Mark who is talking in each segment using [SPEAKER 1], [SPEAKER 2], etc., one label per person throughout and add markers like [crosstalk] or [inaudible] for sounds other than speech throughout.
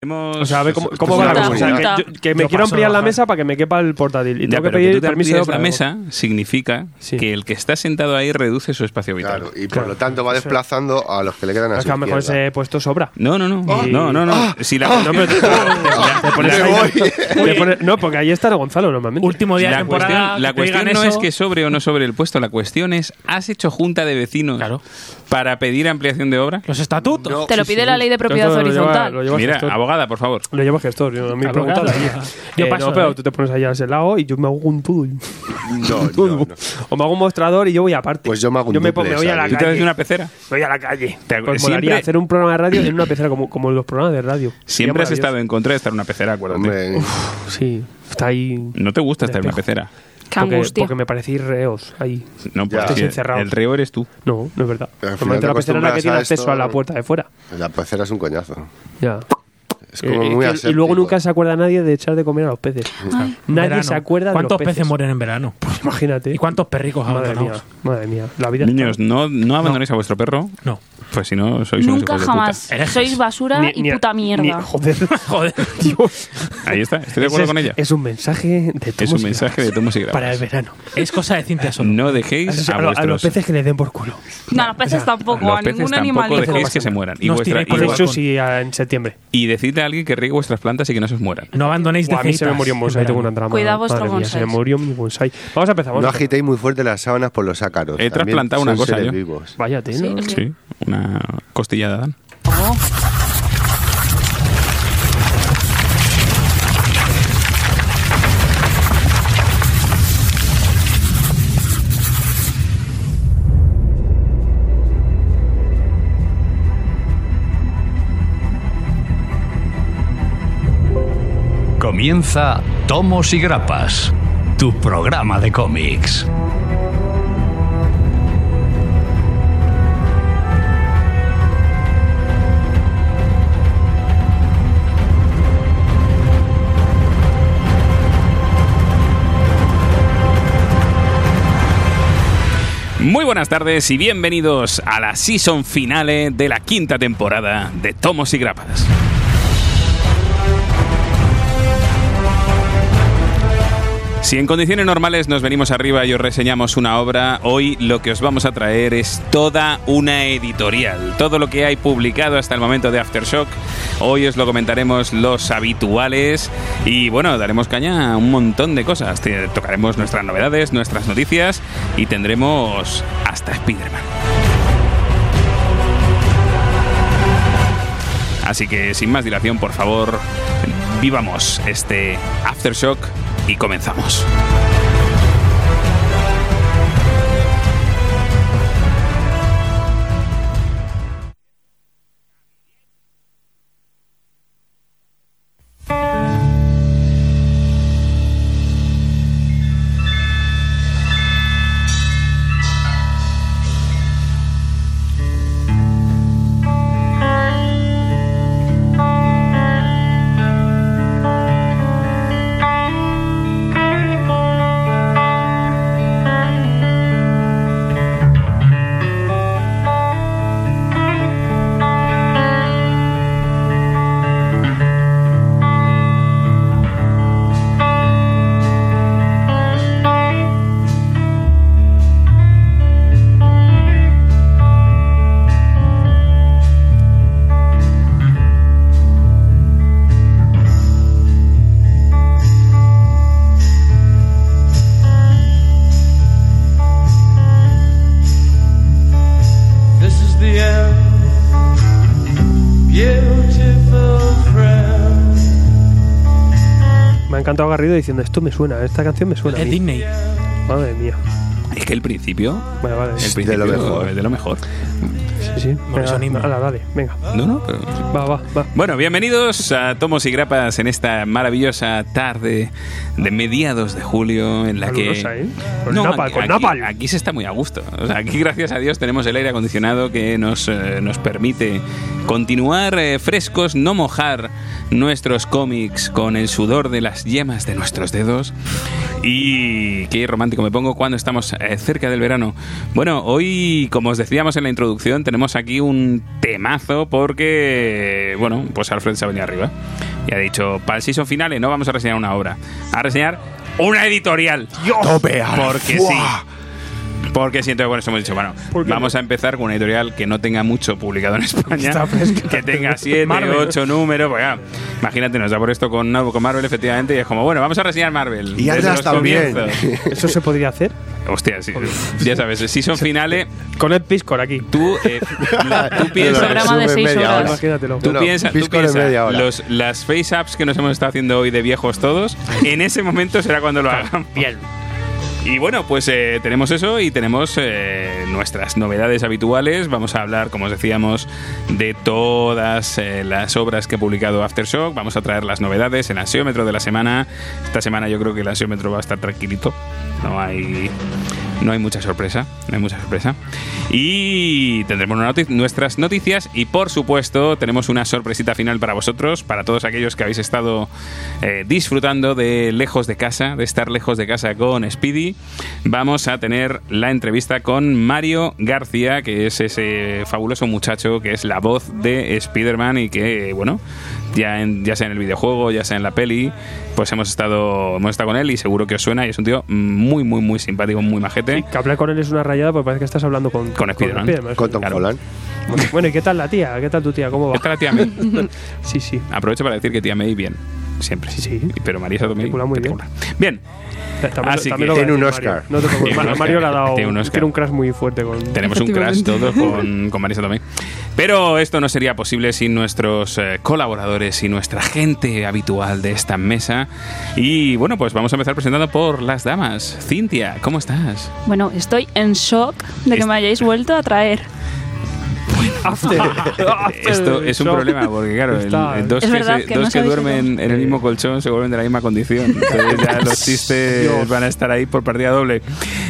[SPEAKER 1] Hemos-
[SPEAKER 2] O sea, a ver cómo, cómo
[SPEAKER 1] es
[SPEAKER 2] va la
[SPEAKER 1] una
[SPEAKER 2] cosa. O sea,
[SPEAKER 1] locura.
[SPEAKER 2] que, yo- que me
[SPEAKER 3] Yo
[SPEAKER 2] quiero
[SPEAKER 3] paso,
[SPEAKER 2] ampliar la
[SPEAKER 3] ajá.
[SPEAKER 2] mesa para que me quepa el portátil. Y
[SPEAKER 1] Ya,
[SPEAKER 2] tengo que
[SPEAKER 1] pero que
[SPEAKER 2] pedir
[SPEAKER 1] tú te
[SPEAKER 2] permiso
[SPEAKER 1] amplíes
[SPEAKER 2] para-
[SPEAKER 1] la mesa significa
[SPEAKER 2] Sí.
[SPEAKER 1] que el que está sentado ahí reduce su espacio vital.
[SPEAKER 4] Claro, y por lo tanto va desplazando a los que le quedan a
[SPEAKER 2] Es
[SPEAKER 4] su
[SPEAKER 2] que a lo mejor
[SPEAKER 4] izquierda.
[SPEAKER 2] ese puesto sobra.
[SPEAKER 1] No, no, no.
[SPEAKER 2] Ah.
[SPEAKER 1] no, no, no.
[SPEAKER 4] Ah.
[SPEAKER 1] Si la,
[SPEAKER 2] No, pero te- te-
[SPEAKER 1] [laughs]
[SPEAKER 2] te pones
[SPEAKER 4] Me
[SPEAKER 2] ahí-
[SPEAKER 4] voy.
[SPEAKER 2] te pones- no, porque ahí está Gonzalo normalmente.
[SPEAKER 3] Último día de
[SPEAKER 1] la
[SPEAKER 3] temporada.
[SPEAKER 1] cuestión, la
[SPEAKER 3] que te digan
[SPEAKER 1] cuestión no
[SPEAKER 3] eso.
[SPEAKER 1] es que sobre o no sobre el puesto, la cuestión es, ¿has hecho junta de vecinos
[SPEAKER 3] Claro.
[SPEAKER 1] para pedir ampliación de obra?
[SPEAKER 3] Los estatutos.
[SPEAKER 4] No.
[SPEAKER 5] Te lo
[SPEAKER 4] Oh, Sí,
[SPEAKER 5] pide la ley de propiedad
[SPEAKER 2] Esto lo lleva-
[SPEAKER 5] horizontal.
[SPEAKER 2] Lo llevas
[SPEAKER 1] Mira, ah.
[SPEAKER 2] gestor.
[SPEAKER 1] abogada, por favor.
[SPEAKER 2] Lo llevas gestor. Yo, a mí me
[SPEAKER 3] Abogado,
[SPEAKER 2] preguntaba.
[SPEAKER 3] ya. Yo
[SPEAKER 2] Eh,
[SPEAKER 3] paso,
[SPEAKER 2] no, pero
[SPEAKER 3] ¿eh?
[SPEAKER 2] tú te pones allá a ese lado y yo me hago un pool.
[SPEAKER 4] No,
[SPEAKER 2] [laughs]
[SPEAKER 4] no, no.
[SPEAKER 2] O me hago un mostrador y yo voy aparte.
[SPEAKER 4] Pues yo me hago un
[SPEAKER 2] Yo me,
[SPEAKER 4] duplex,
[SPEAKER 2] pongo- me voy a la
[SPEAKER 4] ¿sabes?
[SPEAKER 1] ¿Tú te haces
[SPEAKER 2] calle.
[SPEAKER 1] una pecera?
[SPEAKER 2] Voy a la calle.
[SPEAKER 1] Te-
[SPEAKER 2] Pues
[SPEAKER 1] siempre-
[SPEAKER 2] molaría hacer un programa de radio en una pecera como, como los programas de radio. Sería
[SPEAKER 1] Siempre has
[SPEAKER 2] maravilloso.
[SPEAKER 1] estado en contra de estar en una pecera, acuérdate.
[SPEAKER 4] Hombre,
[SPEAKER 2] Sí, está ahí.
[SPEAKER 1] No te gusta estar en una
[SPEAKER 2] Espejo.
[SPEAKER 1] pecera.
[SPEAKER 5] Qué
[SPEAKER 2] porque,
[SPEAKER 5] angustia.
[SPEAKER 2] porque me parecéis reos ahí.
[SPEAKER 1] No,
[SPEAKER 4] Ya.
[SPEAKER 1] porque
[SPEAKER 4] Estáis
[SPEAKER 2] encerrados.
[SPEAKER 1] el reo eres tú.
[SPEAKER 2] No, no es verdad.
[SPEAKER 4] Pero al final
[SPEAKER 2] Normalmente
[SPEAKER 4] te
[SPEAKER 2] la pecera es la que
[SPEAKER 4] acostumbras
[SPEAKER 2] tiene
[SPEAKER 4] a
[SPEAKER 2] acceso
[SPEAKER 4] esto.
[SPEAKER 2] a la puerta de fuera.
[SPEAKER 4] la pecera es un coñazo.
[SPEAKER 2] Ya.
[SPEAKER 4] Es como
[SPEAKER 2] Eh,
[SPEAKER 4] muy
[SPEAKER 2] y- y,
[SPEAKER 4] aséptico.
[SPEAKER 2] luego nunca se acuerda nadie de echar de comer a los [laughs] peces. Nadie
[SPEAKER 3] Verano.
[SPEAKER 2] se acuerda de los
[SPEAKER 3] ¿Cuántos
[SPEAKER 2] peces.
[SPEAKER 3] peces mueren en verano?
[SPEAKER 2] Imagínate.
[SPEAKER 3] ¿Y cuántos perricos
[SPEAKER 2] Madre mía,
[SPEAKER 3] abandonados?
[SPEAKER 2] madre mía. La vida.
[SPEAKER 1] Niños, no, no abandonéis a vuestro perro,
[SPEAKER 3] No.
[SPEAKER 1] pues si no sois unos
[SPEAKER 5] Nunca
[SPEAKER 1] hijos de puta.
[SPEAKER 5] jamás.
[SPEAKER 3] Herejes.
[SPEAKER 5] Sois basura
[SPEAKER 2] Ni-
[SPEAKER 5] y
[SPEAKER 2] ni-
[SPEAKER 5] puta mierda.
[SPEAKER 2] ni- [laughs] joder.
[SPEAKER 3] Joder.
[SPEAKER 2] Dios.
[SPEAKER 1] Ahí está, estoy de acuerdo
[SPEAKER 2] es,
[SPEAKER 1] con ella.
[SPEAKER 2] Es un mensaje de
[SPEAKER 1] Es
[SPEAKER 2] Tomos
[SPEAKER 1] un
[SPEAKER 2] y
[SPEAKER 1] mensaje de tomos y
[SPEAKER 2] Grapas
[SPEAKER 1] grapas.
[SPEAKER 2] Para el verano.
[SPEAKER 3] [laughs] Es cosa de Cintia Solo.
[SPEAKER 1] No
[SPEAKER 2] A,
[SPEAKER 1] dejéis a,
[SPEAKER 2] lo- a los
[SPEAKER 1] vuestros
[SPEAKER 2] peces que les den por culo.
[SPEAKER 5] No, los peces tampoco,
[SPEAKER 1] los
[SPEAKER 5] a
[SPEAKER 1] peces
[SPEAKER 5] ningún
[SPEAKER 1] tampoco
[SPEAKER 5] animalito.
[SPEAKER 1] dejéis que se mueran. Y,
[SPEAKER 3] Nos
[SPEAKER 1] vuestra-
[SPEAKER 3] tiréis
[SPEAKER 1] y-
[SPEAKER 3] por
[SPEAKER 2] Por
[SPEAKER 3] el
[SPEAKER 2] eso
[SPEAKER 3] balcón.
[SPEAKER 2] sí, a- en septiembre.
[SPEAKER 1] y decidle a alguien que riegue vuestras plantas y que no se os mueran.
[SPEAKER 3] No abandonéis de
[SPEAKER 2] Buah, a mí se me murió un bonsai, tengo una drama.
[SPEAKER 5] Cuidado vuestro
[SPEAKER 2] Madre mía,
[SPEAKER 5] bonsai.
[SPEAKER 2] se me murió mi bonsai. Vamos a empezar. Vamos
[SPEAKER 4] No
[SPEAKER 2] a empezar.
[SPEAKER 4] agitéis muy fuerte las sábanas por los ácaros.
[SPEAKER 1] He
[SPEAKER 4] También
[SPEAKER 1] trasplantado una
[SPEAKER 4] son
[SPEAKER 1] cosa, ¿eh? yo.
[SPEAKER 4] seres vivos.
[SPEAKER 2] Vaya tela.
[SPEAKER 5] Sí.
[SPEAKER 1] Sí, una costilla de Adán.
[SPEAKER 6] Comienza Tomos y Grapas, tu programa de cómics.
[SPEAKER 1] Muy buenas tardes y bienvenidos a la season finale de la quinta temporada de Tomos y Grapas. Si en condiciones normales nos venimos arriba y os reseñamos una obra, hoy lo que os vamos a traer es toda una editorial. Todo lo que hay publicado hasta el momento de Aftershock, hoy os lo comentaremos los habituales y bueno, daremos caña a un montón de cosas. Te- Tocaremos nuestras novedades, nuestras noticias y tendremos hasta Spider-Man. Así que sin más dilación, por favor, vivamos este Aftershock y comenzamos.
[SPEAKER 7] This is the end, beautiful friend.
[SPEAKER 2] Me ha encantado Garrido diciendo esto me suena, esta canción me suena. a
[SPEAKER 3] Es
[SPEAKER 2] mí.
[SPEAKER 3] Disney.
[SPEAKER 2] Madre mía.
[SPEAKER 1] Es que el principio
[SPEAKER 2] Vale, vale.
[SPEAKER 1] El
[SPEAKER 4] de lo
[SPEAKER 1] principio
[SPEAKER 4] mejor.
[SPEAKER 1] es de lo mejor.
[SPEAKER 2] Sí, sí. Venga,
[SPEAKER 3] Morrison Inman.
[SPEAKER 2] ala, dale, venga.
[SPEAKER 1] No, no, pero-
[SPEAKER 2] Va, va, va.
[SPEAKER 1] Bueno, bienvenidos a Tomos y Grapas en esta maravillosa tarde de mediados de julio en la que...
[SPEAKER 2] Calurosa, ¿eh? Con napal,
[SPEAKER 1] aquí,
[SPEAKER 2] con
[SPEAKER 1] aquí-
[SPEAKER 2] napal.
[SPEAKER 1] aquí se está muy a gusto. O sea, aquí, gracias a Dios, tenemos el aire acondicionado que nos, eh, nos permite continuar eh, frescos, no mojar nuestros cómics con el sudor de las yemas de nuestros dedos. Y qué romántico me pongo cuando estamos eh, cerca del verano. Bueno, hoy, como os decíamos en la introducción, tenemos tenemos aquí un temazo porque, bueno, pues Alfred se ha venido arriba y ha dicho, para el season finale no vamos a reseñar una obra, a reseñar una editorial. Porque sí. Porque sí, entonces, bueno, eso hemos dicho, bueno, vamos a empezar con una editorial que no tenga mucho publicado en España,
[SPEAKER 2] Está fresca.
[SPEAKER 1] que tenga siete,
[SPEAKER 3] Marvel.
[SPEAKER 1] ocho números, pues, ya, imagínate, nos da por esto con, con Marvel, efectivamente, y es como, bueno, vamos a reseñar Marvel.
[SPEAKER 4] Y
[SPEAKER 1] desde
[SPEAKER 4] Atlas
[SPEAKER 1] los
[SPEAKER 4] también. [laughs]
[SPEAKER 1] comienzos.
[SPEAKER 2] ¿Eso se podría hacer?
[SPEAKER 1] Hostia, sí, ya sabes, si
[SPEAKER 4] [laughs]
[SPEAKER 1] son finales,
[SPEAKER 2] Con el Piscor aquí.
[SPEAKER 1] tú, eh, la- tú piensas...
[SPEAKER 5] Programa de seis horas.
[SPEAKER 2] Imagínatelo.
[SPEAKER 1] Tú
[SPEAKER 4] No,
[SPEAKER 1] piensas, tú
[SPEAKER 4] pisco de
[SPEAKER 1] piensas,
[SPEAKER 4] media hora.
[SPEAKER 1] los- las face apps que nos hemos estado haciendo hoy de viejos
[SPEAKER 4] [laughs]
[SPEAKER 1] todos, en ese momento será cuando lo hagamos.
[SPEAKER 3] Bien.
[SPEAKER 1] Y bueno, pues eh, tenemos eso y tenemos eh, nuestras novedades habituales. Vamos a hablar, como os decíamos, de todas eh, las obras que ha publicado Aftershock. Vamos a traer las novedades, el ansiómetro de la semana. Esta semana yo creo que el ansiómetro va a estar tranquilito. No hay. No hay mucha sorpresa, no hay mucha sorpresa. Y tendremos una noti- nuestras noticias y por supuesto tenemos una sorpresita final para vosotros, para todos aquellos que habéis estado eh, disfrutando de lejos de casa, de estar lejos de casa con Speedy. Vamos a tener la entrevista con Mario García, que es ese fabuloso muchacho que es la voz de Spider-Man y que, bueno, ya, en- ya sea en el videojuego, ya sea en la peli, pues hemos estado, hemos estado con él y seguro que os suena y es un tío muy, muy, muy simpático, muy majete.
[SPEAKER 2] eh, Que hablar con él es una rayada porque parece que estás hablando con,
[SPEAKER 1] Con Spiderman.
[SPEAKER 4] Con Tom
[SPEAKER 1] Claro.
[SPEAKER 4] Holland.
[SPEAKER 2] Bueno, ¿y qué tal la tía? ¿Qué tal tu
[SPEAKER 1] [laughs]
[SPEAKER 2] tía? ¿Cómo va?
[SPEAKER 1] ¿Qué tal la tía May?
[SPEAKER 2] Sí, sí.
[SPEAKER 1] Aprovecho para decir que tía May bien, siempre.
[SPEAKER 2] Sí, sí.
[SPEAKER 1] Pero Marisa Tomei,
[SPEAKER 2] Película muy bien.
[SPEAKER 1] espectacular. Bien,
[SPEAKER 2] También-
[SPEAKER 1] Así
[SPEAKER 2] también
[SPEAKER 1] que-
[SPEAKER 2] lo voy a
[SPEAKER 4] Tiene un
[SPEAKER 2] decir,
[SPEAKER 4] Oscar.
[SPEAKER 2] Mario. No te
[SPEAKER 1] Tiene
[SPEAKER 2] preocupes.
[SPEAKER 1] un
[SPEAKER 2] Mario,
[SPEAKER 1] Oscar.
[SPEAKER 2] Mario le ha dado
[SPEAKER 1] Tiene un
[SPEAKER 2] un,
[SPEAKER 1] Oscar.
[SPEAKER 2] tiene un crash muy fuerte con...
[SPEAKER 1] Tenemos un crash todos con, con Marisa también. Pero esto no sería posible sin nuestros eh, colaboradores y nuestra gente habitual de esta mesa. Y bueno, pues vamos a empezar presentando por las damas. Cintia, ¿cómo estás?
[SPEAKER 5] Bueno, estoy en shock de que me hayáis vuelto a traer.
[SPEAKER 1] Esto es un
[SPEAKER 2] Shock.
[SPEAKER 1] problema, porque claro, el-
[SPEAKER 2] Está-
[SPEAKER 1] el dos
[SPEAKER 5] Es
[SPEAKER 1] que,
[SPEAKER 5] verdad
[SPEAKER 1] se-
[SPEAKER 5] que
[SPEAKER 1] dos
[SPEAKER 5] no
[SPEAKER 1] que
[SPEAKER 5] sabéis
[SPEAKER 1] duermen en el mismo colchón se vuelven de la misma
[SPEAKER 2] [laughs]
[SPEAKER 1] condición. Entonces ya los chistes
[SPEAKER 2] Dios.
[SPEAKER 1] van a estar ahí por partida doble.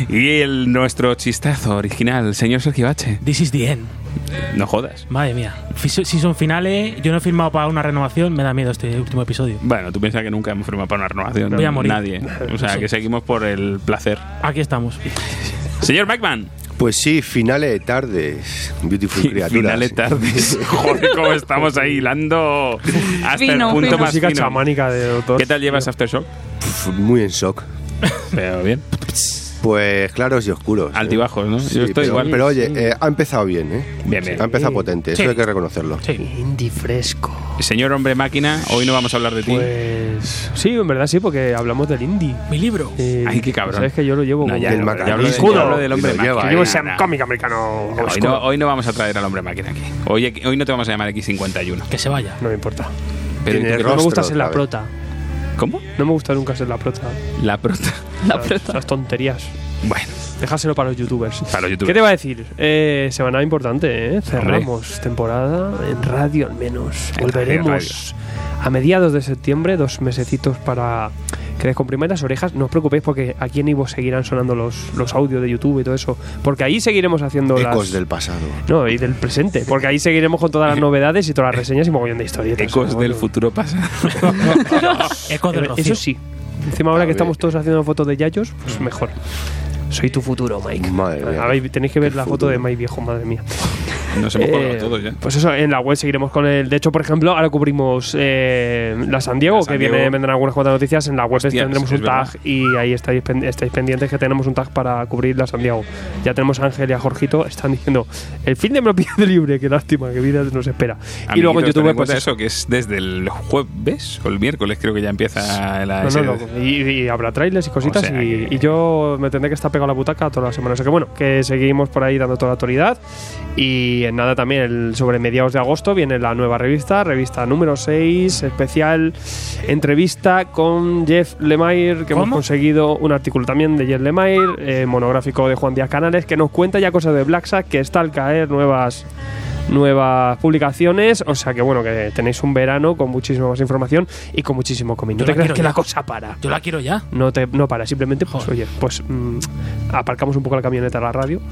[SPEAKER 1] Y el nuestro chistazo original, señor Sergio Bache.
[SPEAKER 3] This is the end.
[SPEAKER 1] No jodas.
[SPEAKER 3] Madre mía. Fis- Si son finales, yo no he firmado para una renovación, me da miedo este último episodio.
[SPEAKER 1] Bueno, tú piensas que nunca hemos firmado para una renovación.
[SPEAKER 3] Voy a morir.
[SPEAKER 1] Nadie. O sea, que seguimos por el placer.
[SPEAKER 3] Aquí estamos.
[SPEAKER 1] Señor McMahon.
[SPEAKER 4] Pues sí, finales de tardes. Beautiful criaturas.
[SPEAKER 1] Finales
[SPEAKER 2] [laughs]
[SPEAKER 1] tardes. Joder, cómo estamos ahí hilando hasta
[SPEAKER 5] Fino,
[SPEAKER 1] el punto
[SPEAKER 5] fino.
[SPEAKER 1] más
[SPEAKER 2] Música
[SPEAKER 1] fino.
[SPEAKER 2] chamánica de doctor.
[SPEAKER 1] ¿Qué tal llevas Aftershock?
[SPEAKER 4] Pf, Muy en shock.
[SPEAKER 1] Pero bien.
[SPEAKER 4] Pues claros y oscuros. ¿eh?
[SPEAKER 1] Altibajos, ¿no?
[SPEAKER 4] Sí,
[SPEAKER 1] Yo estoy
[SPEAKER 4] pero,
[SPEAKER 1] igual.
[SPEAKER 4] Pero oye, eh, ha empezado bien, ¿eh?
[SPEAKER 1] Bien, bien.
[SPEAKER 4] Ha empezado potente,
[SPEAKER 3] Sí.
[SPEAKER 4] eso hay que reconocerlo.
[SPEAKER 3] Sí.
[SPEAKER 2] Indie fresco.
[SPEAKER 1] Señor hombre máquina, hoy no vamos a hablar de ti.
[SPEAKER 2] Pues... Sí, en verdad sí, porque hablamos del indie.
[SPEAKER 3] Mi libro.
[SPEAKER 2] Eh,
[SPEAKER 1] Ay, qué cabrón.
[SPEAKER 2] Sabes que yo lo llevo
[SPEAKER 1] No,
[SPEAKER 2] como-
[SPEAKER 1] ya,
[SPEAKER 4] del
[SPEAKER 1] no,
[SPEAKER 4] maca-
[SPEAKER 1] ya hablo de-
[SPEAKER 2] escudo.
[SPEAKER 1] ya hablo del hombre
[SPEAKER 4] Y lo lleva,
[SPEAKER 1] máquina.
[SPEAKER 4] eh.
[SPEAKER 2] Yo
[SPEAKER 4] Ay,
[SPEAKER 2] ese
[SPEAKER 1] No, no.
[SPEAKER 2] cómic americano.
[SPEAKER 1] Hoy
[SPEAKER 2] oscuro.
[SPEAKER 1] no, hoy no vamos a traer al hombre máquina aquí. Hoy, hoy no te vamos a llamar X51.
[SPEAKER 3] Que se vaya.
[SPEAKER 2] No me importa.
[SPEAKER 1] Pero ¿y tú
[SPEAKER 4] Tiene
[SPEAKER 1] qué-
[SPEAKER 2] No me gusta
[SPEAKER 4] Rostro,
[SPEAKER 2] ser la
[SPEAKER 4] otra vez.
[SPEAKER 2] prota.
[SPEAKER 1] ¿Cómo?
[SPEAKER 2] No me gusta nunca ser la prota.
[SPEAKER 1] La prota. [laughs]
[SPEAKER 5] La
[SPEAKER 2] Las-
[SPEAKER 5] prota.
[SPEAKER 2] Las tonterías.
[SPEAKER 1] Bueno,
[SPEAKER 2] Déjaselo para los youtubers.
[SPEAKER 1] para los
[SPEAKER 2] ¿Qué
[SPEAKER 1] youtubers.
[SPEAKER 2] te va a decir? Eh, semana importante, ¿eh? Cerramos temporada en radio al menos.
[SPEAKER 1] En
[SPEAKER 2] Volveremos a mediados de septiembre, dos mesecitos para que descomprimáis las orejas. No os preocupéis porque aquí en Ivo seguirán sonando los, los audios de YouTube y todo eso. Porque ahí seguiremos haciendo
[SPEAKER 4] Ecos
[SPEAKER 2] las...
[SPEAKER 4] del pasado.
[SPEAKER 2] No, y del presente. Porque ahí seguiremos con
[SPEAKER 4] [laughs]
[SPEAKER 2] todas las novedades y todas las reseñas y mogollón de historietas.
[SPEAKER 1] Ecos del
[SPEAKER 2] Mogollón.
[SPEAKER 1] futuro
[SPEAKER 2] [laughs]
[SPEAKER 1] pasado.
[SPEAKER 3] Eco del
[SPEAKER 2] Eh,
[SPEAKER 3] rocío.
[SPEAKER 2] Eso sí. Encima ahora
[SPEAKER 4] A
[SPEAKER 2] que
[SPEAKER 4] ver. Mm.
[SPEAKER 2] estamos todos haciendo fotos de Yayos, pues mejor. Soy tu futuro, Mike.
[SPEAKER 4] Madre mía.
[SPEAKER 2] A ver, tenéis que ver la foto
[SPEAKER 4] futuro.
[SPEAKER 2] de Mike viejo, madre mía.
[SPEAKER 1] Nos hemos colgado
[SPEAKER 2] Eh,
[SPEAKER 1] todos ya.
[SPEAKER 2] Pues eso, en la web seguiremos con el. De hecho, por ejemplo, ahora cubrimos eh, la San Diego,
[SPEAKER 1] La San
[SPEAKER 2] que
[SPEAKER 1] Diego.
[SPEAKER 2] viene, vendrán algunas cuantas noticias. En la web
[SPEAKER 1] Hostia,
[SPEAKER 2] tendremos
[SPEAKER 1] es- es
[SPEAKER 2] un tag
[SPEAKER 1] verdad.
[SPEAKER 2] y ahí estáis, pen- estáis pendientes que tenemos un tag para cubrir la San Diego. Ya tenemos a Ángel y a Jorgito, están diciendo el fin de propiedad [laughs] libre, qué lástima, qué vida nos espera. y luego en
[SPEAKER 1] Amiguitos, tened
[SPEAKER 2] YouTube, pues.
[SPEAKER 1] cuenta
[SPEAKER 2] eso.
[SPEAKER 1] eso, que es desde el jueves o el miércoles, creo que ya empieza la
[SPEAKER 2] No, no,
[SPEAKER 1] serie.
[SPEAKER 2] no. Y, y habrá trailers y cositas
[SPEAKER 1] O sea,
[SPEAKER 2] y,
[SPEAKER 1] que-
[SPEAKER 2] y yo me tendré que estar pegado a la butaca toda la semana. O sea que bueno, que seguimos por ahí dando toda la actualidad. Y en nada también, el- sobre mediados de agosto viene la nueva revista, revista número 6, especial entrevista con Jeff Lemire, que hemos
[SPEAKER 3] ¿Cómo?
[SPEAKER 2] conseguido un artículo también de Jeff Lemire, eh, monográfico de Juan Díaz Canales, que nos cuenta ya cosas de Black Sack, que está al caer nuevas nuevas publicaciones, o sea que bueno, que tenéis un verano con muchísima más información y con muchísimo cómic. No
[SPEAKER 3] Yo
[SPEAKER 2] te
[SPEAKER 3] la
[SPEAKER 2] creas
[SPEAKER 3] quiero
[SPEAKER 2] que
[SPEAKER 3] ya.
[SPEAKER 2] la cosa para
[SPEAKER 3] Yo la quiero ya.
[SPEAKER 2] no te no para simplemente pues
[SPEAKER 3] Joder.
[SPEAKER 2] oye pues mm, aparcamos un poco la camioneta a la radio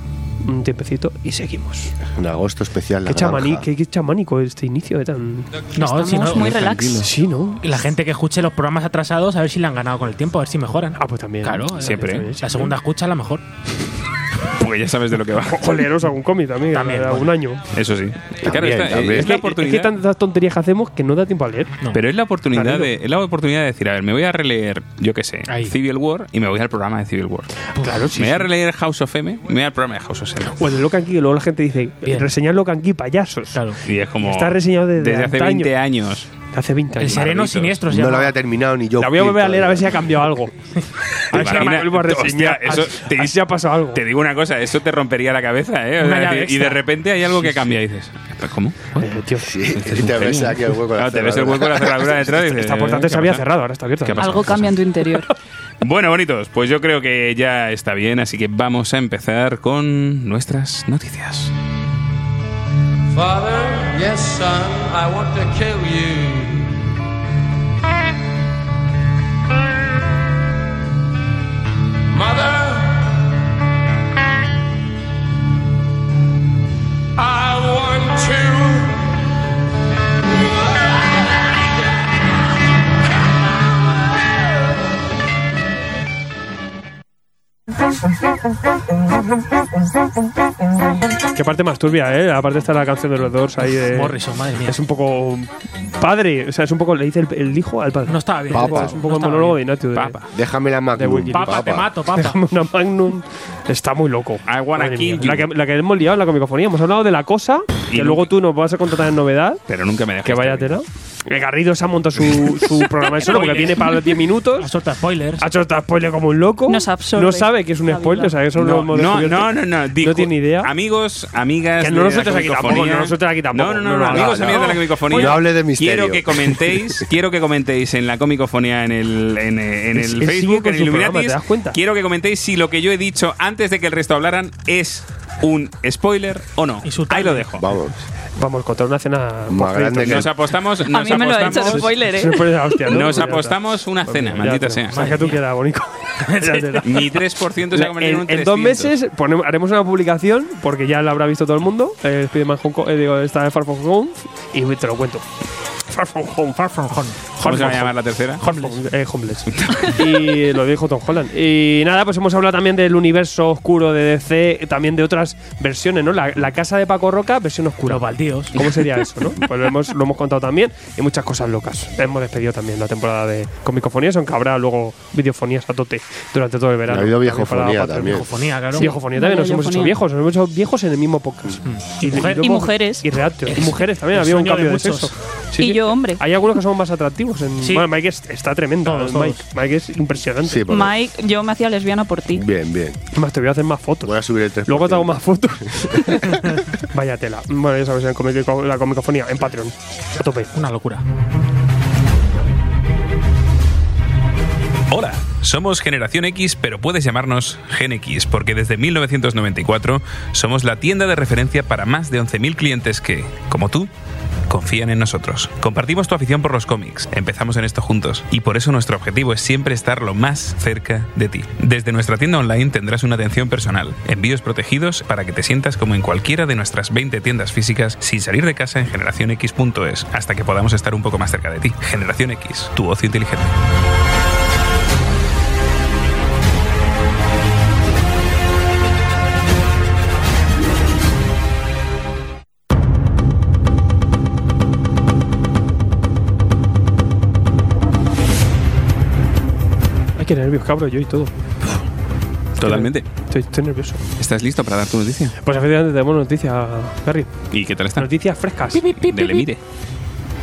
[SPEAKER 2] un tiempecito y seguimos
[SPEAKER 4] Un agosto especial. la
[SPEAKER 2] qué, chamaní,
[SPEAKER 4] granja.
[SPEAKER 2] qué, qué chamánico este inicio de tan
[SPEAKER 3] No, si no.
[SPEAKER 5] Estamos muy relax.
[SPEAKER 2] sí no
[SPEAKER 3] La gente que escuche los programas atrasados, a ver si la han ganado con el tiempo, a ver si mejoran.
[SPEAKER 4] ¿eh?
[SPEAKER 2] ah pues Ah, también
[SPEAKER 3] Claro,
[SPEAKER 1] Siempre,
[SPEAKER 3] La segunda escucha, a lo mejor.
[SPEAKER 1] porque ya sabes de lo que va.
[SPEAKER 2] [laughs] O leeros algún cómic también,
[SPEAKER 3] También,
[SPEAKER 2] de algún año.
[SPEAKER 1] Eso sí. Claro,
[SPEAKER 4] Eh, También,
[SPEAKER 1] esta- es
[SPEAKER 4] también. Es
[SPEAKER 1] la
[SPEAKER 2] Es que- es que
[SPEAKER 1] oportunidad.
[SPEAKER 2] tantas tonterías que hacemos que no da tiempo a leer.
[SPEAKER 3] No.
[SPEAKER 1] Pero es la oportunidad
[SPEAKER 2] Claro.
[SPEAKER 1] de es la oportunidad de decir, a ver, me voy a releer, yo qué sé,
[SPEAKER 3] Ahí.
[SPEAKER 1] Civil War y me voy al programa de Civil War.
[SPEAKER 2] Claro,
[SPEAKER 1] me voy a releer House of M, me voy al programa de House of M.
[SPEAKER 2] O el de Locan Key, que luego la gente dice,
[SPEAKER 3] Bien.
[SPEAKER 2] reseñad Locan Key, payasos.
[SPEAKER 3] Claro.
[SPEAKER 1] Y es como
[SPEAKER 2] Está reseñado desde
[SPEAKER 1] hace
[SPEAKER 2] antaño.
[SPEAKER 1] 20 años.
[SPEAKER 2] Hace 20
[SPEAKER 3] El
[SPEAKER 2] años.
[SPEAKER 3] sereno
[SPEAKER 1] Malditos.
[SPEAKER 3] siniestro se
[SPEAKER 4] No lo
[SPEAKER 3] llama.
[SPEAKER 4] había terminado ni yo.
[SPEAKER 2] La voy a volver a
[SPEAKER 4] Clint,
[SPEAKER 2] leer a ver
[SPEAKER 4] todavía.
[SPEAKER 2] si ha
[SPEAKER 1] [laughs]
[SPEAKER 2] cambiado algo. a ver si
[SPEAKER 1] Imagina-
[SPEAKER 2] la vuelvo a reseñar.
[SPEAKER 1] Hostia, eso
[SPEAKER 2] a-
[SPEAKER 1] te-
[SPEAKER 2] a ver si ha pasado algo.
[SPEAKER 1] Te digo una cosa, eso te rompería la cabeza, ¿eh? O
[SPEAKER 3] Una
[SPEAKER 1] sea,
[SPEAKER 3] llave
[SPEAKER 1] y- y
[SPEAKER 3] extra.
[SPEAKER 1] de repente hay algo que cambia y dices, "Pues, ¿cómo? Este
[SPEAKER 2] Eh, tío,
[SPEAKER 4] [laughs] Sí, te ves aquí el hueco. de la
[SPEAKER 1] Claro, te ves el
[SPEAKER 4] cerradura.
[SPEAKER 1] hueco de la cerradura
[SPEAKER 2] [laughs]
[SPEAKER 1] detrás y dices, "Eh,
[SPEAKER 2] esta puerta antes
[SPEAKER 1] "¿Qué
[SPEAKER 2] se había
[SPEAKER 1] pasa?".
[SPEAKER 2] cerrado, ahora está abierta.
[SPEAKER 1] ¿Qué ha pasado?
[SPEAKER 5] Algo cambia en tu interior.
[SPEAKER 1] Bueno, bonitos, pues yo creo que ya está bien, así que vamos a empezar con nuestras noticias.
[SPEAKER 7] Father, yes, son, I want to kill you. Mother, I want to.
[SPEAKER 2] Qué parte más turbia, ¿eh? Aparte está la canción de los dos ahí de...
[SPEAKER 3] Morrison, madre mía.
[SPEAKER 2] Es un poco... Padre, o sea, es un poco... Le dice el, el hijo al padre.
[SPEAKER 3] No estaba bien.
[SPEAKER 4] Papa.
[SPEAKER 2] Es un poco
[SPEAKER 3] No
[SPEAKER 2] el
[SPEAKER 3] estaba
[SPEAKER 2] monólogo de
[SPEAKER 3] bien.
[SPEAKER 2] Ignacio. de-
[SPEAKER 1] Papa.
[SPEAKER 4] Déjame la
[SPEAKER 2] De
[SPEAKER 4] Magnum.
[SPEAKER 2] Wiki.
[SPEAKER 3] Papa, te mato, papa.
[SPEAKER 2] Déjame [laughs] una Magnum. Está muy loco.
[SPEAKER 1] I wanna
[SPEAKER 2] Madre mía.
[SPEAKER 1] kill you.
[SPEAKER 2] La que, la que hemos liado en la comicofonía. Hemos hablado de la
[SPEAKER 1] Y
[SPEAKER 2] cosa,
[SPEAKER 1] Ah,
[SPEAKER 2] que
[SPEAKER 1] nunca-
[SPEAKER 2] luego tú nos vas a contratar en novedad.
[SPEAKER 1] Pero nunca me dejes.
[SPEAKER 2] Que vaya tela. El Garrido se ha montado su,
[SPEAKER 1] [laughs]
[SPEAKER 2] su programa de solo porque viene para los 10
[SPEAKER 3] Ha
[SPEAKER 2] minutos.
[SPEAKER 3] soltado spoilers.
[SPEAKER 2] Ha hecho esta spoiler como un loco.
[SPEAKER 5] Nos absorbe.
[SPEAKER 2] No sabe que es un
[SPEAKER 5] La
[SPEAKER 2] spoiler.
[SPEAKER 5] vida.
[SPEAKER 2] O sea, que eso lo
[SPEAKER 1] No,
[SPEAKER 2] hemos
[SPEAKER 1] no,
[SPEAKER 2] descubierto.
[SPEAKER 1] no, no, no. Discu-
[SPEAKER 2] tiene idea.
[SPEAKER 1] Amigos, amigas.
[SPEAKER 2] Que no
[SPEAKER 1] de
[SPEAKER 2] nos
[SPEAKER 1] la
[SPEAKER 2] sueltes aquí
[SPEAKER 1] comicofonía.
[SPEAKER 2] tampoco, no nos sueltes aquí
[SPEAKER 1] No,
[SPEAKER 2] tampoco.
[SPEAKER 1] no, no,
[SPEAKER 2] No, no,
[SPEAKER 1] amigos,
[SPEAKER 4] no,
[SPEAKER 1] amigas de la
[SPEAKER 4] no.
[SPEAKER 1] comicofonía.
[SPEAKER 4] No hable de
[SPEAKER 1] Quiero
[SPEAKER 4] misterio.
[SPEAKER 1] que
[SPEAKER 4] [laughs]
[SPEAKER 1] comentéis, quiero que comentéis en la comicofonía, en el, en, eh, en
[SPEAKER 2] Él-
[SPEAKER 1] el
[SPEAKER 2] él sigue
[SPEAKER 1] Facebook,
[SPEAKER 2] con
[SPEAKER 1] en el
[SPEAKER 2] su programa,
[SPEAKER 1] Illuminatis.
[SPEAKER 2] ¿te das cuenta?
[SPEAKER 1] Quiero que comentéis si lo que yo he dicho antes de que el resto hablaran es un spoiler o no.
[SPEAKER 3] Insultadme.
[SPEAKER 1] Ahí lo dejo.
[SPEAKER 4] Vamos.
[SPEAKER 2] Vamos, contra una cena.
[SPEAKER 4] Más
[SPEAKER 2] post-créditos.
[SPEAKER 4] grande que-
[SPEAKER 1] Nos apostamos,
[SPEAKER 5] A
[SPEAKER 1] nos
[SPEAKER 5] mí me lo ha hecho el
[SPEAKER 1] apostamos,
[SPEAKER 5] spoiler,
[SPEAKER 2] Se
[SPEAKER 5] ¿eh?
[SPEAKER 2] pone la hostia, ¿no?
[SPEAKER 1] nos
[SPEAKER 2] Ya está.
[SPEAKER 1] apostamos una cena,
[SPEAKER 2] Ya
[SPEAKER 1] maldita
[SPEAKER 2] está.
[SPEAKER 1] sea.
[SPEAKER 2] Más que tú
[SPEAKER 1] [laughs]
[SPEAKER 2] quieras, bonito. Ya te da.
[SPEAKER 1] Mi 3% se ha convertido en un
[SPEAKER 2] En, en
[SPEAKER 1] 300.
[SPEAKER 2] dos meses ponemos- haremos una publicación porque ya la habrá visto todo el mundo. Eh, Spider-Man Home, eh, digo, está en Far From Home y te lo cuento. Far From Home, Far From Home.
[SPEAKER 1] ¿Cómo se va a llamar la tercera?
[SPEAKER 2] Homeless. Eh, homeless. y lo dijo Tom Holland. Y nada, pues hemos hablado también del universo oscuro de DC, también de otras versiones, ¿no? La, la casa de Paco Roca, versión oscura.
[SPEAKER 3] Los baldíos.
[SPEAKER 2] ¿Cómo
[SPEAKER 3] [laughs]
[SPEAKER 2] sería eso, no? Pues lo hemos, lo hemos contado también y muchas cosas locas. Hemos despedido también la temporada de comicofonías, aunque habrá luego videofonías a tote durante todo el verano.
[SPEAKER 4] Ha habido viejofonía
[SPEAKER 2] Para- para-
[SPEAKER 4] también.
[SPEAKER 3] Cofonía, claro.
[SPEAKER 2] Sí, viejofonía también, nos hemos hecho
[SPEAKER 5] Viejofonía.
[SPEAKER 2] viejos, nos hemos hecho viejos en el mismo podcast.
[SPEAKER 3] Mujer-
[SPEAKER 2] luego-
[SPEAKER 5] y mujeres.
[SPEAKER 2] Y reactio. Y mujeres también,
[SPEAKER 3] Mm. El
[SPEAKER 2] había un
[SPEAKER 3] sueño de
[SPEAKER 2] cambio de,
[SPEAKER 3] muchos.
[SPEAKER 2] sexo. Sí,
[SPEAKER 5] Y
[SPEAKER 2] sí.
[SPEAKER 5] yo, hombre.
[SPEAKER 2] Hay algunos que son más atractivos. En...
[SPEAKER 3] Sí.
[SPEAKER 2] Bueno, Mike es- está tremendo.
[SPEAKER 3] Todos,
[SPEAKER 2] Mike.
[SPEAKER 3] todos.
[SPEAKER 2] Mike es impresionante.
[SPEAKER 4] Sí, por-
[SPEAKER 5] Mike, yo me hacía lesbiana por ti.
[SPEAKER 4] Bien, bien.
[SPEAKER 2] Más te voy a hacer más fotos.
[SPEAKER 4] Voy a subir el 3%.
[SPEAKER 2] Luego te hago más fotos. [laughs] Vaya tela. Bueno, ya sabes, en comic- la comicofonía, en Patreon. A tope.
[SPEAKER 3] Una locura.
[SPEAKER 1] Hola, somos Generación X, pero puedes llamarnos Gen X, porque desde 1994 somos la tienda de referencia para más de 11.000 clientes que, como tú, confían en nosotros. Compartimos tu afición por los cómics, empezamos en esto juntos, y por eso nuestro objetivo es siempre estar lo más cerca de ti. Desde nuestra tienda online tendrás una atención personal, envíos protegidos para que te sientas como en cualquiera de nuestras 20 tiendas físicas sin salir de casa en generacionx.es, hasta que podamos estar un poco más cerca de ti. Generación X, tu ocio inteligente.
[SPEAKER 2] Ay, qué nervios, cabrón, yo y todo.
[SPEAKER 1] Totalmente.
[SPEAKER 2] Estoy, estoy nervioso.
[SPEAKER 1] ¿Estás listo para dar tu noticia?
[SPEAKER 2] Pues efectivamente tenemos noticias, Gary.
[SPEAKER 1] ¿Y qué tal está?
[SPEAKER 2] Noticias frescas.
[SPEAKER 1] Del Emire.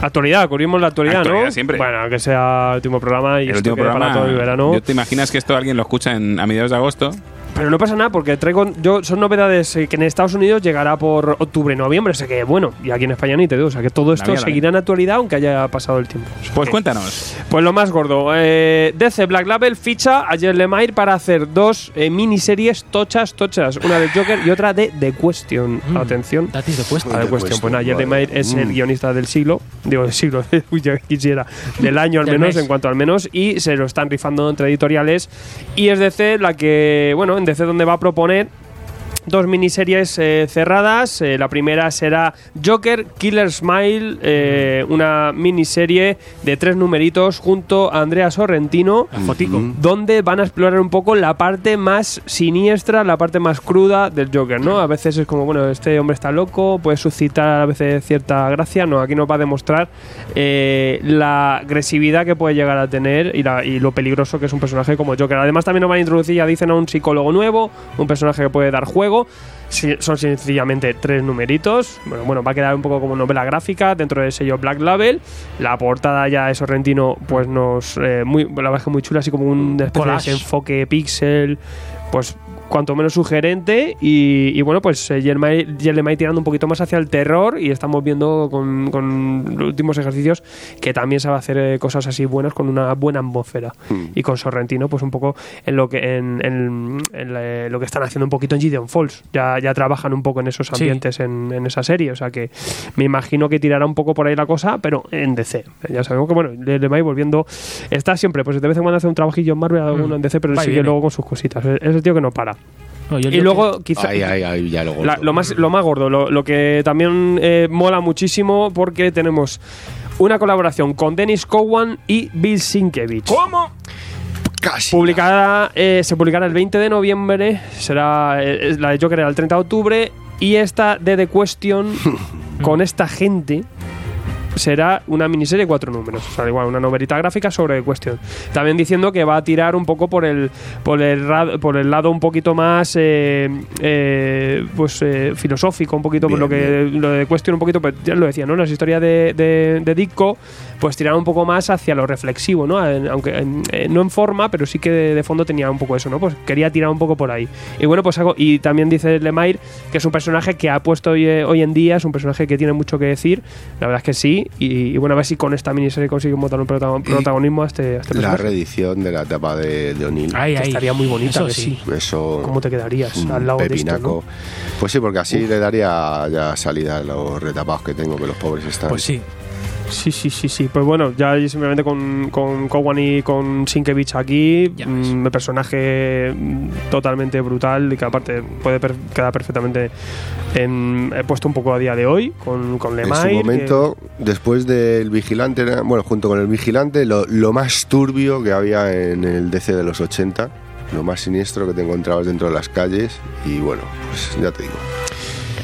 [SPEAKER 2] Actualidad, cubrimos la actualidad,
[SPEAKER 1] Actualidad
[SPEAKER 2] ¿no?
[SPEAKER 1] siempre.
[SPEAKER 2] Bueno, aunque sea el último programa y
[SPEAKER 1] El
[SPEAKER 2] esto
[SPEAKER 1] último
[SPEAKER 2] quede
[SPEAKER 1] programa.
[SPEAKER 2] para todo el verano.
[SPEAKER 1] Yo te imaginas que esto alguien lo escucha en- a mediados de agosto.
[SPEAKER 2] Pero no pasa nada porque traigo yo son novedades eh, que en Estados Unidos llegará por octubre, noviembre, o sea que bueno, y aquí en España ni te digo, o sea que todo esto
[SPEAKER 1] mía, la
[SPEAKER 2] seguirá en actualidad aunque haya pasado el tiempo. O sea
[SPEAKER 1] Pues
[SPEAKER 2] que-
[SPEAKER 1] cuéntanos.
[SPEAKER 2] Pues lo más gordo, eh, DC Black Label ficha a Jared Lemire para hacer dos eh, miniseries tochas, tochas, una de Joker y otra de The Question.
[SPEAKER 3] Mm.
[SPEAKER 2] Atención.
[SPEAKER 3] Datis de cuesta.
[SPEAKER 2] A la
[SPEAKER 4] Por
[SPEAKER 2] cuestión,
[SPEAKER 4] supuesto,
[SPEAKER 2] pues nada, Jerry
[SPEAKER 4] madre.
[SPEAKER 2] Mayer es el
[SPEAKER 4] Mm.
[SPEAKER 2] guionista del siglo, digo del siglo, [laughs] uy, ya quisiera, del año al
[SPEAKER 3] Del
[SPEAKER 2] menos,
[SPEAKER 3] mes.
[SPEAKER 2] en cuanto al menos, y se lo están rifando entre editoriales. Y es DC la que, bueno, en DC donde va a proponer dos miniseries eh, cerradas. Eh, la primera será Joker Killer Smile, eh, una miniserie de tres numeritos junto a Andrea Sorrentino,
[SPEAKER 3] Fotico.
[SPEAKER 2] donde van a explorar un poco la parte más siniestra, la parte más cruda del Joker, ¿no? A veces es como, bueno, este hombre está loco, puede suscitar a veces cierta gracia. No, aquí nos va a demostrar eh, la agresividad que puede llegar a tener y, la- y lo peligroso que es un personaje como Joker. Además, también nos van a introducir, ya dicen, a un psicólogo nuevo, un personaje que puede dar juego. Sí, son sencillamente tres numeritos. Bueno, bueno, va a quedar un poco como novela gráfica dentro del sello Black Label. La portada ya de Sorrentino, pues nos. eh, muy, la verdad es que muy chula, así como un especie de
[SPEAKER 3] Collage.
[SPEAKER 2] desenfoque pixel, pues cuanto menos sugerente. Y, y bueno, pues eh, Yelmay Yelmay tirando un poquito más hacia el terror. Y estamos viendo con, con los últimos ejercicios que también sabe hacer eh, cosas así buenas con una buena atmósfera. Y con Sorrentino, pues un poco en lo que en, en- en la- lo que están haciendo un poquito en Gideon Falls. Ya, ya trabajan un poco en esos
[SPEAKER 3] Sí.
[SPEAKER 2] ambientes en, en esa serie. O sea que me imagino que tirará un poco por ahí la cosa, pero en DC. Ya sabemos que, bueno, Lemay volviendo. Está siempre, pues de vez en cuando hace un trabajillo en Marvel, alguno en DC, pero él
[SPEAKER 3] Va y
[SPEAKER 2] sigue
[SPEAKER 3] viene.
[SPEAKER 2] luego con sus cositas. Es es el tío que no para.
[SPEAKER 3] No, yo el
[SPEAKER 2] Y
[SPEAKER 3] Joker-
[SPEAKER 2] luego, quizá.
[SPEAKER 4] Ay, ay, ay, ya lo
[SPEAKER 2] La-
[SPEAKER 4] gordo.
[SPEAKER 2] lo, más, lo más gordo, lo, lo que también eh, mola muchísimo porque tenemos una colaboración con Dennis Cowan y Bill Sienkiewicz.
[SPEAKER 4] Casi.
[SPEAKER 2] Publicada, eh, se publicará el 20 de noviembre, será eh, es la de Joker era el 30 de octubre y esta de The
[SPEAKER 4] [laughs]
[SPEAKER 2] Question con esta gente será una miniserie de cuatro números, o sea, igual una novelita gráfica sobre The Question. También diciendo que va a tirar un poco por el por el, ra- por el lado un poquito más eh, eh, pues eh, filosófico, un poquito por
[SPEAKER 4] Bien,
[SPEAKER 2] lo que lo de The Question un poquito, pues, ya lo decía, ¿no? Las historias de, de, de Ditko pues tirar un poco más hacia lo reflexivo, ¿no? En- Aunque en- eh, no en forma, pero sí que de, de fondo tenía un poco eso, ¿no? Pues quería tirar un poco por ahí. Y bueno, pues hago, y también dice Lemire que es un personaje que ha puesto hoy, eh, hoy en día, es un personaje que tiene mucho que decir, la verdad es que sí, y, y bueno, a ver si con esta miniserie conseguimos dar un prota-
[SPEAKER 4] [clears throat]
[SPEAKER 2] protagonismo a este, a este
[SPEAKER 4] La
[SPEAKER 2] personaje.
[SPEAKER 4] reedición de la tapa de, de O'Neill.
[SPEAKER 3] Ay,
[SPEAKER 2] que
[SPEAKER 3] ay.
[SPEAKER 2] estaría muy bonita,
[SPEAKER 3] Eso
[SPEAKER 2] que sí.
[SPEAKER 4] Eso.
[SPEAKER 2] ¿Cómo te quedarías
[SPEAKER 4] un
[SPEAKER 2] al lado de esto,
[SPEAKER 4] pepinaco.
[SPEAKER 2] no?
[SPEAKER 4] Pues sí, porque así le daría ya salida a los retapados que tengo, que los pobres están.
[SPEAKER 3] Pues sí.
[SPEAKER 2] Sí, sí, sí, sí. Pues bueno, ya simplemente con, con Cowan y con Sinkevich aquí,
[SPEAKER 3] Ya ves.
[SPEAKER 2] un personaje mm, totalmente brutal y que aparte puede per- quedar perfectamente en, he puesto un poco a día de hoy con, con
[SPEAKER 4] En
[SPEAKER 2] Lemay.
[SPEAKER 4] su momento, después del vigilante, era- bueno, junto con el vigilante, lo, lo más turbio que había en el DC de los 80, lo más siniestro que te encontrabas dentro de las calles, y bueno, pues ya te digo.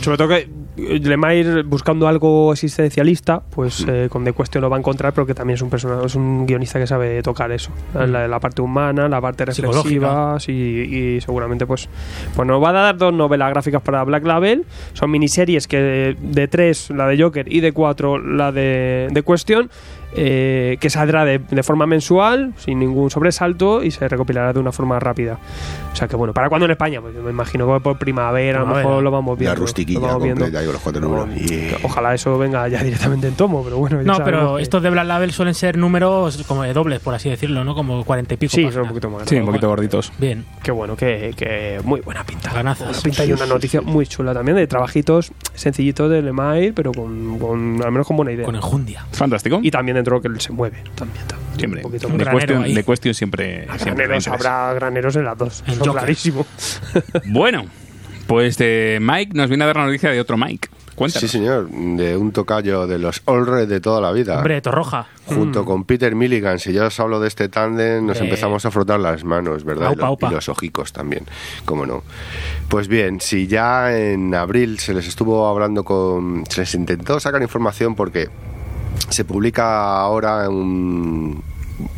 [SPEAKER 2] sobre todo que eh, Lemay buscando algo existencialista, pues eh, con The Question lo va a encontrar porque también es un persona, es un guionista que sabe tocar eso. La, la parte humana, la parte reflexiva sí, y, seguramente pues, pues nos va a dar dos novelas gráficas para Black Label. Son miniseries que de, de tres, la de Joker, y de cuatro, la de, de Question. eh, que saldrá de, de forma mensual, sin ningún sobresalto, y se recopilará de una forma rápida. O sea que bueno, ¿para cuándo en España? Pues yo me imagino que por primavera, a lo
[SPEAKER 3] Primavera.
[SPEAKER 2] mejor lo vamos viendo.
[SPEAKER 4] la rustiquilla
[SPEAKER 2] lo vamos viendo.
[SPEAKER 4] completa, con los cuatro números. Yeah.
[SPEAKER 2] Ojalá eso venga ya directamente en tomo, pero bueno. ya
[SPEAKER 3] No,
[SPEAKER 2] sabemos
[SPEAKER 3] pero
[SPEAKER 2] que-
[SPEAKER 3] estos de Black Label suelen ser números como de dobles, por así decirlo, ¿no? Como cuarenta y pico.
[SPEAKER 2] Sí,
[SPEAKER 3] páginas.
[SPEAKER 2] son un poquito más.
[SPEAKER 1] Sí, un poquito gorditos.
[SPEAKER 3] Bien,
[SPEAKER 2] Qué bueno, que, que muy buena pinta. Buena
[SPEAKER 3] ganazas.
[SPEAKER 2] pinta y una noticia muy chula también de trabajitos sencillitos de Lemay, pero con, con- al menos con buena idea.
[SPEAKER 3] Con enjundia.
[SPEAKER 1] Fantástico.
[SPEAKER 2] Y también dentro que él se mueve. También, también.
[SPEAKER 1] Siempre.
[SPEAKER 2] Un
[SPEAKER 1] De
[SPEAKER 2] poquito
[SPEAKER 3] Un granero
[SPEAKER 1] cuestión,
[SPEAKER 3] ahí.
[SPEAKER 1] de cuestión siempre. siempre
[SPEAKER 2] Graneros,
[SPEAKER 1] me interesa.
[SPEAKER 2] habrá graneros en las dos.
[SPEAKER 3] El
[SPEAKER 2] Eso
[SPEAKER 3] Joker.
[SPEAKER 2] clarísimo. [laughs]
[SPEAKER 1] Bueno, pues eh, Mike nos viene a dar la noticia de otro Mike. Cuéntanos.
[SPEAKER 4] Sí, señor, de un tocayo de los All Red de toda la
[SPEAKER 2] Ah.
[SPEAKER 4] vida.
[SPEAKER 3] Hombre, Torroja.
[SPEAKER 4] Junto con Peter Milligan, si ya os hablo de este tándem, nos
[SPEAKER 3] Eh.
[SPEAKER 4] empezamos a frotar las manos, ¿verdad? Y
[SPEAKER 3] Aupa,
[SPEAKER 4] lo-
[SPEAKER 3] aupa.
[SPEAKER 4] Y los ojicos también, cómo no. Pues bien, si ya en abril se les estuvo hablando con... Se les intentó sacar información porque se publica ahora un,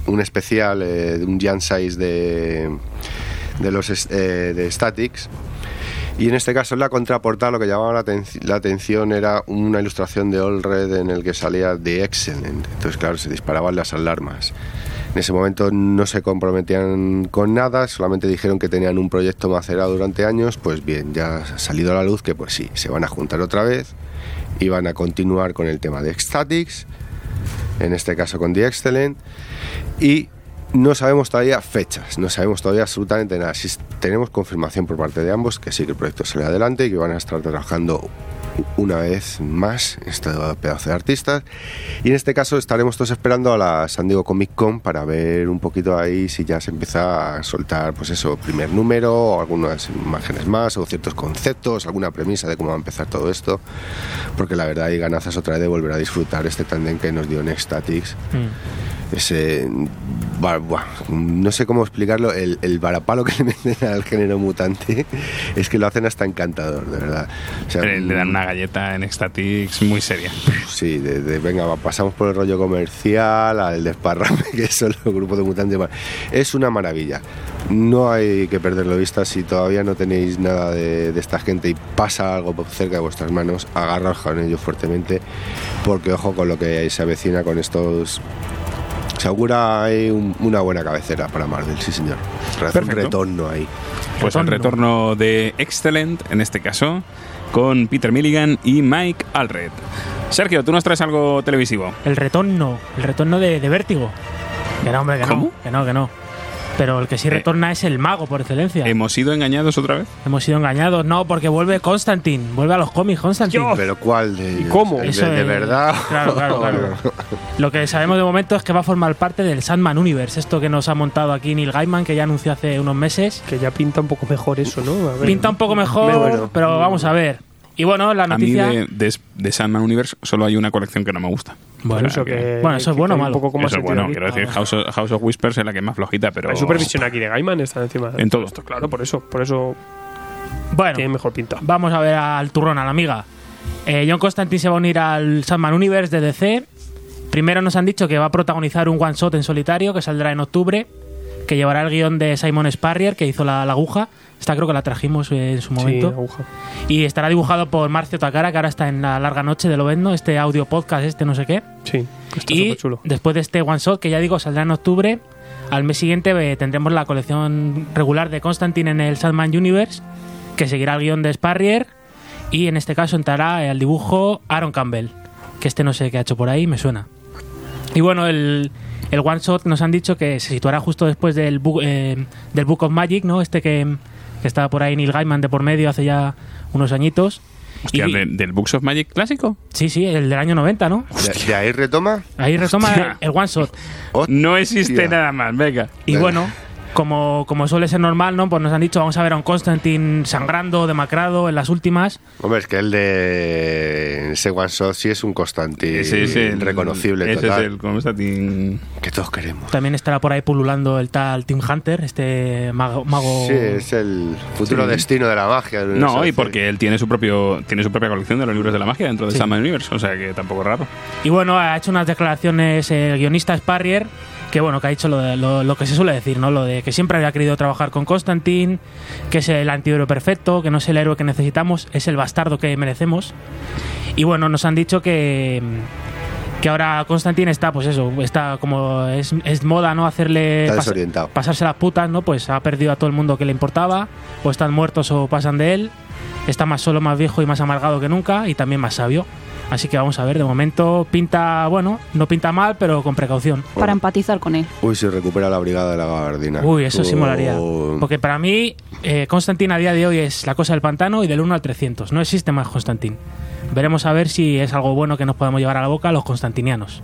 [SPEAKER 4] un especial, eh, de un Jan Size de, de los es- eh, de Statics. Y en este caso, en la contraportada, lo que llamaba la, atenci- la atención era una ilustración de All Red en el que salía The Excellent. Entonces, claro, se disparaban las alarmas. En ese momento no se comprometían con nada, solamente dijeron que tenían un proyecto macerado durante años. Pues bien, ya ha salido a la luz que, pues sí, se van a juntar otra vez y van a continuar con el tema de Ecstatics, en este caso con The Excellent. Y no sabemos todavía fechas, no sabemos todavía absolutamente nada. Si tenemos confirmación por parte de ambos que sí que el proyecto sale adelante y que van a estar trabajando una vez más este pedazo de artistas. Y en este caso estaremos todos esperando a la San Diego Comic Con para ver un poquito ahí si ya se empieza a soltar, pues eso, primer número, o algunas imágenes más, o ciertos conceptos, alguna premisa de cómo va a empezar todo esto. Porque la verdad hay ganazas otra vez de volver a disfrutar este tandem que nos dio Nextatics
[SPEAKER 3] Mm.
[SPEAKER 4] ese ba- buah, no sé cómo explicarlo el, el varapalo que le meten al género mutante es que lo hacen hasta encantador de verdad O sea,
[SPEAKER 1] Le, Eh, le dan una galleta en Ecstatics muy seria.
[SPEAKER 4] pues sí de, de, venga va, pasamos por el rollo comercial al desparrame [laughs] que son los grupos de mutantes va. es una maravilla no hay que perderlo de vista si todavía no tenéis nada de, de esta gente y pasa algo por cerca de vuestras manos agarraos con ellos fuertemente porque ojo con lo que se avecina con estos se augura ahí un- una buena cabecera para Marvel, sí señor. Hace Un
[SPEAKER 1] Perfecto.
[SPEAKER 4] retorno ahí.
[SPEAKER 1] Pues el retorno de Excellent, en este caso, con Peter Milligan y Mike Alred. Sergio, tú nos traes algo televisivo.
[SPEAKER 3] El retorno, el retorno de, de Vértigo. Que no, hombre, que
[SPEAKER 1] ¿Cómo?
[SPEAKER 3] no, que no, que no. Pero el que sí
[SPEAKER 1] Eh.
[SPEAKER 3] retorna es el mago por
[SPEAKER 2] Eh,
[SPEAKER 3] excelencia.
[SPEAKER 1] ¿Hemos sido engañados otra vez?
[SPEAKER 3] Hemos sido engañados, no, porque vuelve Constantine, vuelve a los cómics Constantine.
[SPEAKER 4] Pero ¿cuál de ellos?
[SPEAKER 2] cómo?
[SPEAKER 4] ¿El
[SPEAKER 3] Eso
[SPEAKER 4] ¿De, de
[SPEAKER 3] es-
[SPEAKER 4] verdad?
[SPEAKER 3] Claro,
[SPEAKER 4] [laughs]
[SPEAKER 3] claro, claro. Lo que sabemos de momento es que va a formar parte del Sandman Universe, esto que nos ha montado aquí Neil Gaiman, que ya anunció hace unos meses.
[SPEAKER 2] Que ya pinta un poco mejor eso, ¿no? A ver.
[SPEAKER 3] Pinta un poco mejor,
[SPEAKER 4] Bueno.
[SPEAKER 3] pero vamos a ver. Y bueno, la
[SPEAKER 1] A mí
[SPEAKER 3] noticia.
[SPEAKER 1] de, de, de Sandman Universe solo hay una colección que no me gusta.
[SPEAKER 2] Por
[SPEAKER 3] Bueno,
[SPEAKER 1] O sea
[SPEAKER 2] eso que,
[SPEAKER 3] Bueno, eso es
[SPEAKER 2] que-
[SPEAKER 3] bueno o
[SPEAKER 2] que hay
[SPEAKER 3] malo.
[SPEAKER 2] Un poco como
[SPEAKER 1] Eso
[SPEAKER 2] sentido
[SPEAKER 1] bueno,
[SPEAKER 2] aquí.
[SPEAKER 1] quiero decir, House of, House of Whispers es la que es más flojita, pero...
[SPEAKER 2] Hay supervisión aquí de Gaiman, está encima. de
[SPEAKER 1] En todo.
[SPEAKER 2] esto, claro, por eso, por eso
[SPEAKER 3] Bueno,
[SPEAKER 2] tiene mejor pinta.
[SPEAKER 3] vamos a ver al turrón, a la amiga. Eh, John Constantine se va a unir al Sandman Universe de DC. Primero nos han dicho que va a protagonizar un one shot en solitario que saldrá en octubre, que llevará el guión de Simon Sparrier, que hizo la, la aguja. Esta creo que la trajimos eh, en su
[SPEAKER 2] Sí,
[SPEAKER 3] momento.
[SPEAKER 2] aguja.
[SPEAKER 3] y estará dibujado por Marcio Takara, que ahora está en la larga noche de Lobezno, este audio podcast, este no sé qué.
[SPEAKER 2] Sí, está
[SPEAKER 3] y
[SPEAKER 2] súper chulo.
[SPEAKER 3] después de este one shot, que ya digo, saldrá en octubre, al mes siguiente eh, tendremos la colección regular de Constantine en el Sandman Universe, que seguirá el guión de Sparrier, y en este caso entrará al dibujo Aaron Campbell, que este no sé qué ha hecho por ahí, me suena. Y bueno, el, el one shot nos han dicho que se situará justo después del, bu- eh, del Book of Magic, ¿no? Este que, que estaba por ahí Neil Gaiman de por medio hace ya unos añitos.
[SPEAKER 1] Hostia,
[SPEAKER 3] Y-
[SPEAKER 1] ¿de- ¿del Books of Magic clásico?
[SPEAKER 3] Sí, sí, el del año 90, ¿no?
[SPEAKER 4] ¿De, de ahí retoma?
[SPEAKER 3] Ahí retoma
[SPEAKER 1] Hostia.
[SPEAKER 3] el one shot.
[SPEAKER 1] No existe
[SPEAKER 4] Hostia.
[SPEAKER 1] nada más, venga.
[SPEAKER 3] Y
[SPEAKER 4] Vale.
[SPEAKER 3] bueno, como, como suele ser normal, ¿no? Pues nos han dicho, vamos a ver a un Constantine sangrando, demacrado, en las últimas.
[SPEAKER 4] Hombre, es que el de ese One Shot sí es un constante reconocible
[SPEAKER 1] Ese
[SPEAKER 4] total,
[SPEAKER 1] es el Constantine...
[SPEAKER 4] que todos queremos.
[SPEAKER 3] También estará por ahí pululando el tal Team Hunter, este mago. mago-
[SPEAKER 4] Sí, es el futuro
[SPEAKER 1] Sí.
[SPEAKER 4] destino de la magia. del
[SPEAKER 1] No,
[SPEAKER 4] universo,
[SPEAKER 1] y
[SPEAKER 4] sí.
[SPEAKER 1] porque él tiene su propio tiene su propia colección de los libros de la magia dentro del
[SPEAKER 3] Sí.
[SPEAKER 1] Sandman Universe, o sea que tampoco es raro.
[SPEAKER 3] Y bueno, ha hecho unas declaraciones el guionista Sparrier, que bueno, que ha dicho lo, de- lo- lo que se suele decir, ¿no? Lo de que siempre había querido trabajar con Constantine, que es el antihéroe perfecto, que no es el héroe que necesitamos, es el bastardo que merecemos. Y bueno, nos han dicho que que ahora Constantine está, pues eso, está como es, es moda, ¿no? Hacerle
[SPEAKER 4] Está
[SPEAKER 3] pas-
[SPEAKER 4] desorientado.
[SPEAKER 3] pasarse las putas, ¿no? Pues ha perdido a todo el mundo que le importaba, o están muertos o pasan de él, está más solo, más viejo y más amargado que nunca, y también más sabio. Así que vamos a ver, de momento pinta, bueno, no pinta mal, pero con precaución.
[SPEAKER 5] Para empatizar con él.
[SPEAKER 4] Uy, se recupera la brigada de la gabardina.
[SPEAKER 3] Uy, eso sí
[SPEAKER 4] Oh.
[SPEAKER 3] molaría. Porque para mí, eh, Constantine a día de hoy es la cosa del pantano y del 1 al 300. No existe más Constantine. Veremos a ver si es algo bueno que nos podamos llevar a la boca los constantinianos.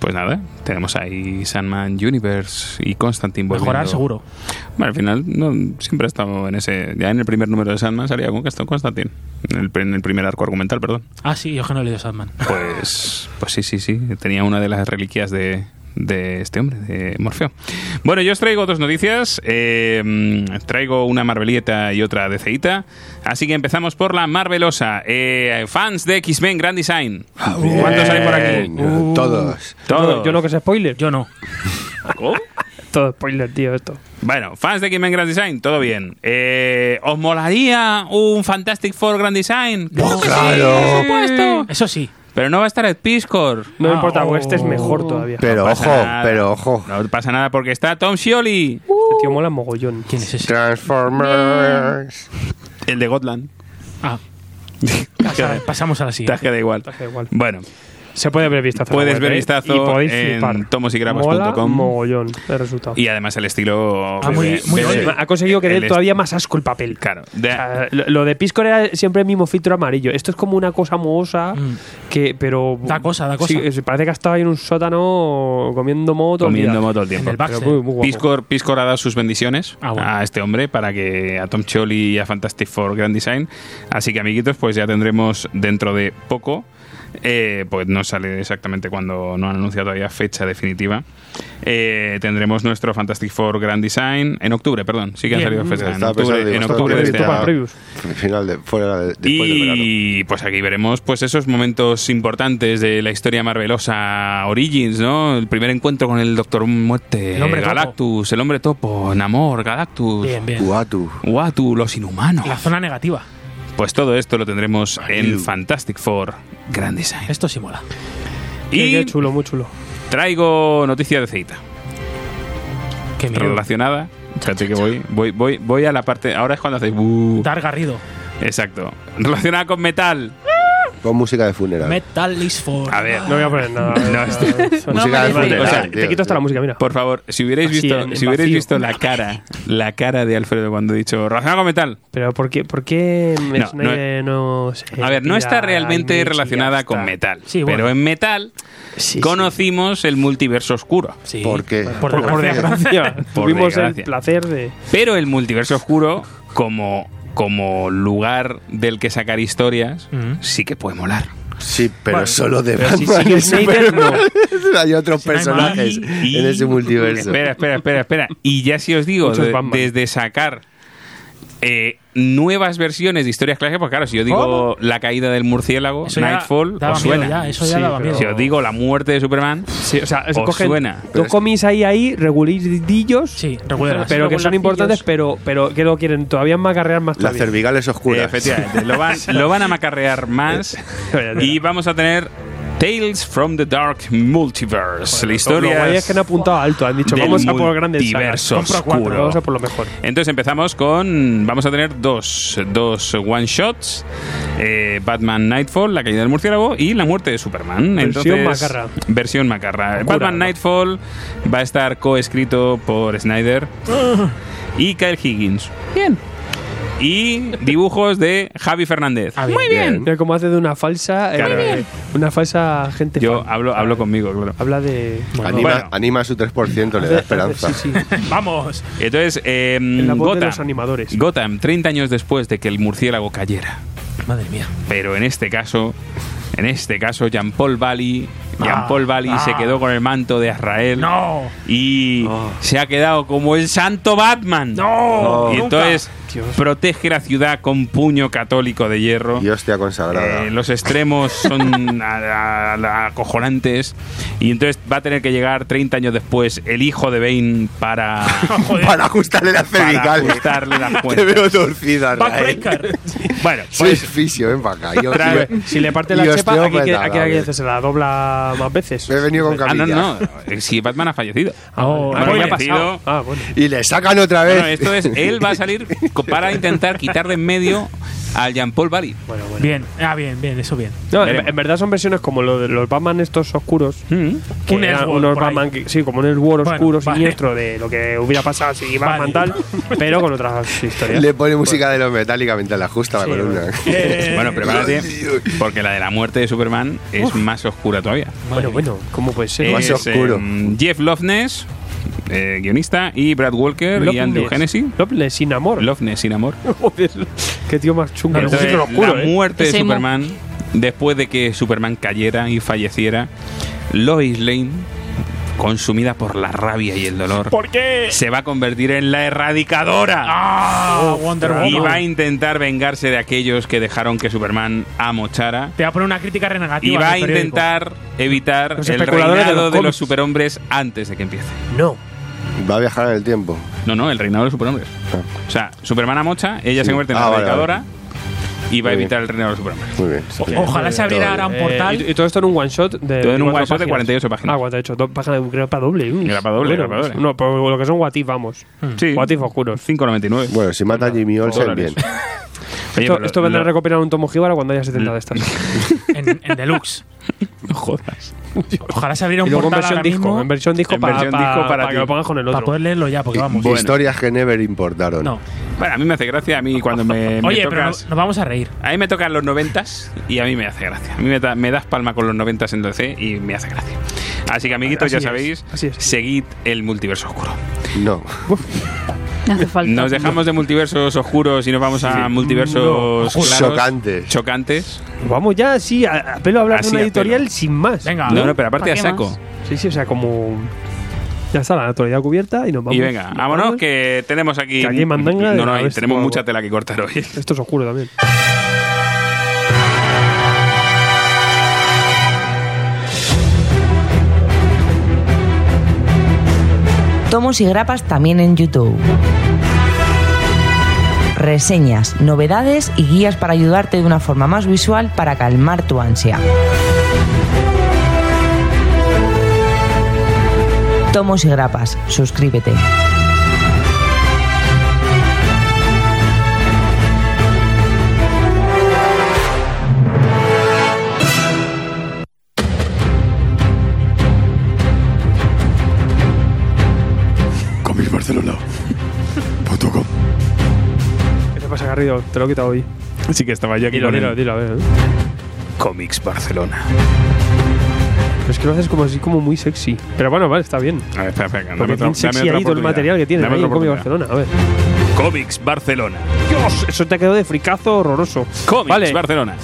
[SPEAKER 1] Pues nada, tenemos ahí Sandman Universe y Constantine volviendo.
[SPEAKER 3] Mejorar seguro.
[SPEAKER 1] Bueno, al final no, siempre ha estado en ese... Ya en el primer número de Sandman salía con Constantine, en el, en el primer arco argumental, perdón.
[SPEAKER 3] Ah, sí, yo que no he leído Sandman.
[SPEAKER 1] Pues, [laughs] pues sí, sí, sí. Tenía una de las reliquias de, de este hombre, de Morfeo. Bueno, yo os traigo dos noticias. Eh, mm, traigo una Marvelieta y otra DCita. Así que empezamos por la Marvelosa. Eh, fans de X-Men Grand Design.
[SPEAKER 4] Bien.
[SPEAKER 1] ¿Cuántos hay por aquí?
[SPEAKER 4] Uh, Todos.
[SPEAKER 1] Todos.
[SPEAKER 2] Yo, yo no que es spoiler.
[SPEAKER 3] Yo no.
[SPEAKER 1] ¿Cómo?
[SPEAKER 2] Todo spoiler, tío, esto.
[SPEAKER 1] Bueno, fans de X-Men Grand Design, todo bien. Eh, ¿Os molaría un Fantastic Four Grand Design?
[SPEAKER 4] Pues
[SPEAKER 1] ¡Claro! que sí, por supuesto.
[SPEAKER 3] Eso sí.
[SPEAKER 1] Pero no va a estar Ed Piscor.
[SPEAKER 2] No me
[SPEAKER 3] Ah,
[SPEAKER 2] importa,
[SPEAKER 3] oh.
[SPEAKER 2] este es mejor todavía.
[SPEAKER 4] Pero
[SPEAKER 1] No pasa
[SPEAKER 4] ojo,
[SPEAKER 1] nada.
[SPEAKER 4] pero ojo.
[SPEAKER 1] No pasa nada porque está Tom Scioli.
[SPEAKER 2] Este tío mola mogollón.
[SPEAKER 3] ¿Quién es ese?
[SPEAKER 4] Transformers.
[SPEAKER 1] El de Gotland.
[SPEAKER 3] Ah, pasa- pasamos a la siguiente.
[SPEAKER 1] Te queda igual.
[SPEAKER 2] Te queda igual.
[SPEAKER 1] Bueno,
[SPEAKER 2] Se puede ver vistazo. en la
[SPEAKER 1] Mm. Puedes
[SPEAKER 2] web,
[SPEAKER 1] ver
[SPEAKER 2] ¿eh?
[SPEAKER 1] vistazo
[SPEAKER 2] y podéis
[SPEAKER 1] en
[SPEAKER 2] flipar.
[SPEAKER 1] tomosigrapas.com.
[SPEAKER 2] Mola mogollón el resultado.
[SPEAKER 1] Y además el estilo.
[SPEAKER 3] Ah, muy-
[SPEAKER 1] bebe-
[SPEAKER 3] muy
[SPEAKER 1] bebe-
[SPEAKER 3] bien.
[SPEAKER 2] ha conseguido que
[SPEAKER 1] el
[SPEAKER 2] dé
[SPEAKER 1] est-
[SPEAKER 2] todavía más asco el papel.
[SPEAKER 1] Claro. De-
[SPEAKER 2] O sea, ah, lo, lo de Pisco era siempre el mismo filtro amarillo. Esto es como una cosa mohosa
[SPEAKER 3] Mm.
[SPEAKER 2] que, pero.
[SPEAKER 3] Da cosa, da cosa.
[SPEAKER 2] Sí, es- parece que ha estado ahí en un sótano comiendo moho todo el
[SPEAKER 1] comiendo
[SPEAKER 2] día.
[SPEAKER 1] moto el tiempo.
[SPEAKER 3] En el back.
[SPEAKER 2] Pero muy- muy guapo.
[SPEAKER 1] Piscor, Piscor ha dado sus bendiciones
[SPEAKER 3] Ah, bueno.
[SPEAKER 1] a este hombre para que a Tom Choli y a Fantastic Four Grand Design. Así que amiguitos, pues ya tendremos dentro de poco, eh, pues no sale exactamente cuando no han anunciado todavía fecha definitiva. eh, tendremos nuestro Fantastic Four Grand Design en octubre, perdón. Sí que han
[SPEAKER 2] Bien.
[SPEAKER 1] salido fechas en
[SPEAKER 4] Estaba
[SPEAKER 1] octubre,
[SPEAKER 4] pensando, digo,
[SPEAKER 1] en
[SPEAKER 4] esto
[SPEAKER 1] octubre de este
[SPEAKER 4] tiene pinta
[SPEAKER 1] año.
[SPEAKER 2] para previews.
[SPEAKER 4] Final de, fuera de- después del verano.
[SPEAKER 1] Y pues aquí veremos pues esos momentos importantes de la historia marvelosa Origins, ¿no? El primer encuentro con el Doctor Muerte,
[SPEAKER 3] El hombre topo.
[SPEAKER 1] Galactus, el hombre topo, Namor, Galactus,
[SPEAKER 3] Bien, bien.
[SPEAKER 4] Uatu.
[SPEAKER 1] Uatu, los inhumanos.
[SPEAKER 3] La zona negativa.
[SPEAKER 1] Pues todo esto lo tendremos en
[SPEAKER 4] Ayú.
[SPEAKER 1] Fantastic Four Grand Design.
[SPEAKER 3] Esto sí mola.
[SPEAKER 2] Qué-
[SPEAKER 1] Y
[SPEAKER 2] qué chulo, muy chulo.
[SPEAKER 1] traigo noticia de Ceita,
[SPEAKER 3] Qué miedo.
[SPEAKER 1] relacionada. Espérate que voy, voy, voy, voy a la parte. Ahora es cuando hacéis. "Buh".
[SPEAKER 3] Dar Garrido.
[SPEAKER 1] Exacto. Relacionada con metal.
[SPEAKER 4] Con música de funeral.
[SPEAKER 3] Metal is for.
[SPEAKER 1] A ver.
[SPEAKER 2] No voy a poner nada.
[SPEAKER 1] No, este
[SPEAKER 4] música
[SPEAKER 5] No,
[SPEAKER 4] de
[SPEAKER 5] vale,
[SPEAKER 4] funeral.
[SPEAKER 2] O sea,
[SPEAKER 4] tío,
[SPEAKER 2] te quito hasta
[SPEAKER 4] tío.
[SPEAKER 2] la música, mira.
[SPEAKER 1] Por favor, si hubierais
[SPEAKER 2] Así,
[SPEAKER 1] visto,
[SPEAKER 2] en- en
[SPEAKER 1] si hubierais
[SPEAKER 2] vacío.
[SPEAKER 1] visto la cara, la cara de Alfredo cuando he dicho relacionado con metal.
[SPEAKER 2] Pero ¿por qué, por qué
[SPEAKER 1] No,
[SPEAKER 2] Snyder no, se
[SPEAKER 1] A ver, no
[SPEAKER 2] tira
[SPEAKER 1] está
[SPEAKER 2] al
[SPEAKER 1] realmente
[SPEAKER 2] Mitch y ya
[SPEAKER 1] relacionada
[SPEAKER 2] está?
[SPEAKER 1] con metal,
[SPEAKER 3] Sí, bueno.
[SPEAKER 1] pero en metal
[SPEAKER 2] Sí, sí.
[SPEAKER 1] conocimos el multiverso oscuro.
[SPEAKER 3] Sí.
[SPEAKER 4] ¿Por qué?
[SPEAKER 3] Por,
[SPEAKER 4] Por
[SPEAKER 3] por desgracia.
[SPEAKER 2] Ya, Tuvimos el
[SPEAKER 1] desgracia.
[SPEAKER 2] placer de.
[SPEAKER 1] Pero el multiverso oscuro como como lugar del que sacar historias
[SPEAKER 3] Ujú.
[SPEAKER 1] sí que puede molar.
[SPEAKER 4] Sí, pero
[SPEAKER 3] Bueno,
[SPEAKER 4] solo de
[SPEAKER 2] pero si
[SPEAKER 4] Batman
[SPEAKER 2] sigue
[SPEAKER 4] y
[SPEAKER 2] Snyder,
[SPEAKER 4] Superman. [laughs] Hay otros
[SPEAKER 3] no hay
[SPEAKER 4] personajes
[SPEAKER 1] Y-
[SPEAKER 4] en ese multiverso.
[SPEAKER 1] Espera, espera, espera, espera. Y ya si os digo,
[SPEAKER 2] Muchos
[SPEAKER 1] de-
[SPEAKER 2] Batman.
[SPEAKER 1] desde sacar eh, nuevas versiones de historias clásicas, pues claro, si yo digo la caída del murciélago,
[SPEAKER 3] Eso ya
[SPEAKER 1] Nightfall,
[SPEAKER 3] daba
[SPEAKER 1] os
[SPEAKER 3] miedo
[SPEAKER 1] suena.
[SPEAKER 3] ya, eso ya
[SPEAKER 2] Sí,
[SPEAKER 3] daba
[SPEAKER 2] pero-
[SPEAKER 3] miedo.
[SPEAKER 1] Si os digo la muerte de Superman,
[SPEAKER 2] Sí, o sea,
[SPEAKER 1] Os
[SPEAKER 2] cogen
[SPEAKER 1] suena.
[SPEAKER 4] Pero
[SPEAKER 2] Dos
[SPEAKER 4] es-
[SPEAKER 2] comis ahí, ahí, regulillos.
[SPEAKER 3] Sí, regular.
[SPEAKER 2] Pero que son importantes, pero, pero que lo quieren todavía macarrear más
[SPEAKER 4] Las
[SPEAKER 2] todavía.
[SPEAKER 4] cervicales
[SPEAKER 1] eh,
[SPEAKER 4] oscuras.
[SPEAKER 1] efectivamente, lo
[SPEAKER 4] [laughs]
[SPEAKER 1] van, lo van a macarrear más y vamos a tener Tales from the Dark Multiverse, la
[SPEAKER 2] Lo guay
[SPEAKER 1] historia
[SPEAKER 2] es que han apuntado alto, han dicho,
[SPEAKER 1] del
[SPEAKER 2] vamos a por grandes sagas.
[SPEAKER 1] multiverso
[SPEAKER 2] Compra cuatro,
[SPEAKER 1] oscuro.
[SPEAKER 2] Vamos a por lo mejor.
[SPEAKER 1] Entonces empezamos con. Vamos a tener dos, dos one shots: eh, Batman Nightfall, la caída del murciélago y la muerte de Superman.
[SPEAKER 2] Versión
[SPEAKER 1] Entonces,
[SPEAKER 2] macarra.
[SPEAKER 1] Versión macarra.
[SPEAKER 2] Locura,
[SPEAKER 1] Batman
[SPEAKER 2] ¿no?
[SPEAKER 1] Nightfall va a estar coescrito por Snyder
[SPEAKER 2] Ah.
[SPEAKER 1] y Kyle Higgins. Bien. Y dibujos de Javi Fernández.
[SPEAKER 3] Ah, bien. Muy
[SPEAKER 4] bien.
[SPEAKER 2] Mira cómo hace de una falsa. eh,
[SPEAKER 1] Claro. Muy bien.
[SPEAKER 2] una falsa gente.
[SPEAKER 1] Yo
[SPEAKER 2] fan.
[SPEAKER 1] hablo, hablo conmigo, claro.
[SPEAKER 2] Habla de.
[SPEAKER 4] Anima,
[SPEAKER 1] Bueno.
[SPEAKER 4] anima a su 3%, le da esperanza.
[SPEAKER 2] Sí, sí.
[SPEAKER 3] Vamos.
[SPEAKER 1] Entonces, eh,
[SPEAKER 2] En la voz de
[SPEAKER 1] Gotham.
[SPEAKER 2] los animadores.
[SPEAKER 1] Gotham, 30 años después de que el murciélago cayera.
[SPEAKER 3] Madre mía.
[SPEAKER 1] Pero en este caso, en este caso, Jean Paul Bali, Jean Paul Bali
[SPEAKER 3] ah.
[SPEAKER 1] se quedó con el manto de Azrael
[SPEAKER 3] No.
[SPEAKER 1] y se ha quedado como el santo Batman.
[SPEAKER 3] No.
[SPEAKER 1] Y
[SPEAKER 3] Nunca.
[SPEAKER 1] entonces
[SPEAKER 2] Dios.
[SPEAKER 1] protege la ciudad con puño católico de hierro.
[SPEAKER 4] Y hostia consagrada.
[SPEAKER 1] Eh, los extremos son [laughs] a- a- a- acojonantes y entonces va a tener que llegar 30 años después el hijo de Bane
[SPEAKER 3] [laughs]
[SPEAKER 1] para,
[SPEAKER 3] Joder.
[SPEAKER 4] Para ajustarle las
[SPEAKER 1] para
[SPEAKER 4] cervicales.
[SPEAKER 1] ajustarle las
[SPEAKER 4] [laughs] Te
[SPEAKER 1] cuentas.
[SPEAKER 4] veo torcida, Rael.
[SPEAKER 2] [laughs]
[SPEAKER 3] Backbreaker.
[SPEAKER 1] Bueno,
[SPEAKER 4] Soy
[SPEAKER 1] pues
[SPEAKER 4] fisio, ven para acá. Yo,
[SPEAKER 1] Trae-
[SPEAKER 4] me-
[SPEAKER 2] Si le parte
[SPEAKER 4] Y
[SPEAKER 2] la chepa, aquí, que-
[SPEAKER 4] osteópata,
[SPEAKER 2] aquí, aquí
[SPEAKER 4] Gabriel.
[SPEAKER 2] se la dobla más veces.
[SPEAKER 4] me he venido con
[SPEAKER 1] Ah, no,
[SPEAKER 4] camilla.
[SPEAKER 1] no, no. Si Batman ha fallecido.
[SPEAKER 2] Ah,
[SPEAKER 3] Oh,
[SPEAKER 2] vale.
[SPEAKER 1] bueno,
[SPEAKER 2] Ah,
[SPEAKER 1] ya
[SPEAKER 2] ha pasado.
[SPEAKER 1] decido.
[SPEAKER 2] Ah, bueno.
[SPEAKER 4] Y le sacan otra vez.
[SPEAKER 1] Bueno, esto es, él va a salir co- para intentar quitar de en medio al Jean-Paul Barry.
[SPEAKER 3] Bien. Ah, bien, bien. Eso bien.
[SPEAKER 2] No, en,
[SPEAKER 1] Veremos.
[SPEAKER 2] en verdad son versiones como lo de los Batman estos oscuros.
[SPEAKER 1] Eh,
[SPEAKER 2] Que
[SPEAKER 3] Un
[SPEAKER 2] eran
[SPEAKER 3] Elseworld
[SPEAKER 2] unos
[SPEAKER 3] por ahí.
[SPEAKER 2] Batman, que- sí, como un Elseworld
[SPEAKER 3] Bueno,
[SPEAKER 2] oscuro,
[SPEAKER 3] vale.
[SPEAKER 2] siniestro de lo que hubiera pasado si Batman
[SPEAKER 3] Vale.
[SPEAKER 2] tal, pero con otras
[SPEAKER 3] [laughs]
[SPEAKER 2] historias.
[SPEAKER 4] [laughs] Le pone música de los metálicos mientras le ajusta la columna.
[SPEAKER 1] Bueno, prepárate, porque la de la muerte de Superman es más oscura todavía.
[SPEAKER 2] bueno, bueno, ¿cómo puede ser?
[SPEAKER 4] Más
[SPEAKER 1] Es,
[SPEAKER 4] oscuro.
[SPEAKER 1] em, Jeff Loveness, eh, guionista, y Brad Walker y
[SPEAKER 2] Loveless.
[SPEAKER 1] Andrew Hennessy.
[SPEAKER 2] Loveless, sin amor.
[SPEAKER 1] Loveness sin amor.
[SPEAKER 2] [laughs] Joder, qué tío más chungo.
[SPEAKER 1] Entonces,
[SPEAKER 2] Qué oscuro,
[SPEAKER 1] la
[SPEAKER 2] ¿eh?
[SPEAKER 1] muerte de
[SPEAKER 5] Ese mo-
[SPEAKER 1] Superman, después de que Superman cayera y falleciera, Lois Lane, consumida por la rabia y el dolor,
[SPEAKER 3] ¿Por qué?
[SPEAKER 1] se va a convertir en la erradicadora.
[SPEAKER 3] Ah, Wonder
[SPEAKER 1] Y va a
[SPEAKER 3] Woman.
[SPEAKER 1] intentar vengarse de aquellos que dejaron que Superman amochara.
[SPEAKER 3] Te va a poner una crítica
[SPEAKER 1] Y
[SPEAKER 3] renegativa.
[SPEAKER 1] va a
[SPEAKER 3] del periódico.
[SPEAKER 1] intentar evitar
[SPEAKER 2] Los
[SPEAKER 1] el
[SPEAKER 2] especuladores de
[SPEAKER 1] reinado
[SPEAKER 2] los
[SPEAKER 1] de los
[SPEAKER 2] cómics.
[SPEAKER 1] superhombres antes de que empiece.
[SPEAKER 2] No.
[SPEAKER 4] [laughs] Va a viajar en el tiempo.
[SPEAKER 1] No, no, el reinado de los superhombres. O sea, Superman amocha, ella
[SPEAKER 4] Sí.
[SPEAKER 1] se convierte en
[SPEAKER 4] Ah,
[SPEAKER 1] la
[SPEAKER 4] vale,
[SPEAKER 1] erradicadora y va a
[SPEAKER 4] Muy
[SPEAKER 1] evitar el reinado de los superhombres.
[SPEAKER 4] Muy bien.
[SPEAKER 3] O- Ojalá se abriera ahora un
[SPEAKER 2] Eh,
[SPEAKER 3] portal.
[SPEAKER 2] y, y todo esto en un one shot de.
[SPEAKER 1] Todo en un
[SPEAKER 2] 24
[SPEAKER 1] one shot de
[SPEAKER 2] páginas.
[SPEAKER 1] 48 páginas.
[SPEAKER 2] Ah, 48. Dos páginas, creo, para doble. mm.
[SPEAKER 1] Era para doble, era para doble.
[SPEAKER 2] No, por lo que son What If, vamos.
[SPEAKER 1] Sí.
[SPEAKER 2] Hmm. What If oscuros.
[SPEAKER 1] 5,99.
[SPEAKER 4] Bueno, si mata a Jimmy Olsen,
[SPEAKER 1] Dólares.
[SPEAKER 4] bien.
[SPEAKER 1] Oye,
[SPEAKER 2] esto
[SPEAKER 1] pero
[SPEAKER 2] esto vendrá
[SPEAKER 1] lo- [laughs]
[SPEAKER 2] recopilado en un tomo jíbaro cuando haya 70 de estas.
[SPEAKER 3] en, en Deluxe.
[SPEAKER 1] No [laughs] jodas.
[SPEAKER 3] Ojalá se abriera
[SPEAKER 2] Y
[SPEAKER 3] un
[SPEAKER 2] luego en
[SPEAKER 3] portal ahora
[SPEAKER 2] versión disco,
[SPEAKER 3] mismo
[SPEAKER 2] en versión disco,
[SPEAKER 1] En
[SPEAKER 2] pa-
[SPEAKER 1] versión
[SPEAKER 2] pa-
[SPEAKER 1] disco para
[SPEAKER 2] para
[SPEAKER 1] ti.
[SPEAKER 2] que lo pongas con el
[SPEAKER 3] para
[SPEAKER 2] otro.
[SPEAKER 3] poder leerlo ya, porque vamos.
[SPEAKER 1] Bueno.
[SPEAKER 4] Historias que never importaron.
[SPEAKER 3] No.
[SPEAKER 1] Bueno, a mí me hace gracia. A
[SPEAKER 2] [laughs]
[SPEAKER 1] mí cuando me, me
[SPEAKER 3] Oye, pero
[SPEAKER 1] tocas.
[SPEAKER 3] nos, nos vamos a reír.
[SPEAKER 1] A mí me tocan los noventas y a mí me hace gracia. A mí me, da- me das palma con los noventas en DC y me hace gracia. Así que, amiguitos,
[SPEAKER 2] Así
[SPEAKER 1] ya
[SPEAKER 2] es,
[SPEAKER 1] sabéis,
[SPEAKER 2] así es.
[SPEAKER 1] seguid el multiverso oscuro.
[SPEAKER 4] No. [laughs]
[SPEAKER 5] No hace falta.
[SPEAKER 1] Nos dejamos de multiversos oscuros y nos vamos a
[SPEAKER 2] No.
[SPEAKER 1] multiversos claros,
[SPEAKER 4] Chocantes.
[SPEAKER 1] chocantes.
[SPEAKER 2] Vamos ya, sí, a, a pelo a hablar
[SPEAKER 1] Así,
[SPEAKER 2] de una
[SPEAKER 1] a
[SPEAKER 2] editorial
[SPEAKER 1] pelo.
[SPEAKER 2] sin más.
[SPEAKER 3] Venga,
[SPEAKER 1] No, no, pero aparte
[SPEAKER 5] ¿Para
[SPEAKER 1] a
[SPEAKER 5] qué
[SPEAKER 1] saco.
[SPEAKER 5] más?
[SPEAKER 2] Sí, sí, o sea, como. Ya está la actualidad cubierta y nos vamos.
[SPEAKER 1] Y venga,
[SPEAKER 2] Nos
[SPEAKER 1] vámonos,
[SPEAKER 2] vamos.
[SPEAKER 1] que tenemos aquí.
[SPEAKER 2] Que aquí hay mandanga de
[SPEAKER 1] no, no,
[SPEAKER 2] la
[SPEAKER 1] y
[SPEAKER 2] bestia,
[SPEAKER 1] tenemos
[SPEAKER 2] guapo.
[SPEAKER 1] mucha tela que cortar
[SPEAKER 2] [laughs]
[SPEAKER 1] hoy.
[SPEAKER 2] Esto es oscuro también.
[SPEAKER 8] Tomos y grapas también en YouTube. Reseñas, novedades y guías para ayudarte de una forma más visual para calmar tu ansia. Tomos y grapas, suscríbete.
[SPEAKER 2] ¿Qué te pasa, Garrido? Te lo he quitado hoy.
[SPEAKER 1] Así que estaba yo aquí
[SPEAKER 2] Dilo,
[SPEAKER 1] con
[SPEAKER 2] dilo,
[SPEAKER 1] el
[SPEAKER 2] dilo, a ver. ¿eh?
[SPEAKER 1] Comics Barcelona.
[SPEAKER 2] Pero es que lo haces como así, como muy sexy. Pero bueno, vale, está
[SPEAKER 1] A
[SPEAKER 2] bien.
[SPEAKER 1] ver, Ah, espera, espera, dame
[SPEAKER 2] Porque
[SPEAKER 1] otra-
[SPEAKER 2] tiene
[SPEAKER 1] dame
[SPEAKER 2] sexy
[SPEAKER 1] otra
[SPEAKER 2] ahí todo el
[SPEAKER 1] oportunidad.
[SPEAKER 2] material que tiene
[SPEAKER 1] Dame
[SPEAKER 2] ahí
[SPEAKER 1] otra
[SPEAKER 2] en Comic
[SPEAKER 1] oportunidad.
[SPEAKER 2] Barcelona. A ver.
[SPEAKER 1] Comics Barcelona.
[SPEAKER 2] Dios, eso te quedó de fricazo horroroso.
[SPEAKER 1] Comics
[SPEAKER 2] vale.
[SPEAKER 1] Barcelona.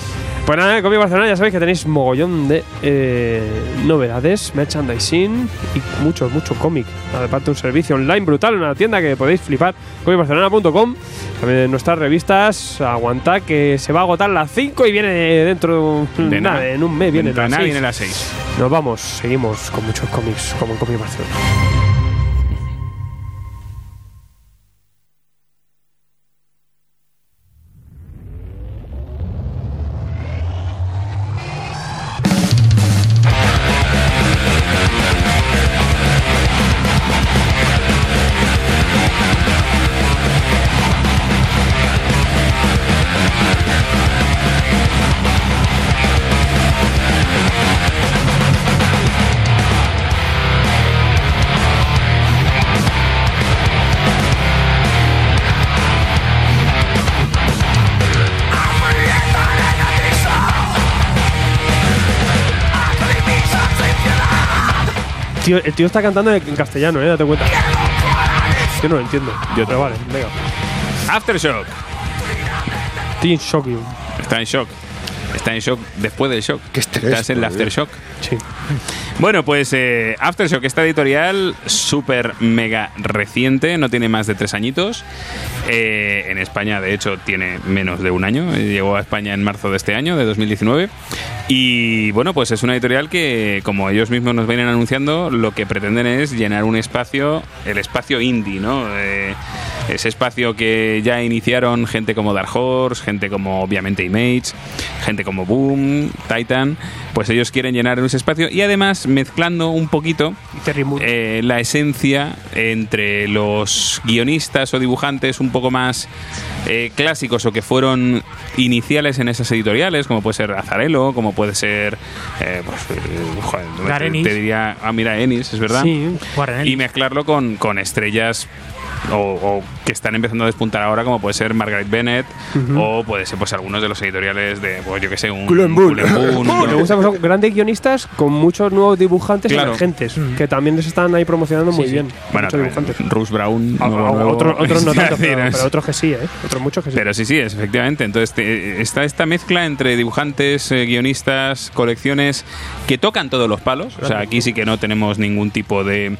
[SPEAKER 2] Pues nada, en Comic Barcelona ya sabéis que tenéis mogollón de eh, novedades, merchandising y mucho, mucho cómic. Aparte un servicio online brutal, una tienda que podéis flipar. comicbarcelona.com También en nuestras revistas, aguantad que se va a agotar las 5 y viene dentro
[SPEAKER 1] De
[SPEAKER 2] nada,
[SPEAKER 1] nada.
[SPEAKER 2] en un mes viene
[SPEAKER 1] Entra
[SPEAKER 2] las
[SPEAKER 1] nada,
[SPEAKER 2] 6.
[SPEAKER 1] viene las 6.
[SPEAKER 2] Nos vamos, seguimos con muchos cómics como en Comic Barcelona. Tío, el tío está cantando en castellano, eh, date cuenta. Yo no lo entiendo.
[SPEAKER 1] Yo
[SPEAKER 2] pero
[SPEAKER 1] tampoco.
[SPEAKER 2] vale, venga.
[SPEAKER 1] Aftershock.
[SPEAKER 2] Team Shocking.
[SPEAKER 1] Está en shock. Está en shock después del shock.
[SPEAKER 4] Qué estrés,
[SPEAKER 1] Estás en el
[SPEAKER 4] tío.
[SPEAKER 1] aftershock.
[SPEAKER 2] Sí.
[SPEAKER 1] Bueno, pues eh, Aftershock, esta editorial súper mega reciente, no tiene más de tres añitos. Eh, en España, de hecho, tiene menos de un año. Eh, Llegó a España en marzo de este año, de 2019. Y bueno, pues es una editorial que, como ellos mismos nos vienen anunciando, lo que pretenden es llenar un espacio, el espacio indie, ¿no? Eh, ese espacio que ya iniciaron gente como Dark Horse, gente como obviamente Image, gente como Boom, Titan, pues ellos quieren llenar ese espacio y además mezclando un poquito
[SPEAKER 2] Terry Moon.
[SPEAKER 1] eh, la esencia entre los guionistas o dibujantes un poco más eh, clásicos o que fueron iniciales en esas editoriales, como puede ser Azarelo, como puede ser. eh, pues, eh, joder, no me-
[SPEAKER 3] Garenis.
[SPEAKER 1] te diría. Ah, mira, Ennis, es verdad.
[SPEAKER 2] Sí.
[SPEAKER 3] Guarden
[SPEAKER 1] Y mezclarlo con, con estrellas. O, o que están empezando a despuntar ahora, como puede ser Margaret Bennett, o puede ser pues algunos de los editoriales de, pues yo que sé, un
[SPEAKER 4] Cullen Bull.
[SPEAKER 1] Cullen Bull,
[SPEAKER 2] [laughs]
[SPEAKER 1] ¿no?
[SPEAKER 2] Me gusta, pues, son grandes guionistas con muchos nuevos dibujantes
[SPEAKER 1] Claro.
[SPEAKER 2] emergentes, que también les están ahí promocionando muy bien.
[SPEAKER 1] Bueno,
[SPEAKER 2] muchos dibujantes.
[SPEAKER 1] Russ Brown,
[SPEAKER 2] A- a-
[SPEAKER 1] nuevo, nuevo.
[SPEAKER 2] Ah,
[SPEAKER 1] [laughs]
[SPEAKER 2] otro- otros no
[SPEAKER 1] Es
[SPEAKER 2] tanto,
[SPEAKER 1] decir,
[SPEAKER 2] pero,
[SPEAKER 1] es-
[SPEAKER 2] pero otros que sí, ¿eh? Otros muchos que sí.
[SPEAKER 1] Pero sí, sí, es, efectivamente. Entonces te- está esta mezcla entre dibujantes, eh, guionistas, colecciones que tocan todos los palos. O sea, aquí sí que no tenemos ningún tipo de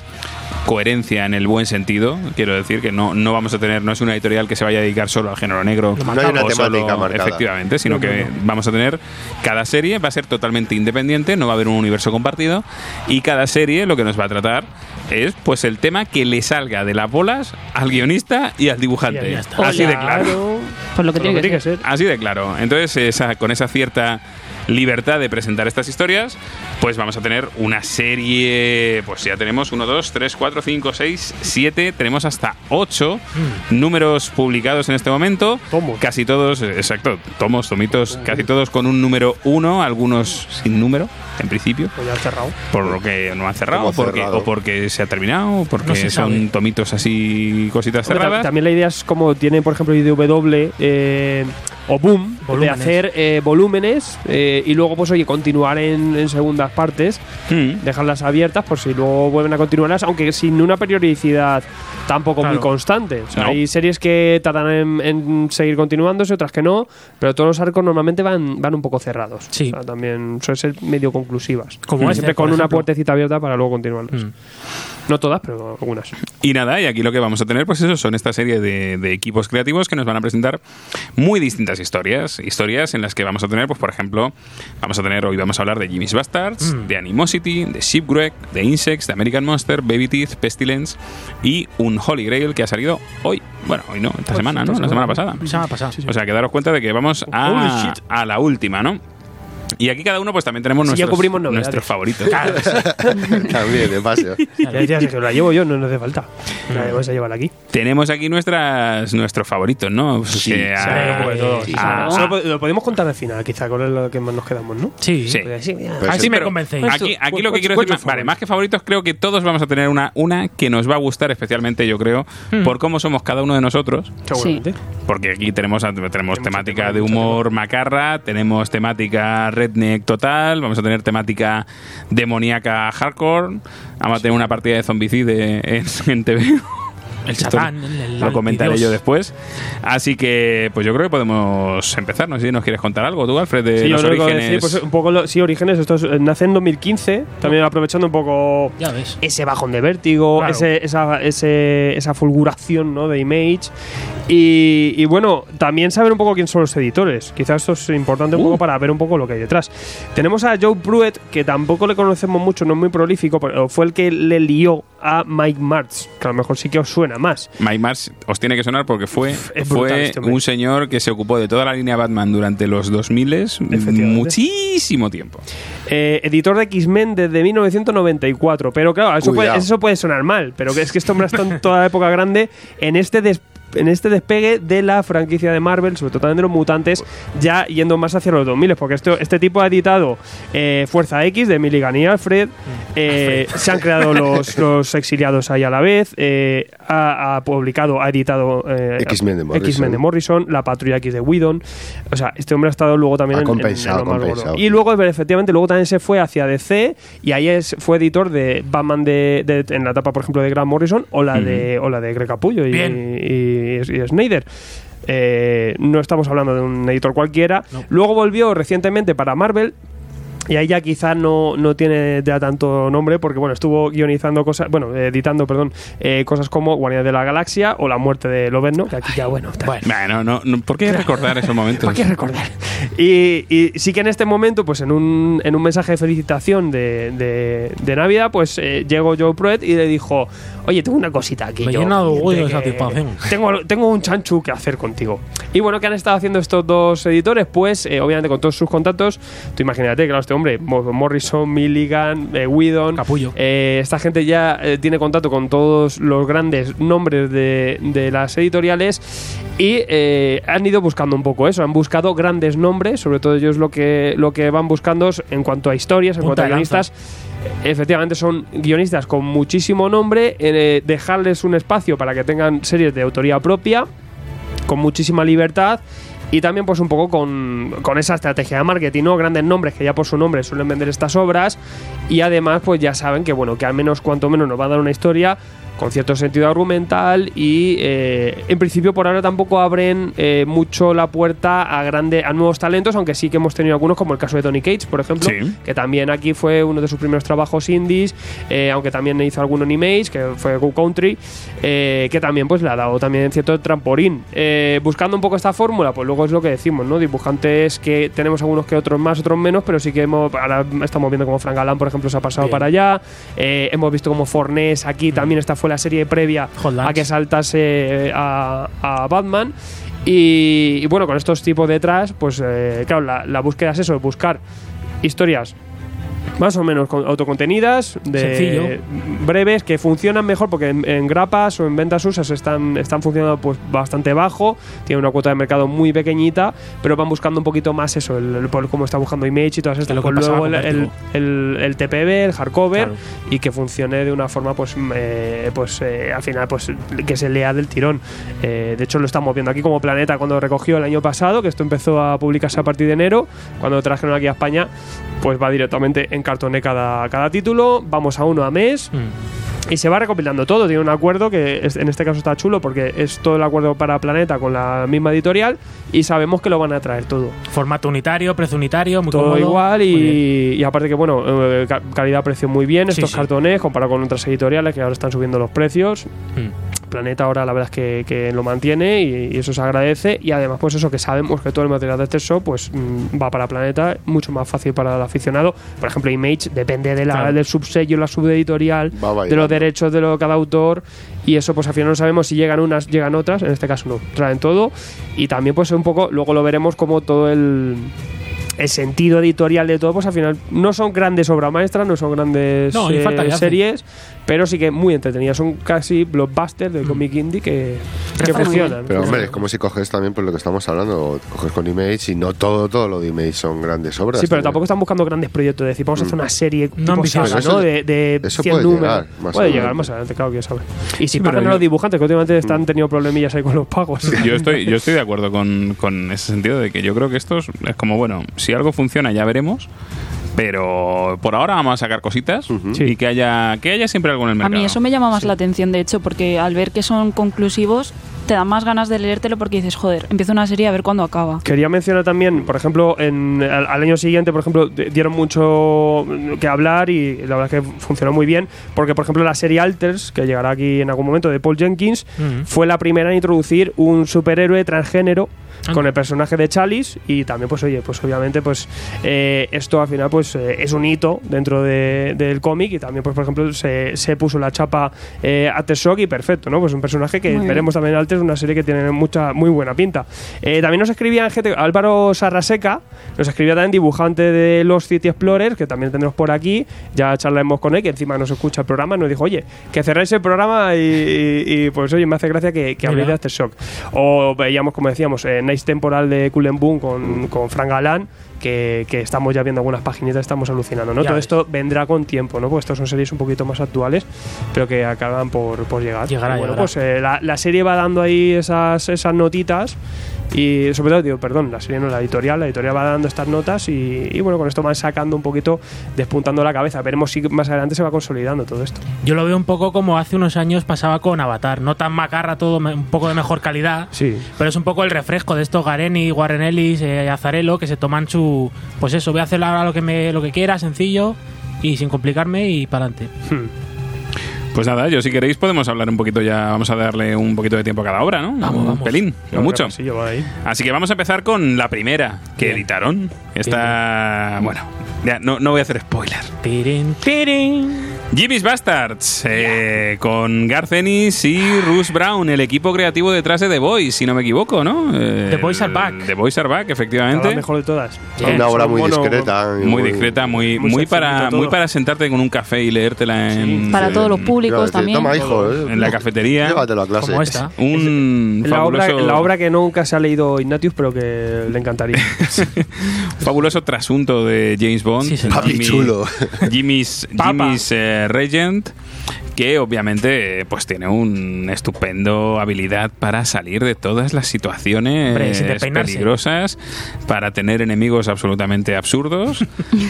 [SPEAKER 1] coherencia en el buen sentido. Quiero decir que no, no vamos a tener, no es una editorial que se vaya a dedicar solo al género negro.
[SPEAKER 4] No hay una
[SPEAKER 1] o solo-
[SPEAKER 4] temática marcada.
[SPEAKER 1] Efectivamente, sino que vamos a tener cada serie, va a ser totalmente independiente, no va a haber un universo compartido. Y cada serie lo que nos va a tratar es pues el tema que le salga de las bolas al guionista y al dibujante.
[SPEAKER 3] ya está.
[SPEAKER 1] Así de claro.
[SPEAKER 5] Por lo que
[SPEAKER 2] Por lo
[SPEAKER 5] tiene que
[SPEAKER 2] que
[SPEAKER 5] ser.
[SPEAKER 1] Así de claro. Entonces, esa, con esa cierta libertad de presentar estas historias, pues vamos a tener una serie, pues ya tenemos 1, 2, 3, 4, 5, 6, 7, tenemos hasta 8 números publicados en este momento.
[SPEAKER 2] Hmm. Tomos.
[SPEAKER 1] Casi todos, exacto, tomos, tomitos, casi todos con un número 1, algunos sin número. en principio.
[SPEAKER 2] Pues ya ha cerrado.
[SPEAKER 1] Por lo que no han cerrado,
[SPEAKER 4] Como
[SPEAKER 1] porque,
[SPEAKER 4] cerrado.
[SPEAKER 1] o porque se ha terminado, o porque
[SPEAKER 3] No se sabe.
[SPEAKER 1] son tomitos así, cositas
[SPEAKER 2] Hombre, tam-
[SPEAKER 1] cerradas.
[SPEAKER 2] También la idea es como tiene, por ejemplo, IDW eh, o Boom,
[SPEAKER 3] Volúmenes.
[SPEAKER 2] de hacer eh, volúmenes eh, y luego, pues oye, continuar en, en segundas partes,
[SPEAKER 1] Mm.
[SPEAKER 2] dejarlas abiertas por si luego vuelven a continuarlas, aunque sin una periodicidad tampoco muy
[SPEAKER 3] Claro.
[SPEAKER 2] constante. O sea,
[SPEAKER 1] No.
[SPEAKER 2] Hay series que tardan en, en seguir continuándose, otras que no, pero todos los arcos normalmente van, van un poco cerrados.
[SPEAKER 3] Sí.
[SPEAKER 2] O sea, también suelen ser medio conclusivas. Mm.
[SPEAKER 3] Como este,
[SPEAKER 2] siempre
[SPEAKER 3] por
[SPEAKER 2] con una
[SPEAKER 3] ejemplo.
[SPEAKER 2] puertecita abierta para luego continuarlas.
[SPEAKER 3] Mm.
[SPEAKER 2] No todas, pero algunas.
[SPEAKER 1] Y nada, y aquí lo que vamos a tener, pues eso, son esta serie de, de equipos creativos que nos van a presentar muy distintas historias. Historias en las que vamos a tener, pues por ejemplo, vamos a tener, hoy vamos a hablar de Jimmy's Bastards,
[SPEAKER 3] Mm.
[SPEAKER 1] de Animosity, de Shipwreck, de Insects, de American Monster, Baby Teeth, Pestilence y un Holy Grail que ha salido hoy. Bueno, hoy no, esta semana, ¿no? La semana pasada.
[SPEAKER 3] Se me ha pasado.
[SPEAKER 1] O sea, que daros cuenta de que vamos
[SPEAKER 2] Holy
[SPEAKER 1] a,
[SPEAKER 2] shit.
[SPEAKER 1] a la última, ¿no? Y aquí cada uno pues también tenemos
[SPEAKER 2] Sí, ya
[SPEAKER 1] nuestros,
[SPEAKER 2] cubrimos novedades.
[SPEAKER 1] nuestros
[SPEAKER 2] [laughs]
[SPEAKER 1] favoritos.
[SPEAKER 4] También, de
[SPEAKER 1] [laughs]
[SPEAKER 4] paseo.
[SPEAKER 2] Ya decía Sergio, la llevo yo, no nos hace falta.
[SPEAKER 3] Mm.
[SPEAKER 2] La vamos a llevar aquí.
[SPEAKER 1] Tenemos aquí nuestras nuestros favoritos, ¿no? Pues
[SPEAKER 4] Sí,
[SPEAKER 1] que
[SPEAKER 3] Ah,
[SPEAKER 4] sí,
[SPEAKER 1] a-
[SPEAKER 2] un poco de todo.
[SPEAKER 1] sí,
[SPEAKER 2] Ah,
[SPEAKER 1] sí.
[SPEAKER 2] solo po- lo podemos contar al final, quizá con el- lo que más nos quedamos, ¿no?
[SPEAKER 3] Sí.
[SPEAKER 1] Sí.
[SPEAKER 2] Porque sí, mira.
[SPEAKER 4] Pues
[SPEAKER 3] Así
[SPEAKER 4] sí,
[SPEAKER 3] me
[SPEAKER 1] pero
[SPEAKER 3] convencéis.
[SPEAKER 1] Aquí, aquí lo que
[SPEAKER 2] ¿Cuál-
[SPEAKER 1] quiero
[SPEAKER 2] cuál
[SPEAKER 1] decir,
[SPEAKER 2] es tu
[SPEAKER 1] vale,
[SPEAKER 2] favorito?
[SPEAKER 1] más que favoritos, creo que todos vamos a tener una, una que nos va a gustar especialmente, yo creo,
[SPEAKER 2] Hmm.
[SPEAKER 1] por cómo somos cada uno de nosotros.
[SPEAKER 2] Pues Seguramente.
[SPEAKER 1] Porque aquí tenemos, tenemos
[SPEAKER 2] mucho
[SPEAKER 1] temática
[SPEAKER 2] tema,
[SPEAKER 1] de
[SPEAKER 2] mucho
[SPEAKER 1] humor macarra, tenemos temática redneck total, vamos a tener temática demoníaca hardcore, vamos a tener una partida de zombicide en, en TV.
[SPEAKER 3] El
[SPEAKER 1] Esto
[SPEAKER 3] Satán, el- el-
[SPEAKER 1] Lo
[SPEAKER 3] el
[SPEAKER 1] comentaré
[SPEAKER 3] Dios.
[SPEAKER 1] yo después. Así que, pues yo creo que podemos empezar. No sé si nos quieres contar algo tú, Alfred, de
[SPEAKER 2] Sí, yo
[SPEAKER 1] Eh, los
[SPEAKER 2] lo único que
[SPEAKER 1] orígenes.
[SPEAKER 2] decir, pues un poco, lo- sí, Orígenes, esto es- eh, nace en 2015, también aprovechando un poco
[SPEAKER 3] Ya ves.
[SPEAKER 2] ese bajón de vértigo,
[SPEAKER 3] Claro.
[SPEAKER 2] ese- esa, ese- esa fulguración ¿no? de Image. Y, y bueno, también saber un poco quién son los editores. Quizás esto es importante
[SPEAKER 1] Uh.
[SPEAKER 2] un poco para ver un poco lo que hay detrás. Tenemos a Joe Pruitt, que tampoco le conocemos mucho, no es muy prolífico, pero fue el que le lió a Mike Martz, que a lo mejor sí que os suena más.
[SPEAKER 1] Mike Mars os tiene que sonar porque fue,
[SPEAKER 2] es brutal
[SPEAKER 1] fue
[SPEAKER 2] este hombre.
[SPEAKER 1] un señor que se ocupó de toda la línea Batman durante los 2000 muchísimo tiempo.
[SPEAKER 2] Eh, editor de X-Men desde 1994. Pero claro, eso puede,
[SPEAKER 4] Cuidado.
[SPEAKER 2] eso puede sonar mal, pero que es que este hombre ha estado en toda la época grande en este des- en este despegue de la franquicia de Marvel, sobre todo también de los mutantes, ya yendo más hacia los 2000, porque esto, este tipo ha editado eh, Fuerza X de Milligan y Alfred, eh, se han creado los, los exiliados ahí a la vez, eh, ha, ha publicado, ha editado eh,
[SPEAKER 4] X-Men de Morrison.
[SPEAKER 2] X-Men de Morrison, La Patrulla X de Whedon, o sea, este hombre ha estado luego también
[SPEAKER 4] Ha
[SPEAKER 2] en- en- en lo
[SPEAKER 4] compensado,
[SPEAKER 2] más gordo.
[SPEAKER 4] compensado.
[SPEAKER 2] Y luego, efectivamente, luego también se fue hacia DC y ahí es, fue editor de Batman de, de- en la etapa, por ejemplo, de Grant Morrison o la de, o la de Greg Capullo y,
[SPEAKER 3] Bien.
[SPEAKER 2] y- y Snyder. Eh, no estamos hablando de un editor cualquiera.
[SPEAKER 3] No.
[SPEAKER 2] Luego volvió recientemente para Marvel. Y ahí ya quizá no, no tiene ya tanto nombre, porque bueno, estuvo guionizando cosas, bueno, editando, perdón, eh, cosas como Guardianes de la Galaxia o La Muerte de Lobezno, que aquí ya bueno, tal.
[SPEAKER 3] Bueno,
[SPEAKER 1] Bueno, no, no, ¿por qué recordar esos momentos?
[SPEAKER 2] ¿Para qué recordar? Y, y sí que en este momento, pues en un, en un mensaje de felicitación de, de- de Navidad, pues eh, llegó Joe Pruitt y le dijo, oye, tengo una cosita aquí.
[SPEAKER 3] Me
[SPEAKER 2] yo,
[SPEAKER 3] llena de orgullo
[SPEAKER 2] que-
[SPEAKER 3] y satisfacción".
[SPEAKER 2] Tengo, tengo un chanchu que hacer contigo. Y bueno, ¿qué han estado haciendo estos dos editores? Pues eh, obviamente con todos sus contactos, tú imagínate, claro, este hombre, Mo- Morrison, Milligan, eh, Whedon,
[SPEAKER 3] Capullo.
[SPEAKER 2] eh, esta gente ya eh, tiene contacto con todos los grandes nombres de, de las editoriales y eh, han ido buscando un poco eso, han buscado grandes nombres, sobre todo ellos lo que, lo que van buscando es en cuanto a historias, en cuanto
[SPEAKER 3] Punta
[SPEAKER 2] a
[SPEAKER 3] de lanza.
[SPEAKER 2] guionistas. Efectivamente son guionistas con muchísimo nombre, eh, dejarles un espacio para que tengan series de autoría propia con muchísima libertad y también pues un poco con, con esa estrategia de marketing, ¿no? Grandes nombres que ya por su nombre suelen vender estas obras y además pues ya saben que bueno, que al menos cuanto menos nos va a dar una historia con cierto sentido argumental y eh, en principio por ahora tampoco abren eh, mucho la puerta a grande, a nuevos talentos, aunque sí que hemos tenido algunos como el caso de Tony Cage, por ejemplo,
[SPEAKER 1] Sí.
[SPEAKER 2] que también aquí fue uno de sus primeros trabajos indies, eh, aunque también hizo alguno en Image, que fue Go Country, eh, que también pues le ha dado también cierto trampolín. Eh, buscando un poco esta fórmula, pues luego es lo que decimos, ¿no? Dibujantes que tenemos algunos que otros más, otros menos, pero sí que hemos, ahora estamos viendo como Frank Galán, por ejemplo, se ha pasado
[SPEAKER 3] Bien.
[SPEAKER 2] para allá, Eh, hemos visto como Fornés aquí también, esta fue la serie previa
[SPEAKER 3] Holdlands.
[SPEAKER 2] a que saltase eh, a, a Batman. Y, y bueno, con estos tipos detrás, pues eh, claro, la, la búsqueda es eso, buscar historias más o menos con- autocontenidas, de
[SPEAKER 3] Sencillo.
[SPEAKER 2] breves, que funcionan mejor porque en, en grapas o en ventas usas están, están funcionando pues bastante bajo, tienen una cuota de mercado muy pequeñita, pero van buscando un poquito más eso, el, el- por cómo está buscando Image y todas estas.
[SPEAKER 3] lo que
[SPEAKER 2] pues
[SPEAKER 3] pasaba
[SPEAKER 2] luego
[SPEAKER 3] con
[SPEAKER 2] el, el, el- el TPB, el hardcover,
[SPEAKER 3] Claro.
[SPEAKER 2] y que funcione de una forma, pues, mm, eh, pues eh, al final, pues que se lea del tirón. Eh, de hecho, lo estamos viendo aquí como Planeta cuando recogió el año pasado, que esto empezó a publicarse a partir de enero, cuando lo trajeron aquí a España, pues va directamente en cartoné cada, cada título, vamos a uno a mes.
[SPEAKER 3] Mm.
[SPEAKER 2] Y se va recopilando todo, tiene un acuerdo que es- en este caso está chulo porque es todo el acuerdo para Planeta con la misma editorial y sabemos que lo van a traer todo
[SPEAKER 3] Formato unitario, precio unitario, muy
[SPEAKER 2] todo
[SPEAKER 3] cómodo.
[SPEAKER 2] igual
[SPEAKER 3] Muy bien.
[SPEAKER 2] y, y aparte que bueno eh, ca- calidad-precio muy bien
[SPEAKER 3] Sí,
[SPEAKER 2] estos
[SPEAKER 3] sí.
[SPEAKER 2] cartones comparado con otras editoriales que ahora están subiendo los precios
[SPEAKER 3] Mm.
[SPEAKER 2] Planeta ahora la verdad es que, que lo mantiene y, y eso se agradece y además pues eso que sabemos que todo el material de este show pues mm, va para Planeta mucho más fácil para el aficionado por ejemplo Image depende de la,
[SPEAKER 3] Claro.
[SPEAKER 2] del subsello la subeditorial
[SPEAKER 4] Va
[SPEAKER 2] de
[SPEAKER 4] bailando.
[SPEAKER 2] los derechos de lo, cada autor y eso pues al final no sabemos si llegan unas llegan otras en este caso no traen todo y también pues un poco luego lo veremos como todo el el sentido editorial de todo, pues al final no son grandes obras maestras, no son grandes
[SPEAKER 3] No, y
[SPEAKER 2] eh,
[SPEAKER 3] falta que hace.
[SPEAKER 2] series, pero sí que muy entretenidas. Son casi blockbusters
[SPEAKER 1] Mm.
[SPEAKER 2] del cómic indie que, que
[SPEAKER 3] Refrescan.
[SPEAKER 2] funcionan.
[SPEAKER 4] Pero hombre, es como si coges también por lo que estamos hablando, coges con Image y no todo, todo lo de Image son grandes obras.
[SPEAKER 2] Sí,
[SPEAKER 4] ¿eh?
[SPEAKER 2] pero
[SPEAKER 4] también.
[SPEAKER 2] tampoco están buscando grandes proyectos. Es decir, vamos a hacer una serie
[SPEAKER 3] No
[SPEAKER 2] no tipo
[SPEAKER 3] ambiciosa.
[SPEAKER 2] saga,
[SPEAKER 4] Pero Mm. eso-
[SPEAKER 2] ¿no? De, de
[SPEAKER 4] eso
[SPEAKER 2] 100
[SPEAKER 4] puede
[SPEAKER 2] números.
[SPEAKER 4] llegar más
[SPEAKER 2] puede llegar
[SPEAKER 4] adelante.
[SPEAKER 2] más adelante, claro, que sabe. Y si
[SPEAKER 1] Sí,
[SPEAKER 2] pagan
[SPEAKER 1] pero
[SPEAKER 2] a los
[SPEAKER 1] yo-
[SPEAKER 2] dibujantes, que últimamente
[SPEAKER 4] Mm.
[SPEAKER 2] están teniendo problemillas ahí con los pagos.
[SPEAKER 1] Yo estoy, yo estoy de acuerdo con, con ese sentido de que yo creo que esto es, es como, bueno, si algo funciona ya veremos, pero por ahora vamos a sacar cositas y que haya, que haya siempre algo en el
[SPEAKER 5] A
[SPEAKER 1] mercado.
[SPEAKER 5] mí eso me llama más la atención, de hecho, porque al ver que son conclusivos, te dan más ganas de leértelo porque dices, joder, empiezo una serie a ver cuándo acaba.
[SPEAKER 2] Quería mencionar también, por ejemplo, en, al, al año siguiente, por ejemplo, de- dieron mucho mm, que hablar y la verdad es que funcionó muy bien, porque por ejemplo la serie Alters, que llegará aquí en algún momento, de Paul Jenkins,
[SPEAKER 3] Mm.
[SPEAKER 2] fue la primera en introducir un superhéroe transgénero
[SPEAKER 3] Anda.
[SPEAKER 2] con el personaje de Chalice y también pues oye pues obviamente pues eh, esto al final pues eh, es un hito dentro de- del cómic y también pues por ejemplo se, se puso la chapa eh, a Shock y perfecto no pues un personaje que
[SPEAKER 5] Muy bien.
[SPEAKER 2] veremos también antes una serie que tiene mucha muy buena pinta Eh, también nos escribía gente Álvaro Sarraseca nos escribía también dibujante de los City Explorers que también tendremos por aquí ya charlaremos con él que encima nos escucha el programa nos dijo oye que cerráis el programa y, y- y, pues oye me hace gracia que, que habléis de
[SPEAKER 3] Mira.
[SPEAKER 2] Aftershock. O veíamos, como decíamos, eh, Nice Temporal de Cullen Boom con, con Frank Galán, que, que estamos ya viendo algunas paginitas, estamos alucinando, ¿no?
[SPEAKER 3] Ya
[SPEAKER 2] Todo
[SPEAKER 3] ves.
[SPEAKER 2] esto vendrá con tiempo, ¿no? Porque estas son series un poquito más actuales, pero que acaban por, por llegar.
[SPEAKER 3] Llegará,
[SPEAKER 2] Y bueno,
[SPEAKER 3] llegará.
[SPEAKER 2] pues eh, la, la serie va dando ahí esas, esas notitas. Y sobre todo, digo, perdón, la serie no, la editorial, la editorial va dando estas notas y, y bueno, con esto van sacando un poquito, despuntando la cabeza. Veremos si más adelante se va consolidando todo esto.
[SPEAKER 3] Yo lo veo un poco como hace unos años pasaba con Avatar. No tan macarra todo, me- un poco de mejor calidad.
[SPEAKER 2] Sí.
[SPEAKER 3] Pero es un poco el refresco de estos Gareni, Warren Ellis, eh, Azarelo, que se toman su. Pues eso, voy a hacer ahora lo que, me, lo que quiera, sencillo y sin complicarme y para adelante.
[SPEAKER 2] Hmm.
[SPEAKER 1] Pues nada, yo si queréis podemos hablar un poquito ya, vamos a darle un poquito de tiempo a cada obra, ¿no?
[SPEAKER 3] Vamos,
[SPEAKER 1] un
[SPEAKER 3] vamos.
[SPEAKER 1] pelín, no mucho.
[SPEAKER 2] Sí, yo ahí.
[SPEAKER 1] Así que vamos a empezar con la primera que
[SPEAKER 3] Bien.
[SPEAKER 1] editaron. Está, bueno, ya no, no voy a hacer spoiler.
[SPEAKER 3] Tirin, tirin.
[SPEAKER 1] Jimmy's Bastards, eh, con Garth Ennis y Russ Brown, el equipo creativo detrás de The Boys, si no me equivoco, ¿no? Eh,
[SPEAKER 3] The Boys Are Back.
[SPEAKER 1] The Boys Are Back,
[SPEAKER 2] La
[SPEAKER 1] efectivamente.
[SPEAKER 2] mejor de todas.
[SPEAKER 3] Bien,
[SPEAKER 4] Una obra
[SPEAKER 2] son
[SPEAKER 4] muy
[SPEAKER 2] mono-
[SPEAKER 4] discreta. y
[SPEAKER 1] Muy discreta, muy,
[SPEAKER 2] muy
[SPEAKER 1] muy, para,
[SPEAKER 2] sencillito
[SPEAKER 1] muy
[SPEAKER 2] todo.
[SPEAKER 1] para sentarte con un café y leértela en,
[SPEAKER 5] Para
[SPEAKER 1] en-
[SPEAKER 5] todos los
[SPEAKER 4] Iba a
[SPEAKER 5] públicos
[SPEAKER 4] decir,
[SPEAKER 5] también.
[SPEAKER 4] Toma, hijo. eh,
[SPEAKER 1] en la cafetería.
[SPEAKER 4] Llévatelo a clase.
[SPEAKER 3] Como esta.
[SPEAKER 1] Un
[SPEAKER 2] La obra,
[SPEAKER 1] fabuloso-
[SPEAKER 2] la obra que nunca se ha leído Ignatius, pero que
[SPEAKER 1] [laughs]
[SPEAKER 2] le encantaría.
[SPEAKER 1] fabuloso trasunto de James Bond.
[SPEAKER 3] Sí, señor.
[SPEAKER 4] Papi chulo.
[SPEAKER 1] Jimmy's,
[SPEAKER 2] Papa.
[SPEAKER 1] Jimmy's, eh, Regent, que obviamente eh, pues tiene un estupendo habilidad para salir de todas las situaciones
[SPEAKER 3] Hombre, sin despeinarse.
[SPEAKER 1] peligrosas, para tener enemigos absolutamente
[SPEAKER 3] [laughs]
[SPEAKER 1] absurdos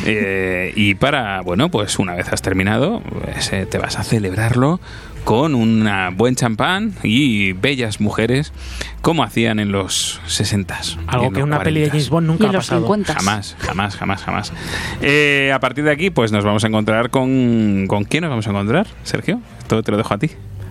[SPEAKER 1] eh, y para, bueno, pues una vez has terminado, pues, eh, te vas a celebrarlo con un buen champán y bellas mujeres como hacían en los 60s. y
[SPEAKER 3] Algo
[SPEAKER 1] en
[SPEAKER 3] que
[SPEAKER 1] los
[SPEAKER 3] una peli de
[SPEAKER 1] 40s.
[SPEAKER 3] James Bond
[SPEAKER 5] Y
[SPEAKER 3] nunca
[SPEAKER 5] en
[SPEAKER 3] ha
[SPEAKER 5] los
[SPEAKER 3] pasado.
[SPEAKER 5] 50.
[SPEAKER 1] Jamás, jamás, jamás, jamás. Eh, a partir de aquí, pues nos vamos a encontrar con. ¿Con quién nos vamos a encontrar, Sergio? Todo te lo dejo a ti.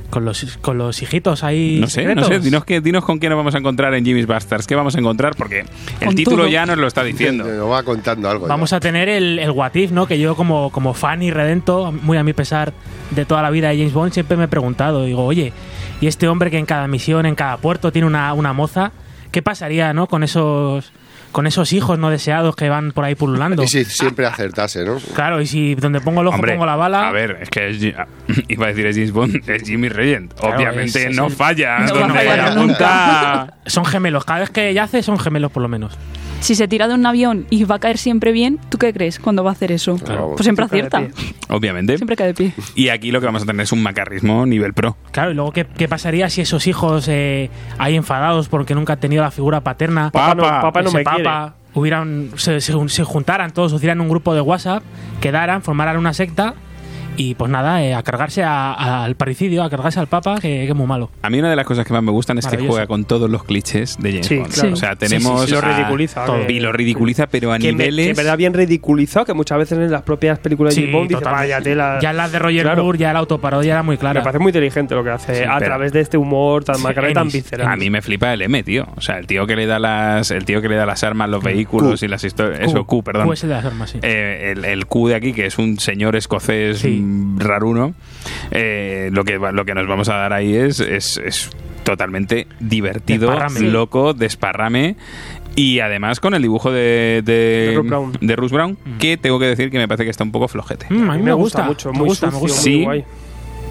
[SPEAKER 3] Con los, con los hijitos ahí.
[SPEAKER 1] No sé, no
[SPEAKER 3] secretos.
[SPEAKER 1] sé. Dinos, qué- dinos con quién nos vamos a encontrar en Jimmy's Bastards. ¿Qué vamos a encontrar? Porque el
[SPEAKER 5] Con
[SPEAKER 1] título
[SPEAKER 5] todo.
[SPEAKER 1] ya nos lo está
[SPEAKER 4] Te
[SPEAKER 1] diciendo.
[SPEAKER 4] lo va contando
[SPEAKER 1] Pues
[SPEAKER 4] algo.
[SPEAKER 3] Vamos a tener el, el What If, ¿no? Que yo como, como fan y redento, muy a mi pesar de toda la vida de James Bond, siempre me he preguntado, digo, oye, ¿y este hombre que en cada misión, en cada puerto tiene una, una moza? ¿Qué pasaría, no? Con esos, con esos hijos no deseados que van por ahí
[SPEAKER 1] [laughs]
[SPEAKER 3] pululando.
[SPEAKER 4] Y si siempre acertase, ¿no?
[SPEAKER 3] Claro, y si donde pongo el ojo
[SPEAKER 1] Hombre,
[SPEAKER 3] pongo la bala.
[SPEAKER 1] A ver, es que es Ji- [laughs] iba a decir es James Bond, es Jimmy Regent.
[SPEAKER 3] Claro,
[SPEAKER 1] Obviamente
[SPEAKER 3] es- es
[SPEAKER 1] no
[SPEAKER 3] el-
[SPEAKER 1] falla.
[SPEAKER 5] No va a
[SPEAKER 1] donde
[SPEAKER 5] fallar
[SPEAKER 1] apunta-
[SPEAKER 3] [laughs] Nunca- Son gemelos. Cada vez que yace son gemelos, por lo menos.
[SPEAKER 5] Si se tira de un avión y va a caer siempre bien, ¿tú qué crees cuando va a hacer eso?
[SPEAKER 4] Claro.
[SPEAKER 5] Pues siempre
[SPEAKER 2] Siempre cae
[SPEAKER 5] acierta.
[SPEAKER 2] de
[SPEAKER 1] Obviamente.
[SPEAKER 5] Siempre cae de pie.
[SPEAKER 1] Y aquí lo que vamos a tener es un macarrismo nivel pro.
[SPEAKER 3] Claro, y luego, ¿qué, qué pasaría si esos hijos eh, ahí enfadados porque nunca han tenido la figura paterna?
[SPEAKER 2] Papá no-
[SPEAKER 1] Papa,
[SPEAKER 2] papá no
[SPEAKER 3] ese
[SPEAKER 2] me quiere.
[SPEAKER 3] papa, hubieran, se, se- se juntaran todos, hicieran un grupo de WhatsApp, quedaran, formaran una secta y pues nada, eh, a cargarse a- a- al parricidio, a cargarse al papa, que, que es muy malo.
[SPEAKER 1] A mí una de las cosas que más me gustan es que
[SPEAKER 3] Maravilloso.
[SPEAKER 1] juega con todos los clichés de James
[SPEAKER 2] Sí,
[SPEAKER 1] Bond.
[SPEAKER 5] claro.
[SPEAKER 1] O sea,
[SPEAKER 2] Sí, sí, sí,
[SPEAKER 1] tenemos
[SPEAKER 2] lo
[SPEAKER 1] a-
[SPEAKER 2] ridiculiza.
[SPEAKER 3] todo.
[SPEAKER 2] que-
[SPEAKER 1] y lo ridiculiza, pero a
[SPEAKER 2] que me-
[SPEAKER 1] niveles
[SPEAKER 2] que me da bien ridiculizado, que muchas veces en las propias películas de
[SPEAKER 3] Sí,
[SPEAKER 2] James Bond dice,
[SPEAKER 3] totalmente.
[SPEAKER 2] vaya tela.
[SPEAKER 3] Ya las de Roger
[SPEAKER 2] Claro.
[SPEAKER 3] Moore, ya la autoparodia era
[SPEAKER 2] Ah,
[SPEAKER 3] muy
[SPEAKER 2] Me
[SPEAKER 3] clara.
[SPEAKER 2] parece muy inteligente lo que hace
[SPEAKER 1] Sí,
[SPEAKER 2] a
[SPEAKER 1] pero-
[SPEAKER 2] través de este humor tan macabro y tan
[SPEAKER 3] Ennis,
[SPEAKER 2] visceral.
[SPEAKER 1] A mí me flipa el M, tío. O sea, el tío que le da las, el tío que le da las armas,
[SPEAKER 2] Mm.
[SPEAKER 1] los vehículos y las historias. Eso, Q, perdón.
[SPEAKER 3] Pues el de las armas, sí.
[SPEAKER 1] Eh, el, el Q de aquí, que es un señor escocés
[SPEAKER 3] Sí.
[SPEAKER 1] mm, raruno, eh, lo, que, va- lo que nos vamos a dar ahí es, es, es totalmente divertido,
[SPEAKER 3] Desparrame.
[SPEAKER 1] loco, desparrame. Y además con el dibujo de, de,
[SPEAKER 2] De Ruth Brown.
[SPEAKER 1] de Ruth Brown, que tengo que decir que me parece que está un poco flojete.
[SPEAKER 3] Mm, a mí me gusta,
[SPEAKER 2] mucho,
[SPEAKER 3] me
[SPEAKER 2] muy
[SPEAKER 3] gusta, me
[SPEAKER 2] sucio,
[SPEAKER 3] gusta.
[SPEAKER 1] Sí,
[SPEAKER 2] muy guay.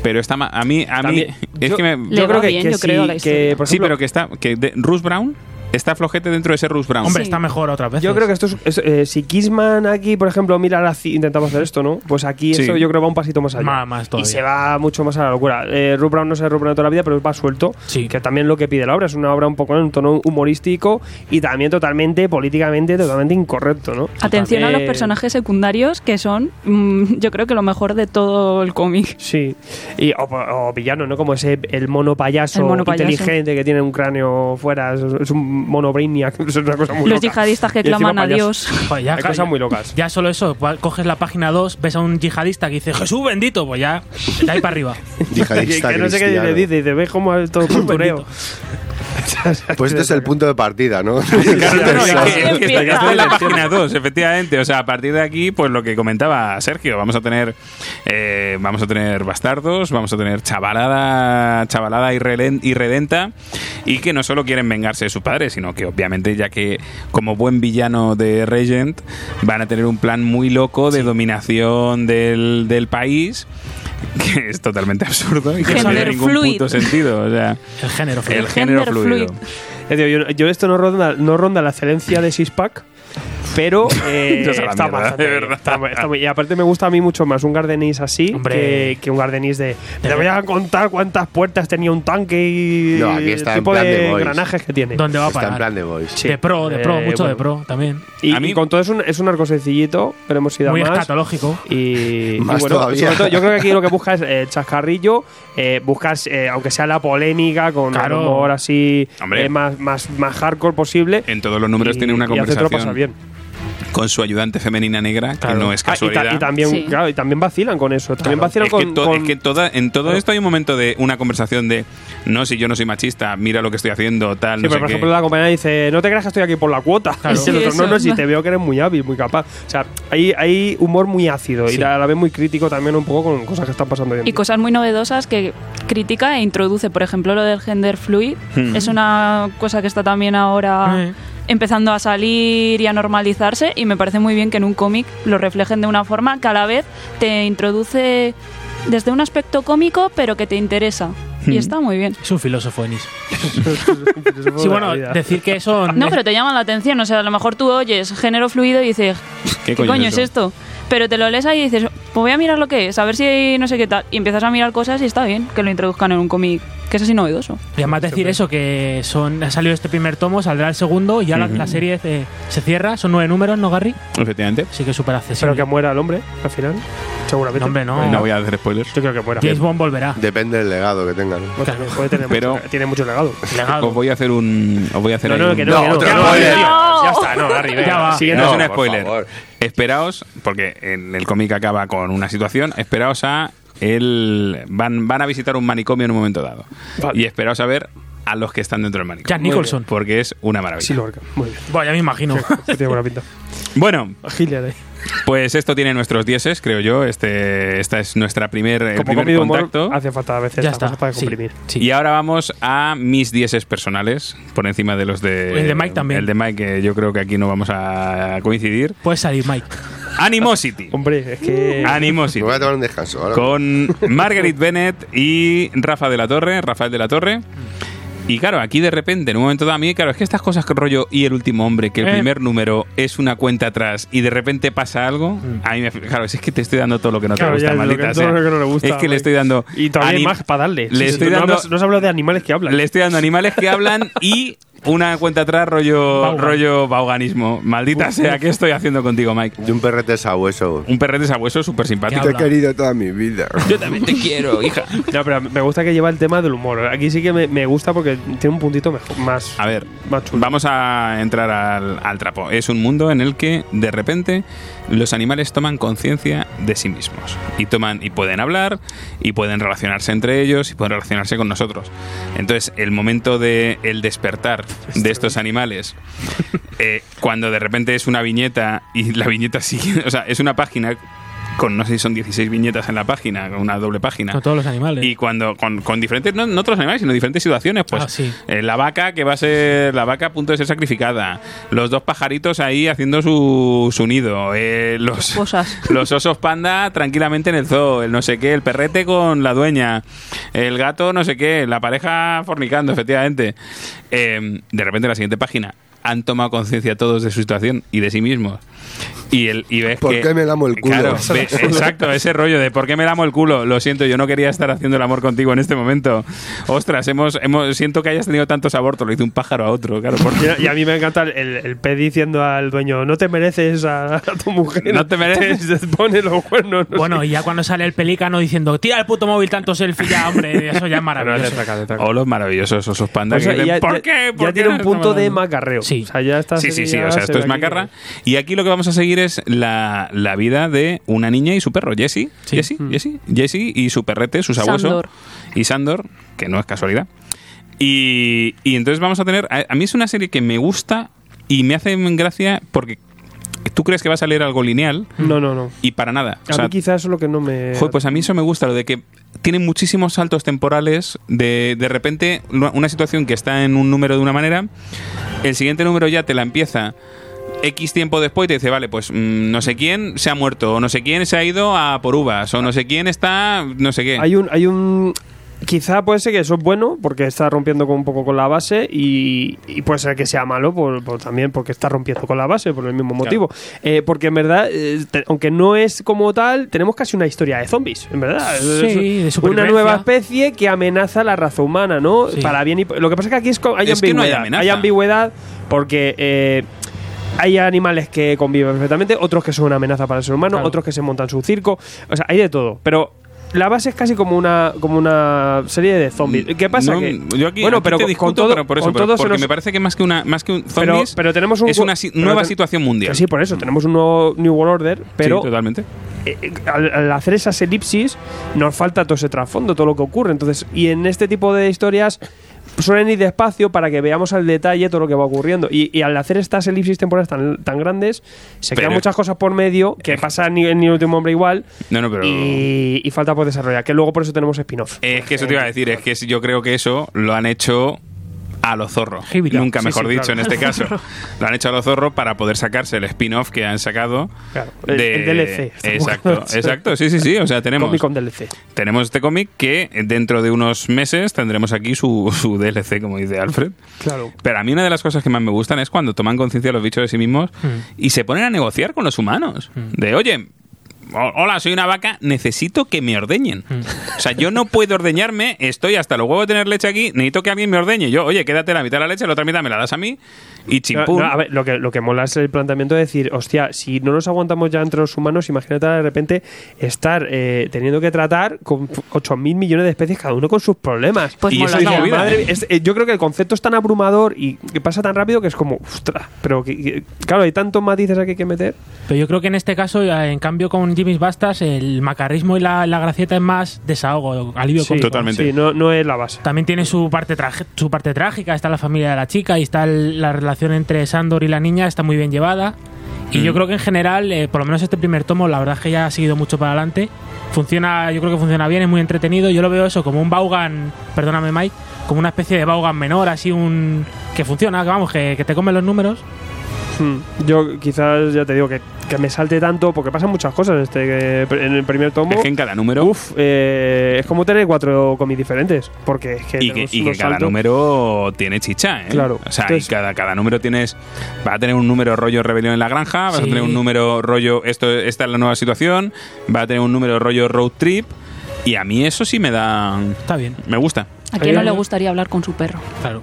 [SPEAKER 1] Pero está ma- a mí, a mí
[SPEAKER 2] También-
[SPEAKER 1] es
[SPEAKER 2] yo-
[SPEAKER 1] que me-
[SPEAKER 5] Le
[SPEAKER 2] yo creo
[SPEAKER 5] va
[SPEAKER 2] que,
[SPEAKER 5] bien,
[SPEAKER 2] que
[SPEAKER 5] yo
[SPEAKER 2] sí,
[SPEAKER 5] creo, la historia.
[SPEAKER 2] que, por
[SPEAKER 1] sí,
[SPEAKER 2] ejemplo,
[SPEAKER 1] pero que está que de- Ruth Brown está flojete dentro de ese Ruth Brown.
[SPEAKER 3] Hombre,
[SPEAKER 5] Sí.
[SPEAKER 3] está mejor otra vez.
[SPEAKER 2] Yo creo que esto es, es, eh, si Kissman aquí, por ejemplo, mira la ci- intentamos hacer esto, ¿no? Pues aquí
[SPEAKER 1] Sí.
[SPEAKER 2] eso yo creo va un pasito más allá.
[SPEAKER 3] Más- más
[SPEAKER 2] y
[SPEAKER 3] todavía.
[SPEAKER 2] se va mucho más a la locura. Eh, Ruth Brown no se Ruth Brown toda la vida, pero va suelto.
[SPEAKER 3] Sí.
[SPEAKER 2] Que también lo que pide la obra es una obra un poco en un tono humorístico y también totalmente políticamente totalmente incorrecto, ¿no?
[SPEAKER 5] Atención a los
[SPEAKER 2] Eh,
[SPEAKER 5] personajes secundarios que son, mm, yo creo que lo mejor de todo el cómic.
[SPEAKER 2] Sí, y, o, o villano, ¿no? Como ese el mono payaso,
[SPEAKER 5] El mono payaso.
[SPEAKER 2] inteligente que tiene un cráneo fuera, es, es un mono brainiac, [laughs] es una cosa muy
[SPEAKER 5] Los
[SPEAKER 2] loca.
[SPEAKER 5] yihadistas
[SPEAKER 2] Y
[SPEAKER 5] que
[SPEAKER 2] encima
[SPEAKER 5] claman a
[SPEAKER 2] payaso.
[SPEAKER 5] Dios.
[SPEAKER 3] Joder, ya,
[SPEAKER 2] Hay
[SPEAKER 3] claro,
[SPEAKER 2] cosas
[SPEAKER 3] ya-
[SPEAKER 2] muy locas.
[SPEAKER 3] Ya solo eso, va- coges la página 2, ves a un yihadista que dice Jesús bendito, pues ya, de ahí para arriba.
[SPEAKER 4] Yihadista
[SPEAKER 2] que, que no sé qué
[SPEAKER 4] cristiano.
[SPEAKER 2] le dice, dice, ves cómo es
[SPEAKER 5] [laughs]
[SPEAKER 2] todo cultureo.
[SPEAKER 4] Pues este es el punto de partida, ¿no? [laughs]
[SPEAKER 1] Claro, no, no, es que- es que está- ya está en la
[SPEAKER 5] Empieza.
[SPEAKER 1] página 2, efectivamente. O sea, a partir de aquí, pues lo que comentaba Sergio, vamos a tener eh, vamos a tener bastardos, vamos a tener chavalada, chavalada irrelen- irredenta, y que no solo quieren vengarse de sus padres, sino que obviamente, ya que como buen villano de Regent, van a tener un plan muy loco de dominación del, del país, que es totalmente absurdo y que no tiene
[SPEAKER 5] Gender
[SPEAKER 1] ningún
[SPEAKER 5] fluid.
[SPEAKER 1] puto sentido. O sea,
[SPEAKER 3] El género.
[SPEAKER 1] el
[SPEAKER 3] fíjate.
[SPEAKER 1] género
[SPEAKER 5] Gender
[SPEAKER 1] fluido.
[SPEAKER 5] fluid.
[SPEAKER 2] Ya Eh, digo, yo, yo esto no ronda, no ronda la excelencia de Sixpack, pero
[SPEAKER 4] [laughs]
[SPEAKER 2] eh,
[SPEAKER 1] Yo sé la
[SPEAKER 2] está
[SPEAKER 1] mierda,
[SPEAKER 2] bastante
[SPEAKER 1] de
[SPEAKER 2] bien,
[SPEAKER 1] verdad.
[SPEAKER 2] está muy- está muy- y aparte me gusta a mí mucho más un Gardenis así
[SPEAKER 3] Hombre.
[SPEAKER 2] que, que un Gardenis de te
[SPEAKER 3] Pero-
[SPEAKER 2] voy a contar cuántas puertas tenía un tanque y
[SPEAKER 4] No, aquí está
[SPEAKER 2] el
[SPEAKER 4] en
[SPEAKER 2] tipo
[SPEAKER 4] plan
[SPEAKER 2] de,
[SPEAKER 4] de boys.
[SPEAKER 2] engranajes que tiene.
[SPEAKER 3] ¿Dónde va a
[SPEAKER 4] Está
[SPEAKER 3] parar?
[SPEAKER 4] en plan de boys.
[SPEAKER 2] Sí.
[SPEAKER 3] De pro, de pro,
[SPEAKER 2] Eh,
[SPEAKER 3] mucho de
[SPEAKER 2] bueno.
[SPEAKER 3] pro también.
[SPEAKER 2] Y,
[SPEAKER 1] A mí-
[SPEAKER 2] y con todo es un, es un arco sencillito, pero hemos ido a
[SPEAKER 3] Muy
[SPEAKER 2] más.
[SPEAKER 3] escatológico.
[SPEAKER 2] Y, y
[SPEAKER 4] Más
[SPEAKER 2] bueno,
[SPEAKER 4] todavía.
[SPEAKER 2] sobre todo, yo creo que aquí lo que buscas es eh, chascarrillo, eh, buscas, eh, aunque sea la polémica, con
[SPEAKER 3] Claro.
[SPEAKER 2] un humor así
[SPEAKER 1] Hombre.
[SPEAKER 2] eh, más, más, más hardcore posible.
[SPEAKER 1] En todos los números
[SPEAKER 2] y-
[SPEAKER 1] tiene una
[SPEAKER 2] y hacértelo
[SPEAKER 1] conversación.
[SPEAKER 2] pasar bien.
[SPEAKER 1] con su ayudante femenina negra,
[SPEAKER 2] Claro.
[SPEAKER 1] que no es
[SPEAKER 2] Ah, y ta-
[SPEAKER 1] casualidad.
[SPEAKER 2] y, también,
[SPEAKER 5] Sí.
[SPEAKER 2] claro, y también vacilan con eso. También vacilan
[SPEAKER 1] es, que
[SPEAKER 2] con.
[SPEAKER 1] to-
[SPEAKER 2] con-
[SPEAKER 1] es que toda, en todo esto hay un momento de una conversación de no, si yo no soy machista, mira lo que estoy haciendo, tal,
[SPEAKER 2] Sí,
[SPEAKER 1] no
[SPEAKER 2] pero
[SPEAKER 1] sé
[SPEAKER 2] por
[SPEAKER 1] qué.
[SPEAKER 2] ejemplo, la compañera dice: No te creas que estoy aquí por la cuota.
[SPEAKER 3] Claro.
[SPEAKER 2] Y el
[SPEAKER 5] Sí,
[SPEAKER 2] otro,
[SPEAKER 5] eso.
[SPEAKER 2] no, no, si te veo que eres muy hábil, muy capaz. O sea, hay, hay humor muy ácido
[SPEAKER 3] Sí.
[SPEAKER 2] y a la vez muy crítico también, un poco con cosas que están pasando hoy en
[SPEAKER 5] Y
[SPEAKER 2] día.
[SPEAKER 5] cosas muy novedosas que critica e introduce. Por ejemplo, lo del gender fluid.
[SPEAKER 1] Hmm.
[SPEAKER 5] Es una cosa que está también ahora
[SPEAKER 3] Eh.
[SPEAKER 5] empezando a salir y a normalizarse. Y me parece muy bien que en un cómic lo reflejen de una forma que a la vez te introduce desde un aspecto cómico, pero que te interesa. Y está muy bien.
[SPEAKER 3] Es un filósofo, Enis.
[SPEAKER 2] Filósofo
[SPEAKER 3] Sí,
[SPEAKER 2] de la
[SPEAKER 3] bueno,
[SPEAKER 2] vida.
[SPEAKER 3] decir
[SPEAKER 2] [laughs]
[SPEAKER 3] que eso.
[SPEAKER 5] No, pero te llama la atención. O sea, a lo mejor tú oyes género fluido y dices, ¿qué, coño, es
[SPEAKER 1] eso?
[SPEAKER 5] esto? Pero te lo lees ahí y dices, pues voy a mirar lo que es, a ver si no sé qué tal. Y empiezas a mirar cosas y está bien que lo introduzcan en un cómic, que es así novedoso.
[SPEAKER 3] Y además decir eso, que son ha salido este primer tomo, saldrá el segundo y ya la, la serie eh, se cierra. Son nueve números, ¿no, Garry?
[SPEAKER 1] Efectivamente.
[SPEAKER 3] Así que súper accesible.
[SPEAKER 2] Pero que muera el hombre, al final. Seguramente.
[SPEAKER 3] No, hombre, no.
[SPEAKER 1] Pues No voy a hacer spoilers.
[SPEAKER 2] Yo creo que fuera.
[SPEAKER 3] James Bond volverá.
[SPEAKER 4] Depende del legado que tengan.
[SPEAKER 2] Pues también puede tener
[SPEAKER 1] Pero-
[SPEAKER 2] mucho, tiene mucho legado.
[SPEAKER 1] Os voy a hacer un. Os voy a hacer
[SPEAKER 2] No,
[SPEAKER 1] ahí
[SPEAKER 2] no,
[SPEAKER 1] un-
[SPEAKER 2] que no, que no.
[SPEAKER 4] otro
[SPEAKER 2] Ya va,
[SPEAKER 4] spoiler.
[SPEAKER 2] tío.
[SPEAKER 5] No.
[SPEAKER 2] Ya está, no, Gary, venga.
[SPEAKER 3] Ya va.
[SPEAKER 2] Siguiente.
[SPEAKER 1] No,
[SPEAKER 4] No,
[SPEAKER 1] es un
[SPEAKER 4] por
[SPEAKER 1] spoiler.
[SPEAKER 4] favor.
[SPEAKER 1] Esperaos, porque en el cómic acaba con una situación, esperaos a el van, van a visitar un manicomio en un momento dado.
[SPEAKER 2] Vale.
[SPEAKER 1] Y esperaos a ver a los que están dentro del manicomio.
[SPEAKER 3] Jack Nicholson.
[SPEAKER 1] Porque es una maravilla.
[SPEAKER 2] Sí, Lorca. Muy bien.
[SPEAKER 3] Buah, [laughs] ya me imagino.
[SPEAKER 2] Tiene buena pinta.
[SPEAKER 1] Bueno,
[SPEAKER 2] Hitler ahí.
[SPEAKER 1] Pues esto tiene nuestros dieces, creo yo. Este, esta es nuestra primer, el
[SPEAKER 2] Como
[SPEAKER 1] primer
[SPEAKER 2] comida de humor,
[SPEAKER 1] contacto.
[SPEAKER 2] hace falta a veces
[SPEAKER 3] Ya
[SPEAKER 2] estas
[SPEAKER 3] está.
[SPEAKER 2] cosas para
[SPEAKER 3] sí,
[SPEAKER 2] comprimir.
[SPEAKER 3] sí.
[SPEAKER 1] Y ahora vamos a mis dieces personales, por encima de los de...
[SPEAKER 3] El de Mike también.
[SPEAKER 1] El de Mike, que yo creo que aquí no vamos a coincidir.
[SPEAKER 3] Puedes salir, Mike.
[SPEAKER 1] Animosity.
[SPEAKER 2] Hombre, es que.
[SPEAKER 1] Animosity.
[SPEAKER 4] Me voy a tomar un descanso. ahora.
[SPEAKER 1] con Margaret Bennett y Rafa de la Torre, Rafael de la Torre. Y claro, aquí de repente, en un momento dado, a mí, claro, es que estas cosas que rollo y el último hombre, que el
[SPEAKER 3] Eh.
[SPEAKER 1] primer número es una cuenta atrás y de repente pasa algo, a mí me. Claro, si es que te estoy dando todo lo que no
[SPEAKER 2] Mm. Claro,
[SPEAKER 1] te
[SPEAKER 2] ya,
[SPEAKER 1] gusta,
[SPEAKER 2] lo que-
[SPEAKER 1] maldita
[SPEAKER 2] todo
[SPEAKER 1] sea.
[SPEAKER 2] lo que no le gusta,
[SPEAKER 1] es que le
[SPEAKER 2] Mike.
[SPEAKER 1] estoy dando.
[SPEAKER 2] Y todavía hay
[SPEAKER 1] anim-
[SPEAKER 2] más para darle.
[SPEAKER 1] Le estoy
[SPEAKER 2] no
[SPEAKER 1] dando-
[SPEAKER 2] hablas- no se habla de animales que hablan.
[SPEAKER 1] Le estoy dando animales que hablan y una cuenta atrás rollo,
[SPEAKER 3] Vaughan.
[SPEAKER 1] rollo bauganismo. Maldita sea, ¿qué estoy haciendo contigo, Mike?
[SPEAKER 4] De un perrete sabueso.
[SPEAKER 1] Un perrete sabueso súper simpático.
[SPEAKER 4] Te he
[SPEAKER 3] habla.
[SPEAKER 4] querido toda mi vida.
[SPEAKER 1] Yo también te quiero, hija.
[SPEAKER 2] No, pero me gusta que lleva el tema del humor. Aquí sí que me, me gusta porque tiene un puntito mejor, más,
[SPEAKER 1] A ver,
[SPEAKER 2] más chulo.
[SPEAKER 1] Vamos a entrar al, al trapo. Es un mundo en el que de repente los animales toman conciencia de sí mismos y toman y pueden hablar y pueden relacionarse entre ellos y pueden relacionarse con nosotros. Entonces el momento de el despertar de estos
[SPEAKER 2] [laughs]
[SPEAKER 1] animales, eh, cuando de repente es una viñeta y la viñeta sigue, o sea, es una página con no sé si son 16 viñetas en la página, con una doble página.
[SPEAKER 3] Con todos los animales.
[SPEAKER 1] Y cuando con, con diferentes, no, no otros animales, sino diferentes situaciones, pues
[SPEAKER 3] Ah, sí.
[SPEAKER 1] eh, la vaca que va a ser, la vaca a punto de ser sacrificada, los dos pajaritos ahí haciendo su, su nido, eh, los,
[SPEAKER 5] Cosas.
[SPEAKER 1] [laughs] los osos panda tranquilamente en el zoo, el no sé qué, el perrete con la dueña, el gato no sé qué, la pareja fornicando, efectivamente. Eh, de repente en la siguiente página han tomado conciencia todos de su situación y de sí mismos. Y, el, y ves
[SPEAKER 4] ¿Por
[SPEAKER 1] que-
[SPEAKER 4] qué me lamo el culo? [laughs]
[SPEAKER 1] Claro, ve- exacto, ese rollo de ¿por qué me lamo el culo? Lo siento, yo no quería estar haciendo el amor contigo en este momento. Ostras, hemos, hemos siento que hayas tenido tantos abortos, lo hizo un pájaro a otro, claro. por-
[SPEAKER 2] Y, y a mí me encanta el, el, el pez diciendo al dueño, no te mereces a, a tu
[SPEAKER 1] [laughs]
[SPEAKER 2] mujer. [laughs]
[SPEAKER 1] No te mereces.
[SPEAKER 2] Te pone los cuernos. no
[SPEAKER 3] Bueno,
[SPEAKER 2] sé.
[SPEAKER 3] y ya cuando sale el pelícano diciendo, tira el puto móvil tanto selfie ya, hombre, eso ya es maravilloso.
[SPEAKER 1] O los maravillosos osos panda.
[SPEAKER 2] O sea,
[SPEAKER 1] que dicen,
[SPEAKER 2] ya,
[SPEAKER 1] ¿Por
[SPEAKER 2] ya-
[SPEAKER 1] qué? ¿Por
[SPEAKER 2] ya
[SPEAKER 1] qué
[SPEAKER 2] tiene
[SPEAKER 1] no
[SPEAKER 2] un
[SPEAKER 1] estamos
[SPEAKER 2] punto de
[SPEAKER 1] hablando?"
[SPEAKER 2] macarreo.
[SPEAKER 3] Sí.
[SPEAKER 2] O sea, ya está.
[SPEAKER 1] Sí, sí, sí, o sea, esto es macarra. Y aquí lo que vamos a seguir es la, la vida de una niña y su perro, Jesse.
[SPEAKER 3] Sí.
[SPEAKER 1] Jesse,
[SPEAKER 2] Mm.
[SPEAKER 1] Jesse, Jesse y su perrete, su sabueso.
[SPEAKER 5] Sandor.
[SPEAKER 1] Y Sandor, que no es casualidad. Y, y entonces vamos a tener. A, a mí es una serie que me gusta y me hace gracia porque tú crees que vas a leer algo lineal
[SPEAKER 2] No, no, no.
[SPEAKER 1] y para nada. O
[SPEAKER 2] A
[SPEAKER 1] sea,
[SPEAKER 2] mí quizás eso es lo que no me...
[SPEAKER 1] Joder, pues a mí eso me gusta, lo de que tienen muchísimos saltos temporales de de repente lo- una situación que está en un número de una manera, el siguiente número ya te la empieza X tiempo después y te dice, vale, pues mm, no sé quién se ha muerto, o no sé quién se ha ido a por uvas, o no sé quién está, no sé qué.
[SPEAKER 2] Hay un, hay un. Quizá puede ser que eso es bueno, porque está rompiendo con, un poco con la base, y, y puede ser que sea malo por, por- también porque está rompiendo con la base, por el mismo motivo. Eh, porque en verdad, eh, te- aunque no es como tal, tenemos casi una historia de zombies, en verdad.
[SPEAKER 3] Sí,
[SPEAKER 2] Es
[SPEAKER 3] de
[SPEAKER 2] una
[SPEAKER 3] supervivencia.
[SPEAKER 2] nueva especie que amenaza la raza humana, ¿no?
[SPEAKER 3] Sí.
[SPEAKER 2] Para bien y. Lo que pasa es que aquí es co- hay
[SPEAKER 1] Es que no hay
[SPEAKER 2] ambigüedad.
[SPEAKER 1] amenaza.
[SPEAKER 2] hay ambigüedad porque. eh, hay animales que conviven perfectamente, otros que son una amenaza para el ser humano,
[SPEAKER 3] Claro.
[SPEAKER 2] otros que se montan su circo. O sea, hay de todo. Pero la base es casi como una, como una serie de zombies. ¿Qué pasa?
[SPEAKER 1] No,
[SPEAKER 2] que,
[SPEAKER 1] yo aquí,
[SPEAKER 2] bueno,
[SPEAKER 1] aquí
[SPEAKER 2] pero
[SPEAKER 1] te
[SPEAKER 2] con-
[SPEAKER 1] discuto,
[SPEAKER 2] con todo,
[SPEAKER 1] pero por eso,
[SPEAKER 2] con
[SPEAKER 1] pero
[SPEAKER 2] todo se
[SPEAKER 1] porque
[SPEAKER 2] nos-
[SPEAKER 1] me parece que más que una, más que un
[SPEAKER 2] pero-
[SPEAKER 1] zombies,
[SPEAKER 2] pero tenemos un
[SPEAKER 1] es una si-
[SPEAKER 2] pero
[SPEAKER 1] nueva
[SPEAKER 2] ten-
[SPEAKER 1] situación
[SPEAKER 2] que
[SPEAKER 1] mundial.
[SPEAKER 2] Sí, por eso, tenemos un nuevo New World Order, pero
[SPEAKER 1] Sí, totalmente.
[SPEAKER 2] eh, eh, al, al hacer esas elipsis nos falta todo ese trasfondo, todo lo que ocurre. Entonces, y en este tipo de historias suelen ir despacio para que veamos al detalle todo lo que va ocurriendo. Y, y al hacer estas elipsis temporales tan, tan grandes, se
[SPEAKER 1] Pero-
[SPEAKER 2] quedan muchas cosas por medio que pasa ni en Ni Último Hombre igual
[SPEAKER 1] No, no, pero... Eh,
[SPEAKER 2] y, y falta por desarrollar, que luego por eso tenemos spin-off.
[SPEAKER 1] Es que eso te iba a decir, es que yo creo que eso lo han hecho a los zorros.
[SPEAKER 3] Jíbila.
[SPEAKER 1] Nunca
[SPEAKER 2] Sí,
[SPEAKER 1] mejor
[SPEAKER 2] sí,
[SPEAKER 1] dicho
[SPEAKER 2] claro.
[SPEAKER 1] en este caso. Lo han hecho a los zorros para poder sacarse el spin-off que han sacado.
[SPEAKER 2] Claro, el- el DLC.
[SPEAKER 1] Exacto, exacto, sí, sí, sí. O sea, tenemos,
[SPEAKER 2] Comic con DLC.
[SPEAKER 1] tenemos este cómic que dentro de unos meses tendremos aquí su, su DLC, como dice Alfred.
[SPEAKER 2] Claro.
[SPEAKER 1] Pero a mí una de las cosas que más me gustan es cuando toman conciencia los bichos de sí mismos
[SPEAKER 2] Mm.
[SPEAKER 1] y se ponen a negociar con los humanos. De, oye, ho- hola, soy una vaca, necesito que me ordeñen.
[SPEAKER 2] Mm.
[SPEAKER 1] O sea, yo no puedo ordeñarme, estoy hasta los huevos de tener leche aquí, necesito que alguien me ordeñe. Yo, oye, quédate la mitad de la leche, la otra mitad me la das a mí y chimpum.
[SPEAKER 2] No, no, a ver, lo que, lo que mola es el planteamiento de decir, hostia, si no nos aguantamos ya entre los humanos, imagínate de repente estar eh, teniendo que tratar con 8.000 millones de especies, cada uno con sus problemas.
[SPEAKER 5] Pues
[SPEAKER 1] Y eso
[SPEAKER 5] molaría.
[SPEAKER 1] es una movida.
[SPEAKER 2] Madre mía, es- eh, yo creo que el concepto es tan abrumador y que pasa tan rápido que es como, ostras, pero que- que- claro, hay tantos matices aquí que meter.
[SPEAKER 3] Pero yo creo que en este caso, eh, en cambio con Jimmy's Bastas, el macarrismo y la, la gracieta es más desahogo, alivio
[SPEAKER 2] Sí,
[SPEAKER 3] cómico.
[SPEAKER 1] totalmente.
[SPEAKER 2] Sí, no, no es la base.
[SPEAKER 3] También tiene su parte, traje- su parte trágica, está la familia de la chica y está el- la relación entre Sandor y la niña, está muy bien llevada. Y yo
[SPEAKER 1] Mm.
[SPEAKER 3] creo que en general, eh, por lo menos este primer tomo, la verdad es que ya ha seguido mucho para adelante. Funciona, yo creo que funciona bien, es muy entretenido. Yo lo veo eso como un Baugan, perdóname Mike, como una especie de Baugan menor, así un... que funciona, que vamos, que, que te comen los números.
[SPEAKER 2] Hmm. Yo quizás ya te digo que, que me salte tanto porque pasan muchas cosas este, eh, en el primer tomo.
[SPEAKER 1] Es que en cada número.
[SPEAKER 2] Uf, eh, es como tener cuatro cómics diferentes. Porque es que
[SPEAKER 1] y que,
[SPEAKER 2] tenemos
[SPEAKER 1] y que
[SPEAKER 2] unos
[SPEAKER 1] cada
[SPEAKER 2] saltos.
[SPEAKER 1] número tiene chicha, ¿eh?
[SPEAKER 2] Claro.
[SPEAKER 1] O sea, y
[SPEAKER 2] Entonces-
[SPEAKER 1] cada, cada número tienes. Va a tener un número rollo rebelión en la granja, vas a
[SPEAKER 3] Sí.
[SPEAKER 1] tener un número rollo esto, esta es la nueva situación, va a tener un número rollo road trip. Y a mí eso sí me da.
[SPEAKER 3] Está bien,
[SPEAKER 1] Me gusta.
[SPEAKER 5] ¿A quién no
[SPEAKER 2] Eh,
[SPEAKER 5] le gustaría hablar con su perro?
[SPEAKER 3] claro.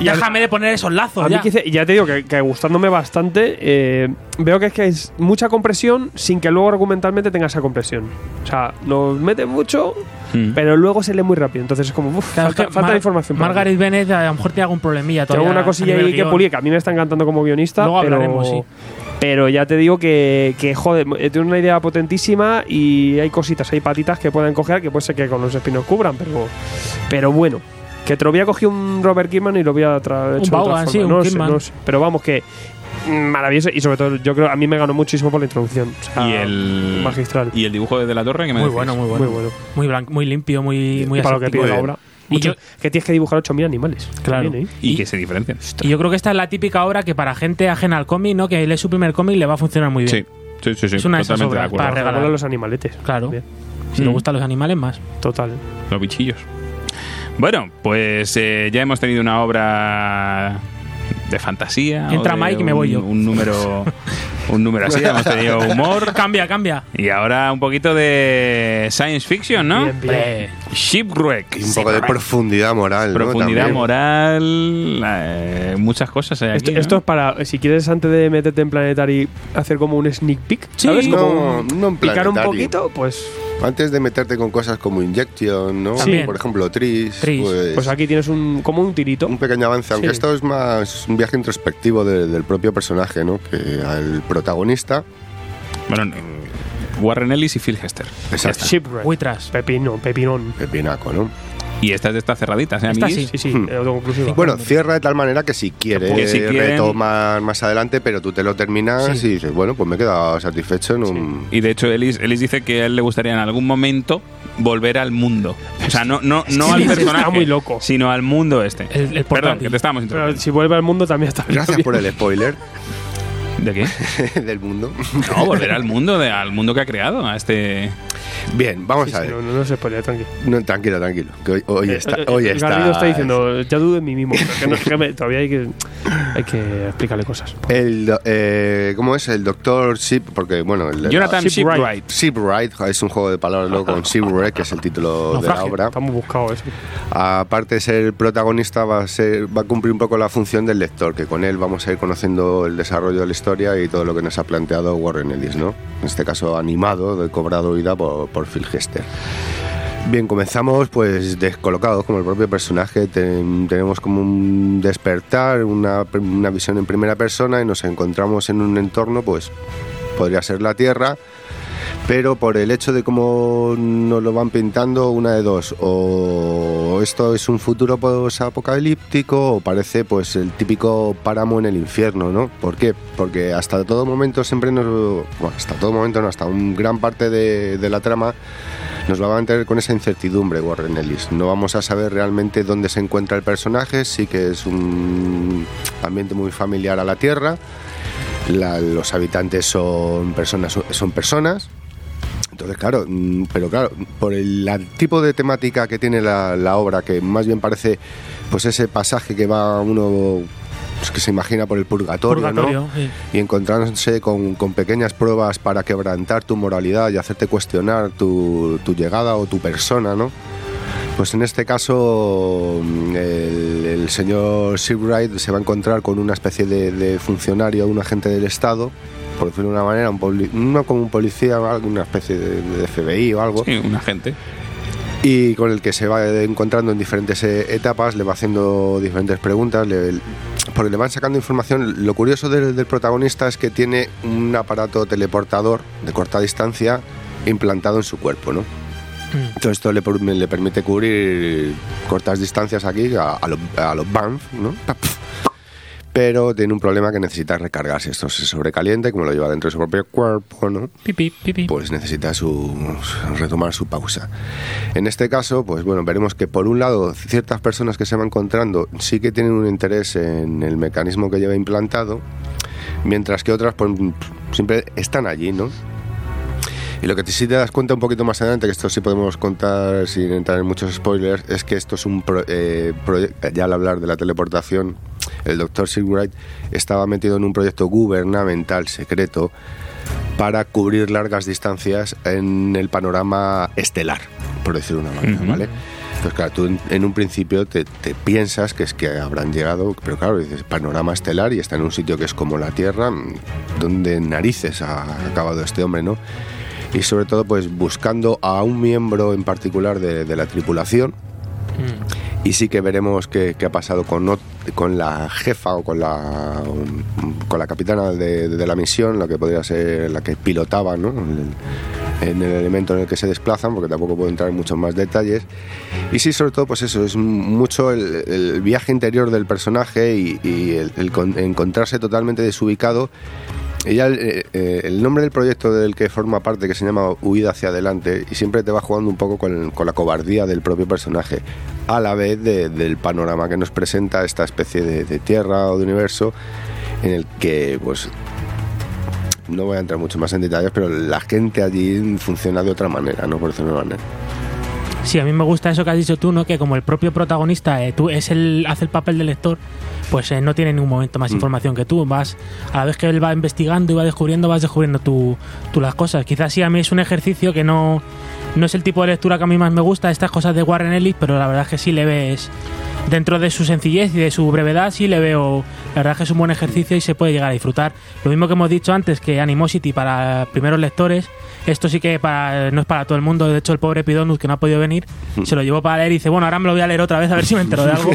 [SPEAKER 2] Y al-
[SPEAKER 3] Déjame de poner esos lazos.
[SPEAKER 2] A mí
[SPEAKER 3] Pues ya.
[SPEAKER 2] quizá- ya te digo que, que gustándome bastante, eh, veo que es que es mucha compresión sin que luego argumentalmente tenga esa compresión. O sea, nos mete mucho,
[SPEAKER 1] Mm.
[SPEAKER 2] pero luego se lee muy rápido. Entonces es como, uf,
[SPEAKER 3] Claro, es
[SPEAKER 2] falta,
[SPEAKER 3] que
[SPEAKER 2] falta
[SPEAKER 3] Mar-
[SPEAKER 2] información. para mí.
[SPEAKER 3] Margaret Bennett a lo mejor tiene algún problemilla
[SPEAKER 2] Tengo
[SPEAKER 3] todavía
[SPEAKER 2] una
[SPEAKER 3] a
[SPEAKER 2] cosilla
[SPEAKER 3] nivel
[SPEAKER 2] ahí que
[SPEAKER 3] guión.
[SPEAKER 2] pulir, que a mí me está encantando como guionista,
[SPEAKER 3] Luego
[SPEAKER 2] pero,
[SPEAKER 3] hablaremos, sí.
[SPEAKER 2] pero ya te digo que, que, joder, eh, tiene una idea potentísima y hay cositas, hay patitas que pueden coger, que puede ser que con los espinos cubran, pero, pero bueno. Que te lo había cogido un Robert Kirkman y lo había tra- hecho de otra
[SPEAKER 3] Vaughan,
[SPEAKER 2] forma.
[SPEAKER 3] sí, un
[SPEAKER 2] no sé,
[SPEAKER 3] Kirkman.
[SPEAKER 2] no sé. Pero vamos, que mm, maravilloso y sobre todo yo creo a mí me ganó muchísimo por la introducción. O sea,
[SPEAKER 1] y el.
[SPEAKER 2] magistral.
[SPEAKER 1] Y el dibujo de, De la torre que me
[SPEAKER 3] Muy
[SPEAKER 1] decís?
[SPEAKER 3] bueno, muy bueno.
[SPEAKER 2] Muy bueno.
[SPEAKER 3] Muy blanco, muy limpio, muy, muy
[SPEAKER 2] y para lo que
[SPEAKER 3] aséptico.
[SPEAKER 2] pide la obra.
[SPEAKER 3] Y
[SPEAKER 2] Mucho-
[SPEAKER 3] yo-
[SPEAKER 2] que tienes que dibujar 8.000 animales.
[SPEAKER 3] Claro.
[SPEAKER 2] También, ¿eh?
[SPEAKER 1] Y,
[SPEAKER 3] Y-
[SPEAKER 1] que se diferencian.
[SPEAKER 3] Y yo creo que esta es la típica obra que para gente ajena al cómic, ¿no? Que lee su primer cómic le va a funcionar muy
[SPEAKER 1] Sí,
[SPEAKER 3] bien.
[SPEAKER 1] sí, sí, sí,
[SPEAKER 3] Es una de
[SPEAKER 1] totalmente
[SPEAKER 3] esas
[SPEAKER 1] de
[SPEAKER 3] obras
[SPEAKER 1] acuerdo.
[SPEAKER 3] para regalar.
[SPEAKER 2] Regalar los animaletes.
[SPEAKER 3] Claro.
[SPEAKER 2] Bien,
[SPEAKER 3] Si le
[SPEAKER 1] Mm.
[SPEAKER 3] gustan los animales, más.
[SPEAKER 2] Total.
[SPEAKER 1] Los bichillos. Bueno, pues eh, ya hemos tenido una obra de fantasía. o
[SPEAKER 3] Entra
[SPEAKER 1] de
[SPEAKER 3] Mike y me
[SPEAKER 1] un-
[SPEAKER 3] voy yo.
[SPEAKER 1] Un número, un número así, hemos tenido humor.
[SPEAKER 3] Cambia, cambia.
[SPEAKER 1] Y ahora un poquito de science fiction, ¿no?
[SPEAKER 2] Bien, bien.
[SPEAKER 3] Hombre,
[SPEAKER 1] Shipwreck.
[SPEAKER 4] Y un poco de profundidad moral. ¿no?
[SPEAKER 1] Profundidad
[SPEAKER 4] También.
[SPEAKER 1] moral, eh, muchas cosas hay aquí,
[SPEAKER 2] Esto,
[SPEAKER 1] ¿no?
[SPEAKER 2] esto es para, si quieres, antes de meterte en Planetary, hacer como un sneak peek,
[SPEAKER 1] Sí,
[SPEAKER 2] ¿sabes?
[SPEAKER 1] no,
[SPEAKER 2] como un-
[SPEAKER 4] no en
[SPEAKER 2] picar un
[SPEAKER 4] Planetary.
[SPEAKER 2] poquito, pues,
[SPEAKER 4] Antes de meterte con cosas como Injection, ¿no?
[SPEAKER 3] También.
[SPEAKER 4] Por ejemplo, Tris.
[SPEAKER 3] Tris.
[SPEAKER 4] Pues,
[SPEAKER 2] pues aquí tienes un, como un tirito.
[SPEAKER 4] un pequeño avance, aunque
[SPEAKER 2] Sí.
[SPEAKER 4] esto es más un viaje introspectivo de- del propio personaje, ¿no? Que al protagonista.
[SPEAKER 1] Bueno, no. Warren Ellis y Phil Hester. Ya está.
[SPEAKER 2] Shipwreck.
[SPEAKER 3] buitras.
[SPEAKER 2] Pepino, pepinón.
[SPEAKER 4] Pepinaco, ¿no?
[SPEAKER 1] Y esta es de estas cerraditas, ¿eh,
[SPEAKER 3] Esta
[SPEAKER 1] amiguis?
[SPEAKER 3] sí.
[SPEAKER 2] Sí, sí,
[SPEAKER 4] Hmm.
[SPEAKER 2] eh, autoconclusiva.
[SPEAKER 4] Bueno, cierra de tal manera que si
[SPEAKER 1] Que
[SPEAKER 4] quieres
[SPEAKER 1] si quieren-
[SPEAKER 4] retomar más adelante, pero tú te lo terminas
[SPEAKER 3] Sí.
[SPEAKER 4] y dices, bueno, pues me he quedado satisfecho en un.
[SPEAKER 1] Y de hecho, Ellis, Ellis dice que a él le gustaría en algún momento volver al mundo. O sea, no, no, no al
[SPEAKER 2] Ellis está
[SPEAKER 1] personaje,
[SPEAKER 2] muy loco.
[SPEAKER 1] sino al mundo este.
[SPEAKER 3] El- el
[SPEAKER 1] Perdón,
[SPEAKER 3] portátil.
[SPEAKER 1] que te estábamos
[SPEAKER 2] Pero
[SPEAKER 1] interrumpiendo.
[SPEAKER 2] si vuelve al mundo también está bien. [laughs]
[SPEAKER 4] Gracias por el spoiler [laughs]
[SPEAKER 1] ¿De qué?
[SPEAKER 4] del mundo.
[SPEAKER 1] No, volver al mundo, de- al mundo que ha creado, a este...
[SPEAKER 4] Bien, vamos a
[SPEAKER 2] Sí,
[SPEAKER 4] ver.
[SPEAKER 2] no, no, no se spoilea, tranqui.
[SPEAKER 4] No, tranquilo, tranquilo. Que hoy, hoy está.
[SPEAKER 2] Eh,
[SPEAKER 4] Hoy
[SPEAKER 2] eh,
[SPEAKER 4] está.
[SPEAKER 2] Garrido está diciendo, ya dudo en mí
[SPEAKER 4] [laughs]
[SPEAKER 2] mismo. pero que no- que me- todavía hay que, hay que explicarle cosas.
[SPEAKER 4] El, do- eh, ¿Cómo es? El doctor Ship. Porque, bueno. El, de la-
[SPEAKER 1] Jonathan
[SPEAKER 2] Shipwright.
[SPEAKER 1] Shipwright.
[SPEAKER 4] Shipwright es un juego de palabras ¿no? con Shipwreck, que es el título de la
[SPEAKER 3] Naufragio,
[SPEAKER 4] obra.
[SPEAKER 2] Está muy buscado eso.
[SPEAKER 4] Aparte de ser protagonista, va a, ser, va a cumplir un poco la función del lector, que con él vamos a ir conociendo el desarrollo de la historia y todo lo que nos ha planteado Warren Ellis, ¿no? En este caso animado, de cobrado vida por, por Phil Hester. Bien, comenzamos pues descolocados como el propio personaje. Ten- tenemos como un despertar, una, una visión en primera persona y nos encontramos en un entorno, pues podría ser la Tierra, pero por el hecho de cómo nos lo van pintando, una de dos, o esto es un futuro apocalíptico o parece pues el típico páramo en el infierno, ¿no? ¿Por qué? Porque hasta todo momento siempre nos... Bueno, hasta todo momento no, hasta un gran parte de, de la trama nos va a mantener con esa incertidumbre Warren Ellis. No vamos a saber realmente dónde se encuentra el personaje, sí que es un ambiente muy familiar a la Tierra, la- los habitantes son personas, son personas. Entonces, claro, mm, pero claro, por el la- tipo de temática que tiene la, la obra, que más bien parece pues ese pasaje que va uno pues, que se imagina por el purgatorio,
[SPEAKER 3] Purgatorio.
[SPEAKER 4] ¿no?
[SPEAKER 3] sí.
[SPEAKER 4] Y encontrándose con, con pequeñas pruebas para quebrantar tu moralidad y hacerte cuestionar tu, tu llegada o tu persona, ¿no? Pues en este caso mm, el, el señor Seabright se va a encontrar con una especie de, de funcionario, un agente del Estado, por decirlo de una manera, un poli- no como un policía, una especie de, de FBI o algo,
[SPEAKER 1] Sí, un agente.
[SPEAKER 4] y con el que se va encontrando en diferentes eh, etapas, le va haciendo diferentes preguntas, le, porque le van sacando información. Lo curioso del, del protagonista es que tiene un aparato teleportador de corta distancia implantado en su cuerpo, ¿no?
[SPEAKER 3] Mm.
[SPEAKER 4] Todo esto le, per- le permite cubrir cortas distancias aquí a, a los, a los Banff, ¿no? Pa, pf. pero tiene un problema que necesita recargarse. Esto se sobrecalienta y como lo lleva dentro de su propio cuerpo, ¿no?
[SPEAKER 3] Pipi, pipi.
[SPEAKER 4] pues necesita su, retomar su pausa. En este caso, pues bueno, veremos que por un lado ciertas personas que se van encontrando sí que tienen un interés en el mecanismo que lleva implantado, mientras que otras pues, siempre están allí, ¿no? Y lo que te- sí te das cuenta un poquito más adelante, que esto sí podemos contar sin entrar en muchos spoilers, es que esto es un pro- eh, proye- ya al hablar de la teleportación, el doctor Silwright estaba metido en un proyecto gubernamental secreto para cubrir largas distancias en el panorama estelar, por decirlo de una manera,
[SPEAKER 1] Ujú.
[SPEAKER 4] ¿vale? Entonces, claro, tú en, en un principio te, te piensas que es que habrán llegado, pero claro, dices panorama estelar y está en un sitio que es como la Tierra, mm, donde narices ha acabado este hombre, ¿no? y sobre todo pues buscando a un miembro en particular de, de la tripulación y sí que veremos qué, qué ha pasado con, ot- con la jefa o con la, con la capitana de, de la misión, la que podría ser la que pilotaba ¿no? en, el, en el elemento en el que se desplazan, porque tampoco puedo entrar en muchos más detalles. Y sí, sobre todo, pues eso, es mucho el, el viaje interior del personaje y, y el- el con- encontrarse totalmente desubicado y ya el, eh, eh, el nombre del proyecto del que forma parte, que se llama Huida hacia adelante, y siempre te va jugando un poco con, con la cobardía del propio personaje, a la vez de- del panorama que nos presenta esta especie de, de tierra o de universo, en el que, pues, no voy a entrar mucho más en detalles, pero la gente allí funciona de otra manera, ¿no? Por decirlo de una manera.
[SPEAKER 3] Sí, a mí me gusta eso que has dicho tú, ¿no? Que como el propio protagonista eh, tú es el, hace el papel del lector, pues eh, no tiene en ningún momento más información que tú. Vas, a la vez que él va investigando y va descubriendo, vas descubriendo tú, tú las cosas. Quizás sí, a mí es un ejercicio que no, no es el tipo de lectura que a mí más me gusta, estas cosas de Warren Ellis, pero la verdad es que sí le ves, dentro de su sencillez y de su brevedad, sí le veo, la verdad es que es un buen ejercicio y se puede llegar a disfrutar. Lo mismo que hemos dicho antes, que Animosity para primeros lectores, esto sí que para- no es para todo el mundo, de hecho el pobre Pidonus que no ha podido venir, se lo llevó para leer y dice, bueno, ahora me lo voy a leer otra vez a ver si me entero de algo.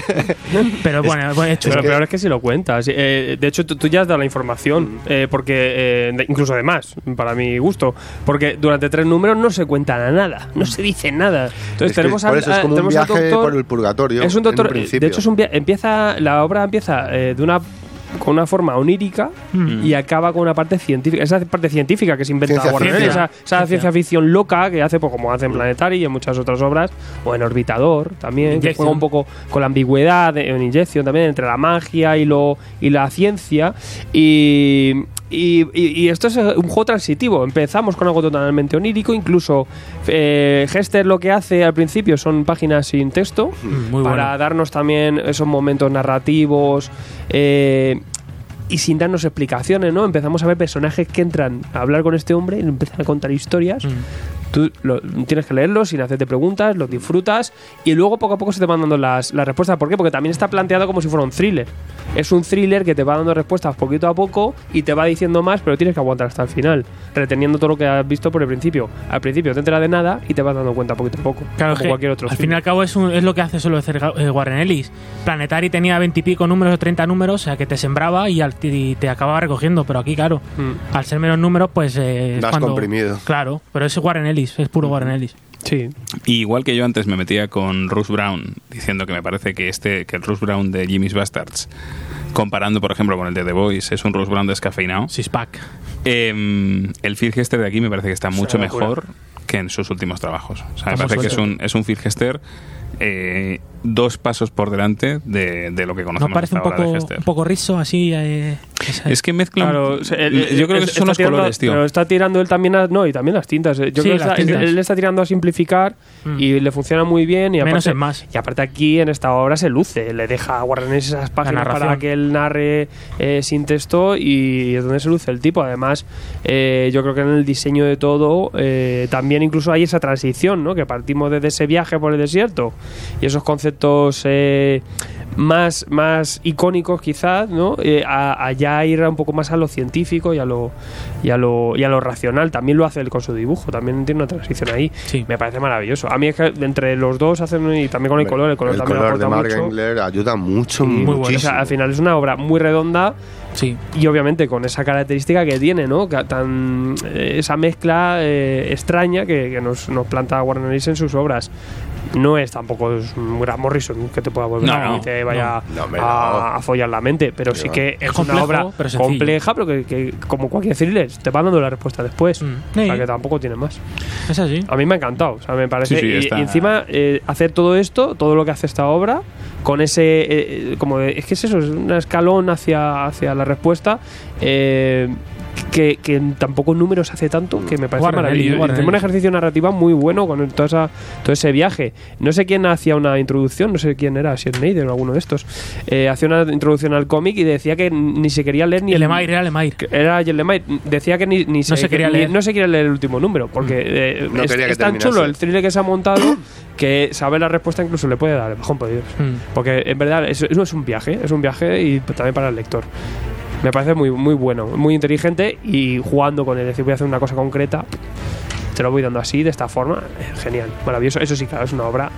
[SPEAKER 3] Pero bueno, pues es
[SPEAKER 2] Pero
[SPEAKER 3] chulo.
[SPEAKER 2] lo peor es que si lo cuentas. Eh, de hecho, tú, tú ya has dado la información, eh, porque eh, de- incluso además, para mi gusto, porque durante tres números no se cuenta nada, no se dice nada. Entonces
[SPEAKER 4] Es que
[SPEAKER 2] tenemos
[SPEAKER 4] por
[SPEAKER 2] al-
[SPEAKER 4] eso es
[SPEAKER 2] a-
[SPEAKER 4] como un
[SPEAKER 2] tenemos al
[SPEAKER 4] viaje
[SPEAKER 2] doctor-
[SPEAKER 4] por el purgatorio.
[SPEAKER 2] Es un
[SPEAKER 4] en
[SPEAKER 2] doctor. eh,
[SPEAKER 4] principio.
[SPEAKER 2] de hecho, es un via- empieza la obra empieza eh, de una con una forma onírica
[SPEAKER 3] Mm.
[SPEAKER 2] y acaba con una parte científica. Esa parte científica que se inventa
[SPEAKER 4] Ciencia Hmm.
[SPEAKER 2] Warren Ellis,
[SPEAKER 3] ficción.
[SPEAKER 2] esa, esa
[SPEAKER 3] Ciencia.
[SPEAKER 2] ciencia ficción loca que hace, pues, como hace en Planetary y en muchas otras obras, o en Orbitador también, que
[SPEAKER 3] Injection.
[SPEAKER 2] juega un poco con la ambigüedad, de- en Injection también, entre la magia y, lo, y la ciencia. Y. Y, y- y esto es eh, un juego transitivo. Empezamos con algo totalmente onírico. Incluso eh, Hester lo que hace al principio son páginas sin texto
[SPEAKER 4] Hmm.
[SPEAKER 3] Mm, Muy
[SPEAKER 2] para
[SPEAKER 3] bueno.
[SPEAKER 2] darnos también esos momentos narrativos eh, y sin darnos explicaciones, ¿no? Empezamos a ver personajes que entran a hablar con este hombre y le empiezan a contar historias.
[SPEAKER 3] Mm.
[SPEAKER 2] Tú lo- tienes que leerlos sin hacerte preguntas, los disfrutas y luego poco a poco se te van dando las, las respuestas. ¿Por qué? Porque también está planteado como si fuera un thriller. Es un thriller que te va dando respuestas poquito a poco y te va diciendo más, pero tienes que aguantar hasta el final, reteniendo todo lo que has visto por el principio. Al principio te enteras de nada y te vas dando cuenta poquito a poco.
[SPEAKER 3] Claro,
[SPEAKER 2] como
[SPEAKER 3] que
[SPEAKER 2] cualquier otro
[SPEAKER 3] al
[SPEAKER 2] thriller.
[SPEAKER 3] fin y al cabo es, un- es lo que hace solo hacer Ga- eh, Warren Ellis. Planetary tenía veintipico números o 30 números, o sea que te sembraba y, al- y te acababa recogiendo, pero aquí, claro,
[SPEAKER 2] Mm.
[SPEAKER 3] al ser menos números, pues... eh, es
[SPEAKER 4] Das
[SPEAKER 3] cuando-
[SPEAKER 4] comprimido.
[SPEAKER 3] Claro, pero es Warren Ellis, es puro
[SPEAKER 2] Mm.
[SPEAKER 3] Warren Ellis.
[SPEAKER 2] Sí,
[SPEAKER 1] Y igual que yo antes me metía con Russ Brown, diciendo que me parece que este, que el Russ Brown de Jimmy's Bastards, comparando por ejemplo con el de The Boys, es un Russ Brown descafeinado.
[SPEAKER 3] Sixpack.
[SPEAKER 1] Em, el Filchester de aquí me parece que está mucho
[SPEAKER 2] una locura.
[SPEAKER 1] mejor que en sus últimos trabajos. O sea, me
[SPEAKER 3] Está muy
[SPEAKER 1] parece que es
[SPEAKER 3] suelto.
[SPEAKER 1] un, es un Filchester eh, dos pasos por delante de, de lo que
[SPEAKER 3] ¿No
[SPEAKER 1] conocemos
[SPEAKER 3] parece un
[SPEAKER 1] hasta ahora
[SPEAKER 3] poco,
[SPEAKER 1] de Hester.
[SPEAKER 3] un poco rizo así? eh, esa-
[SPEAKER 1] Es que mezclan.
[SPEAKER 2] Claro, o sea, él- él-
[SPEAKER 1] yo creo que
[SPEAKER 2] él
[SPEAKER 1] esos son
[SPEAKER 2] está
[SPEAKER 1] los
[SPEAKER 2] tirando-
[SPEAKER 1] colores, tío.
[SPEAKER 2] Pero está tirando él también a, no, y también las tintas. eh. Yo
[SPEAKER 3] Sí,
[SPEAKER 2] creo que
[SPEAKER 3] las
[SPEAKER 2] está- él-
[SPEAKER 3] tintas.
[SPEAKER 2] él le está tirando a simplificar
[SPEAKER 3] Mm.
[SPEAKER 2] y le funciona muy bien. Y
[SPEAKER 3] Menos
[SPEAKER 2] aparte,
[SPEAKER 3] es más.
[SPEAKER 2] Y aparte aquí en esta obra se luce, le deja a Warren Ellis esas páginas
[SPEAKER 3] narración.
[SPEAKER 2] para que él narre eh, sin texto y es donde se luce el tipo. Además, eh, yo creo que en el diseño de todo eh, también incluso hay esa transición, ¿no? Que partimos desde ese viaje por el desierto y esos conceptos eh, más, más icónicos quizás, ¿no? Eh, a, a ya ir un poco más a lo científico y a lo, y, a lo, y a lo racional. También lo hace él con su dibujo, también tiene una transición ahí.
[SPEAKER 3] Sí.
[SPEAKER 2] Me parece maravilloso. A mí es que entre los dos hacen, y también con el color, el color
[SPEAKER 4] el
[SPEAKER 2] también
[SPEAKER 4] color de
[SPEAKER 2] aporta
[SPEAKER 4] Mark
[SPEAKER 2] mucho.
[SPEAKER 4] Engler ayuda mucho,
[SPEAKER 2] Y,
[SPEAKER 4] muchísimo.
[SPEAKER 2] o sea, al final es una obra muy redonda
[SPEAKER 3] sí.
[SPEAKER 2] y obviamente con esa característica que tiene, ¿no? Ca- Tan, eh, esa mezcla eh, extraña que, que nos, nos planta Warren Ellis en sus obras. no es tampoco es un gran Morrison que te pueda volver
[SPEAKER 1] No,
[SPEAKER 2] a
[SPEAKER 1] no,
[SPEAKER 2] y te vaya
[SPEAKER 4] no. No, hombre,
[SPEAKER 2] a,
[SPEAKER 4] no.
[SPEAKER 2] a follar la mente, pero sí
[SPEAKER 4] va.
[SPEAKER 2] que es
[SPEAKER 3] complejo,
[SPEAKER 2] una obra
[SPEAKER 3] pero sencillo.
[SPEAKER 2] compleja, pero que, que como cualquier thriller, te van dando la respuesta después.
[SPEAKER 3] Mm.
[SPEAKER 2] O sea
[SPEAKER 3] Sí.
[SPEAKER 2] que tampoco tiene más.
[SPEAKER 3] Es así.
[SPEAKER 2] A mí me ha encantado, o sea, me parece.
[SPEAKER 1] Sí, sí,
[SPEAKER 2] y-
[SPEAKER 1] está-
[SPEAKER 2] y, encima, eh, hacer todo esto, todo lo que hace esta obra, con ese. eh, como de- es que es eso, es un escalón hacia, hacia la respuesta. eh, que, que tampoco en números hace tanto, que me parece
[SPEAKER 3] Warren Ellis,
[SPEAKER 2] maravilloso.
[SPEAKER 3] Warren
[SPEAKER 2] Hacemos un
[SPEAKER 3] Ellis.
[SPEAKER 2] ejercicio narrativo muy bueno con toda esa, todo ese viaje. No sé quién hacía una introducción, no sé quién era, si es Snyder o alguno de estos. eh, hacía una introducción al cómic y decía que ni se quería leer ni
[SPEAKER 3] Y
[SPEAKER 2] el,
[SPEAKER 3] Lemire, era Lemire.
[SPEAKER 2] que Era Jel Lemay. Decía que ni, ni
[SPEAKER 3] No se quería
[SPEAKER 2] ni-
[SPEAKER 3] leer. Mm.
[SPEAKER 2] no se quería leer el último número, porque eh,
[SPEAKER 4] No
[SPEAKER 2] es,
[SPEAKER 4] quería que
[SPEAKER 2] es tan
[SPEAKER 4] terminase.
[SPEAKER 2] chulo el thriller que se ha montado que saber la respuesta incluso le puede dar el bajón por Dios.
[SPEAKER 3] Mm.
[SPEAKER 2] Porque en verdad eso, eso es un viaje, es un viaje y pues, también para el lector. Me parece muy, muy bueno, muy inteligente y jugando con él. Es decir, voy a hacer una cosa concreta, te lo voy dando así, de esta forma. eh, Genial, maravilloso. Eso sí, claro, es una obra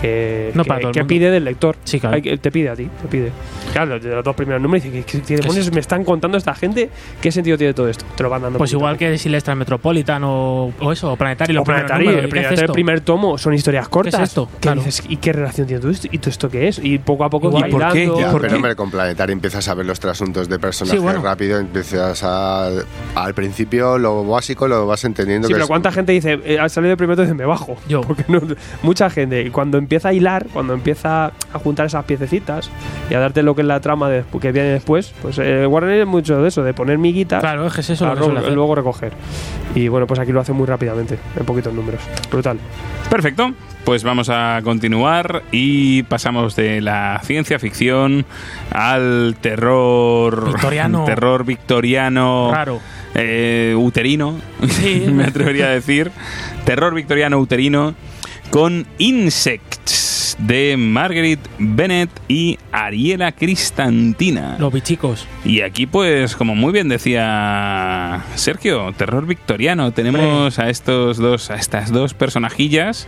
[SPEAKER 2] que,
[SPEAKER 3] No
[SPEAKER 2] que,
[SPEAKER 3] para todo el
[SPEAKER 2] que
[SPEAKER 3] mundo.
[SPEAKER 2] pide del lector.
[SPEAKER 3] Sí, claro.
[SPEAKER 2] Hay que- te pide a ti, te pide. Claro, de los dos primeros números, dice, ¿qué, qué- qué demonios me están contando esta gente? ¿Qué sentido tiene todo esto? Te lo van dando.
[SPEAKER 3] Pues
[SPEAKER 2] poquito a
[SPEAKER 3] igual
[SPEAKER 2] poquito.
[SPEAKER 3] que Silestra Metropolitan o, o eso, o Planetario.
[SPEAKER 2] O
[SPEAKER 3] los primeros
[SPEAKER 2] Planetary,
[SPEAKER 3] números.
[SPEAKER 2] el
[SPEAKER 3] ¿Qué
[SPEAKER 2] primer,
[SPEAKER 3] es
[SPEAKER 2] el
[SPEAKER 3] esto?
[SPEAKER 2] primer tomo, son historias cortas.
[SPEAKER 3] esto?
[SPEAKER 2] Que
[SPEAKER 3] Claro.
[SPEAKER 2] dices, ¿Y qué relación tiene todo esto? ¿Y todo esto qué es? Y poco a poco
[SPEAKER 1] Igual. ¿Y por qué?
[SPEAKER 2] bailando.
[SPEAKER 4] Ya,
[SPEAKER 1] ¿Por
[SPEAKER 4] pero
[SPEAKER 1] qué?
[SPEAKER 4] hombre, con Planetario empiezas a ver los trasuntos de personajes
[SPEAKER 3] Sí, bueno.
[SPEAKER 4] rápido, empiezas a, al principio lo básico lo vas entendiendo.
[SPEAKER 2] Sí,
[SPEAKER 4] que
[SPEAKER 2] pero
[SPEAKER 4] es-
[SPEAKER 2] ¿cuánta gente dice, eh, al salir de primero dice, me bajo?
[SPEAKER 3] Yo.
[SPEAKER 2] [laughs] Porque no- mucha gente, y cuando empieza a hilar, cuando empieza a juntar esas piececitas y a darte lo que es la trama de- que viene después, pues eh, Warren es mucho de eso, de poner miguitas
[SPEAKER 3] Claro, es que es eso
[SPEAKER 2] para
[SPEAKER 3] lo que suele hacer.
[SPEAKER 2] Ah, luego recoger. Y bueno, pues aquí lo hace muy rápidamente, en poquitos números. Brutal.
[SPEAKER 1] Perfecto. Pues vamos a continuar y pasamos de la ciencia ficción al terror
[SPEAKER 3] Victoriano.
[SPEAKER 1] terror victoriano
[SPEAKER 3] Raro.
[SPEAKER 1] eh, uterino,
[SPEAKER 3] Sí.
[SPEAKER 1] [laughs] me atrevería a decir, terror victoriano uterino con Insects de Margaret Bennett y Ariela Cristantina.
[SPEAKER 3] Los bichicos.
[SPEAKER 1] Y aquí, pues, como muy bien decía Sergio, terror victoriano. Tenemos a estos dos, a estas dos personajillas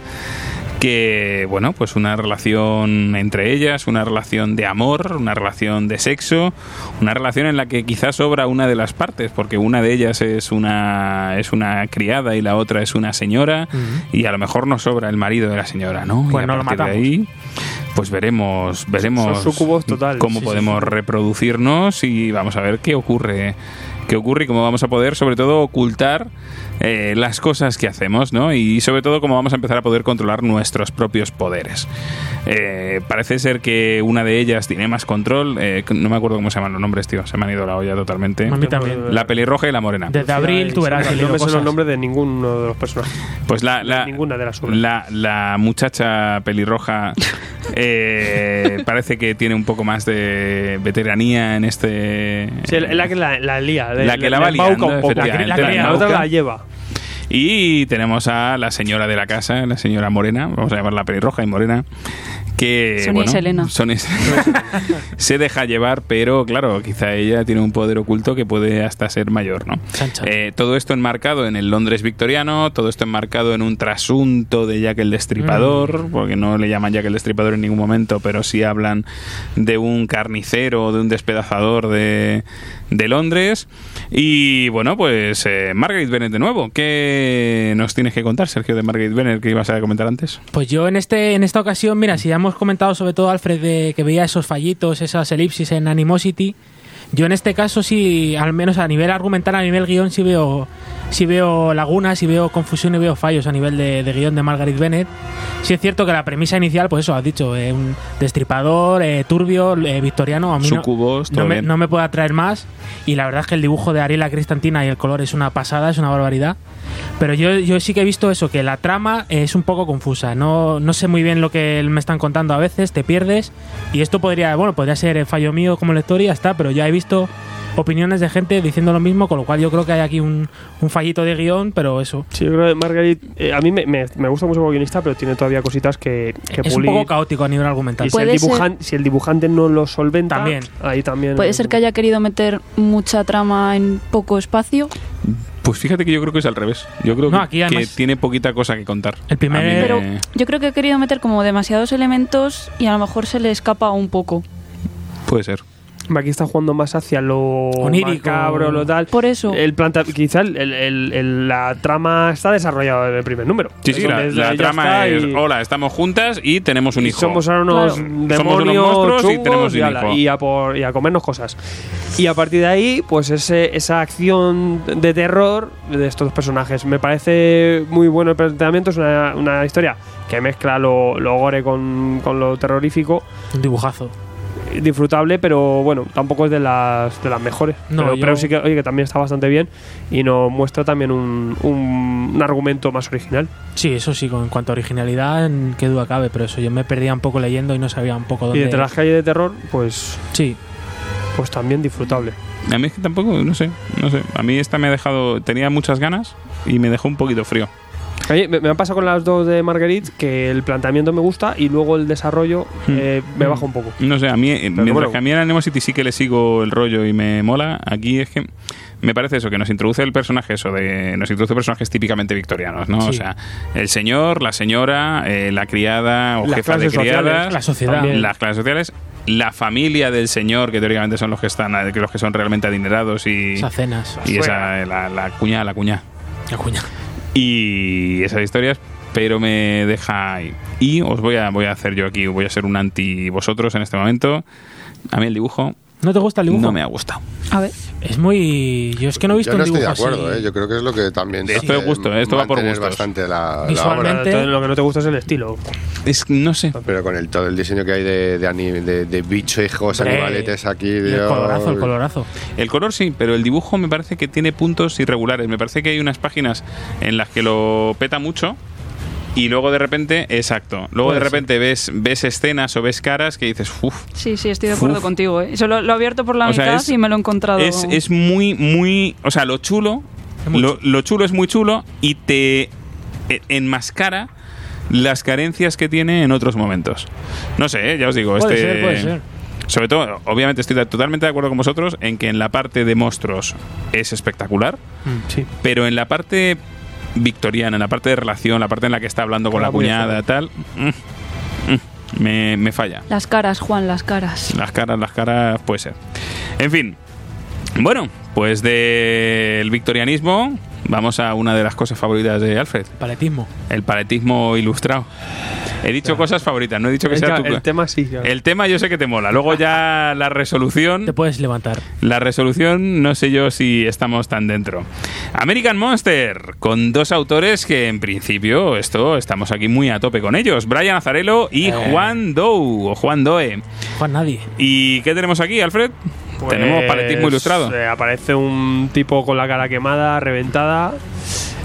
[SPEAKER 1] que, bueno, pues una relación entre ellas, una relación de amor, una relación de sexo, una relación en la que quizás sobra una de las partes, porque una de ellas es una es una criada y la otra es una señora, y a lo mejor no sobra el marido de la señora, ¿no? y
[SPEAKER 3] Pues
[SPEAKER 1] a
[SPEAKER 3] no lo
[SPEAKER 1] partir de
[SPEAKER 3] matamos.
[SPEAKER 1] ahí, pues veremos, veremos
[SPEAKER 2] Son sucubos total.
[SPEAKER 1] cómo
[SPEAKER 2] Sí, sí,
[SPEAKER 1] podemos reproducirnos y vamos a ver qué ocurre qué ocurre y cómo vamos a poder sobre todo ocultar eh, las cosas que hacemos ¿no? y sobre todo cómo vamos a empezar a poder controlar nuestros propios poderes Eh, parece ser que una de ellas tiene más control eh, no me acuerdo cómo se llaman los nombres tío se me han ido la olla totalmente
[SPEAKER 3] A mí también.
[SPEAKER 1] la pelirroja y la morena
[SPEAKER 3] Desde abril tú verás. que
[SPEAKER 2] No
[SPEAKER 3] leo
[SPEAKER 2] me son
[SPEAKER 3] cosas.
[SPEAKER 2] los nombres de ninguno de los personajes.
[SPEAKER 1] pues la, la-
[SPEAKER 2] ninguna de las obras.
[SPEAKER 1] la, la muchacha
[SPEAKER 2] [laughs]
[SPEAKER 1] pelirroja eh, parece que tiene un poco más de veteranía en este
[SPEAKER 2] Sí, la la que la, la lía.
[SPEAKER 1] La que la va
[SPEAKER 2] embauca
[SPEAKER 1] liando,
[SPEAKER 2] un poco. La,
[SPEAKER 1] efectivamente, la
[SPEAKER 2] cría, la otra
[SPEAKER 1] embauca.
[SPEAKER 2] la lleva.
[SPEAKER 1] Y tenemos a la señora de la casa, la señora Morena, vamos a llamarla pelirroja y Morena, que
[SPEAKER 5] Sonia
[SPEAKER 1] bueno,
[SPEAKER 5] y Selena.
[SPEAKER 1] Sonia y
[SPEAKER 3] [laughs]
[SPEAKER 1] Selena. se deja llevar, pero claro, quizá ella tiene un poder oculto que puede hasta ser mayor, ¿no?
[SPEAKER 3] Chan, chan.
[SPEAKER 1] Eh, todo esto enmarcado en el Londres victoriano, todo esto enmarcado en un trasunto de Jack el Destripador, porque no le llaman Jack el Destripador en ningún momento, pero sí hablan de un carnicero, o de un despedazador de, de Londres. Y bueno, pues eh, Margaret Bennett de nuevo. ¿Qué nos tienes que contar, Sergio, de Margaret Bennett que ibas a comentar antes?
[SPEAKER 3] Pues yo en este en esta ocasión, mira, si ya hemos comentado sobre todo Alfred de que veía esos fallitos, esas elipsis en Animosity, yo en este caso sí, al menos a nivel argumental, a nivel guión sí veo sí veo lagunas, sí veo confusión y veo fallos a nivel de, de guión de Margaret Bennett. Sí es cierto que la premisa inicial, pues eso, has dicho, eh, un destripador, eh, turbio, eh, victoriano, a mí no-
[SPEAKER 1] Sucubos, todo
[SPEAKER 3] no me,
[SPEAKER 1] bien.
[SPEAKER 3] no me puede atraer más. Y la verdad es que el dibujo de Ariela Cristantina y el color es una pasada, es una barbaridad. Pero yo, yo sí que he visto eso, que la trama es un poco confusa. No, no sé muy bien lo que me están contando a veces, te pierdes. Y esto podría, bueno, podría ser el fallo mío como lector y ya está, pero ya he visto opiniones de gente diciendo lo mismo, con lo cual yo creo que hay aquí un, un fallito de guión, pero eso.
[SPEAKER 2] Sí, yo creo que Margaret. eh, a mí me, me- me gusta mucho como guionista, pero tiene todavía cositas que, que
[SPEAKER 3] es
[SPEAKER 2] pulir.
[SPEAKER 3] un poco caótico a nivel argumental.
[SPEAKER 2] y si el,
[SPEAKER 5] Puede ser-
[SPEAKER 2] dibujan- si el dibujante no lo solventa,
[SPEAKER 3] También.
[SPEAKER 2] ahí también.
[SPEAKER 5] Puede ser que haya querido meter mucha trama en poco espacio,
[SPEAKER 1] Pues fíjate que yo creo que es al revés. Yo creo
[SPEAKER 3] No,
[SPEAKER 1] que-
[SPEAKER 3] aquí
[SPEAKER 1] que,
[SPEAKER 3] además-
[SPEAKER 1] tiene poquita cosa que contar.
[SPEAKER 3] El primer-
[SPEAKER 1] A mí me-
[SPEAKER 5] pero yo creo que ha querido meter como demasiados elementos y a lo mejor se le escapa un poco.
[SPEAKER 1] Puede ser.
[SPEAKER 2] Aquí está jugando más hacia lo
[SPEAKER 3] Onírico.
[SPEAKER 2] macabro, lo tal.
[SPEAKER 5] Por eso.
[SPEAKER 2] El planta, quizá el- el- el- el- la trama está desarrollada en el primer número.
[SPEAKER 1] Sí, sí, la,
[SPEAKER 2] Entonces,
[SPEAKER 1] la
[SPEAKER 2] ya
[SPEAKER 1] trama
[SPEAKER 2] está
[SPEAKER 1] es,
[SPEAKER 2] y-
[SPEAKER 1] hola, estamos juntas y tenemos un
[SPEAKER 2] y
[SPEAKER 1] hijo.
[SPEAKER 2] Somos ahora unos
[SPEAKER 5] Claro.
[SPEAKER 2] demonios
[SPEAKER 1] Somos unos monstruos y
[SPEAKER 2] chungos
[SPEAKER 1] tenemos un
[SPEAKER 2] y, ala,
[SPEAKER 1] hijo.
[SPEAKER 2] y a por- y a comernos cosas. Y a partir de ahí, pues ese- esa acción de terror de estos dos personajes. Me parece muy bueno el planteamiento. Es una, una historia que mezcla lo, lo gore con, con lo terrorífico.
[SPEAKER 3] Un dibujazo.
[SPEAKER 2] Disfrutable, pero bueno, tampoco es de las, de las mejores.
[SPEAKER 3] No,
[SPEAKER 2] pero,
[SPEAKER 3] yo-
[SPEAKER 2] pero sí que, oye, que también está bastante bien y nos muestra también un, un- un argumento más original.
[SPEAKER 3] Sí, eso sí, con, en cuanto a originalidad, en qué duda cabe, pero eso yo me perdía un poco leyendo y no sabía un poco dónde.
[SPEAKER 2] Y entre las calles de terror, pues,
[SPEAKER 3] Sí,
[SPEAKER 2] pues también disfrutable.
[SPEAKER 1] A mí es que tampoco, no sé, no sé. A mí esta me ha dejado, tenía muchas ganas y me dejó un poquito frío.
[SPEAKER 2] Oye, me, me han pasado con las dos de Marguerite que el planteamiento me gusta y luego el desarrollo
[SPEAKER 1] Hmm.
[SPEAKER 2] eh, me baja un poco.
[SPEAKER 1] No sé, a mí, eh, mientras
[SPEAKER 2] bueno.
[SPEAKER 1] que a mí en Anemo City sí que le sigo el rollo y me mola, aquí es que me parece eso, que nos introduce el personaje, eso de. Nos introduce personajes típicamente victorianos, ¿no?
[SPEAKER 3] Sí.
[SPEAKER 1] O sea, el señor, la señora, eh, la criada o
[SPEAKER 2] Las
[SPEAKER 1] jefa de
[SPEAKER 2] clases sociales,
[SPEAKER 1] criadas.
[SPEAKER 3] la sociedad.
[SPEAKER 1] también Las clases sociales. La familia del señor, que teóricamente son los que están los que son realmente adinerados y.
[SPEAKER 3] esas cenas.
[SPEAKER 1] y esa, eh, la, la cuña, la cuña.
[SPEAKER 3] La cuña.
[SPEAKER 1] y esas historias, pero me deja ahí. Y os voy a, voy a hacer yo aquí, voy a ser un anti vosotros en este momento. A mí el dibujo,
[SPEAKER 3] ¿No te gusta el dibujo?
[SPEAKER 1] no me ha gustado.
[SPEAKER 5] A ver.
[SPEAKER 3] Es muy. Yo es que no he visto
[SPEAKER 4] Yo no
[SPEAKER 3] un
[SPEAKER 4] estoy de
[SPEAKER 3] dibujo
[SPEAKER 4] acuerdo,
[SPEAKER 3] así.
[SPEAKER 4] ¿eh? yo creo que es lo que también.
[SPEAKER 1] Esto
[SPEAKER 4] hace
[SPEAKER 1] es gusto, ¿eh? Esto va por
[SPEAKER 4] mantener
[SPEAKER 1] gustos.
[SPEAKER 4] bastante la- la, obra.
[SPEAKER 3] Visualmente,
[SPEAKER 2] Entonces, lo que no te gusta es el estilo.
[SPEAKER 1] Es, no sé.
[SPEAKER 4] Pero con el todo el diseño que hay de, de, ani- de- de bicho, hijos,
[SPEAKER 3] Hombre,
[SPEAKER 4] Pues animaletes aquí.
[SPEAKER 3] y el
[SPEAKER 4] Dios.
[SPEAKER 3] colorazo, el colorazo.
[SPEAKER 1] El color sí, pero el dibujo me parece que tiene puntos irregulares. Me parece que hay unas páginas en las que lo peta mucho. Y luego de repente, exacto. Luego de repente ves, ves escenas o ves caras que dices, uff,
[SPEAKER 5] Sí, sí, estoy de acuerdo
[SPEAKER 1] Uf.
[SPEAKER 5] contigo. ¿eh? Eso lo, lo he abierto por la
[SPEAKER 1] O sea,
[SPEAKER 5] mitad
[SPEAKER 1] es-
[SPEAKER 5] y me lo he encontrado.
[SPEAKER 1] Es, es muy, muy. O sea, lo chulo.
[SPEAKER 3] Es muy
[SPEAKER 1] lo, lo chulo es muy chulo y te eh, enmascara las carencias que tiene en otros momentos. No sé, eh, ya os
[SPEAKER 2] Pues
[SPEAKER 1] digo.
[SPEAKER 3] Puede
[SPEAKER 1] este,
[SPEAKER 3] ser, puede ser.
[SPEAKER 1] Sobre todo, obviamente estoy totalmente de acuerdo con vosotros en que en la parte de monstruos es espectacular,
[SPEAKER 3] Mm, sí.
[SPEAKER 1] pero en la parte victoriana, en la parte de relación, la parte en la que está hablando con
[SPEAKER 2] Ah,
[SPEAKER 1] la
[SPEAKER 2] muy
[SPEAKER 1] cuñada, tal, mm, mm, me, me falla.
[SPEAKER 5] Las caras, Juan, las caras.
[SPEAKER 1] Las caras, las caras, puede ser. En fin. Bueno, pues del victorianismo vamos a una de las cosas favoritas de Alfred,
[SPEAKER 3] Paletismo.
[SPEAKER 1] el paletismo ilustrado. He dicho cosas favoritas, no he dicho que
[SPEAKER 2] El,
[SPEAKER 1] sea
[SPEAKER 2] ca-
[SPEAKER 1] tu...
[SPEAKER 2] el tema sí. claro.
[SPEAKER 1] el tema yo sé que te mola, luego ya la
[SPEAKER 3] Te
[SPEAKER 1] resolución...
[SPEAKER 3] puedes levantar.
[SPEAKER 1] La resolución no sé yo si estamos tan dentro. American Monster, con dos autores que en principio esto estamos aquí muy a tope con ellos, Brian Azarelo
[SPEAKER 2] Eh.
[SPEAKER 1] y Juan Doe, o Juan Doe.
[SPEAKER 3] Juan, nadie.
[SPEAKER 1] ¿Y qué tenemos aquí, Alfred?
[SPEAKER 2] Pues,
[SPEAKER 1] tenemos paletismo ilustrado.
[SPEAKER 2] eh, aparece un tipo con la cara quemada, reventada,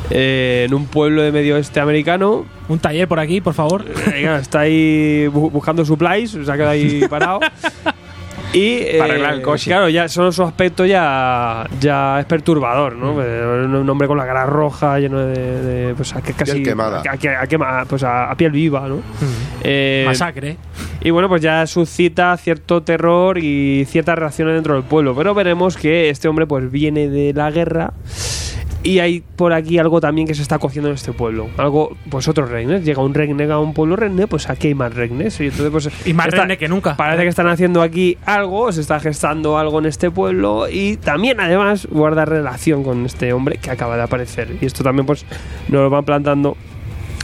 [SPEAKER 2] eh, en un pueblo de medio este americano.
[SPEAKER 3] Un taller por aquí, por favor.
[SPEAKER 2] [laughs] Eh, claro, está ahí bu- buscando supplies, se ha
[SPEAKER 1] [laughs]
[SPEAKER 2] quedado ahí parado. Y, eh,
[SPEAKER 1] Para arreglar el coche.
[SPEAKER 2] Claro, ya solo su aspecto ya, ya es perturbador, ¿no?
[SPEAKER 1] Mm.
[SPEAKER 2] Eh, Un hombre con la cara roja, lleno de. de, pues, a que casi,
[SPEAKER 4] quemada.
[SPEAKER 2] A, que- a quema- pues, a- a piel viva, ¿no?
[SPEAKER 3] Mm.
[SPEAKER 2] Eh,
[SPEAKER 3] Masacre.
[SPEAKER 2] y bueno, pues ya suscita cierto terror y ciertas reacciones dentro del pueblo. Pero veremos que este hombre pues viene de la guerra. Y hay por aquí algo también que se está cociendo en este pueblo. Algo, pues otro reines. Llega un regne a un pueblo regne, pues aquí hay más regnes. Y entonces, pues.
[SPEAKER 3] Y más
[SPEAKER 2] está-
[SPEAKER 3] regne que nunca.
[SPEAKER 2] Parece que están haciendo aquí algo, se está gestando algo en este pueblo. Y también, además, guarda relación con este hombre que acaba de aparecer. Y esto también, pues, nos lo van plantando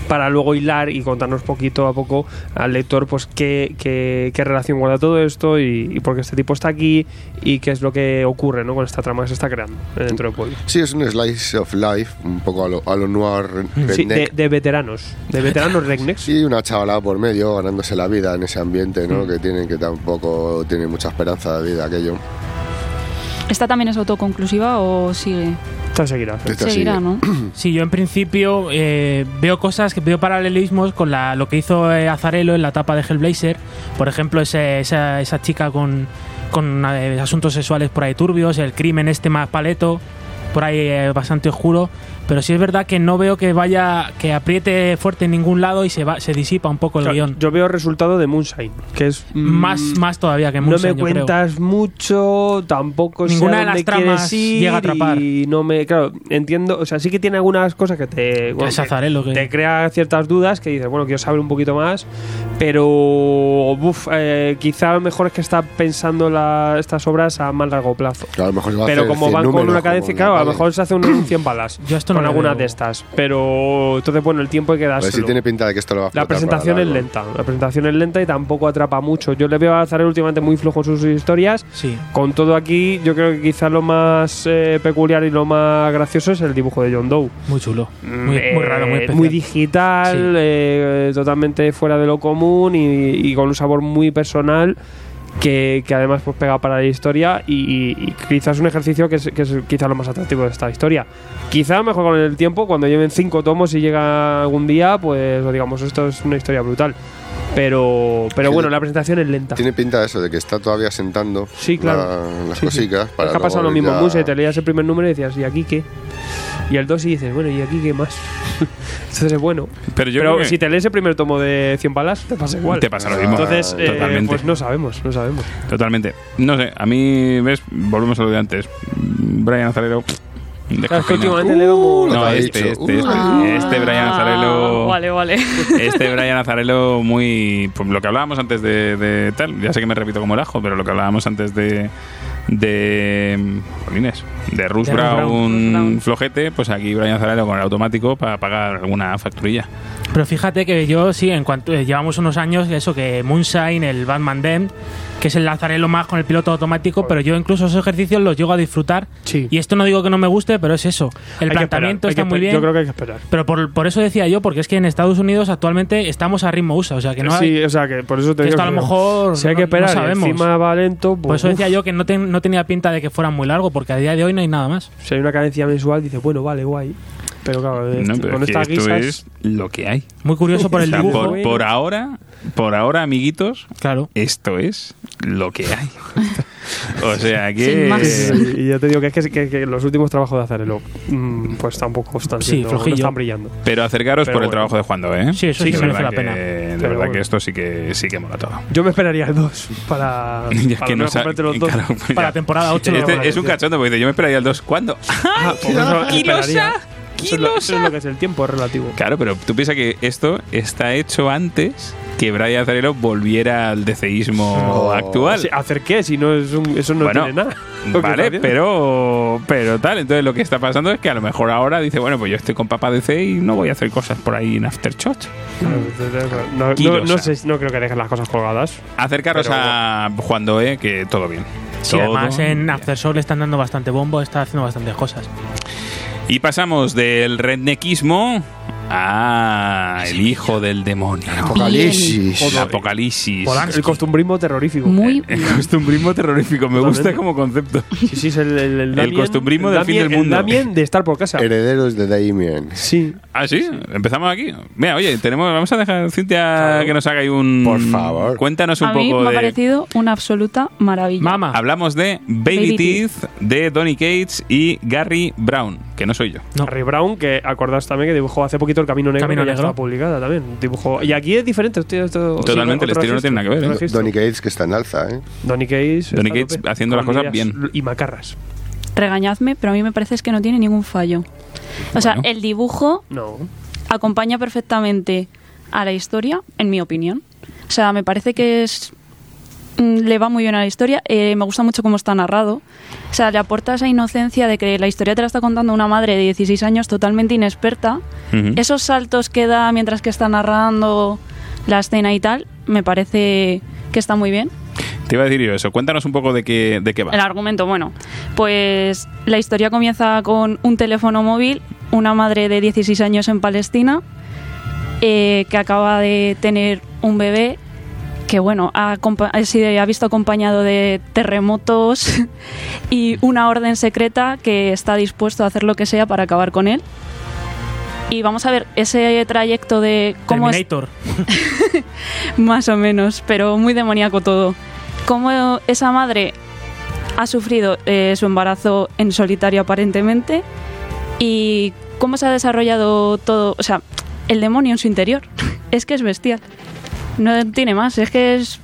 [SPEAKER 2] para luego hilar y contarnos poquito a poco al lector pues qué, qué, qué relación guarda todo esto y, y por qué este tipo está aquí y qué es lo que ocurre ¿no? con esta trama que se está creando dentro del pueblo.
[SPEAKER 4] Sí, es un slice of life, un poco a lo, a lo noir.
[SPEAKER 2] Sí, de,
[SPEAKER 4] redneck.
[SPEAKER 2] de veteranos, de
[SPEAKER 4] [laughs]
[SPEAKER 2] veteranos Regnex.
[SPEAKER 4] Sí, una chavalada por medio ganándose la vida en ese ambiente, ¿no?
[SPEAKER 3] Mm.
[SPEAKER 4] Que tienen que tampoco tienen mucha esperanza de vida aquello.
[SPEAKER 5] ¿Esta también es autoconclusiva o sigue?
[SPEAKER 2] Esta seguirá.
[SPEAKER 4] Esta
[SPEAKER 5] Seguirá,
[SPEAKER 4] sigue.
[SPEAKER 5] ¿no?
[SPEAKER 3] Sí, yo en principio eh, veo cosas, que veo paralelismos con la, lo que hizo eh, Azarelo en la etapa de Hellblazer. Por ejemplo, ese- esa, esa chica con, con eh, asuntos sexuales por ahí turbios, el crimen este más paleto. por ahí eh, bastante oscuro, pero sí es verdad que no veo que vaya, que apriete fuerte en ningún lado y se, va, se disipa un poco el
[SPEAKER 2] Claro,
[SPEAKER 3] guión.
[SPEAKER 2] Yo veo resultado de Moonshine, que es mm,
[SPEAKER 3] más, más todavía que
[SPEAKER 2] No
[SPEAKER 3] Moonshine,
[SPEAKER 2] me
[SPEAKER 3] yo creo.
[SPEAKER 2] cuentas mucho, tampoco sé
[SPEAKER 3] Ninguna
[SPEAKER 2] a
[SPEAKER 3] de las
[SPEAKER 2] dónde
[SPEAKER 3] tramas
[SPEAKER 2] quieres ir
[SPEAKER 3] llega a atrapar.
[SPEAKER 2] y no me, claro, entiendo, o sea, sí que tiene algunas cosas que te, bueno,
[SPEAKER 3] es azarelo, que-
[SPEAKER 2] te crea ciertas dudas que dices, bueno, quiero saber un poquito más, pero uf, eh, quizá lo mejor es que está pensando la- estas obras a más largo plazo.
[SPEAKER 4] Claro, a lo mejor se va a
[SPEAKER 2] Pero
[SPEAKER 4] hacer
[SPEAKER 2] como
[SPEAKER 4] 100
[SPEAKER 2] van con
[SPEAKER 4] números,
[SPEAKER 2] una cadencia,
[SPEAKER 4] como-
[SPEAKER 2] claro, a lo
[SPEAKER 4] vale.
[SPEAKER 2] mejor se hace un 100 balas
[SPEAKER 3] Yo esto no
[SPEAKER 2] con
[SPEAKER 3] lo
[SPEAKER 2] alguna
[SPEAKER 3] veo.
[SPEAKER 2] de estas, pero entonces bueno, el tiempo hay que
[SPEAKER 4] A
[SPEAKER 2] dárselo.
[SPEAKER 4] ver si tiene pinta de que esto lo va a
[SPEAKER 2] La
[SPEAKER 4] explotar para
[SPEAKER 2] presentación es
[SPEAKER 4] largo.
[SPEAKER 2] lenta, la presentación es lenta y tampoco atrapa mucho. Yo le veo a Azarel últimamente muy flojo en sus historias.
[SPEAKER 3] Sí.
[SPEAKER 2] Con todo aquí, yo creo que quizás lo más eh, peculiar y lo más gracioso es el dibujo de John Doe.
[SPEAKER 3] Muy chulo. Muy, muy
[SPEAKER 2] Eh,
[SPEAKER 3] raro, muy especial.
[SPEAKER 2] digital,
[SPEAKER 3] Sí.
[SPEAKER 2] eh, totalmente fuera de lo común y, y con un sabor muy personal que, que además pues pega para la historia y, y- y quizás un ejercicio que es, que es quizás lo más atractivo de esta historia. Quizás a lo mejor con el tiempo, cuando lleven cinco tomos y llega algún día, pues lo digamos, esto es una historia brutal. Pero, pero
[SPEAKER 4] Sí,
[SPEAKER 2] bueno,
[SPEAKER 4] de-
[SPEAKER 2] la presentación es lenta.
[SPEAKER 4] Tiene pinta de eso, de que está todavía sentando
[SPEAKER 2] Sí, claro.
[SPEAKER 4] la- las
[SPEAKER 2] Sí, sí.
[SPEAKER 4] cositas.
[SPEAKER 2] Es
[SPEAKER 4] Para
[SPEAKER 2] que ha pasado lo
[SPEAKER 4] luego
[SPEAKER 2] mismo en
[SPEAKER 4] ya-
[SPEAKER 2] Moonshine, te leías el primer número y decías, ¿y aquí qué? Y el 2 y dices, bueno, ¿y aquí qué más? [laughs] Entonces, bueno.
[SPEAKER 1] Pero yo
[SPEAKER 2] Pero
[SPEAKER 1] creo que
[SPEAKER 2] si te lees el primer tomo de 100 balas, te pasa igual.
[SPEAKER 1] te pasa lo mismo.
[SPEAKER 2] Entonces, eh,
[SPEAKER 1] Totalmente.
[SPEAKER 2] pues no sabemos, no sabemos.
[SPEAKER 1] Totalmente. No sé, a mí, ¿ves? Volvemos a lo de antes. Brian Azarelo.
[SPEAKER 2] Claro, es que
[SPEAKER 1] descafeinado.
[SPEAKER 2] últimamente leemos
[SPEAKER 1] No,
[SPEAKER 4] ha
[SPEAKER 1] este,
[SPEAKER 4] dicho.
[SPEAKER 1] este, este,
[SPEAKER 5] Ah,
[SPEAKER 1] este Brian Azarelo.
[SPEAKER 5] Vale, vale.
[SPEAKER 1] Este Brian Azarelo muy... Pues lo que hablábamos antes de, de tal, ya sé que me repito como el ajo, pero lo que hablábamos antes de... De... Jolines, de Rush
[SPEAKER 3] De Russ
[SPEAKER 1] Brown,
[SPEAKER 5] Brown. Russ Brown.
[SPEAKER 1] flojete, pues aquí Brian Azarelo con el automático para pagar alguna facturilla.
[SPEAKER 3] Pero fíjate que yo sí, en cuanto eh, llevamos unos años, eso que Moonshine, el Batman Dem, que es el lazarelo más con el piloto automático, pero yo incluso esos ejercicios los llego a disfrutar.
[SPEAKER 2] Sí.
[SPEAKER 3] Y esto no digo que no me guste, pero es eso.
[SPEAKER 2] Hay
[SPEAKER 3] El
[SPEAKER 2] que
[SPEAKER 3] planteamiento
[SPEAKER 2] esperar, hay que
[SPEAKER 3] está muy
[SPEAKER 2] esper-
[SPEAKER 3] bien.
[SPEAKER 2] Yo creo que hay que esperar.
[SPEAKER 3] Pero por, por eso decía yo, porque es que en Estados Unidos actualmente estamos a ritmo USA, o sea que no hay.
[SPEAKER 2] sí, o sea, que por eso te
[SPEAKER 3] que
[SPEAKER 2] digo
[SPEAKER 3] esto a lo
[SPEAKER 2] que
[SPEAKER 3] mejor
[SPEAKER 2] Si hay
[SPEAKER 3] no-
[SPEAKER 2] que esperar
[SPEAKER 3] no
[SPEAKER 2] y
[SPEAKER 3] sabemos.
[SPEAKER 2] encima va lento, pues,
[SPEAKER 3] por eso decía
[SPEAKER 2] uf,
[SPEAKER 3] yo que no, ten- no tenía pinta de que fuera muy largo, porque a día de hoy no hay nada más.
[SPEAKER 2] Si hay una cadencia mensual, dices, bueno, vale, guay. Pero claro,
[SPEAKER 1] No,
[SPEAKER 2] este-
[SPEAKER 1] pero
[SPEAKER 2] con
[SPEAKER 1] es que
[SPEAKER 2] estas
[SPEAKER 1] esto
[SPEAKER 2] guisas.
[SPEAKER 1] es lo que hay.
[SPEAKER 3] Muy curioso por
[SPEAKER 1] O
[SPEAKER 3] el
[SPEAKER 1] sea,
[SPEAKER 3] dibujo.
[SPEAKER 1] por, por ahora, por ahora, amiguitos,
[SPEAKER 3] Claro.
[SPEAKER 1] esto es lo que
[SPEAKER 5] [laughs]
[SPEAKER 1] hay. o sea
[SPEAKER 5] Sin
[SPEAKER 1] que...
[SPEAKER 5] más.
[SPEAKER 2] Sí, sí, eh, Y ya te digo que es que, que- que los últimos trabajos de Azarelo, mm, pues tampoco están,
[SPEAKER 3] Sí,
[SPEAKER 2] siendo- no
[SPEAKER 3] flojillo.
[SPEAKER 2] están brillando.
[SPEAKER 1] Pero acercaros
[SPEAKER 2] Pero
[SPEAKER 1] por el
[SPEAKER 2] bueno.
[SPEAKER 1] trabajo de Juan Doe, ¿eh?
[SPEAKER 3] Sí, eso sí
[SPEAKER 1] De
[SPEAKER 3] que merece
[SPEAKER 1] verdad
[SPEAKER 3] la pena.
[SPEAKER 1] que- De
[SPEAKER 2] Pero
[SPEAKER 1] verdad
[SPEAKER 2] bueno.
[SPEAKER 1] que esto sí que, sí que mola todo.
[SPEAKER 2] Yo me esperaría el 2 para,
[SPEAKER 1] [laughs] Ya
[SPEAKER 2] para
[SPEAKER 1] que
[SPEAKER 2] no
[SPEAKER 1] no sa-
[SPEAKER 2] comprarte los dos.
[SPEAKER 1] claro, pues
[SPEAKER 3] Para
[SPEAKER 1] ya.
[SPEAKER 3] la temporada 8.
[SPEAKER 1] Este es un cachondo, porque dice, yo me esperaría el 2. ¿Cuándo?
[SPEAKER 3] [laughs]
[SPEAKER 2] Ah, pues eso
[SPEAKER 1] quilosa,
[SPEAKER 2] esperaría. Eso es, lo, eso es
[SPEAKER 1] quilosa.
[SPEAKER 2] lo que es el tiempo es relativo.
[SPEAKER 1] Claro, pero tú piensas que esto está hecho antes que Brian Azarelo volviera al deceísmo
[SPEAKER 4] No.
[SPEAKER 1] actual.
[SPEAKER 2] Sí, ¿Hacer qué? Si no es un- eso no
[SPEAKER 1] Bueno,
[SPEAKER 2] tiene
[SPEAKER 1] [laughs]
[SPEAKER 2] nada. Lo que
[SPEAKER 1] Vale,
[SPEAKER 2] está bien.
[SPEAKER 1] pero, pero tal. Entonces lo que está pasando es que a lo mejor ahora dice, bueno, pues yo estoy con papá DC y no voy a hacer cosas por ahí en Aftershock.
[SPEAKER 2] No, no- no,
[SPEAKER 1] Quilosa.
[SPEAKER 2] sé, no creo que dejen las cosas colgadas.
[SPEAKER 1] Acercaros
[SPEAKER 2] Pero-
[SPEAKER 1] a Juan Doe, que todo bien.
[SPEAKER 3] Sí,
[SPEAKER 1] Todo
[SPEAKER 3] además
[SPEAKER 1] bien.
[SPEAKER 3] en Accessor le están dando bastante bombo, está haciendo bastantes cosas.
[SPEAKER 1] Y pasamos del rednequismo a el hijo del demonio.
[SPEAKER 4] Apocalipsis.
[SPEAKER 1] Apocalipsis. [laughs]
[SPEAKER 2] El costumbrismo terrorífico.
[SPEAKER 5] Muy
[SPEAKER 1] El costumbrismo terrorífico, me gusta
[SPEAKER 2] Totalmente.
[SPEAKER 1] como concepto.
[SPEAKER 2] Sí, sí, es el, el, el, Damien-
[SPEAKER 1] costumbrismo
[SPEAKER 2] el
[SPEAKER 1] del fin
[SPEAKER 2] Damien-
[SPEAKER 1] del mundo.
[SPEAKER 2] El Damien de estar por casa.
[SPEAKER 4] Herederos de Damien.
[SPEAKER 2] Sí.
[SPEAKER 1] Ah, sí, empezamos aquí. Mira, oye, tenemos, vamos a dejar Cintia que nos haga ahí un.
[SPEAKER 4] Por favor.
[SPEAKER 1] Cuéntanos un
[SPEAKER 5] A mí
[SPEAKER 1] poco
[SPEAKER 5] me ha
[SPEAKER 1] de.
[SPEAKER 5] parecido una absoluta maravilla.
[SPEAKER 3] Mama.
[SPEAKER 1] Hablamos de Baby,
[SPEAKER 5] Baby
[SPEAKER 1] Teeth, de Donny Cates y Gary Brown, que no soy yo.
[SPEAKER 3] No.
[SPEAKER 2] Harry Brown, que acordaos también que dibujó hace poquito El Camino Negro,
[SPEAKER 3] Camino
[SPEAKER 2] que ya
[SPEAKER 3] Negro.
[SPEAKER 2] estaba publicada también. Dibujó, y aquí es diferente. esto- esto-
[SPEAKER 1] Totalmente, el
[SPEAKER 2] otro
[SPEAKER 1] estilo no tiene nada que ver,
[SPEAKER 2] otro
[SPEAKER 1] ¿eh?
[SPEAKER 2] registro.
[SPEAKER 4] Donny Cates, que está en alza, ¿eh?
[SPEAKER 2] Donny Cates.
[SPEAKER 1] Donny
[SPEAKER 2] está a
[SPEAKER 1] Cates
[SPEAKER 2] tope.
[SPEAKER 1] haciendo las
[SPEAKER 2] Con
[SPEAKER 1] cosas
[SPEAKER 2] ideas
[SPEAKER 1] bien.
[SPEAKER 2] Y macarras.
[SPEAKER 5] Regañadme, pero a mí me parece es que no tiene ningún fallo. O sea,
[SPEAKER 1] Bueno.
[SPEAKER 5] el dibujo
[SPEAKER 2] No.
[SPEAKER 5] acompaña perfectamente a la historia, en mi opinión. O sea, me parece que es mm, le va muy bien a la historia. Eh, me gusta mucho cómo está narrado. O sea, le aporta esa inocencia de que la historia te la está contando una madre de 16 años totalmente inexperta.
[SPEAKER 1] Ujú.
[SPEAKER 5] Esos saltos que da mientras que está narrando la escena y tal, me parece que está muy bien.
[SPEAKER 1] Te iba a decir yo eso. Cuéntanos un poco de qué, de qué va.
[SPEAKER 5] El argumento, bueno, pues la historia comienza con un teléfono móvil, una madre de 16 años en Palestina eh, que acaba de tener un bebé que, bueno, ha, compa- ha sido- ha visto acompañado de terremotos [laughs] y una orden secreta que está dispuesto a hacer lo que sea para acabar con él. Y vamos a ver ese trayecto de cómo es
[SPEAKER 3] Terminator.
[SPEAKER 5] más o menos, pero muy demoníaco todo. Cómo esa madre ha sufrido eh, su embarazo en solitario aparentemente y cómo se ha desarrollado todo, o sea, el demonio en su interior. [laughs] Es que es bestial. No tiene más, es que es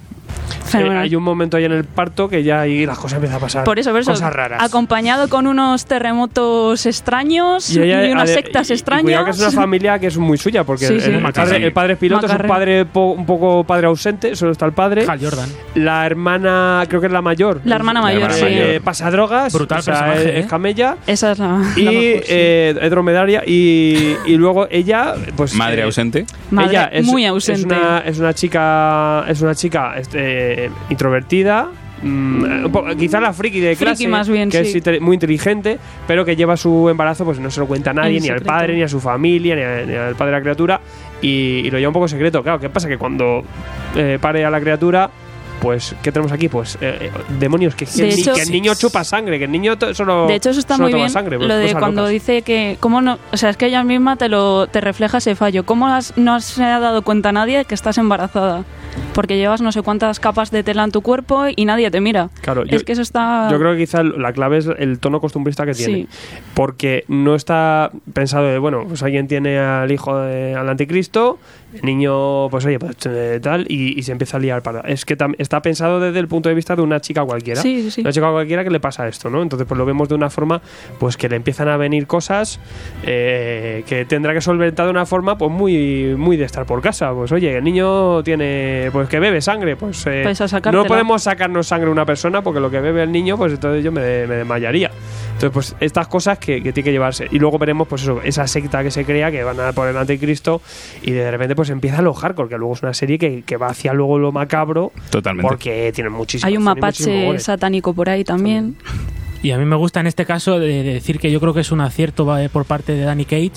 [SPEAKER 2] Eh,
[SPEAKER 5] fenomenal.
[SPEAKER 2] hay un momento ahí en el parto que ya ahí las cosas empiezan a pasar.
[SPEAKER 5] por eso, por eso,
[SPEAKER 2] Cosas raras.
[SPEAKER 5] acompañado con unos terremotos extraños y,
[SPEAKER 2] ella-
[SPEAKER 5] unas
[SPEAKER 2] ade-
[SPEAKER 5] sectas
[SPEAKER 2] y- y
[SPEAKER 5] extrañas.
[SPEAKER 2] cuidado que
[SPEAKER 5] [laughs]
[SPEAKER 2] es una familia que es muy suya, porque
[SPEAKER 5] Sí,
[SPEAKER 2] el,
[SPEAKER 5] sí.
[SPEAKER 2] el
[SPEAKER 1] Macarrón.
[SPEAKER 2] padre, el padre es piloto, es un
[SPEAKER 5] Macarrón.
[SPEAKER 2] padre po- un poco padre ausente, solo está el
[SPEAKER 5] ¿Eh?
[SPEAKER 2] padre.
[SPEAKER 3] Hal Jordan.
[SPEAKER 2] La hermana, creo que es la mayor.
[SPEAKER 5] La hermana
[SPEAKER 1] La
[SPEAKER 5] mayor,
[SPEAKER 1] hermana
[SPEAKER 5] sí.
[SPEAKER 1] mayor.
[SPEAKER 2] Eh, pasa drogas.
[SPEAKER 3] Brutal
[SPEAKER 2] o sea,
[SPEAKER 3] personaje,
[SPEAKER 2] es-
[SPEAKER 3] ¿eh?
[SPEAKER 2] es camella.
[SPEAKER 5] Esa es la,
[SPEAKER 2] y
[SPEAKER 5] la mejor, sí.
[SPEAKER 2] eh, es dromedaria y, y luego ella pues
[SPEAKER 1] Madre
[SPEAKER 2] eh,
[SPEAKER 1] ausente.
[SPEAKER 5] Madre
[SPEAKER 2] ella es,
[SPEAKER 5] muy
[SPEAKER 2] es
[SPEAKER 5] ausente.
[SPEAKER 2] una, es una chica es una chica este, eh, introvertida mm, un po- quizá la friki de
[SPEAKER 5] Friki
[SPEAKER 2] clase
[SPEAKER 5] más bien,
[SPEAKER 2] que
[SPEAKER 5] sí.
[SPEAKER 2] es inte- muy inteligente pero que lleva su embarazo pues no se lo cuenta a nadie
[SPEAKER 5] En
[SPEAKER 2] ni al
[SPEAKER 5] secreto.
[SPEAKER 2] padre ni a su familia ni, a- ni al padre de la criatura y, y lo lleva un poco secreto claro qué pasa que cuando eh, pare a la criatura pues, ¿qué tenemos aquí? Pues, eh, eh, demonios, que, que
[SPEAKER 5] De
[SPEAKER 2] el ni-
[SPEAKER 5] hecho-
[SPEAKER 2] que el niño chupa sangre, que el niño to- solo.
[SPEAKER 5] De hecho, eso está
[SPEAKER 2] solo
[SPEAKER 5] muy
[SPEAKER 2] toma
[SPEAKER 5] bien.
[SPEAKER 2] sangre, pues,
[SPEAKER 5] lo de
[SPEAKER 2] cosas
[SPEAKER 5] cuando
[SPEAKER 2] locas.
[SPEAKER 5] dice que. ¿Cómo no? O sea, es que ella misma te, lo, te refleja ese fallo. ¿Cómo has- no se ha dado cuenta nadie de que estás embarazada? Porque llevas no sé cuántas capas de tela en tu cuerpo y nadie te mira.
[SPEAKER 2] Claro,
[SPEAKER 5] es que eso está.
[SPEAKER 2] Yo creo que quizá la clave es el tono costumbrista que
[SPEAKER 5] Ah. Sí.
[SPEAKER 2] tiene. Porque no está pensado de, bueno, pues alguien tiene al hijo de- al anticristo, el niño, pues oye, pues eh, tal, y, y se empieza a liar para. Es que tam- está pensado desde el punto de vista de una chica cualquiera.
[SPEAKER 5] Sí, sí, sí.
[SPEAKER 2] Una chica cualquiera que le pasa esto, ¿no? Entonces, pues lo vemos de una forma, pues que le empiezan a venir cosas eh, que tendrá que solventar de una forma, pues muy, muy de estar por casa. Pues oye, el niño tiene, pues que bebe sangre, pues. eh,
[SPEAKER 5] Pues a sacártela.
[SPEAKER 2] no podemos sacarnos sangre a una persona porque lo que bebe el niño, pues entonces yo me, de- me desmayaría. Entonces, pues estas cosas que, que tiene que llevarse. Y luego veremos, pues eso, esa secta que se crea, que van a por el anticristo, y de repente, pues empieza a alojar, porque luego es una serie que, que va hacia luego lo macabro,
[SPEAKER 1] Totalmente.
[SPEAKER 2] porque tienen muchísimo.
[SPEAKER 5] Hay un
[SPEAKER 2] tienen muchísimo
[SPEAKER 5] mapache
[SPEAKER 2] gore.
[SPEAKER 5] satánico por ahí también.
[SPEAKER 3] Y a mí me gusta en este caso de de decir que yo creo que es un acierto eh, por parte de Danny Cage,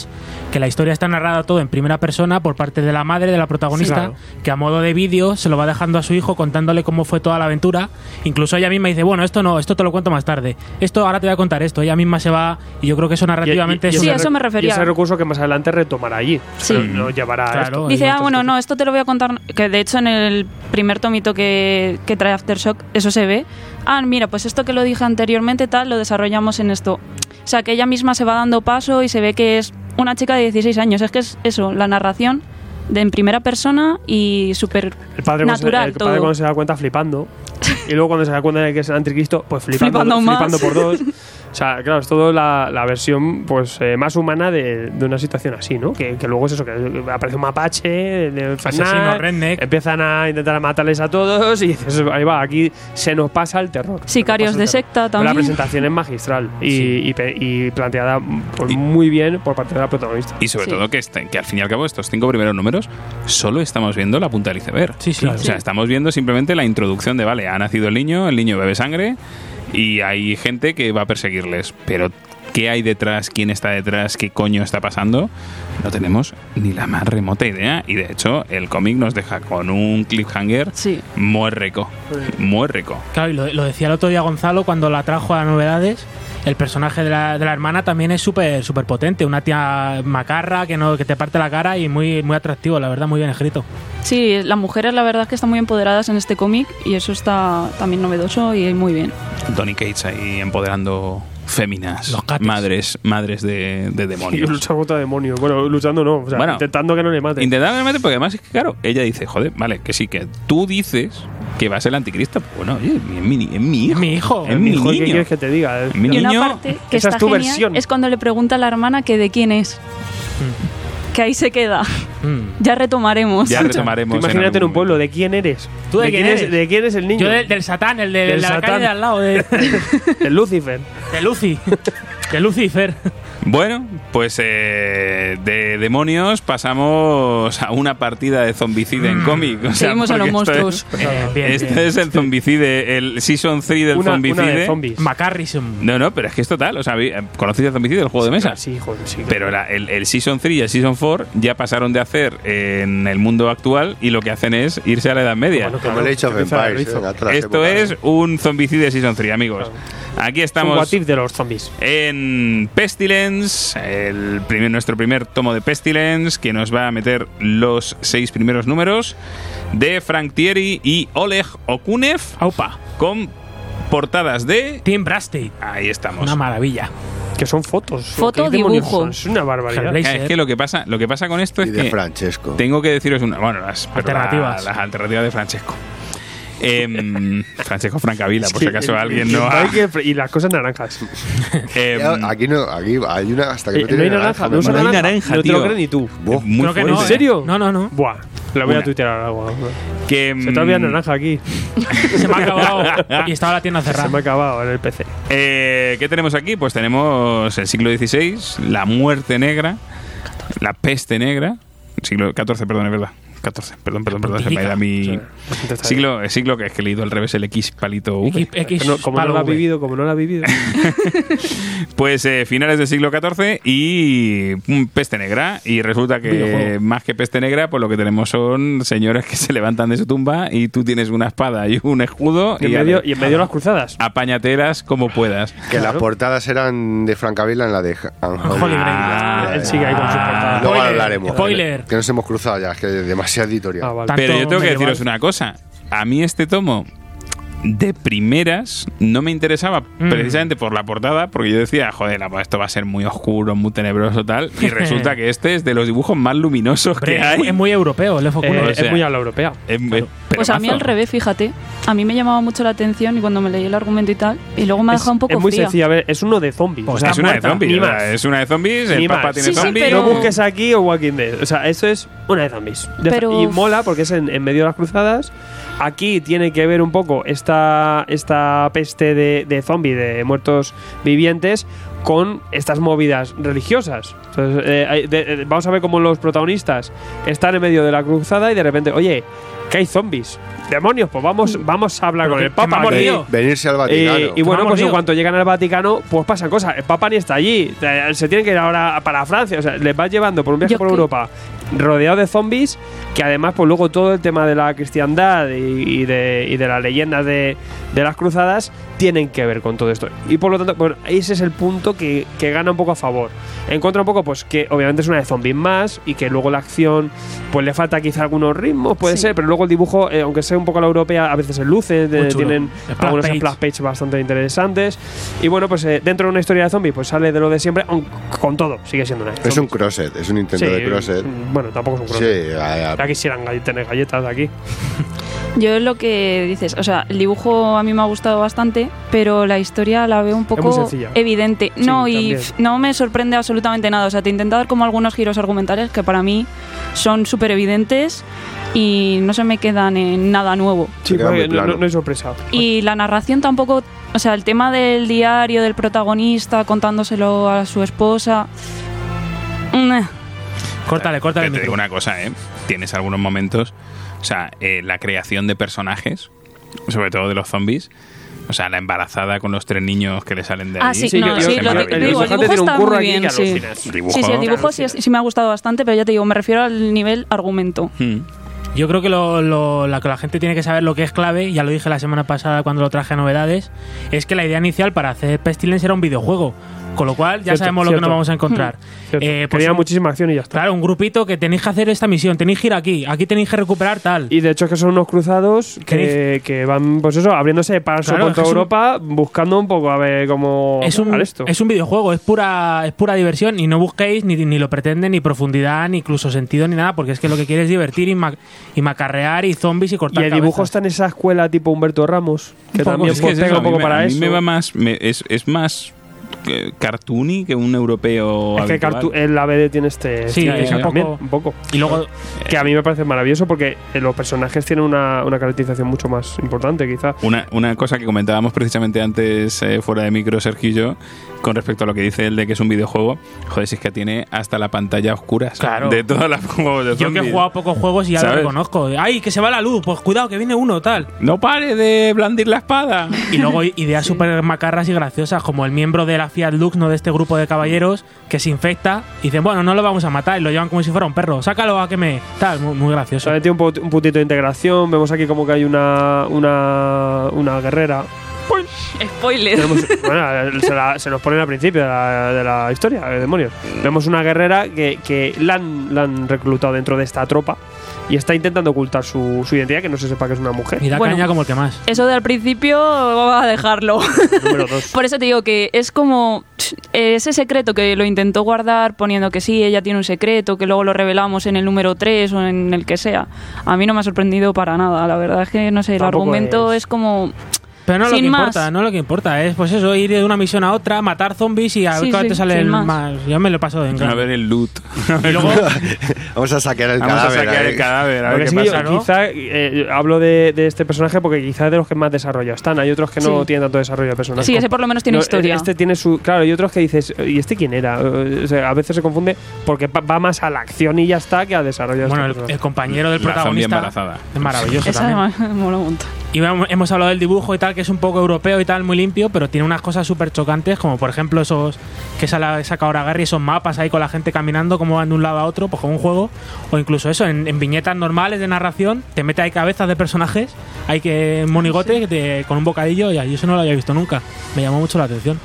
[SPEAKER 3] que la historia está narrada todo en primera persona por parte de la madre de la protagonista,
[SPEAKER 2] Sí, claro.
[SPEAKER 3] que a modo de vídeo se lo va dejando a su hijo contándole cómo fue toda la aventura. Incluso ella misma dice, bueno, esto no, esto te lo cuento más tarde. Esto ahora te voy a contar esto. Ella misma se va y yo creo que eso narrativamente
[SPEAKER 2] Y- y- y
[SPEAKER 3] es
[SPEAKER 5] Sí,
[SPEAKER 2] ese
[SPEAKER 3] una-
[SPEAKER 5] eso me
[SPEAKER 2] rec-
[SPEAKER 5] refería.
[SPEAKER 2] Y ese recurso que más adelante retomará allí.
[SPEAKER 5] Sí.
[SPEAKER 2] Pero no llevará a
[SPEAKER 3] Claro,
[SPEAKER 2] esto.
[SPEAKER 3] y
[SPEAKER 5] Dice, ah,
[SPEAKER 3] otras
[SPEAKER 5] bueno,
[SPEAKER 3] cosas.
[SPEAKER 5] no, esto te lo voy a contar. Que de hecho en el primer tomito que, que trae Aftershock, eso se ve. Ah, mira, pues esto que lo dije anteriormente, tal, lo desarrollamos en esto. O sea, que ella misma se va dando paso y se ve que es una chica de 16 años. Es que es eso, la narración de en primera persona y súper
[SPEAKER 2] El padre, cuando se-
[SPEAKER 5] natural
[SPEAKER 2] el padre
[SPEAKER 5] todo.
[SPEAKER 2] cuando se da cuenta
[SPEAKER 5] [laughs]
[SPEAKER 2] flipando. Y luego cuando se da cuenta de que es el anticristo, pues flipando,
[SPEAKER 5] Flipando
[SPEAKER 2] flipando,
[SPEAKER 5] más.
[SPEAKER 2] por dos. O sea, claro, es todo la, la versión pues eh, más humana de, de una situación así, ¿no? Que, que luego es eso, que aparece un mapache, el
[SPEAKER 3] Asesino,
[SPEAKER 2] Fernan,
[SPEAKER 3] redneck.
[SPEAKER 2] empiezan a intentar matarles a todos y dices, ahí va, aquí se nos pasa el terror. se
[SPEAKER 5] Sicarios
[SPEAKER 2] nos pasa el
[SPEAKER 5] de
[SPEAKER 2] terror.
[SPEAKER 5] secta
[SPEAKER 2] Pero La
[SPEAKER 5] también.
[SPEAKER 2] presentación es magistral y, y pe- y planteada pues, muy bien por parte de la protagonista.
[SPEAKER 1] Y sobre
[SPEAKER 5] Sí.
[SPEAKER 1] todo que, este- que al fin y al cabo estos cinco primeros números solo estamos viendo la punta del iceberg.
[SPEAKER 3] Sí, sí.
[SPEAKER 1] O sea, estamos viendo simplemente la introducción de, vale, ha nacido el niño, el niño bebe sangre y hay gente que va a perseguirles. Pero ¿qué hay detrás? ¿Quién está detrás? ¿Qué coño está pasando? No tenemos ni la más remota idea y de hecho el cómic nos deja con un cliffhanger
[SPEAKER 5] Sí.
[SPEAKER 1] muy rico. Muy rico.
[SPEAKER 3] Claro, y lo, lo decía el otro día Gonzalo cuando la trajo a novedades. El personaje de la, de la hermana también es súper súper potente, una tía macarra que no que te parte la cara y muy muy atractivo, la verdad, muy bien escrito.
[SPEAKER 5] Sí, las mujeres la verdad es que están muy empoderadas en este cómic y eso está también novedoso y muy bien.
[SPEAKER 1] Tony Cates ahí empoderando féminas,
[SPEAKER 3] Los gatos.
[SPEAKER 1] madres, madres de, de
[SPEAKER 2] [laughs] Y
[SPEAKER 1] demonios.
[SPEAKER 2] lucha contra demonios. Bueno, luchando no, o sea,
[SPEAKER 1] Bueno.
[SPEAKER 2] intentando que no le maten.
[SPEAKER 1] Intentando meter, porque además es que, claro, ella dice, joder, vale, que sí, que tú dices que vas el anticristo. Pues Bueno, oye, es mi, es mi- es mi hijo.
[SPEAKER 3] Mi hijo.
[SPEAKER 1] Es mi
[SPEAKER 2] Hijo, ¿Qué
[SPEAKER 1] niño.
[SPEAKER 2] quieres que te diga? eh.
[SPEAKER 1] Es mi
[SPEAKER 5] Y
[SPEAKER 1] niño.
[SPEAKER 5] una parte que
[SPEAKER 2] Esa
[SPEAKER 5] está
[SPEAKER 2] es tu
[SPEAKER 5] genial
[SPEAKER 2] versión.
[SPEAKER 5] es cuando le pregunta a la hermana que de quién es. Que ahí se queda.
[SPEAKER 3] Mm.
[SPEAKER 5] Ya retomaremos.
[SPEAKER 1] Ya
[SPEAKER 2] Tú
[SPEAKER 1] retomaremos.
[SPEAKER 2] imagínate en
[SPEAKER 1] algún
[SPEAKER 2] un pueblo, ¿de quién eres?
[SPEAKER 3] ¿Tú de quién
[SPEAKER 2] es-
[SPEAKER 3] eres?
[SPEAKER 2] ¿De quién es el niño?
[SPEAKER 3] Yo del, del Satán, el de,
[SPEAKER 2] Del
[SPEAKER 3] la calle
[SPEAKER 2] Satán.
[SPEAKER 3] de al
[SPEAKER 2] [laughs]
[SPEAKER 3] lado, de,
[SPEAKER 2] De Lucifer.
[SPEAKER 3] de Lucy. De Lucifer.
[SPEAKER 1] momento. Bueno, pues eh, de demonios pasamos a una partida de zombicide
[SPEAKER 2] Mm.
[SPEAKER 1] en cómic. O sea,
[SPEAKER 5] Seguimos a los
[SPEAKER 1] porque esto
[SPEAKER 5] monstruos.
[SPEAKER 1] es-
[SPEAKER 3] Eh, [laughs] bien,
[SPEAKER 1] Este
[SPEAKER 3] bien.
[SPEAKER 1] es el zombicide, el Season 3 del
[SPEAKER 2] una,
[SPEAKER 1] zombicide.
[SPEAKER 2] una de zombies.
[SPEAKER 3] Macarrism.
[SPEAKER 1] No, no, pero es que es total. O sea, vi- ¿conocéis el zombicide, el juego de mesa?
[SPEAKER 2] Sí, joder, sí.
[SPEAKER 1] Pero la- el, el Season 3 y el Season 4 ya pasaron de hacer en el mundo actual y lo que hacen es irse a la Edad Media.
[SPEAKER 2] Bueno,
[SPEAKER 4] Como el Age of
[SPEAKER 2] que empieza
[SPEAKER 4] Empires,
[SPEAKER 2] lo hizo.
[SPEAKER 4] eh, venga, todas las
[SPEAKER 1] Esto
[SPEAKER 4] épocas.
[SPEAKER 1] es un zombicide Season 3, amigos. Aquí
[SPEAKER 2] Es un
[SPEAKER 1] estamos
[SPEAKER 2] what if de los zombies.
[SPEAKER 1] en Pestilence, el primer- nuestro primer tomo de Pestilence, que nos va a meter los seis primeros números de Frank Thierry y Oleg Okunev
[SPEAKER 3] Aupa.
[SPEAKER 1] con portadas de...
[SPEAKER 3] Tim Brastig.
[SPEAKER 1] Ahí estamos.
[SPEAKER 3] Una maravilla.
[SPEAKER 2] que son fotos.
[SPEAKER 5] Foto,
[SPEAKER 2] ¿Qué demonios
[SPEAKER 5] dibujo.
[SPEAKER 2] son? Es una barbaridad.
[SPEAKER 3] Hellblade.
[SPEAKER 1] Ah, es que lo que pasa, lo que pasa con esto
[SPEAKER 4] Y
[SPEAKER 1] es
[SPEAKER 4] de
[SPEAKER 1] que
[SPEAKER 4] Francesco.
[SPEAKER 1] tengo que deciros una, bueno, las pero la-
[SPEAKER 3] Alternativas.
[SPEAKER 1] las alternativas de Francesco. Em, Francesco Francavila, por si acaso alguien no ha,
[SPEAKER 2] Hay que- Y las cosas naranjas.
[SPEAKER 1] em,
[SPEAKER 4] Ya, aquí no, aquí hay una hasta que
[SPEAKER 2] Eh,
[SPEAKER 4] no
[SPEAKER 2] no
[SPEAKER 4] tiene
[SPEAKER 2] hay naranja,
[SPEAKER 4] me
[SPEAKER 2] no usa
[SPEAKER 1] no
[SPEAKER 4] manda.
[SPEAKER 1] hay
[SPEAKER 2] naranja.
[SPEAKER 1] naranja,
[SPEAKER 2] No te
[SPEAKER 1] tío.
[SPEAKER 2] lo crees ni tú.
[SPEAKER 4] Buah.
[SPEAKER 1] muy
[SPEAKER 3] Creo que
[SPEAKER 1] fuerte.
[SPEAKER 3] no,
[SPEAKER 2] ¿En
[SPEAKER 3] ¿eh?
[SPEAKER 2] serio?
[SPEAKER 3] No, no, no.
[SPEAKER 2] Buah, la voy
[SPEAKER 1] Una.
[SPEAKER 2] a tuitear algo.
[SPEAKER 1] Que,
[SPEAKER 2] Se
[SPEAKER 1] mm,
[SPEAKER 2] te olvida naranja aquí.
[SPEAKER 3] [laughs] Se
[SPEAKER 2] [laughs]
[SPEAKER 3] me ha acabado. y estaba la tienda
[SPEAKER 2] Se
[SPEAKER 3] cerrada.
[SPEAKER 2] me ha acabado en el PC.
[SPEAKER 1] Eh, ¿Qué tenemos aquí? Pues tenemos el siglo XVI, la muerte negra, la peste negra. Siglo XIV, perdón, es verdad. XIV, perdón, perdón, perdón. Se me ha ido a mi.
[SPEAKER 2] La gente está
[SPEAKER 1] Siglo, eh, siglo que es que he leído al revés el X palito V.
[SPEAKER 3] X, X
[SPEAKER 2] No, como no
[SPEAKER 3] palo
[SPEAKER 2] lo ha
[SPEAKER 3] V.
[SPEAKER 2] vivido, como no lo
[SPEAKER 1] [laughs]
[SPEAKER 2] ha vivido.
[SPEAKER 1] Pues eh, finales del siglo XIV y mm, peste negra. Y resulta que
[SPEAKER 3] Videojuego.
[SPEAKER 1] más que peste negra, pues lo que tenemos son señores que [laughs] se levantan de su tumba y tú tienes una espada y un escudo
[SPEAKER 2] Y en
[SPEAKER 1] y,
[SPEAKER 2] medio, y en medio las cruzadas.
[SPEAKER 1] apáñatelas como puedas.
[SPEAKER 4] Que las
[SPEAKER 2] Claro.
[SPEAKER 4] portadas eran de Francavila en la de
[SPEAKER 3] Holy Grail.
[SPEAKER 1] Ah,
[SPEAKER 2] él sigue ahí con su portada.
[SPEAKER 4] Luego
[SPEAKER 3] Spoiler,
[SPEAKER 4] hablaremos.
[SPEAKER 3] spoiler.
[SPEAKER 4] Que nos hemos cruzado ya, es que demasiada editorial.
[SPEAKER 2] Ah, vale.
[SPEAKER 3] Tanto
[SPEAKER 1] Pero yo tengo que
[SPEAKER 3] medieval.
[SPEAKER 1] deciros una cosa. A mí este tomo de primeras no me interesaba
[SPEAKER 3] Mm.
[SPEAKER 1] precisamente por la portada porque yo decía joder la- esto va a ser muy oscuro muy tenebroso tal
[SPEAKER 3] [laughs]
[SPEAKER 1] y resulta que este es de los dibujos más luminosos
[SPEAKER 3] Hombre,
[SPEAKER 1] que hay
[SPEAKER 3] Es muy europeo, le
[SPEAKER 2] Eh,
[SPEAKER 1] o
[SPEAKER 3] foculo.
[SPEAKER 1] sea.
[SPEAKER 2] es muy a la europea.
[SPEAKER 1] Es- es
[SPEAKER 5] Pues a mí
[SPEAKER 1] peromazo.
[SPEAKER 5] al revés, fíjate. A mí me llamaba mucho la atención y cuando me leí el argumento y tal, y luego me ha
[SPEAKER 2] Es,
[SPEAKER 5] dejado un poco
[SPEAKER 2] es muy
[SPEAKER 5] fría.
[SPEAKER 2] sencilla, a ver, es uno de zombies.
[SPEAKER 3] Pues
[SPEAKER 2] o sea,
[SPEAKER 1] Ah, es una de
[SPEAKER 2] muerta,
[SPEAKER 1] zombies
[SPEAKER 2] ni
[SPEAKER 1] o sea,
[SPEAKER 2] más.
[SPEAKER 1] es una de zombies el
[SPEAKER 2] Ni
[SPEAKER 1] papá
[SPEAKER 2] más.
[SPEAKER 1] tiene
[SPEAKER 5] Sí, sí,
[SPEAKER 1] zombies
[SPEAKER 5] pero-
[SPEAKER 2] No busques aquí o Walking Dead. O sea, esto es una de zombies. Ya
[SPEAKER 5] Pero-
[SPEAKER 2] está. Y mola porque es en, en medio de las cruzadas. Aquí tiene que ver un poco esta, esta peste de, de zombies, de muertos vivientes, con estas movidas religiosas. Entonces, eh, hay- de- de- vamos a ver cómo los protagonistas están en medio de la cruzada y de repente, oye, que hay zombies. Demonios, pues vamos, vamos a hablar
[SPEAKER 3] Pero
[SPEAKER 2] con
[SPEAKER 3] que-
[SPEAKER 2] el Papa.
[SPEAKER 3] que me ha
[SPEAKER 2] que-
[SPEAKER 3] mordido.
[SPEAKER 4] Venirse al Vaticano.
[SPEAKER 2] eh, y bueno,
[SPEAKER 3] Vamos,
[SPEAKER 2] pues en
[SPEAKER 3] tío.
[SPEAKER 2] cuanto llegan al Vaticano, pues pasan cosas. El Papa ni está allí. Eh, Se tienen que ir ahora para Francia. O sea, les va llevando por un viaje
[SPEAKER 5] Yo
[SPEAKER 2] por
[SPEAKER 5] que-
[SPEAKER 2] Europa rodeado de zombies. Que además, pues luego todo el tema de la cristiandad y, y de, y de las leyendas de, de las cruzadas tienen que ver con todo esto. Y por lo tanto, bueno, ese es el punto que, que gana un poco a favor. En contra un poco, pues que obviamente es una de zombies más y que luego la acción, pues le falta quizá algunos ritmos, puede
[SPEAKER 5] Sí.
[SPEAKER 2] ser, pero luego el dibujo, eh, aunque sea un poco la europea, a veces se luce,
[SPEAKER 3] Muy
[SPEAKER 2] eh,
[SPEAKER 3] chulo.
[SPEAKER 2] tienen
[SPEAKER 3] Splash
[SPEAKER 2] algunos
[SPEAKER 3] page.
[SPEAKER 2] splash page bastante interesantes. Y bueno, pues eh, dentro de una historia de zombies, pues sale de lo de siempre, aun- con todo, sigue siendo una.
[SPEAKER 4] es un crosset, es un intento de crosset.
[SPEAKER 2] Bueno, tampoco es un crosset.
[SPEAKER 4] Sí, a- a-
[SPEAKER 2] Ya quisieran galle- tener galletas de aquí.
[SPEAKER 5] Yo es lo que dices, o sea, el dibujo a mí me ha gustado bastante, pero la historia la veo un poco
[SPEAKER 2] sencilla.
[SPEAKER 5] evidente.
[SPEAKER 2] Sí,
[SPEAKER 5] no, y
[SPEAKER 2] también.
[SPEAKER 5] f- no me sorprende absolutamente nada. O sea, te intenta dar como algunos giros argumentales que para mí son súper evidentes y no se me quedan en nada nuevo.
[SPEAKER 4] Se
[SPEAKER 2] Sí,
[SPEAKER 4] queda muy
[SPEAKER 2] porque no,
[SPEAKER 4] plano.
[SPEAKER 2] no- no hay sorpresa.
[SPEAKER 5] Y la narración tampoco, o sea, el tema del diario del protagonista contándoselo a su esposa. mm,
[SPEAKER 3] Córtale, córtale
[SPEAKER 1] Que
[SPEAKER 3] el
[SPEAKER 1] te digo
[SPEAKER 3] micro.
[SPEAKER 1] una cosa, ¿eh? Tienes algunos momentos, o sea, eh, la creación de personajes, sobre todo de los zombies, o sea, la embarazada con los tres niños que le salen de
[SPEAKER 5] Ah,
[SPEAKER 1] ahí.
[SPEAKER 5] sí, Sí, no, yo- sí,
[SPEAKER 1] Qué
[SPEAKER 5] lo que-
[SPEAKER 1] maravilloso.
[SPEAKER 5] digo, el
[SPEAKER 2] dibujante tiene
[SPEAKER 5] dibujo
[SPEAKER 2] un
[SPEAKER 5] está
[SPEAKER 2] curro
[SPEAKER 5] muy
[SPEAKER 2] aquí que
[SPEAKER 5] bien, sí.
[SPEAKER 2] alucinas.
[SPEAKER 1] Dibujo.
[SPEAKER 5] Sí, sí, el dibujo sí, sí me ha gustado bastante, pero ya te digo, me refiero al nivel argumento.
[SPEAKER 2] Hmm.
[SPEAKER 1] Mm.
[SPEAKER 3] Yo creo que lo, lo- la, la gente tiene que saber lo que es clave, ya lo dije la semana pasada cuando lo traje a novedades, es que la idea inicial para hacer Pestilence era un videojuego, con lo cual ya
[SPEAKER 2] Cierto,
[SPEAKER 3] sabemos lo que
[SPEAKER 2] cierto. Hmm.
[SPEAKER 3] nos vamos a encontrar.
[SPEAKER 2] Cierto.
[SPEAKER 3] Eh, pues
[SPEAKER 2] Tenía
[SPEAKER 3] un-
[SPEAKER 2] muchísima acción y ya está.
[SPEAKER 3] Claro, un grupito que tenéis que hacer esta misión, tenéis que ir aquí, aquí tenéis que recuperar tal.
[SPEAKER 2] Y de hecho es que son unos cruzados que, que van, pues eso, abriéndose paso
[SPEAKER 3] Claro,
[SPEAKER 2] por
[SPEAKER 3] es que
[SPEAKER 2] toda
[SPEAKER 3] es un-
[SPEAKER 2] Europa, buscando un poco a ver cómo
[SPEAKER 3] es un,
[SPEAKER 2] al esto.
[SPEAKER 3] es un videojuego, es pura, es pura diversión y no busquéis ni, ni lo pretende, ni profundidad, ni incluso sentido, ni nada, porque es que lo que quiere es divertir y, ma- y macarrear y zombies y
[SPEAKER 2] y
[SPEAKER 3] cortar
[SPEAKER 2] el dibujo
[SPEAKER 3] cabezas.
[SPEAKER 2] está en esa escuela tipo Humberto Ramos, que
[SPEAKER 3] poco.
[SPEAKER 2] también
[SPEAKER 1] Es que
[SPEAKER 2] pues,
[SPEAKER 1] es
[SPEAKER 2] pega
[SPEAKER 1] eso,
[SPEAKER 2] un poco
[SPEAKER 1] a mí me-
[SPEAKER 2] para
[SPEAKER 1] a mí
[SPEAKER 2] eso.
[SPEAKER 1] me va más, me- es, es más eh, cartoony que un europeo
[SPEAKER 2] Es que
[SPEAKER 1] habitual.
[SPEAKER 2] Cartu- el ABD tiene este.
[SPEAKER 3] Sí,
[SPEAKER 2] este
[SPEAKER 1] es un
[SPEAKER 2] también,
[SPEAKER 3] poco-
[SPEAKER 2] un poco.
[SPEAKER 3] Y luego
[SPEAKER 2] Que a mí me parece maravilloso porque eh, los personajes tienen una, una caracterización mucho más importante, quizá.
[SPEAKER 1] Una, una cosa que comentábamos precisamente antes eh, fuera de micro, Sergio y yo, con respecto a lo que dice él de que es un videojuego, joder, si es que tiene hasta la pantalla oscura ¿sabes?
[SPEAKER 3] Claro.
[SPEAKER 1] de todas las [laughs] juegos de
[SPEAKER 3] yo que he
[SPEAKER 1] zombies.
[SPEAKER 3] jugado pocos juegos y ya
[SPEAKER 1] ¿Sabes?
[SPEAKER 3] lo reconozco. Ay, que se va la luz, pues cuidado que viene uno, tal.
[SPEAKER 1] No pare de blandir la espada.
[SPEAKER 2] [laughs]
[SPEAKER 3] Y luego ideas súper macarras y graciosas, como el miembro de la Fiat Lux, ¿no? De este grupo de caballeros que se infecta y dicen, bueno, no lo vamos a matar y lo llevan como si fuera un perro. Sácalo a que me. Tal, muy, muy
[SPEAKER 2] O
[SPEAKER 3] gracioso.
[SPEAKER 2] sea, tiene un, po- un puntito de integración. Vemos aquí como que hay una, una, una guerrera.
[SPEAKER 1] [laughs]
[SPEAKER 5] Spoiler.
[SPEAKER 2] Tenemos- bueno, se, la- se nos ponen al principio de la, de la historia, eh, demonios. Vemos una guerrera que, que la, han, la han reclutado dentro de esta tropa y está intentando ocultar su, su identidad, que no se sepa que es una mujer.
[SPEAKER 3] Y da
[SPEAKER 5] Bueno.
[SPEAKER 3] caña como el que más.
[SPEAKER 5] Eso de al principio va a dejarlo.
[SPEAKER 2] Número dos.
[SPEAKER 5] [laughs] Por eso te digo que es como eh, ese secreto que lo intentó guardar poniendo que sí, ella tiene un secreto, que luego lo revelamos en el número 3 o en el que sea. A mí no me ha sorprendido para nada, la verdad es que no sé, el
[SPEAKER 2] Tampoco
[SPEAKER 5] argumento
[SPEAKER 2] es-
[SPEAKER 5] es, como...
[SPEAKER 3] Pero no lo
[SPEAKER 5] Sin
[SPEAKER 3] que
[SPEAKER 5] más.
[SPEAKER 3] importa, no lo que importa. Es pues eso, ir de una misión a otra, matar zombies y a ver
[SPEAKER 5] Sí,
[SPEAKER 3] cuál
[SPEAKER 5] sí,
[SPEAKER 3] te sale
[SPEAKER 5] sin
[SPEAKER 3] el más.
[SPEAKER 5] más.
[SPEAKER 3] Yo me lo paso de en
[SPEAKER 1] A
[SPEAKER 3] grande.
[SPEAKER 1] ver el loot.
[SPEAKER 3] Y luego,
[SPEAKER 4] [laughs] Vamos a saquear el
[SPEAKER 1] Vamos
[SPEAKER 4] cadáver.
[SPEAKER 1] a saquear
[SPEAKER 4] ahí.
[SPEAKER 1] el cadáver, a
[SPEAKER 2] Lo
[SPEAKER 1] ver
[SPEAKER 2] que
[SPEAKER 1] qué
[SPEAKER 2] sí,
[SPEAKER 1] pasa,
[SPEAKER 2] yo
[SPEAKER 1] ¿no?
[SPEAKER 2] quizá eh, hablo de, de este personaje porque quizá es de los que más desarrollado están. Hay otros que no
[SPEAKER 5] Sí.
[SPEAKER 2] tienen tanto desarrollo de personaje.
[SPEAKER 5] Sí, ese por lo menos tiene
[SPEAKER 2] No,
[SPEAKER 5] historia.
[SPEAKER 2] Este tiene su. Claro, y otros que dices, ¿y este quién era? Eh, o sea, a veces se confunde porque pa- va más a la acción y ya está que a desarrollo. de
[SPEAKER 3] bueno,
[SPEAKER 2] este
[SPEAKER 3] el, el
[SPEAKER 2] personaje.
[SPEAKER 3] compañero del
[SPEAKER 1] La zombie
[SPEAKER 3] protagonista
[SPEAKER 1] embarazada.
[SPEAKER 3] es maravilloso
[SPEAKER 5] Esa
[SPEAKER 3] también.
[SPEAKER 5] [laughs] me mola un montón.
[SPEAKER 3] Y vamos- hemos hablado del dibujo y tal, que es un poco europeo y tal, muy limpio, pero tiene unas cosas súper chocantes, como por ejemplo esos que sale- saca ahora Gary, esos mapas ahí con la gente caminando, como van de un lado a otro, pues como un juego, o incluso eso, en, en viñetas normales de narración, te mete ahí cabezas de personajes, hay que monigote que te- con un bocadillo, y yo eso no lo había visto nunca, me llamó mucho la atención.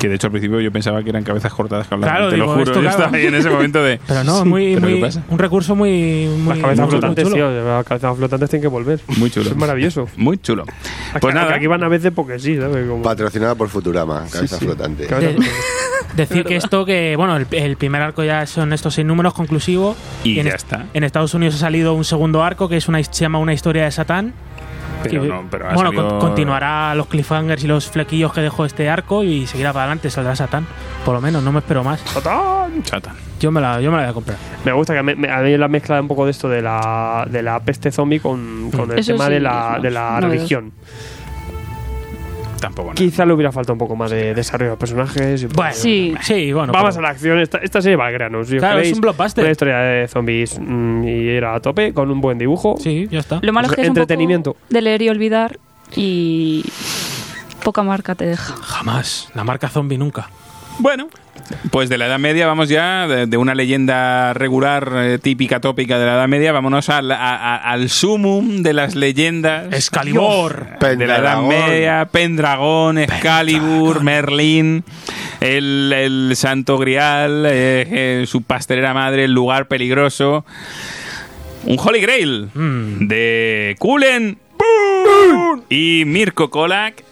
[SPEAKER 1] Que de hecho al principio yo pensaba que eran cabezas cortadas que hablaban,
[SPEAKER 3] Claro,
[SPEAKER 1] te
[SPEAKER 3] digo,
[SPEAKER 1] lo juro.
[SPEAKER 3] esto,
[SPEAKER 1] yo
[SPEAKER 3] claro.
[SPEAKER 1] estaba ahí en ese momento
[SPEAKER 3] [laughs]
[SPEAKER 1] de.
[SPEAKER 3] Pero no, es muy,
[SPEAKER 1] ¿Pero
[SPEAKER 3] muy-
[SPEAKER 1] qué pasa?
[SPEAKER 3] un recurso muy... muy
[SPEAKER 2] Las cabezas
[SPEAKER 3] muy chulo,
[SPEAKER 2] flotantes,
[SPEAKER 3] muy chulo.
[SPEAKER 2] tío. Las cabezas flotantes tienen que volver.
[SPEAKER 1] Muy chulo.
[SPEAKER 2] Es maravilloso.
[SPEAKER 1] Muy chulo.
[SPEAKER 2] Aquí-
[SPEAKER 1] Pues nada.
[SPEAKER 2] Aquí van a veces porque sí, ¿sabes? Como-
[SPEAKER 4] Patrocinada por Futurama, cabeza flotante.
[SPEAKER 2] Cabeza-
[SPEAKER 3] De- decir que esto que bueno el, el primer arco ya son estos seis números conclusivos
[SPEAKER 1] Y
[SPEAKER 3] en este-
[SPEAKER 1] ya
[SPEAKER 3] est-
[SPEAKER 1] está.
[SPEAKER 3] en Estados Unidos ha salido un segundo arco que es una his- se llama una historia de Satán
[SPEAKER 1] Pero
[SPEAKER 3] que-
[SPEAKER 1] no, pero ha
[SPEAKER 3] bueno
[SPEAKER 1] salido-
[SPEAKER 3] con- continuará los cliffhangers y los flequillos que dejó este arco y seguirá para adelante saldrá Satán por lo menos no me espero más
[SPEAKER 2] ¡Satán!
[SPEAKER 1] Chata.
[SPEAKER 3] yo me la yo me la voy a comprar
[SPEAKER 2] Me gusta que me- me- a mí la mezcla un poco de esto de la, de la peste zombie con, con el
[SPEAKER 5] Eso
[SPEAKER 2] tema
[SPEAKER 5] sí,
[SPEAKER 2] de la,
[SPEAKER 5] es
[SPEAKER 2] de la
[SPEAKER 5] más novedoso.
[SPEAKER 2] religión.
[SPEAKER 1] Tampoco nada.
[SPEAKER 2] Quizá le hubiera faltado un poco más de desarrollo de personajes. y-
[SPEAKER 3] bueno
[SPEAKER 5] Sí.
[SPEAKER 3] sí bueno
[SPEAKER 2] Vamos
[SPEAKER 3] pero-
[SPEAKER 2] a la acción. Esta, esta se lleva al grano. Si os
[SPEAKER 3] Claro, es
[SPEAKER 2] queréis,
[SPEAKER 3] un blockbuster.
[SPEAKER 2] Una historia de zombies mm, y era a tope, con un buen dibujo.
[SPEAKER 3] sí ya está
[SPEAKER 5] Lo malo es que es un
[SPEAKER 2] pues Entretenimiento.
[SPEAKER 5] poco de leer y olvidar y poca marca te deja.
[SPEAKER 3] jamás la marca zombie nunca
[SPEAKER 1] Bueno, pues de la Edad Media vamos ya, de, de una leyenda regular, eh, típica, tópica de la Edad Media, vámonos al, a- a- al sumum de las leyendas. De la
[SPEAKER 3] Excalibur
[SPEAKER 1] Edad
[SPEAKER 4] Pendragón.
[SPEAKER 1] Media, Pendragón, Excalibur, Merlín, el, el Santo Grial, eh, eh, su pastelera madre, el lugar peligroso. Un Holy Grail
[SPEAKER 2] Mm.
[SPEAKER 1] de Kulen Boon y Mirko Kolak.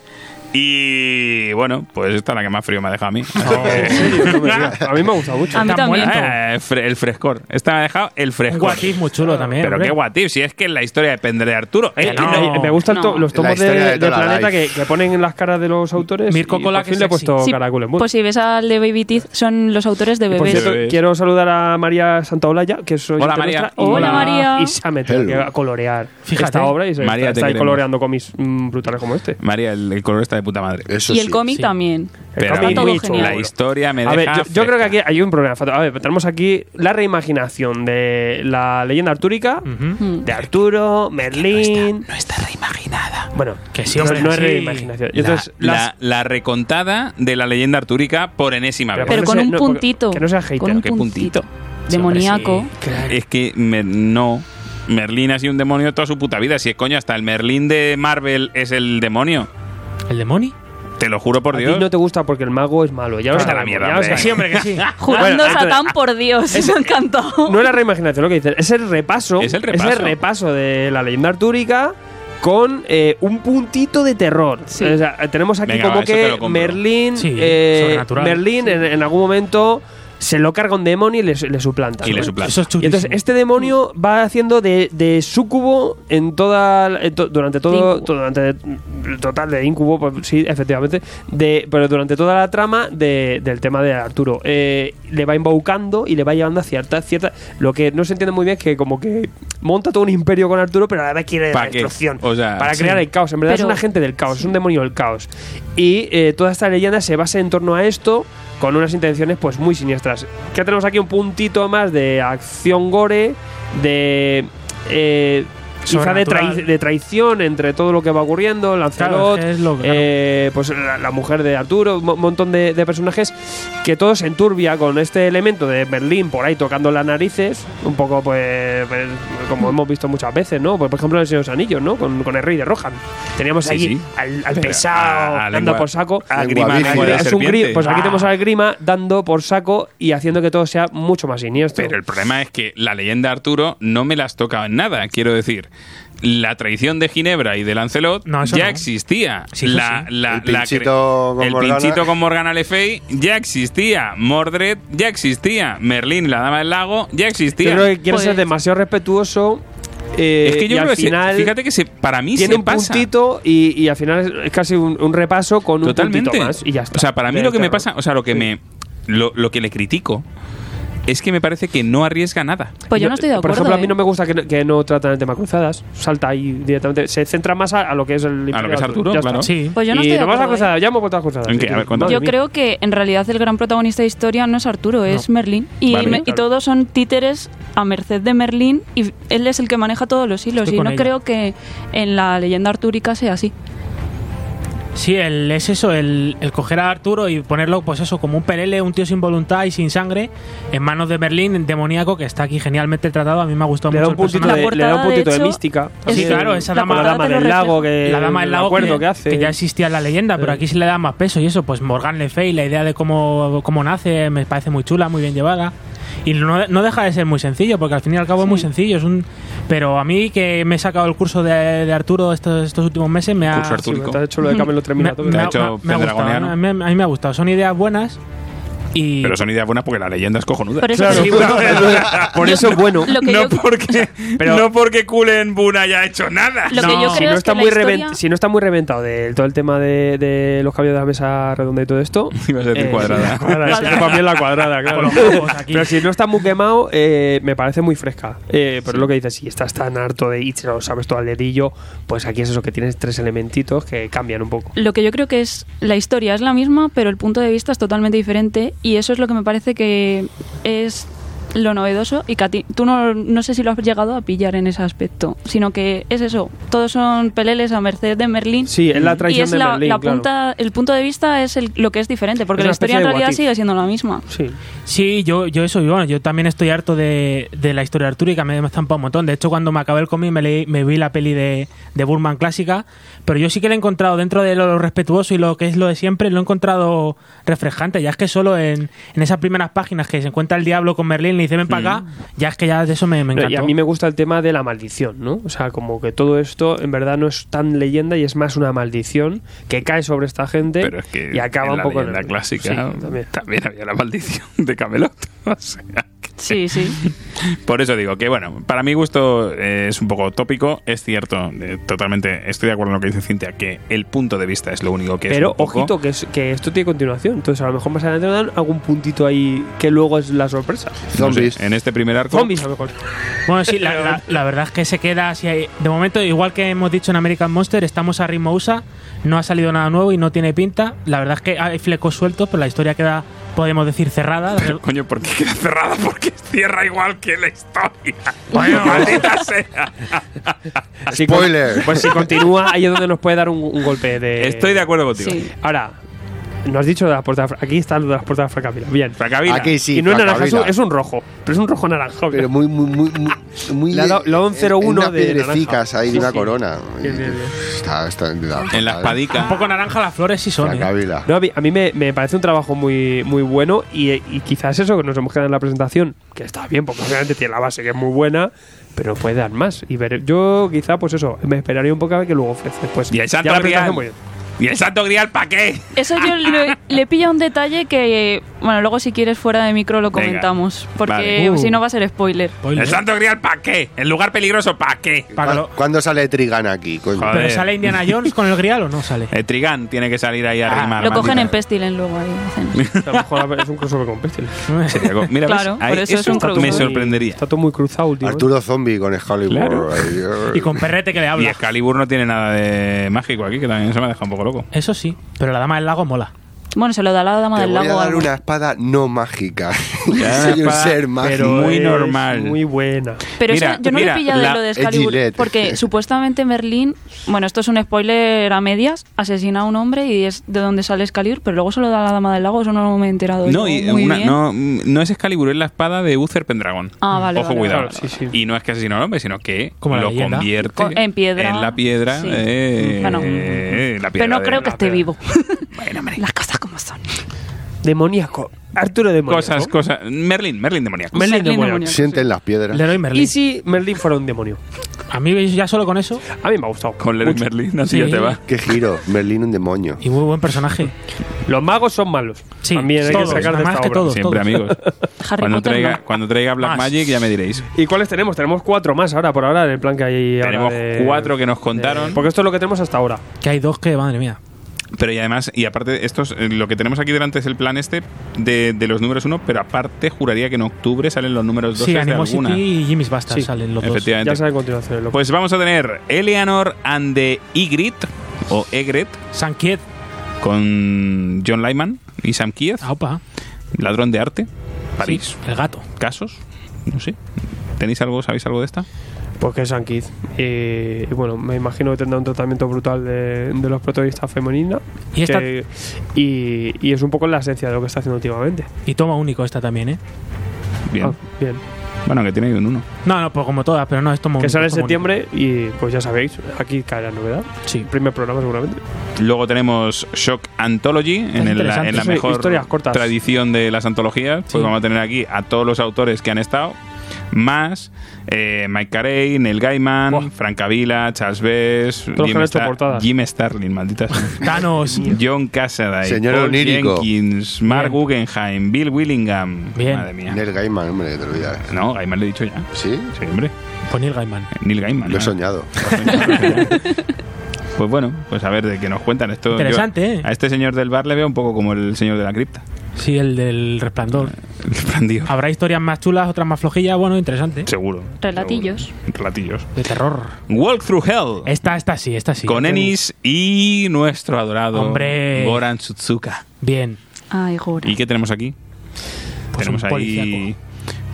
[SPEAKER 1] Y bueno, pues esta es la que más frío me ha dejado a mí.
[SPEAKER 2] En serio,
[SPEAKER 1] [laughs]
[SPEAKER 2] no me digas. a mí me ha gustado mucho.
[SPEAKER 5] A mí
[SPEAKER 3] Está
[SPEAKER 5] también.
[SPEAKER 3] muerto.
[SPEAKER 1] Ah, fre- el frescor. Esta me ha dejado el
[SPEAKER 3] un
[SPEAKER 1] frescor.
[SPEAKER 3] guatif muy chulo también
[SPEAKER 1] eh, Pero
[SPEAKER 3] hombre.
[SPEAKER 1] qué guatif, si es que la historia de Pendre de Arturo.
[SPEAKER 2] Eh,
[SPEAKER 1] eh,
[SPEAKER 3] no.
[SPEAKER 2] eh, me gustan to-
[SPEAKER 5] No.
[SPEAKER 2] los
[SPEAKER 4] La
[SPEAKER 2] tomos de,
[SPEAKER 4] historia de
[SPEAKER 2] de
[SPEAKER 4] toda la
[SPEAKER 2] Planeta que,
[SPEAKER 4] life.
[SPEAKER 2] que ponen en las caras de los autores.
[SPEAKER 3] Mirko
[SPEAKER 2] y
[SPEAKER 3] Kola,
[SPEAKER 2] por
[SPEAKER 3] que
[SPEAKER 2] fin
[SPEAKER 3] es
[SPEAKER 2] le he puesto
[SPEAKER 3] sexy.
[SPEAKER 5] Sí,
[SPEAKER 2] cara a Gulen Bond.
[SPEAKER 5] pues si ves al de Baby Teeth, son los autores de
[SPEAKER 2] Y por
[SPEAKER 5] bebés.
[SPEAKER 2] cierto,
[SPEAKER 1] Bebés.
[SPEAKER 2] quiero saludar a María Santaolalla, que soy
[SPEAKER 1] Hola, María.
[SPEAKER 5] Hola, María.
[SPEAKER 2] Y se ha metido
[SPEAKER 4] Hello.
[SPEAKER 2] aquí a colorear
[SPEAKER 3] Fíjate.
[SPEAKER 2] esta obra y se
[SPEAKER 1] María, te
[SPEAKER 2] está, está ahí
[SPEAKER 1] queremos.
[SPEAKER 2] coloreando cómics mm, brutales como este.
[SPEAKER 1] María, el, el color está de puta madre.
[SPEAKER 2] Eh,
[SPEAKER 4] Eso
[SPEAKER 5] y el
[SPEAKER 4] sí.
[SPEAKER 5] cómic
[SPEAKER 3] Sí.
[SPEAKER 5] también.
[SPEAKER 1] Pero
[SPEAKER 5] Está
[SPEAKER 1] a mí
[SPEAKER 5] todo genial.
[SPEAKER 1] la historia me deja.
[SPEAKER 2] A ver, yo, yo creo que
[SPEAKER 1] fresca.
[SPEAKER 2] aquí hay un problema. fatal. A ver, tenemos aquí la reimaginación de la leyenda artúrica,
[SPEAKER 3] Ujú.
[SPEAKER 5] Mm.
[SPEAKER 2] de Arturo, Merlín.
[SPEAKER 1] No está reimaginada.
[SPEAKER 2] Bueno,
[SPEAKER 3] Que sí, hombre,
[SPEAKER 2] no, no
[SPEAKER 3] sí.
[SPEAKER 2] es reimaginación.
[SPEAKER 1] La,
[SPEAKER 2] Entonces,
[SPEAKER 1] la-
[SPEAKER 2] las-
[SPEAKER 1] la recontada de la leyenda artúrica por enésima vez.
[SPEAKER 2] Pero
[SPEAKER 5] Pero
[SPEAKER 2] no
[SPEAKER 5] con
[SPEAKER 2] sea-
[SPEAKER 5] un
[SPEAKER 2] no, porque-
[SPEAKER 5] puntito.
[SPEAKER 2] que no sea hater,
[SPEAKER 5] Con un
[SPEAKER 1] ¿qué puntito?
[SPEAKER 5] puntito.
[SPEAKER 3] Sí, hombre,
[SPEAKER 5] Demoníaco.
[SPEAKER 3] sí.
[SPEAKER 1] Es que me- no. Merlín ha sido un demonio toda su puta vida. Si es coño, hasta el Merlín de Marvel es el demonio.
[SPEAKER 3] el demonio
[SPEAKER 1] Te lo juro por
[SPEAKER 2] a ti
[SPEAKER 1] Dios.
[SPEAKER 2] no te gusta porque el mago es malo. Ya lo
[SPEAKER 1] Vete a la
[SPEAKER 2] sabemos,
[SPEAKER 1] mierda,
[SPEAKER 2] ya lo
[SPEAKER 1] hombre.
[SPEAKER 2] sabemos.
[SPEAKER 3] sí hombre que sí
[SPEAKER 2] [laughs]
[SPEAKER 5] Jurando
[SPEAKER 2] Bueno,
[SPEAKER 5] Satán, por Dios. [laughs] me ha encantado.
[SPEAKER 2] No es la reimaginación lo que dices, es el repaso.
[SPEAKER 1] Es el repaso.
[SPEAKER 2] repaso de la leyenda artúrica con eh, un puntito de terror.
[SPEAKER 5] Sí.
[SPEAKER 2] O sea, tenemos aquí
[SPEAKER 1] Venga,
[SPEAKER 2] como
[SPEAKER 1] va, eso te
[SPEAKER 2] que
[SPEAKER 1] lo compro.
[SPEAKER 2] Merlín,
[SPEAKER 3] Sí,
[SPEAKER 2] eh,
[SPEAKER 3] sobrenatural.
[SPEAKER 2] Merlín en, en algún momento se lo carga un demonio y le, su- le suplanta.
[SPEAKER 1] Y le
[SPEAKER 2] ¿no?
[SPEAKER 1] suplanta.
[SPEAKER 3] Eso es
[SPEAKER 2] Y entonces
[SPEAKER 3] chulísimo.
[SPEAKER 2] este demonio va haciendo de, de súcubo en toda en to- durante todo,
[SPEAKER 5] incubo.
[SPEAKER 2] durante el total de incubo pues sí efectivamente de pero durante toda la trama de- del tema de Arturo Eh, le va embaucando y le va llevando a cierta cierta lo que no se entiende muy bien es que como que monta todo un imperio con Arturo pero ahora quiere la
[SPEAKER 1] ¿Para qué?
[SPEAKER 2] destrucción
[SPEAKER 1] O sea,
[SPEAKER 2] para
[SPEAKER 1] sí.
[SPEAKER 2] crear el caos en verdad es
[SPEAKER 5] Pero-
[SPEAKER 2] un agente del caos es un demonio del caos y eh, toda esta leyenda se basa en torno a esto con unas intenciones pues muy siniestras. Que tenemos aquí un puntito más de acción gore, de eh, quizá de,
[SPEAKER 3] Sobrenatural.
[SPEAKER 2] trai- de traición entre todo lo que va ocurriendo, Lancelot,
[SPEAKER 3] Claro, es lo- claro.
[SPEAKER 2] eh, pues la, la mujer de Arturo, un mo- montón de, de personajes que todo se enturbia con este elemento de Berlín por ahí tocando las narices, un poco pues, pues, como hemos visto muchas veces, ¿no? Pues, por ejemplo en el Señor de los Anillos, ¿no? Con, con el rey de Rohan. Teníamos
[SPEAKER 1] Sí,
[SPEAKER 2] allí
[SPEAKER 1] sí.
[SPEAKER 2] al, al pesado
[SPEAKER 1] A- a
[SPEAKER 2] dando
[SPEAKER 1] Ah, lengua-
[SPEAKER 2] por saco.
[SPEAKER 1] a
[SPEAKER 4] Lengua
[SPEAKER 1] grima,
[SPEAKER 4] virgen.
[SPEAKER 1] lengua de
[SPEAKER 2] Es un gri-
[SPEAKER 1] serpiente.
[SPEAKER 2] pues aquí
[SPEAKER 1] Ah.
[SPEAKER 2] tenemos al Grima dando por saco y haciendo que todo sea mucho más siniestro.
[SPEAKER 1] Pero el problema es que la leyenda de Arturo no me las tocaba en nada, quiero decir. La traición de Ginebra y de Lancelot
[SPEAKER 3] No, eso
[SPEAKER 1] ya
[SPEAKER 3] no.
[SPEAKER 1] existía.
[SPEAKER 3] Sí, eso
[SPEAKER 1] la,
[SPEAKER 3] sí.
[SPEAKER 1] la-
[SPEAKER 4] El
[SPEAKER 1] la cre-
[SPEAKER 4] pinchito con
[SPEAKER 1] el
[SPEAKER 4] Morgana.
[SPEAKER 1] pinchito con Morgana Le Fay ya existía. Mordred ya existía. Merlín, la dama del lago, ya
[SPEAKER 2] Yo
[SPEAKER 1] existía.
[SPEAKER 2] creo que quiere
[SPEAKER 5] Pues-
[SPEAKER 2] ser demasiado respetuoso. eh,
[SPEAKER 1] es que yo
[SPEAKER 2] y
[SPEAKER 1] creo
[SPEAKER 2] al
[SPEAKER 1] que se-
[SPEAKER 2] final
[SPEAKER 1] fíjate que se, para mí
[SPEAKER 2] tiene
[SPEAKER 1] se
[SPEAKER 2] un
[SPEAKER 1] pasa.
[SPEAKER 2] puntito y, y al final es- es casi un, un repaso con un
[SPEAKER 1] Totalmente.
[SPEAKER 2] puntito más y ya está.
[SPEAKER 1] O sea, para mí
[SPEAKER 2] Del
[SPEAKER 1] lo que me
[SPEAKER 2] terror.
[SPEAKER 1] pasa, o sea, lo que
[SPEAKER 2] Sí.
[SPEAKER 1] me lo, lo que le critico es que me parece que no arriesga nada.
[SPEAKER 5] Pues yo no estoy de acuerdo.
[SPEAKER 2] Por ejemplo, a mí
[SPEAKER 5] ¿eh?
[SPEAKER 2] no me gusta que no, que no tratan el tema cruzadas. Salta ahí directamente. Se centra más a, a lo que es el.
[SPEAKER 1] que es Arturo,
[SPEAKER 2] Ya
[SPEAKER 1] claro.
[SPEAKER 2] está.
[SPEAKER 3] Sí.
[SPEAKER 5] Pues yo no
[SPEAKER 2] y
[SPEAKER 5] estoy de
[SPEAKER 2] nos vamos a
[SPEAKER 5] acuerdo,
[SPEAKER 2] cruzadas.
[SPEAKER 5] ¿eh?
[SPEAKER 2] Ya hemos vuelto a cruzadas.
[SPEAKER 1] ¿En qué? A ver, cuéntame.
[SPEAKER 2] Madre
[SPEAKER 5] Yo
[SPEAKER 2] mía.
[SPEAKER 5] creo que en realidad el gran protagonista de historia no es Arturo, es Merlín. Y,
[SPEAKER 1] Vale.
[SPEAKER 5] me- y
[SPEAKER 2] Claro.
[SPEAKER 5] todos son títeres a merced de Merlín y él es el que maneja todos los hilos.
[SPEAKER 3] Estoy
[SPEAKER 5] y
[SPEAKER 3] con
[SPEAKER 5] no
[SPEAKER 3] ella.
[SPEAKER 5] creo que en la leyenda artúrica sea así.
[SPEAKER 3] Sí, el, es eso, el, el coger a Arturo y ponerlo, pues eso, como un pelele, un tío sin voluntad y sin sangre, en manos de Berlín, demoníaco, que está aquí genialmente tratado. A mí me ha gustado
[SPEAKER 2] Le da
[SPEAKER 3] mucho
[SPEAKER 2] un
[SPEAKER 3] el personaje.
[SPEAKER 2] puntito,
[SPEAKER 5] personaje.
[SPEAKER 2] de,
[SPEAKER 5] La
[SPEAKER 2] le da un
[SPEAKER 5] portada, de
[SPEAKER 2] puntito de,
[SPEAKER 5] hecho,
[SPEAKER 2] mística.
[SPEAKER 5] es-
[SPEAKER 2] Sí,
[SPEAKER 3] claro, esa
[SPEAKER 5] la
[SPEAKER 3] dama-
[SPEAKER 2] la
[SPEAKER 5] portada
[SPEAKER 2] dama
[SPEAKER 5] te lo
[SPEAKER 2] del
[SPEAKER 5] refleja.
[SPEAKER 2] lago que
[SPEAKER 3] la dama del
[SPEAKER 2] el
[SPEAKER 3] lago
[SPEAKER 2] acuerdo
[SPEAKER 3] que,
[SPEAKER 2] que hace.
[SPEAKER 3] que ya existía en la leyenda, pero
[SPEAKER 2] Sí.
[SPEAKER 3] aquí sí le da más peso y eso, pues Morgan Le Fay, la idea de cómo, cómo nace me parece muy chula, muy bien llevada. Y no, no deja de ser muy sencillo, porque al fin y al cabo es muy sencillo. Es un, pero a mí que me he sacado el curso de, de Arturo estos, estos últimos meses, me ha,
[SPEAKER 1] Curso Arturo.
[SPEAKER 2] Sí, me está hecho lo de Camelo
[SPEAKER 3] me,
[SPEAKER 2] Terminator.
[SPEAKER 3] me
[SPEAKER 1] ha
[SPEAKER 3] ha,
[SPEAKER 1] hecho
[SPEAKER 3] me ha gustado.
[SPEAKER 1] Pendragoniano.
[SPEAKER 3] A mí, a mí me ha gustado. Son ideas buenas y...
[SPEAKER 1] Pero son ideas buenas porque la leyenda es cojonuda.
[SPEAKER 5] Por eso
[SPEAKER 2] Claro,
[SPEAKER 5] te digo,
[SPEAKER 1] [laughs]
[SPEAKER 2] bueno,
[SPEAKER 5] [laughs]
[SPEAKER 2] por eso es bueno.
[SPEAKER 5] lo que
[SPEAKER 1] no
[SPEAKER 5] yo,
[SPEAKER 1] porque
[SPEAKER 2] Pero-
[SPEAKER 1] no porque Kulen Bun haya hecho nada. [laughs]
[SPEAKER 5] Lo que yo
[SPEAKER 2] si
[SPEAKER 5] creo
[SPEAKER 2] no
[SPEAKER 5] es
[SPEAKER 2] está
[SPEAKER 5] que la
[SPEAKER 2] muy
[SPEAKER 5] historia-
[SPEAKER 2] reven- si no está muy reventado de todo el tema de, de los cambios de la mesa redonda y todo esto
[SPEAKER 1] Iba a decir Eh, cuadrada.
[SPEAKER 2] la cuadrada, Eh, sí, también la cuadrada claro
[SPEAKER 3] Con los ojos aquí.
[SPEAKER 2] pero si no está muy quemado eh, me parece muy fresca Eh, pero lo que dices si estás tan harto de y lo sabes todo al dedillo pues aquí es eso que tienes tres elementitos que cambian un poco
[SPEAKER 5] lo que yo creo que es la historia es la misma, pero el punto de vista es totalmente diferente y eso es lo que me parece que es lo novedoso y que a ti- tú no, no sé si lo has llegado a pillar en ese aspecto, sino que es eso, todos son peleles a merced de Merlín.
[SPEAKER 2] sí es la
[SPEAKER 5] y
[SPEAKER 2] traición
[SPEAKER 5] es
[SPEAKER 2] de
[SPEAKER 5] la,
[SPEAKER 2] Berlín
[SPEAKER 5] la
[SPEAKER 2] claro.
[SPEAKER 5] punta, el punto de vista es el- lo que es diferente, porque
[SPEAKER 2] Es una
[SPEAKER 5] la historia en
[SPEAKER 2] especie de
[SPEAKER 5] realidad
[SPEAKER 2] what if.
[SPEAKER 5] sigue siendo la misma.
[SPEAKER 2] sí
[SPEAKER 3] Sí, yo, yo eso, yo, bueno, yo también estoy harto de, de la historia artúrica, me me ha estampado un montón. De hecho, cuando me acabé el cómic me, leí- me vi la peli de, de Burman clásica, pero yo sí que lo he encontrado dentro de lo respetuoso y lo que es lo de siempre, lo he encontrado refrescante. Ya es que solo en, en esas primeras páginas que se encuentra el diablo con Merlín y le dice ven para acá, ya es que ya de eso me, me
[SPEAKER 2] Pero,
[SPEAKER 3] encantó.
[SPEAKER 2] Y a mí me gusta el tema de la maldición, ¿no? O sea, como que todo esto en verdad no es tan leyenda y es más una maldición que cae sobre esta gente
[SPEAKER 1] Pero es que
[SPEAKER 2] y acaba
[SPEAKER 1] en
[SPEAKER 2] un poco
[SPEAKER 1] la leyenda
[SPEAKER 2] el-
[SPEAKER 1] clásica
[SPEAKER 2] Sí, también.
[SPEAKER 1] también había la maldición de Camelot. [laughs] O sea,
[SPEAKER 5] Sí, sí.
[SPEAKER 1] Por eso digo que, bueno, para mi gusto eh, es un poco tópico, es cierto, eh, totalmente estoy de acuerdo en lo que dice Cintia, que el punto de vista es lo único que es.
[SPEAKER 2] Pero
[SPEAKER 1] un poco-
[SPEAKER 2] ojito, que, es- que esto tiene continuación. Entonces, a lo mejor más adelante nos dan algún puntito ahí que luego es la sorpresa.
[SPEAKER 1] no sé,
[SPEAKER 4] Zombies.
[SPEAKER 1] en este primer arco.
[SPEAKER 2] Zombies, a lo mejor.
[SPEAKER 3] Bueno, sí, la, la- la verdad es que se queda así. ahí. De momento, igual que hemos dicho en American Monster, estamos a ritmo USA, no ha salido nada nuevo y no tiene pinta. La verdad es que hay flecos sueltos, pero la historia queda, podemos decir,
[SPEAKER 1] [laughs]
[SPEAKER 3] cerrada.
[SPEAKER 1] Coño, ¿por qué queda cerrada? [laughs] Porque cierra igual que la
[SPEAKER 5] [laughs]
[SPEAKER 1] historia. maldita sea.
[SPEAKER 2] Si con-
[SPEAKER 4] Spoiler.
[SPEAKER 2] pues si continúa, ahí es donde nos puede dar un, un golpe de.
[SPEAKER 1] Estoy de acuerdo [laughs] contigo.
[SPEAKER 5] Eh, Sí.
[SPEAKER 2] Ahora, no has dicho de las puertas. fra- Aquí está lo de las puertas fracapilas. Bien.
[SPEAKER 1] Francavila.
[SPEAKER 4] Aquí sí.
[SPEAKER 2] y no es
[SPEAKER 4] Paco,
[SPEAKER 2] naranja, es un,
[SPEAKER 4] mira.
[SPEAKER 2] es un rojo. Pero es un rojo naranja.
[SPEAKER 4] Pero muy, muy, muy. muy, muy
[SPEAKER 2] Le ha dado- le ha dado un
[SPEAKER 4] en-
[SPEAKER 2] 0-1
[SPEAKER 4] en unas
[SPEAKER 2] de
[SPEAKER 4] piedrecicas
[SPEAKER 2] naranja.
[SPEAKER 4] ahí,
[SPEAKER 2] Sí,
[SPEAKER 4] una
[SPEAKER 2] sí.
[SPEAKER 4] corona.
[SPEAKER 2] Bien, bien, bien.
[SPEAKER 4] Está, está.
[SPEAKER 1] En la espadica.
[SPEAKER 3] Un poco naranja las flores sí son.
[SPEAKER 4] ¿eh? La
[SPEAKER 3] ¿eh?
[SPEAKER 4] cabila.
[SPEAKER 2] No, a mí, a mí me, me parece un trabajo muy, muy bueno y, y quizás eso que nos hemos quedado en la presentación, que está bien, porque obviamente tiene la base que es muy buena, pero puede dar más. Y ver, yo quizá, pues eso, me esperaría un poco a ver qué luego ofrece. Pues,
[SPEAKER 1] Y el Santo
[SPEAKER 2] ya la
[SPEAKER 1] Grial.
[SPEAKER 2] presentación muy bien.
[SPEAKER 1] ¿Y el santo grial para qué?
[SPEAKER 5] Eso yo le, le pilla un detalle que, bueno, luego si quieres fuera de micro lo
[SPEAKER 1] Venga.
[SPEAKER 5] comentamos, porque
[SPEAKER 1] Vale.
[SPEAKER 3] Uh.
[SPEAKER 5] si no va a ser spoiler.
[SPEAKER 3] Spoiler.
[SPEAKER 1] ¿El santo grial para qué? ¿El lugar peligroso para qué?
[SPEAKER 3] Paco,
[SPEAKER 4] ¿Cuá- ¿Cuándo sale Trigana aquí? coño?
[SPEAKER 1] Joder.
[SPEAKER 3] ¿Pero sale Indiana Jones con el grial o
[SPEAKER 1] [laughs]
[SPEAKER 3] no sale?
[SPEAKER 1] El Eh, Trigán tiene que salir ahí a rimar.
[SPEAKER 5] Ah, Lo cogen en
[SPEAKER 1] maldita.
[SPEAKER 5] Pestilence luego ahí. hacen.
[SPEAKER 2] [laughs] A lo mejor es un crossover con Pestilence.
[SPEAKER 1] Sería go- Mira,
[SPEAKER 5] Claro,
[SPEAKER 1] ¿ves? Ahí-
[SPEAKER 5] por eso es un
[SPEAKER 2] Está todo
[SPEAKER 1] me
[SPEAKER 5] crossover.
[SPEAKER 2] muy-
[SPEAKER 1] sorprendería.
[SPEAKER 2] Está todo muy cruzado últimamente.
[SPEAKER 4] Arturo Zombie con Excalibur.
[SPEAKER 1] Claro.
[SPEAKER 4] Ay, Dios.
[SPEAKER 3] Y con perrete que le
[SPEAKER 1] Y
[SPEAKER 3] habla.
[SPEAKER 1] Excalibur no tiene nada de mágico aquí, que también se me ha dejado un poco loco.
[SPEAKER 3] Eso sí, pero la dama del lago mola.
[SPEAKER 5] Bueno, se lo da la dama
[SPEAKER 4] Te
[SPEAKER 5] del
[SPEAKER 4] voy
[SPEAKER 5] lago.
[SPEAKER 4] a
[SPEAKER 5] o
[SPEAKER 4] dar
[SPEAKER 5] algo.
[SPEAKER 4] una espada no
[SPEAKER 3] [laughs]
[SPEAKER 4] mágica. [laughs]
[SPEAKER 1] Ya,
[SPEAKER 4] Soy un
[SPEAKER 1] pa,
[SPEAKER 4] ser
[SPEAKER 2] Pero
[SPEAKER 4] mágico.
[SPEAKER 1] Muy
[SPEAKER 2] es
[SPEAKER 1] normal.
[SPEAKER 2] Muy buena.
[SPEAKER 5] Pero
[SPEAKER 1] Mira,
[SPEAKER 5] esa- yo no
[SPEAKER 1] mira,
[SPEAKER 5] lo he pillado
[SPEAKER 1] la-
[SPEAKER 5] de lo de
[SPEAKER 4] es
[SPEAKER 5] Excalibur,
[SPEAKER 4] Gillette. [laughs]
[SPEAKER 5] porque supuestamente Merlín, bueno, esto es un spoiler a medias, asesina a un hombre y es de donde sale Excalibur, pero luego se lo da a la dama del lago, eso no me he enterado.
[SPEAKER 1] No,
[SPEAKER 5] yo.
[SPEAKER 1] y
[SPEAKER 5] Muy
[SPEAKER 1] una-
[SPEAKER 5] bien.
[SPEAKER 1] no, no es Excalibur, es la espada de Uther Pendragon.
[SPEAKER 5] Ah, vale,
[SPEAKER 1] Ojo,
[SPEAKER 5] vale,
[SPEAKER 1] cuidado.
[SPEAKER 2] vale, vale, Claro, sí, sí.
[SPEAKER 1] Y no es que asesinó al hombre, sino que
[SPEAKER 3] Como la
[SPEAKER 1] lo
[SPEAKER 3] leyenda.
[SPEAKER 1] convierte
[SPEAKER 5] Co- en piedra.
[SPEAKER 1] en la piedra.
[SPEAKER 5] Sí.
[SPEAKER 1] eh,
[SPEAKER 5] Bueno.
[SPEAKER 1] eh, la
[SPEAKER 5] Pero
[SPEAKER 1] piedra
[SPEAKER 5] no
[SPEAKER 1] de-
[SPEAKER 5] creo que
[SPEAKER 1] la
[SPEAKER 5] esté
[SPEAKER 1] piedra.
[SPEAKER 5] vivo.
[SPEAKER 1] [laughs] Bueno, hombre.
[SPEAKER 5] Las cosas como son.
[SPEAKER 2] Demoníaco. Arturo Demoníaco.
[SPEAKER 1] Cosas, cosas. Merlin, Merlin demoníaco.
[SPEAKER 2] Merlin
[SPEAKER 5] Merlin
[SPEAKER 2] Demoníaco.
[SPEAKER 5] demoníaco.
[SPEAKER 4] Sienten las piedras.
[SPEAKER 3] Leroy
[SPEAKER 2] ¿Y
[SPEAKER 3] Merlin.
[SPEAKER 2] si Merlin fuera un demonio?
[SPEAKER 3] A mí ya solo con eso.
[SPEAKER 2] A mí me ha gustado.
[SPEAKER 1] Con Leroy
[SPEAKER 2] mucho.
[SPEAKER 1] Merlin, así
[SPEAKER 3] Sí.
[SPEAKER 1] ya te va.
[SPEAKER 4] Qué giro. Merlín un
[SPEAKER 3] [laughs]
[SPEAKER 4] demonio.
[SPEAKER 3] Y muy buen personaje.
[SPEAKER 2] Los magos son malos.
[SPEAKER 3] Sí,
[SPEAKER 2] También hay
[SPEAKER 3] todos,
[SPEAKER 2] que sacar de
[SPEAKER 3] nada más
[SPEAKER 2] esta
[SPEAKER 3] que
[SPEAKER 2] obra.
[SPEAKER 3] todos.
[SPEAKER 1] Siempre, amigos.
[SPEAKER 5] Harry
[SPEAKER 1] cuando,
[SPEAKER 5] Potter
[SPEAKER 1] traiga,
[SPEAKER 5] no.
[SPEAKER 1] cuando traiga Black
[SPEAKER 3] Más.
[SPEAKER 1] Magic ya me diréis.
[SPEAKER 2] ¿Y cuáles tenemos? Tenemos cuatro más ahora, por ahora, en el plan que hay ahora
[SPEAKER 1] Tenemos
[SPEAKER 2] de-
[SPEAKER 1] cuatro que nos contaron.
[SPEAKER 2] Porque esto es lo que tenemos hasta ahora.
[SPEAKER 3] Que hay dos que, madre mía.
[SPEAKER 1] Pero y además, y aparte, estos, eh, lo que tenemos aquí delante es el plan este de, de los números uno, pero aparte juraría que en octubre salen los números dos
[SPEAKER 3] Sí,
[SPEAKER 1] de alguna.
[SPEAKER 3] Animosity y Jimmy's Bastard
[SPEAKER 2] Sí,
[SPEAKER 3] salen los dos.
[SPEAKER 1] Efectivamente.
[SPEAKER 2] Ya saben continuación. Lo
[SPEAKER 1] Pues vamos a tener Eleanor and the Ygritte, o Egret,
[SPEAKER 3] San Kied.
[SPEAKER 1] con John Lyman y Sam Kiev,
[SPEAKER 3] Ah, opa.
[SPEAKER 1] ladrón de arte, París,
[SPEAKER 3] Sí, el gato.
[SPEAKER 1] casos, no sé. ¿Tenéis algo, sabéis algo de esta?
[SPEAKER 2] Pues que es San Kidd. Y, y bueno, me imagino que tendrá un tratamiento brutal de, de los protagonistas femeninas.
[SPEAKER 3] Y esta-
[SPEAKER 2] que- y, y es un poco la esencia de lo que está haciendo últimamente.
[SPEAKER 3] Y toma único esta también, ¿eh?
[SPEAKER 1] Bien.
[SPEAKER 2] Ah, bien.
[SPEAKER 1] Bueno, que tiene ahí un uno.
[SPEAKER 3] No, no, pues como todas, pero no, es toma único.
[SPEAKER 2] Que sale en
[SPEAKER 3] toma único.
[SPEAKER 2] septiembre y pues ya sabéis, aquí cae la novedad.
[SPEAKER 3] Sí.
[SPEAKER 2] Primer programa seguramente.
[SPEAKER 1] Luego tenemos Shock Anthology, en, el- la,
[SPEAKER 3] interesante.
[SPEAKER 1] en la
[SPEAKER 2] Sí,
[SPEAKER 1] mejor
[SPEAKER 2] historias cortas.
[SPEAKER 1] tradición de las antologías.
[SPEAKER 3] Sí.
[SPEAKER 1] Pues vamos a tener aquí a todos los autores que han estado, más eh, Mike Carey, Neil Gaiman,
[SPEAKER 2] Buah.
[SPEAKER 1] Frank Avila, Charles Bess,
[SPEAKER 2] los que han hecho
[SPEAKER 1] Star-
[SPEAKER 2] portadas.
[SPEAKER 1] Jim Starlin, maldita
[SPEAKER 2] [laughs]
[SPEAKER 1] sea.
[SPEAKER 3] Thanos.
[SPEAKER 1] John Cassaday,
[SPEAKER 4] Señor
[SPEAKER 1] Paul
[SPEAKER 4] onírico.
[SPEAKER 1] Jenkins, Mark
[SPEAKER 3] Bien.
[SPEAKER 1] Guggenheim, Bill Willingham.
[SPEAKER 3] Bien.
[SPEAKER 1] Madre mía.
[SPEAKER 4] Neil Gaiman, hombre, que te olvidas.
[SPEAKER 1] No, Gaiman lo he dicho ya.
[SPEAKER 4] ¿Sí?
[SPEAKER 1] Sí, hombre.
[SPEAKER 3] Pues Neil Gaiman.
[SPEAKER 1] Neil Gaiman. ¿eh?
[SPEAKER 4] Lo he
[SPEAKER 1] ¿no?
[SPEAKER 4] soñado.
[SPEAKER 1] [laughs] Pues bueno, pues a ver de qué nos cuentan esto. yo-
[SPEAKER 3] Interesante, ¿eh?
[SPEAKER 1] a este señor del bar le veo un poco como el señor de la cripta.
[SPEAKER 3] Sí, el del resplandor.
[SPEAKER 1] El brandido.
[SPEAKER 3] Habrá historias más chulas, otras más flojillas. Bueno, interesante.
[SPEAKER 1] Seguro.
[SPEAKER 5] Relatillos.
[SPEAKER 1] Seguro. Relatillos.
[SPEAKER 3] De terror.
[SPEAKER 1] Walk Through Hell.
[SPEAKER 3] Esta, esta sí, esta sí.
[SPEAKER 1] con Ennis y nuestro adorado
[SPEAKER 3] Hombre.
[SPEAKER 1] Goran Tsutsuka.
[SPEAKER 3] Bien.
[SPEAKER 5] Ay, Gora.
[SPEAKER 1] ¿Y qué tenemos aquí?
[SPEAKER 3] Pues
[SPEAKER 1] tenemos
[SPEAKER 3] un
[SPEAKER 1] ahí.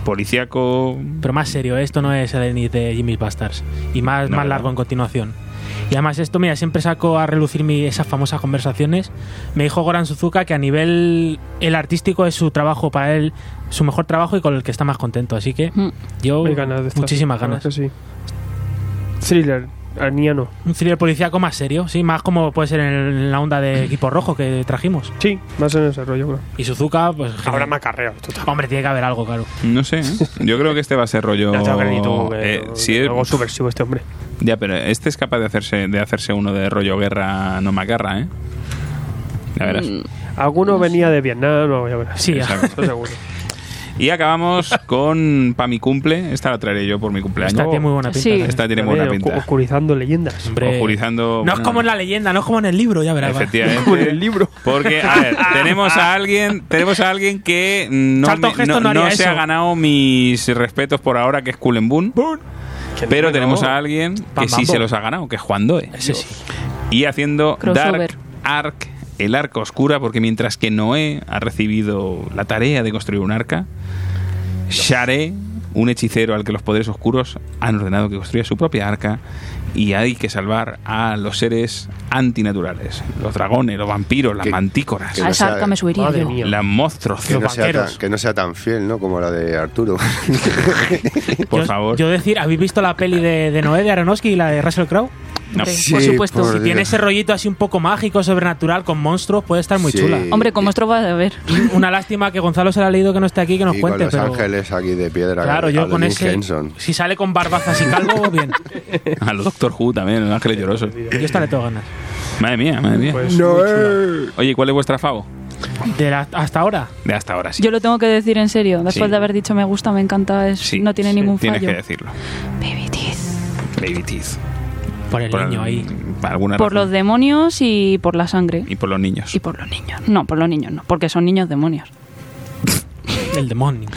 [SPEAKER 1] Policiaco.
[SPEAKER 3] Pero más serio, esto no es el ni de Jimmy's Bastards. Y más,
[SPEAKER 1] No,
[SPEAKER 3] más
[SPEAKER 1] ¿verdad?
[SPEAKER 3] largo en continuación. Y además esto, mira, siempre saco a relucir mi- esas famosas conversaciones. Me dijo Goran Suzuka que a nivel el artístico es su trabajo para él, su mejor trabajo y con el que está más contento. Así que
[SPEAKER 5] Mm.
[SPEAKER 3] yo
[SPEAKER 2] Hay ganas de estas-
[SPEAKER 3] Oh, muchísimas
[SPEAKER 2] la
[SPEAKER 3] ganas.
[SPEAKER 2] verdad que sí. Thriller, arniano.
[SPEAKER 3] Un thriller policíaco más serio, sí, más como puede ser en la onda de equipo rojo que trajimos.
[SPEAKER 2] Sí, más en ese rollo, creo.
[SPEAKER 3] Y Suzuka, pues...
[SPEAKER 2] Habrá
[SPEAKER 3] genial.
[SPEAKER 2] macarreo, total.
[SPEAKER 3] Hombre, tiene que haber algo, claro.
[SPEAKER 1] No sé. ¿eh? Yo creo que este va a ser
[SPEAKER 3] [laughs]
[SPEAKER 1] rollo.
[SPEAKER 2] Ya te lo acredito, que-
[SPEAKER 1] eh, si
[SPEAKER 2] que
[SPEAKER 1] es-
[SPEAKER 2] Algo subversivo este hombre.
[SPEAKER 1] Ya, pero este es capaz de hacerse, de hacerse uno de rollo guerra no macarra, ¿eh? Ya verás.
[SPEAKER 2] Alguno venía de Vietnam, no, ya verás.
[SPEAKER 3] Sí,
[SPEAKER 1] pues, Exacto.
[SPEAKER 2] Eso seguro.
[SPEAKER 1] Y
[SPEAKER 3] [laughs]
[SPEAKER 1] acabamos con Pa' mi cumple. Esta la traeré yo por mi cumpleaños.
[SPEAKER 3] esta tiene muy buena pinta.
[SPEAKER 5] Sí.
[SPEAKER 3] también.
[SPEAKER 1] Esta [laughs] tiene
[SPEAKER 2] También
[SPEAKER 1] buena
[SPEAKER 2] oscu-
[SPEAKER 1] pinta.
[SPEAKER 2] Oscurizando leyendas.
[SPEAKER 3] Hombre.
[SPEAKER 1] Oscurizando-
[SPEAKER 3] No es como en la leyenda, no es como en el libro, ya verás. va. [laughs]
[SPEAKER 1] Efectivamente.
[SPEAKER 2] Con el libro.
[SPEAKER 1] Porque, a ver, tenemos a alguien, tenemos a alguien que mm, no,
[SPEAKER 3] Charlton
[SPEAKER 1] me-
[SPEAKER 3] Heston
[SPEAKER 1] no-
[SPEAKER 3] no haría
[SPEAKER 1] no se
[SPEAKER 3] eso.
[SPEAKER 1] ha ganado mis respetos por ahora, que es Cullen Boon. Pero tenemos a alguien
[SPEAKER 3] Pam,
[SPEAKER 1] que sí
[SPEAKER 3] pam,
[SPEAKER 1] se
[SPEAKER 3] pam.
[SPEAKER 1] los ha ganado, que es Juan Doe.
[SPEAKER 3] "Oh". Ese sí.
[SPEAKER 1] Y haciendo
[SPEAKER 5] Crossover.
[SPEAKER 1] Dark Ark, el arca oscura, porque mientras que Noé ha recibido la tarea de construir un arca, Share, un hechicero al que los poderes oscuros han ordenado que construya su propia arca, y hay que salvar a los seres antinaturales, los dragones, los vampiros, las
[SPEAKER 4] Que-
[SPEAKER 1] mantícoras,
[SPEAKER 4] que
[SPEAKER 5] A
[SPEAKER 4] no
[SPEAKER 5] Ah, esa
[SPEAKER 4] sea-
[SPEAKER 5] arca me subiría
[SPEAKER 2] Madre
[SPEAKER 5] yo.
[SPEAKER 2] mía.
[SPEAKER 1] los monstruos.
[SPEAKER 4] Que no,
[SPEAKER 3] Los
[SPEAKER 4] sea tan,
[SPEAKER 3] vaqueros.
[SPEAKER 4] que no sea tan fiel, ¿no? Como la de Arturo.
[SPEAKER 3] [laughs]
[SPEAKER 1] Por
[SPEAKER 4] [laughs]
[SPEAKER 3] yo,
[SPEAKER 1] favor.
[SPEAKER 3] Yo decir, ¿habéis visto la peli de, de Noé de Aronofsky y la de Russell Crowe?
[SPEAKER 1] No.
[SPEAKER 5] Hombre,
[SPEAKER 4] Sí,
[SPEAKER 5] por supuesto.
[SPEAKER 4] por-
[SPEAKER 3] Tiene ese rollito así un poco mágico, sobrenatural, con monstruos, puede estar muy
[SPEAKER 4] Sí.
[SPEAKER 3] chula.
[SPEAKER 5] Hombre, como esto va a ver.
[SPEAKER 3] Una lástima que Gonzalo se la ha leído que no esté aquí, que nos
[SPEAKER 4] y con
[SPEAKER 3] cuente,
[SPEAKER 4] Los
[SPEAKER 3] pero.
[SPEAKER 4] Ángeles aquí de piedra.
[SPEAKER 3] Claro,
[SPEAKER 4] a
[SPEAKER 3] yo
[SPEAKER 4] los
[SPEAKER 3] con
[SPEAKER 4] Jim
[SPEAKER 3] ese.
[SPEAKER 4] Henson.
[SPEAKER 3] Si sale con barbazas y calvo, bien.
[SPEAKER 1] A los Doctor Who también, los ángeles llorosos.
[SPEAKER 3] Yo estaré todo ganas.
[SPEAKER 1] Madre mía, madre mía.
[SPEAKER 2] Pues, muy chula.
[SPEAKER 1] Oye, ¿cuál es vuestra favo?
[SPEAKER 3] De la- hasta ahora.
[SPEAKER 1] De hasta ahora sí.
[SPEAKER 5] Yo lo tengo que decir en serio. Después
[SPEAKER 1] Sí.
[SPEAKER 5] de haber dicho me gusta, me encanta, es,
[SPEAKER 1] Sí,
[SPEAKER 5] no tiene
[SPEAKER 1] sí,
[SPEAKER 5] ningún
[SPEAKER 1] Tienes
[SPEAKER 5] fallo.
[SPEAKER 1] que decirlo.
[SPEAKER 5] Baby teeth.
[SPEAKER 1] Baby Teeth.
[SPEAKER 3] Por el niño ahí.
[SPEAKER 1] por alguna
[SPEAKER 5] Por los
[SPEAKER 1] razón.
[SPEAKER 5] demonios y por la sangre.
[SPEAKER 1] Y por los niños.
[SPEAKER 5] Y por los niños. No, por los niños no, porque son niños demonios.
[SPEAKER 3] El demonio.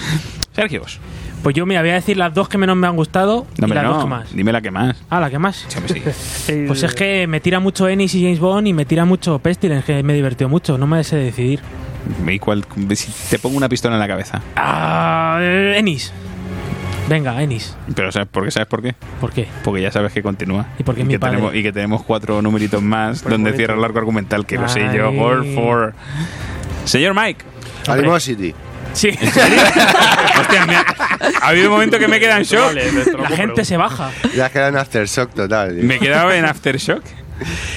[SPEAKER 1] Sergios.
[SPEAKER 3] Pues yo, mira, voy a decir las dos que menos me han gustado
[SPEAKER 1] No,
[SPEAKER 3] y
[SPEAKER 1] hombre,
[SPEAKER 3] las dos
[SPEAKER 1] no.
[SPEAKER 3] que más.
[SPEAKER 1] Dime la que más.
[SPEAKER 3] Ah, la que más.
[SPEAKER 1] Sí, [laughs] hombre, sí.
[SPEAKER 2] El-
[SPEAKER 3] Pues es que me tira mucho Ennis y James Bond y me tira mucho Pestilence, que me divirtió mucho, no me sé decidir.
[SPEAKER 1] ¿Y cuál- si te pongo una pistola en la cabeza.
[SPEAKER 3] Ah, Ennis. Venga, Ennis.
[SPEAKER 1] Pero ¿sabes por qué? ¿Sabes por qué?
[SPEAKER 3] ¿Por qué?
[SPEAKER 1] Porque ya sabes que continúa.
[SPEAKER 3] Y porque es mi
[SPEAKER 1] que
[SPEAKER 3] padre.
[SPEAKER 1] tenemos, y que tenemos cuatro numeritos más donde
[SPEAKER 2] bonito.
[SPEAKER 1] cierra el arco argumental, que lo sé
[SPEAKER 3] Ay.
[SPEAKER 1] yo. World for. Señor Mike. [laughs]
[SPEAKER 4] Animosity.
[SPEAKER 3] [laughs] Sí,
[SPEAKER 1] Hostia, me ha, ha habido un momento que me queda en shock.
[SPEAKER 3] la gente se baja.
[SPEAKER 4] Ya que era un aftershock total.
[SPEAKER 1] Me quedaba en Aftershock.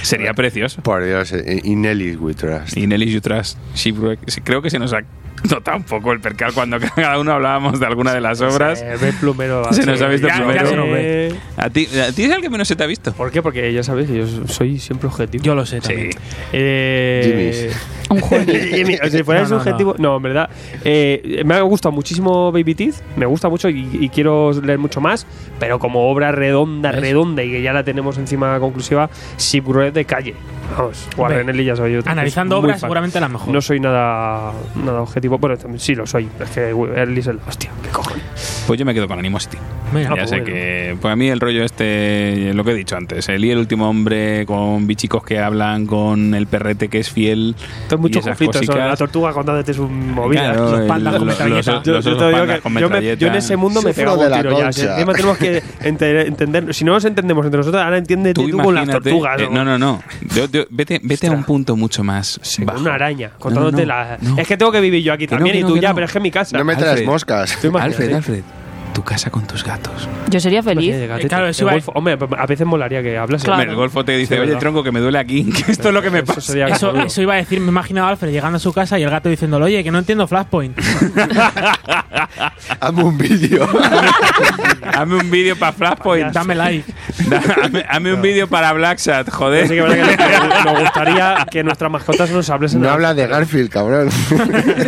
[SPEAKER 1] Sería precioso.
[SPEAKER 4] Por Dios, eh, y Nelly with Trust.
[SPEAKER 1] Y Nelly You Trust, Shipwreck. Sí, Creo que se nos ha notado un poco el percal cuando [laughs] cada uno hablábamos de alguna de las obras.
[SPEAKER 2] Se ve plumero.
[SPEAKER 1] [laughs]
[SPEAKER 2] va,
[SPEAKER 1] Se
[SPEAKER 2] eh, sí.
[SPEAKER 1] nos ha visto
[SPEAKER 2] Ya- ya
[SPEAKER 1] plumero.
[SPEAKER 2] se nos ve.
[SPEAKER 1] ¿A ti, a ti es el que menos se te ha visto?
[SPEAKER 2] ¿Por qué? Porque ya sabéis que yo soy siempre objetivo.
[SPEAKER 3] Yo lo sé
[SPEAKER 1] Sí.
[SPEAKER 3] también.
[SPEAKER 2] Eh, [laughs]
[SPEAKER 5] Un juego.
[SPEAKER 2] Jimmy, si fuera
[SPEAKER 3] No, no,
[SPEAKER 2] subjetivo. No, en verdad. eh, me ha gustado muchísimo Baby Teeth. Me gusta mucho y, y quiero leer mucho más. Pero como obra redonda,
[SPEAKER 3] ¿Ves?
[SPEAKER 2] redonda y que ya la tenemos encima conclusiva, Shipwreck de calle. Vamos, Guardenelli ya soy yo.
[SPEAKER 3] Analizando
[SPEAKER 2] es muy
[SPEAKER 3] obras,
[SPEAKER 2] fan.
[SPEAKER 3] seguramente la mejor.
[SPEAKER 2] No soy nada, nada objetivo. Bueno, también sí lo soy. Es que Early es el. Hostia, qué cojones.
[SPEAKER 1] Pues yo me quedo con Animosity.
[SPEAKER 3] Venga,
[SPEAKER 2] Ah,
[SPEAKER 1] ya
[SPEAKER 3] pues
[SPEAKER 1] sé
[SPEAKER 3] bueno.
[SPEAKER 1] que. Pues a mí el rollo este, lo que he dicho antes, el y el último hombre, con bichicos que hablan, con el perrete que es fiel.
[SPEAKER 2] Esto es mucho
[SPEAKER 1] y esas
[SPEAKER 2] conflicto. eso,
[SPEAKER 1] cosicas.
[SPEAKER 2] La tortuga contándote su movida.
[SPEAKER 1] Claro,
[SPEAKER 3] los
[SPEAKER 1] el-
[SPEAKER 3] pandas con
[SPEAKER 1] los-
[SPEAKER 3] metralleta.
[SPEAKER 1] los-
[SPEAKER 2] Yo,
[SPEAKER 1] los
[SPEAKER 2] yo
[SPEAKER 1] osos
[SPEAKER 2] te digo
[SPEAKER 1] pandas
[SPEAKER 2] que
[SPEAKER 1] con
[SPEAKER 2] yo, me-
[SPEAKER 1] metralleta.
[SPEAKER 2] yo en ese mundo me
[SPEAKER 4] Sufro
[SPEAKER 2] pegaba
[SPEAKER 4] de
[SPEAKER 2] un
[SPEAKER 4] la
[SPEAKER 2] tiro ya.
[SPEAKER 4] concha.
[SPEAKER 2] Si encima tenemos
[SPEAKER 4] [laughs]
[SPEAKER 2] que ente- entender. Si no nos entendemos entre nosotros, ahora entiéndete tú, con las
[SPEAKER 1] imagínate-
[SPEAKER 2] tortugas.
[SPEAKER 1] eh,
[SPEAKER 2] o-
[SPEAKER 1] no, no, no. Yo- yo- vete vete a un punto mucho más.
[SPEAKER 2] con
[SPEAKER 1] bajo.
[SPEAKER 2] Una araña,
[SPEAKER 1] No,
[SPEAKER 2] contándote
[SPEAKER 1] no,
[SPEAKER 2] la.
[SPEAKER 1] no.
[SPEAKER 2] Es que tengo que vivir yo aquí
[SPEAKER 1] Que no,
[SPEAKER 2] también
[SPEAKER 1] que no,
[SPEAKER 2] y tú
[SPEAKER 1] que
[SPEAKER 2] ya,
[SPEAKER 1] no.
[SPEAKER 2] pero es que mi casa.
[SPEAKER 4] No me
[SPEAKER 1] Alfred.
[SPEAKER 4] traes
[SPEAKER 3] [laughs]
[SPEAKER 4] moscas.
[SPEAKER 2] Tú imagínate.
[SPEAKER 1] Alfred, Alfred, tu casa con tus gatos.
[SPEAKER 5] Yo sería
[SPEAKER 1] Pues
[SPEAKER 2] Imagínate,
[SPEAKER 5] feliz.
[SPEAKER 2] gatete.
[SPEAKER 3] Claro,
[SPEAKER 2] El
[SPEAKER 3] eso iba-
[SPEAKER 2] golfo- Hombre, pues, a veces molaría que hablase.
[SPEAKER 5] Claro.
[SPEAKER 1] Hombre, El golfo te dice,
[SPEAKER 2] Sí,
[SPEAKER 1] oye,
[SPEAKER 2] verdad.
[SPEAKER 1] tronco, que me duele
[SPEAKER 2] [laughs]
[SPEAKER 1] aquí, [laughs] que esto es lo que me
[SPEAKER 2] Eso
[SPEAKER 1] pasa.
[SPEAKER 2] sería
[SPEAKER 3] Eso,
[SPEAKER 2] cojonudo.
[SPEAKER 3] eso iba a decir, me imaginaba a Alfred llegando a su casa y el gato diciéndole, oye, que no
[SPEAKER 1] [laughs]
[SPEAKER 3] entiendo Flashpoint.
[SPEAKER 4] Hazme un vídeo.
[SPEAKER 1] Hazme un vídeo para Flashpoint.
[SPEAKER 3] Dame like.
[SPEAKER 1] [laughs] Da- Hazme, hazme un vídeo para Black Sat, joder.
[SPEAKER 2] Así que, verdad que nos gustaría que nuestras mascotas nos hablesen.
[SPEAKER 4] No
[SPEAKER 2] a-
[SPEAKER 4] habla de Garfield, cabrón.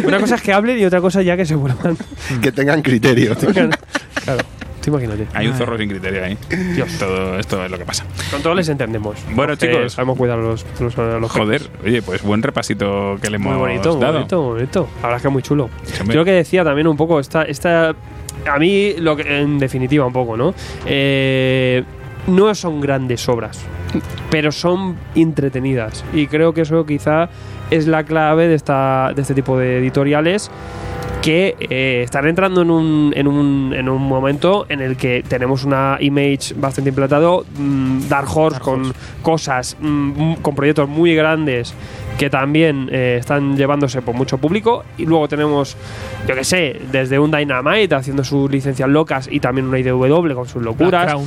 [SPEAKER 2] Una cosa es que hablen y otra cosa ya que se
[SPEAKER 3] [laughs]
[SPEAKER 2] vuelvan.
[SPEAKER 4] que tengan criterio.
[SPEAKER 2] claro, tú imagínate.
[SPEAKER 1] Hay un zorro sin criterio ahí.
[SPEAKER 2] Dios.
[SPEAKER 1] Todo esto es lo que pasa.
[SPEAKER 2] Con todo les entendemos.
[SPEAKER 1] Bueno,
[SPEAKER 2] Porque
[SPEAKER 1] chicos.
[SPEAKER 2] Sabemos cuidar los, los, los
[SPEAKER 1] Joder, oye, pues buen repasito que le hemos
[SPEAKER 2] Muy bonito, muy
[SPEAKER 1] dado.
[SPEAKER 2] bonito, muy bonito. La verdad es que es muy chulo.
[SPEAKER 1] hombre.
[SPEAKER 2] Yo lo que decía también un poco, esta, esta a mí, lo que, en definitiva un poco, ¿no? Eh, no son grandes obras, pero son entretenidas. Y creo que eso quizá es la clave de, esta, de este tipo de editoriales que eh, están entrando en un, en, un, en un momento en el que tenemos una image bastante implantado, mm, Dark Horse con cosas, mm, con proyectos muy grandes que también eh, están llevándose por mucho público y luego tenemos, yo que sé, desde un Dynamite haciendo sus licencias locas y también una IDW con sus
[SPEAKER 3] Black
[SPEAKER 2] locuras,
[SPEAKER 3] Crown.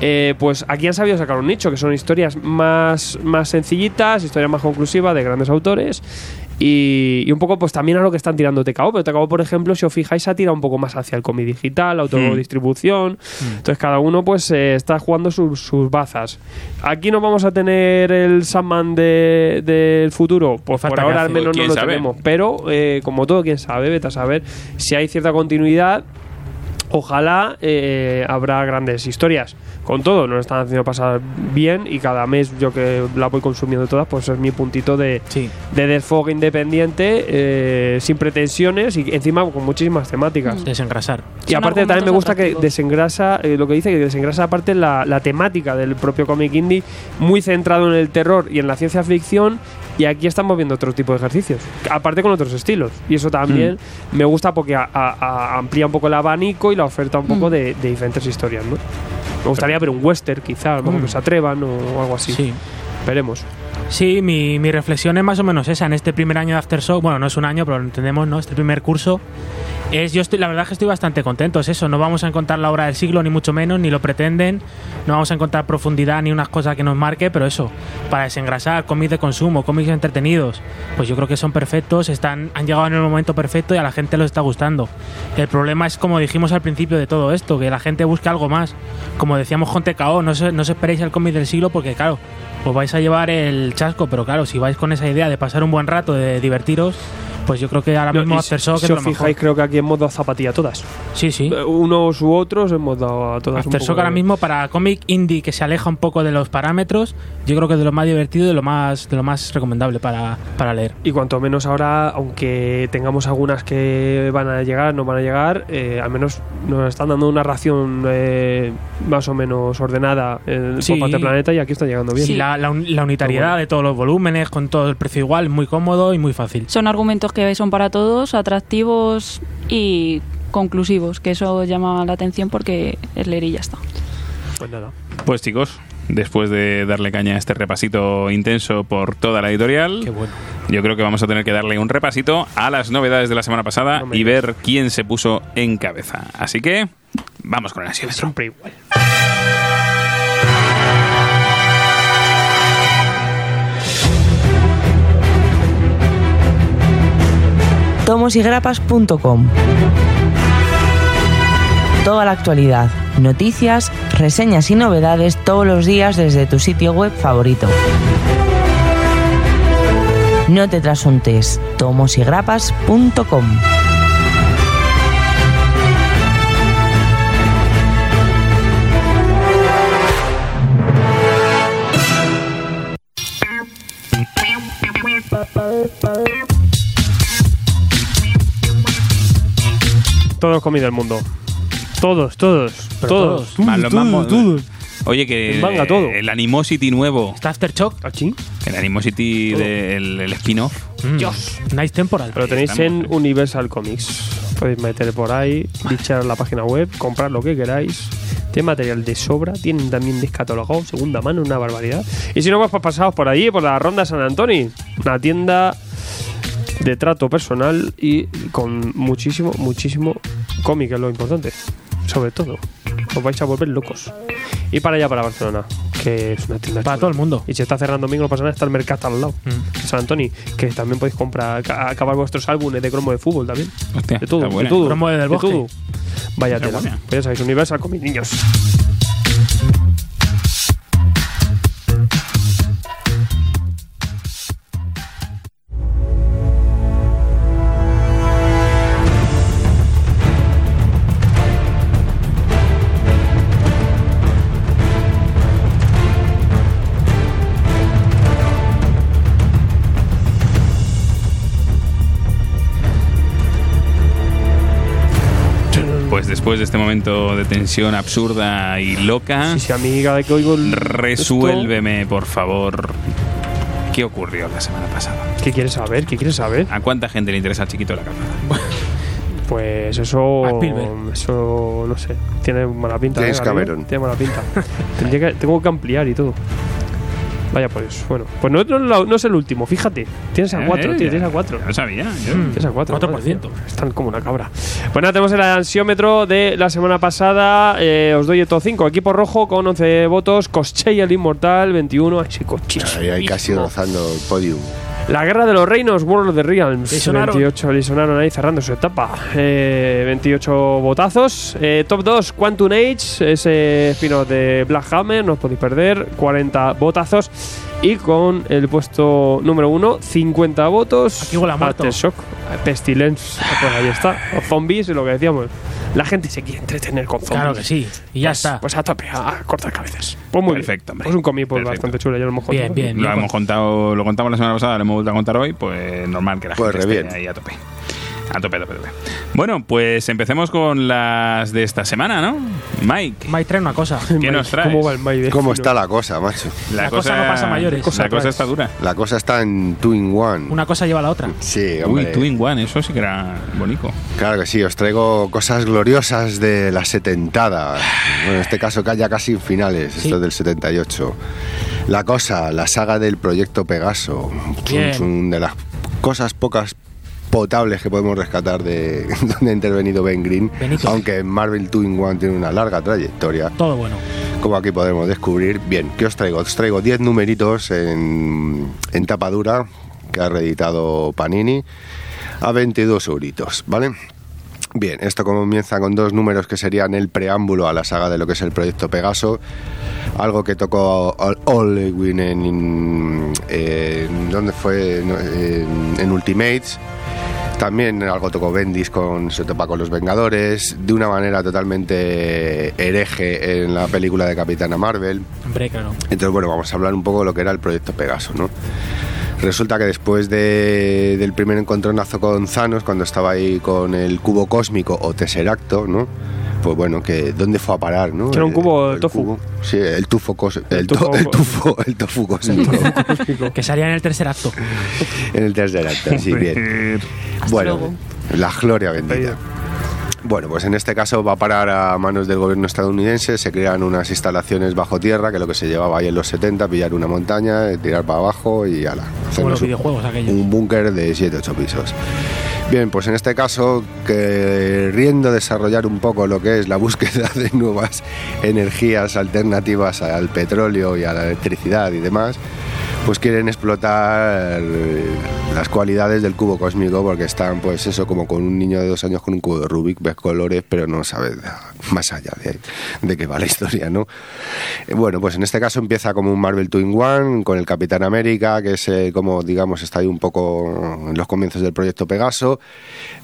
[SPEAKER 2] eh, pues aquí han sabido sacar un nicho, que son historias más, más sencillitas, historias más conclusivas de grandes autores. Y, y un poco, pues también a lo que están tirando TKO. Pero TKO, por ejemplo, si os fijáis, ha tirado un poco más hacia el cómic digital,
[SPEAKER 1] Mm.
[SPEAKER 2] autodistribución. Entonces, cada uno, pues, eh, está jugando sus, sus bazas. Aquí no vamos a tener el Sandman de- del futuro. Pues por
[SPEAKER 3] Falta que
[SPEAKER 2] ahora, al
[SPEAKER 3] hace.
[SPEAKER 2] menos, no
[SPEAKER 1] ¿Quién
[SPEAKER 2] lo
[SPEAKER 1] sabe?
[SPEAKER 2] tenemos. Pero, eh, como todo, quién sabe, vete a saber si hay cierta continuidad ojalá eh, habrá grandes historias. Con todo, nos están haciendo pasar bien y cada mes yo que la voy consumiendo todas, pues es mi puntito de,
[SPEAKER 3] Sí.
[SPEAKER 2] de desfogue independiente, eh, sin pretensiones y encima con muchísimas
[SPEAKER 3] Mm.
[SPEAKER 2] temáticas.
[SPEAKER 3] Desengrasar.
[SPEAKER 2] Y
[SPEAKER 5] Son
[SPEAKER 2] aparte también me
[SPEAKER 5] argumentos
[SPEAKER 2] gusta que
[SPEAKER 5] atractivos.
[SPEAKER 2] desengrasa, eh, lo que dice, que desengrasa aparte la, la temática del propio cómic indie, muy centrado en el terror y en la ciencia ficción, y aquí estamos viendo otro tipo de ejercicios, aparte con otros estilos. Y eso también
[SPEAKER 3] Mm.
[SPEAKER 2] me gusta porque a- a- a- amplía un poco el abanico y la oferta un
[SPEAKER 3] Mm.
[SPEAKER 2] poco de, de diferentes historias, ¿no? Me gustaría ver un western, quizá, a lo mejor
[SPEAKER 3] Mm.
[SPEAKER 2] que se atrevan o algo así.
[SPEAKER 3] Sí.
[SPEAKER 2] Veremos.
[SPEAKER 3] Sí, mi, mi reflexión es más o menos esa. En este primer año de Aftershock, bueno, no es un año, pero lo entendemos, ¿no? Este primer curso. Es, yo estoy, la verdad es que estoy bastante contento, es eso. No vamos a encontrar la obra del siglo, ni mucho menos, ni lo pretenden. No vamos a encontrar profundidad ni unas cosas que nos marque, pero eso, para desengrasar, cómics de consumo, cómics entretenidos, pues yo creo que son perfectos, están, han llegado en el momento perfecto y a la gente los está gustando. El problema es, como dijimos al principio de todo esto, que la gente busca algo más. Como decíamos con TKO, no, se- no os esperéis el cómic del siglo porque, claro, os vais a llevar el chasco, pero claro, si vais con esa idea de pasar un buen rato, de divertiros, Pues yo creo que ahora mismo
[SPEAKER 2] No, y si,
[SPEAKER 3] Aftershock
[SPEAKER 2] si
[SPEAKER 3] es lo
[SPEAKER 2] os fijáis,
[SPEAKER 3] mejor.
[SPEAKER 2] creo que aquí hemos dado zapatilla a todas.
[SPEAKER 3] Sí, sí.
[SPEAKER 2] Eh, Unos u otros hemos dado a todas. un
[SPEAKER 3] Aftershock
[SPEAKER 2] poco
[SPEAKER 3] ahora
[SPEAKER 2] de-
[SPEAKER 3] mismo para cómic indie que se aleja un poco de los parámetros, yo creo que es de lo más divertido y de lo más, de lo más recomendable para, para leer.
[SPEAKER 2] Y cuanto menos ahora, aunque tengamos algunas que van a llegar, no van a llegar, eh, al menos nos están dando una ración eh, más o menos ordenada en
[SPEAKER 3] Sí.
[SPEAKER 2] por parte del planeta y aquí está llegando bien.
[SPEAKER 3] Y la, la un- la unitariedad
[SPEAKER 2] Bueno.
[SPEAKER 3] de todos los volúmenes, con todo el precio igual, muy cómodo y muy fácil.
[SPEAKER 5] Son argumentos que son para todos, atractivos y conclusivos, que eso llama la atención porque es leer y ya está.
[SPEAKER 2] Pues nada.
[SPEAKER 1] Pues chicos, después de darle caña a este repasito intenso por toda la editorial,
[SPEAKER 3] Qué bueno.
[SPEAKER 1] yo creo que vamos a tener que darle un repasito a las novedades de la semana pasada
[SPEAKER 2] No me
[SPEAKER 1] y
[SPEAKER 2] digas.
[SPEAKER 1] ver quién se puso en cabeza. Así que vamos con el ansiómetro.
[SPEAKER 2] Siempre igual.
[SPEAKER 8] tomosygrapas.com. Toda la actualidad, noticias, reseñas y novedades todos los días desde tu sitio web favorito. No te trasuntes, tomosygrapas.com.
[SPEAKER 2] Todos los cómics del mundo. Todos, todos,
[SPEAKER 3] Pero
[SPEAKER 2] todos.
[SPEAKER 3] todos.
[SPEAKER 1] Más los más mo- Oye, que
[SPEAKER 2] El manga,
[SPEAKER 1] eh,
[SPEAKER 2] todo.
[SPEAKER 1] el Animosity nuevo,
[SPEAKER 3] Está Aftershock.
[SPEAKER 2] ¿Aquí?
[SPEAKER 1] el Animosity del el spin-off.
[SPEAKER 3] Mm. Nice temporal.
[SPEAKER 2] Pero tenéis
[SPEAKER 1] Estamos,
[SPEAKER 2] en
[SPEAKER 1] sí.
[SPEAKER 2] Universal Comics. Podéis meter por ahí, bichar la página web, comprar lo que queráis. Tiene material de sobra, tienen también descatalogado, segunda mano, una barbaridad. Y si no, pues pasaos por allí, por la Ronda San Antonio. Una tienda de trato personal y con muchísimo, muchísimo cómic, que es lo importante. Sobre todo, os vais a volver locos. Y para allá, para Barcelona, que es una tienda
[SPEAKER 3] Para
[SPEAKER 2] chula.
[SPEAKER 3] todo el mundo.
[SPEAKER 2] Y si está cerrando domingo, no pasa nada, está el mercado al lado.
[SPEAKER 3] Mm.
[SPEAKER 2] San Antonio, que también podéis comprar, ca- acabar vuestros álbumes de cromo de fútbol también.
[SPEAKER 1] Hostia,
[SPEAKER 2] De todo,
[SPEAKER 1] está buena.
[SPEAKER 2] de todo.
[SPEAKER 3] Cromo del
[SPEAKER 2] de
[SPEAKER 3] bosque.
[SPEAKER 2] todo. Vaya
[SPEAKER 1] Está
[SPEAKER 2] tela.
[SPEAKER 1] buena.
[SPEAKER 2] Pues ya sabéis, Universal con mis niños.
[SPEAKER 1] Pues después de este momento de tensión absurda y loca,
[SPEAKER 3] Ah.
[SPEAKER 2] Y si a mí cada vez que oigo el.
[SPEAKER 1] resuélveme, por favor, qué ocurrió la semana pasada.
[SPEAKER 2] esto, ¿Qué quieres saber? ¿Qué quieres saber?
[SPEAKER 1] ¿A cuánta gente le interesa Chiquito la Calzada?
[SPEAKER 2] Pues eso.
[SPEAKER 3] A Spielberg.
[SPEAKER 2] Eso, no sé. Tiene mala pinta. ¿eh,
[SPEAKER 4] James
[SPEAKER 2] Gabriel?
[SPEAKER 4] Cameron.
[SPEAKER 2] Tiene mala pinta. Tendría que- tengo que ampliar y todo. Vaya, pues bueno. Pues no, no, no- no es el último, fíjate. Tienes a cuatro,
[SPEAKER 1] Eh,
[SPEAKER 2] tío, tienes a cuatro.
[SPEAKER 1] No sabía. yo-
[SPEAKER 2] Tres a cuatro,
[SPEAKER 3] 4%.
[SPEAKER 2] madre mía. Están como una cabra. Bueno, tenemos el ansiómetro de la semana pasada. Eh, os doy el top 5. Equipo rojo con 11 votos. Coschey el Inmortal, 21. Ay, sí, Cochich.
[SPEAKER 4] Ahí, ahí casi rozando el podium.
[SPEAKER 2] La Guerra de los Reinos, World of the Realms.
[SPEAKER 3] Le sonaron.
[SPEAKER 2] 28 le sonaron ahí cerrando su etapa. Eh, 28 votazos. Eh, top 2, Quantum Age, ese spin-off de Black Hammer, no os podéis perder. 40 votazos. Y con el puesto número 1, 50 votos.
[SPEAKER 3] Aquí huele a muerto.
[SPEAKER 2] Aftershock, Pestilence, pues ahí está. O zombies, lo que decíamos. La gente se quiere entretener con zombies.
[SPEAKER 3] Claro que sí. Y ya
[SPEAKER 2] Pues-
[SPEAKER 3] está.
[SPEAKER 2] Pues a tope, a cortar cabezas. Pues muy bien.
[SPEAKER 1] Perfecto, hombre.
[SPEAKER 2] Pues un cómic pues,
[SPEAKER 1] Perfecto.
[SPEAKER 2] bastante chulo, ya lo hemos
[SPEAKER 3] Bien,
[SPEAKER 2] contado.
[SPEAKER 3] bien.
[SPEAKER 1] Lo hemos contado, lo contamos la semana pasada, lo hemos vuelto a contar hoy, pues normal que la
[SPEAKER 4] Pues
[SPEAKER 1] gente esté
[SPEAKER 4] reviente.
[SPEAKER 1] ahí a tope. A tope, a tope, a tope. Bueno, pues empecemos con las de esta semana, ¿no? Mike,
[SPEAKER 3] Mike trae una
[SPEAKER 2] [laughs]
[SPEAKER 3] cosa.
[SPEAKER 1] ¿qué nos traes?
[SPEAKER 2] ¿Cómo va el Maide?
[SPEAKER 4] ¿Cómo está la cosa, macho?
[SPEAKER 3] La cosa no pasa a mayores.
[SPEAKER 1] La cosa está dura.
[SPEAKER 4] La cosa está en two in one.
[SPEAKER 3] Una cosa lleva a la otra.
[SPEAKER 4] Sí,
[SPEAKER 1] Uy,
[SPEAKER 4] hombre.
[SPEAKER 1] two in one, eso sí que era bonito.
[SPEAKER 2] [laughs]
[SPEAKER 4] Claro que sí, os traigo cosas gloriosas de la setentada. Bueno, en este caso ya casi finales, esto es del 78. La cosa, la saga del proyecto Pegaso,
[SPEAKER 3] Bien.
[SPEAKER 4] es de las cosas pocas potables que podemos rescatar de [laughs] donde ha intervenido Ben Green,
[SPEAKER 3] Benito.
[SPEAKER 4] aunque en Marvel 2 in One tiene una larga trayectoria
[SPEAKER 3] Todo bueno.
[SPEAKER 4] como aquí podemos descubrir. Bien, ¿qué os traigo? Os traigo 10 numeritos en, en tapa dura que ha reeditado Panini a 22 euritos, ¿vale? Bien, esto comienza con dos números que serían el preámbulo a la saga de lo que es el proyecto Pegaso, algo que tocó Ol- Olewin eh, en, en, ¿dónde fue? En, en- en Ultimates También algo tocó Bendis con Se topa con los Vengadores, de una manera totalmente hereje en la película de Capitana Marvel.
[SPEAKER 3] Hombre, claro.
[SPEAKER 4] Entonces, bueno, vamos a hablar un poco de lo que era el proyecto Pegaso, ¿no? Resulta que después de- del primer encontronazo con Thanos, cuando estaba ahí con el cubo cósmico o Tesseracto, ¿no? Pues bueno, que ¿dónde fue a parar, no?
[SPEAKER 2] Que era un
[SPEAKER 4] El-
[SPEAKER 2] cubo
[SPEAKER 4] el,
[SPEAKER 2] de tofu.
[SPEAKER 4] cubo. sí, el tufo cósmico. El,
[SPEAKER 2] El
[SPEAKER 4] to-
[SPEAKER 2] tufo-
[SPEAKER 4] [laughs] el tufo,
[SPEAKER 2] [laughs]
[SPEAKER 4] el tofu cósmico.
[SPEAKER 3] Que salía en el tercer acto.
[SPEAKER 4] en el Tesseracto, sí, bien.
[SPEAKER 5] Hasta
[SPEAKER 4] Bueno,
[SPEAKER 5] luego.
[SPEAKER 4] la gloria bendita. Bueno, pues en este caso va a parar a manos del gobierno estadounidense, se crean unas instalaciones bajo tierra, que es lo que se llevaba ahí en los 70, pillar una montaña, eh, tirar para abajo y ala.
[SPEAKER 3] Como
[SPEAKER 4] hacernos
[SPEAKER 3] los
[SPEAKER 4] un-
[SPEAKER 3] videojuegos
[SPEAKER 2] Mm.
[SPEAKER 3] aquellos.
[SPEAKER 4] un búnker de 7-8 pisos. Bien, pues en este caso, queriendo desarrollar un poco lo que es la búsqueda de nuevas energías alternativas al petróleo y a la electricidad y demás, pues quieren explotar eh, las cualidades del cubo cósmico porque están, pues eso, como con un niño de dos años con un cubo de Rubik, ves colores, pero no sabes más allá de, de qué va la historia, ¿no? Eh, Bueno, pues en este caso empieza como un Marvel Twin One con el Capitán América, que es eh, como, digamos, está ahí un poco en los comienzos del proyecto Pegaso.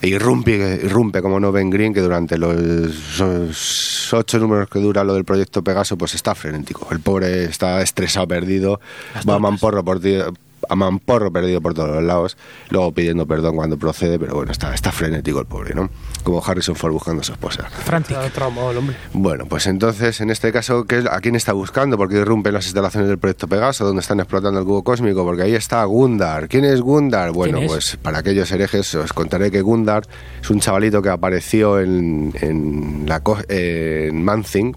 [SPEAKER 4] E irrumpe, irrumpe como no Ben Green, que durante los, esos ocho números que dura lo del proyecto Pegaso, pues está frenético. El pobre está estresado, perdido, va a mamporro por ti- A mamporro perdido por todos los lados, luego pidiendo perdón cuando procede, pero bueno, está, está frenético el pobre, ¿no? Como Harrison Ford buscando a su esposa.
[SPEAKER 3] Frantic.
[SPEAKER 2] Está traumado el hombre.
[SPEAKER 4] Bueno, pues entonces, en este caso, ¿qué es- ¿a quién está buscando? Porque irrumpen las instalaciones del proyecto Pegaso, donde están explotando el cubo cósmico, porque ahí está Gundar. ¿Quién es Gundar? Bueno,
[SPEAKER 3] es?
[SPEAKER 4] pues para aquellos herejes os contaré que Gundar es un chavalito que apareció en, en, la, co- eh, en Man Thing,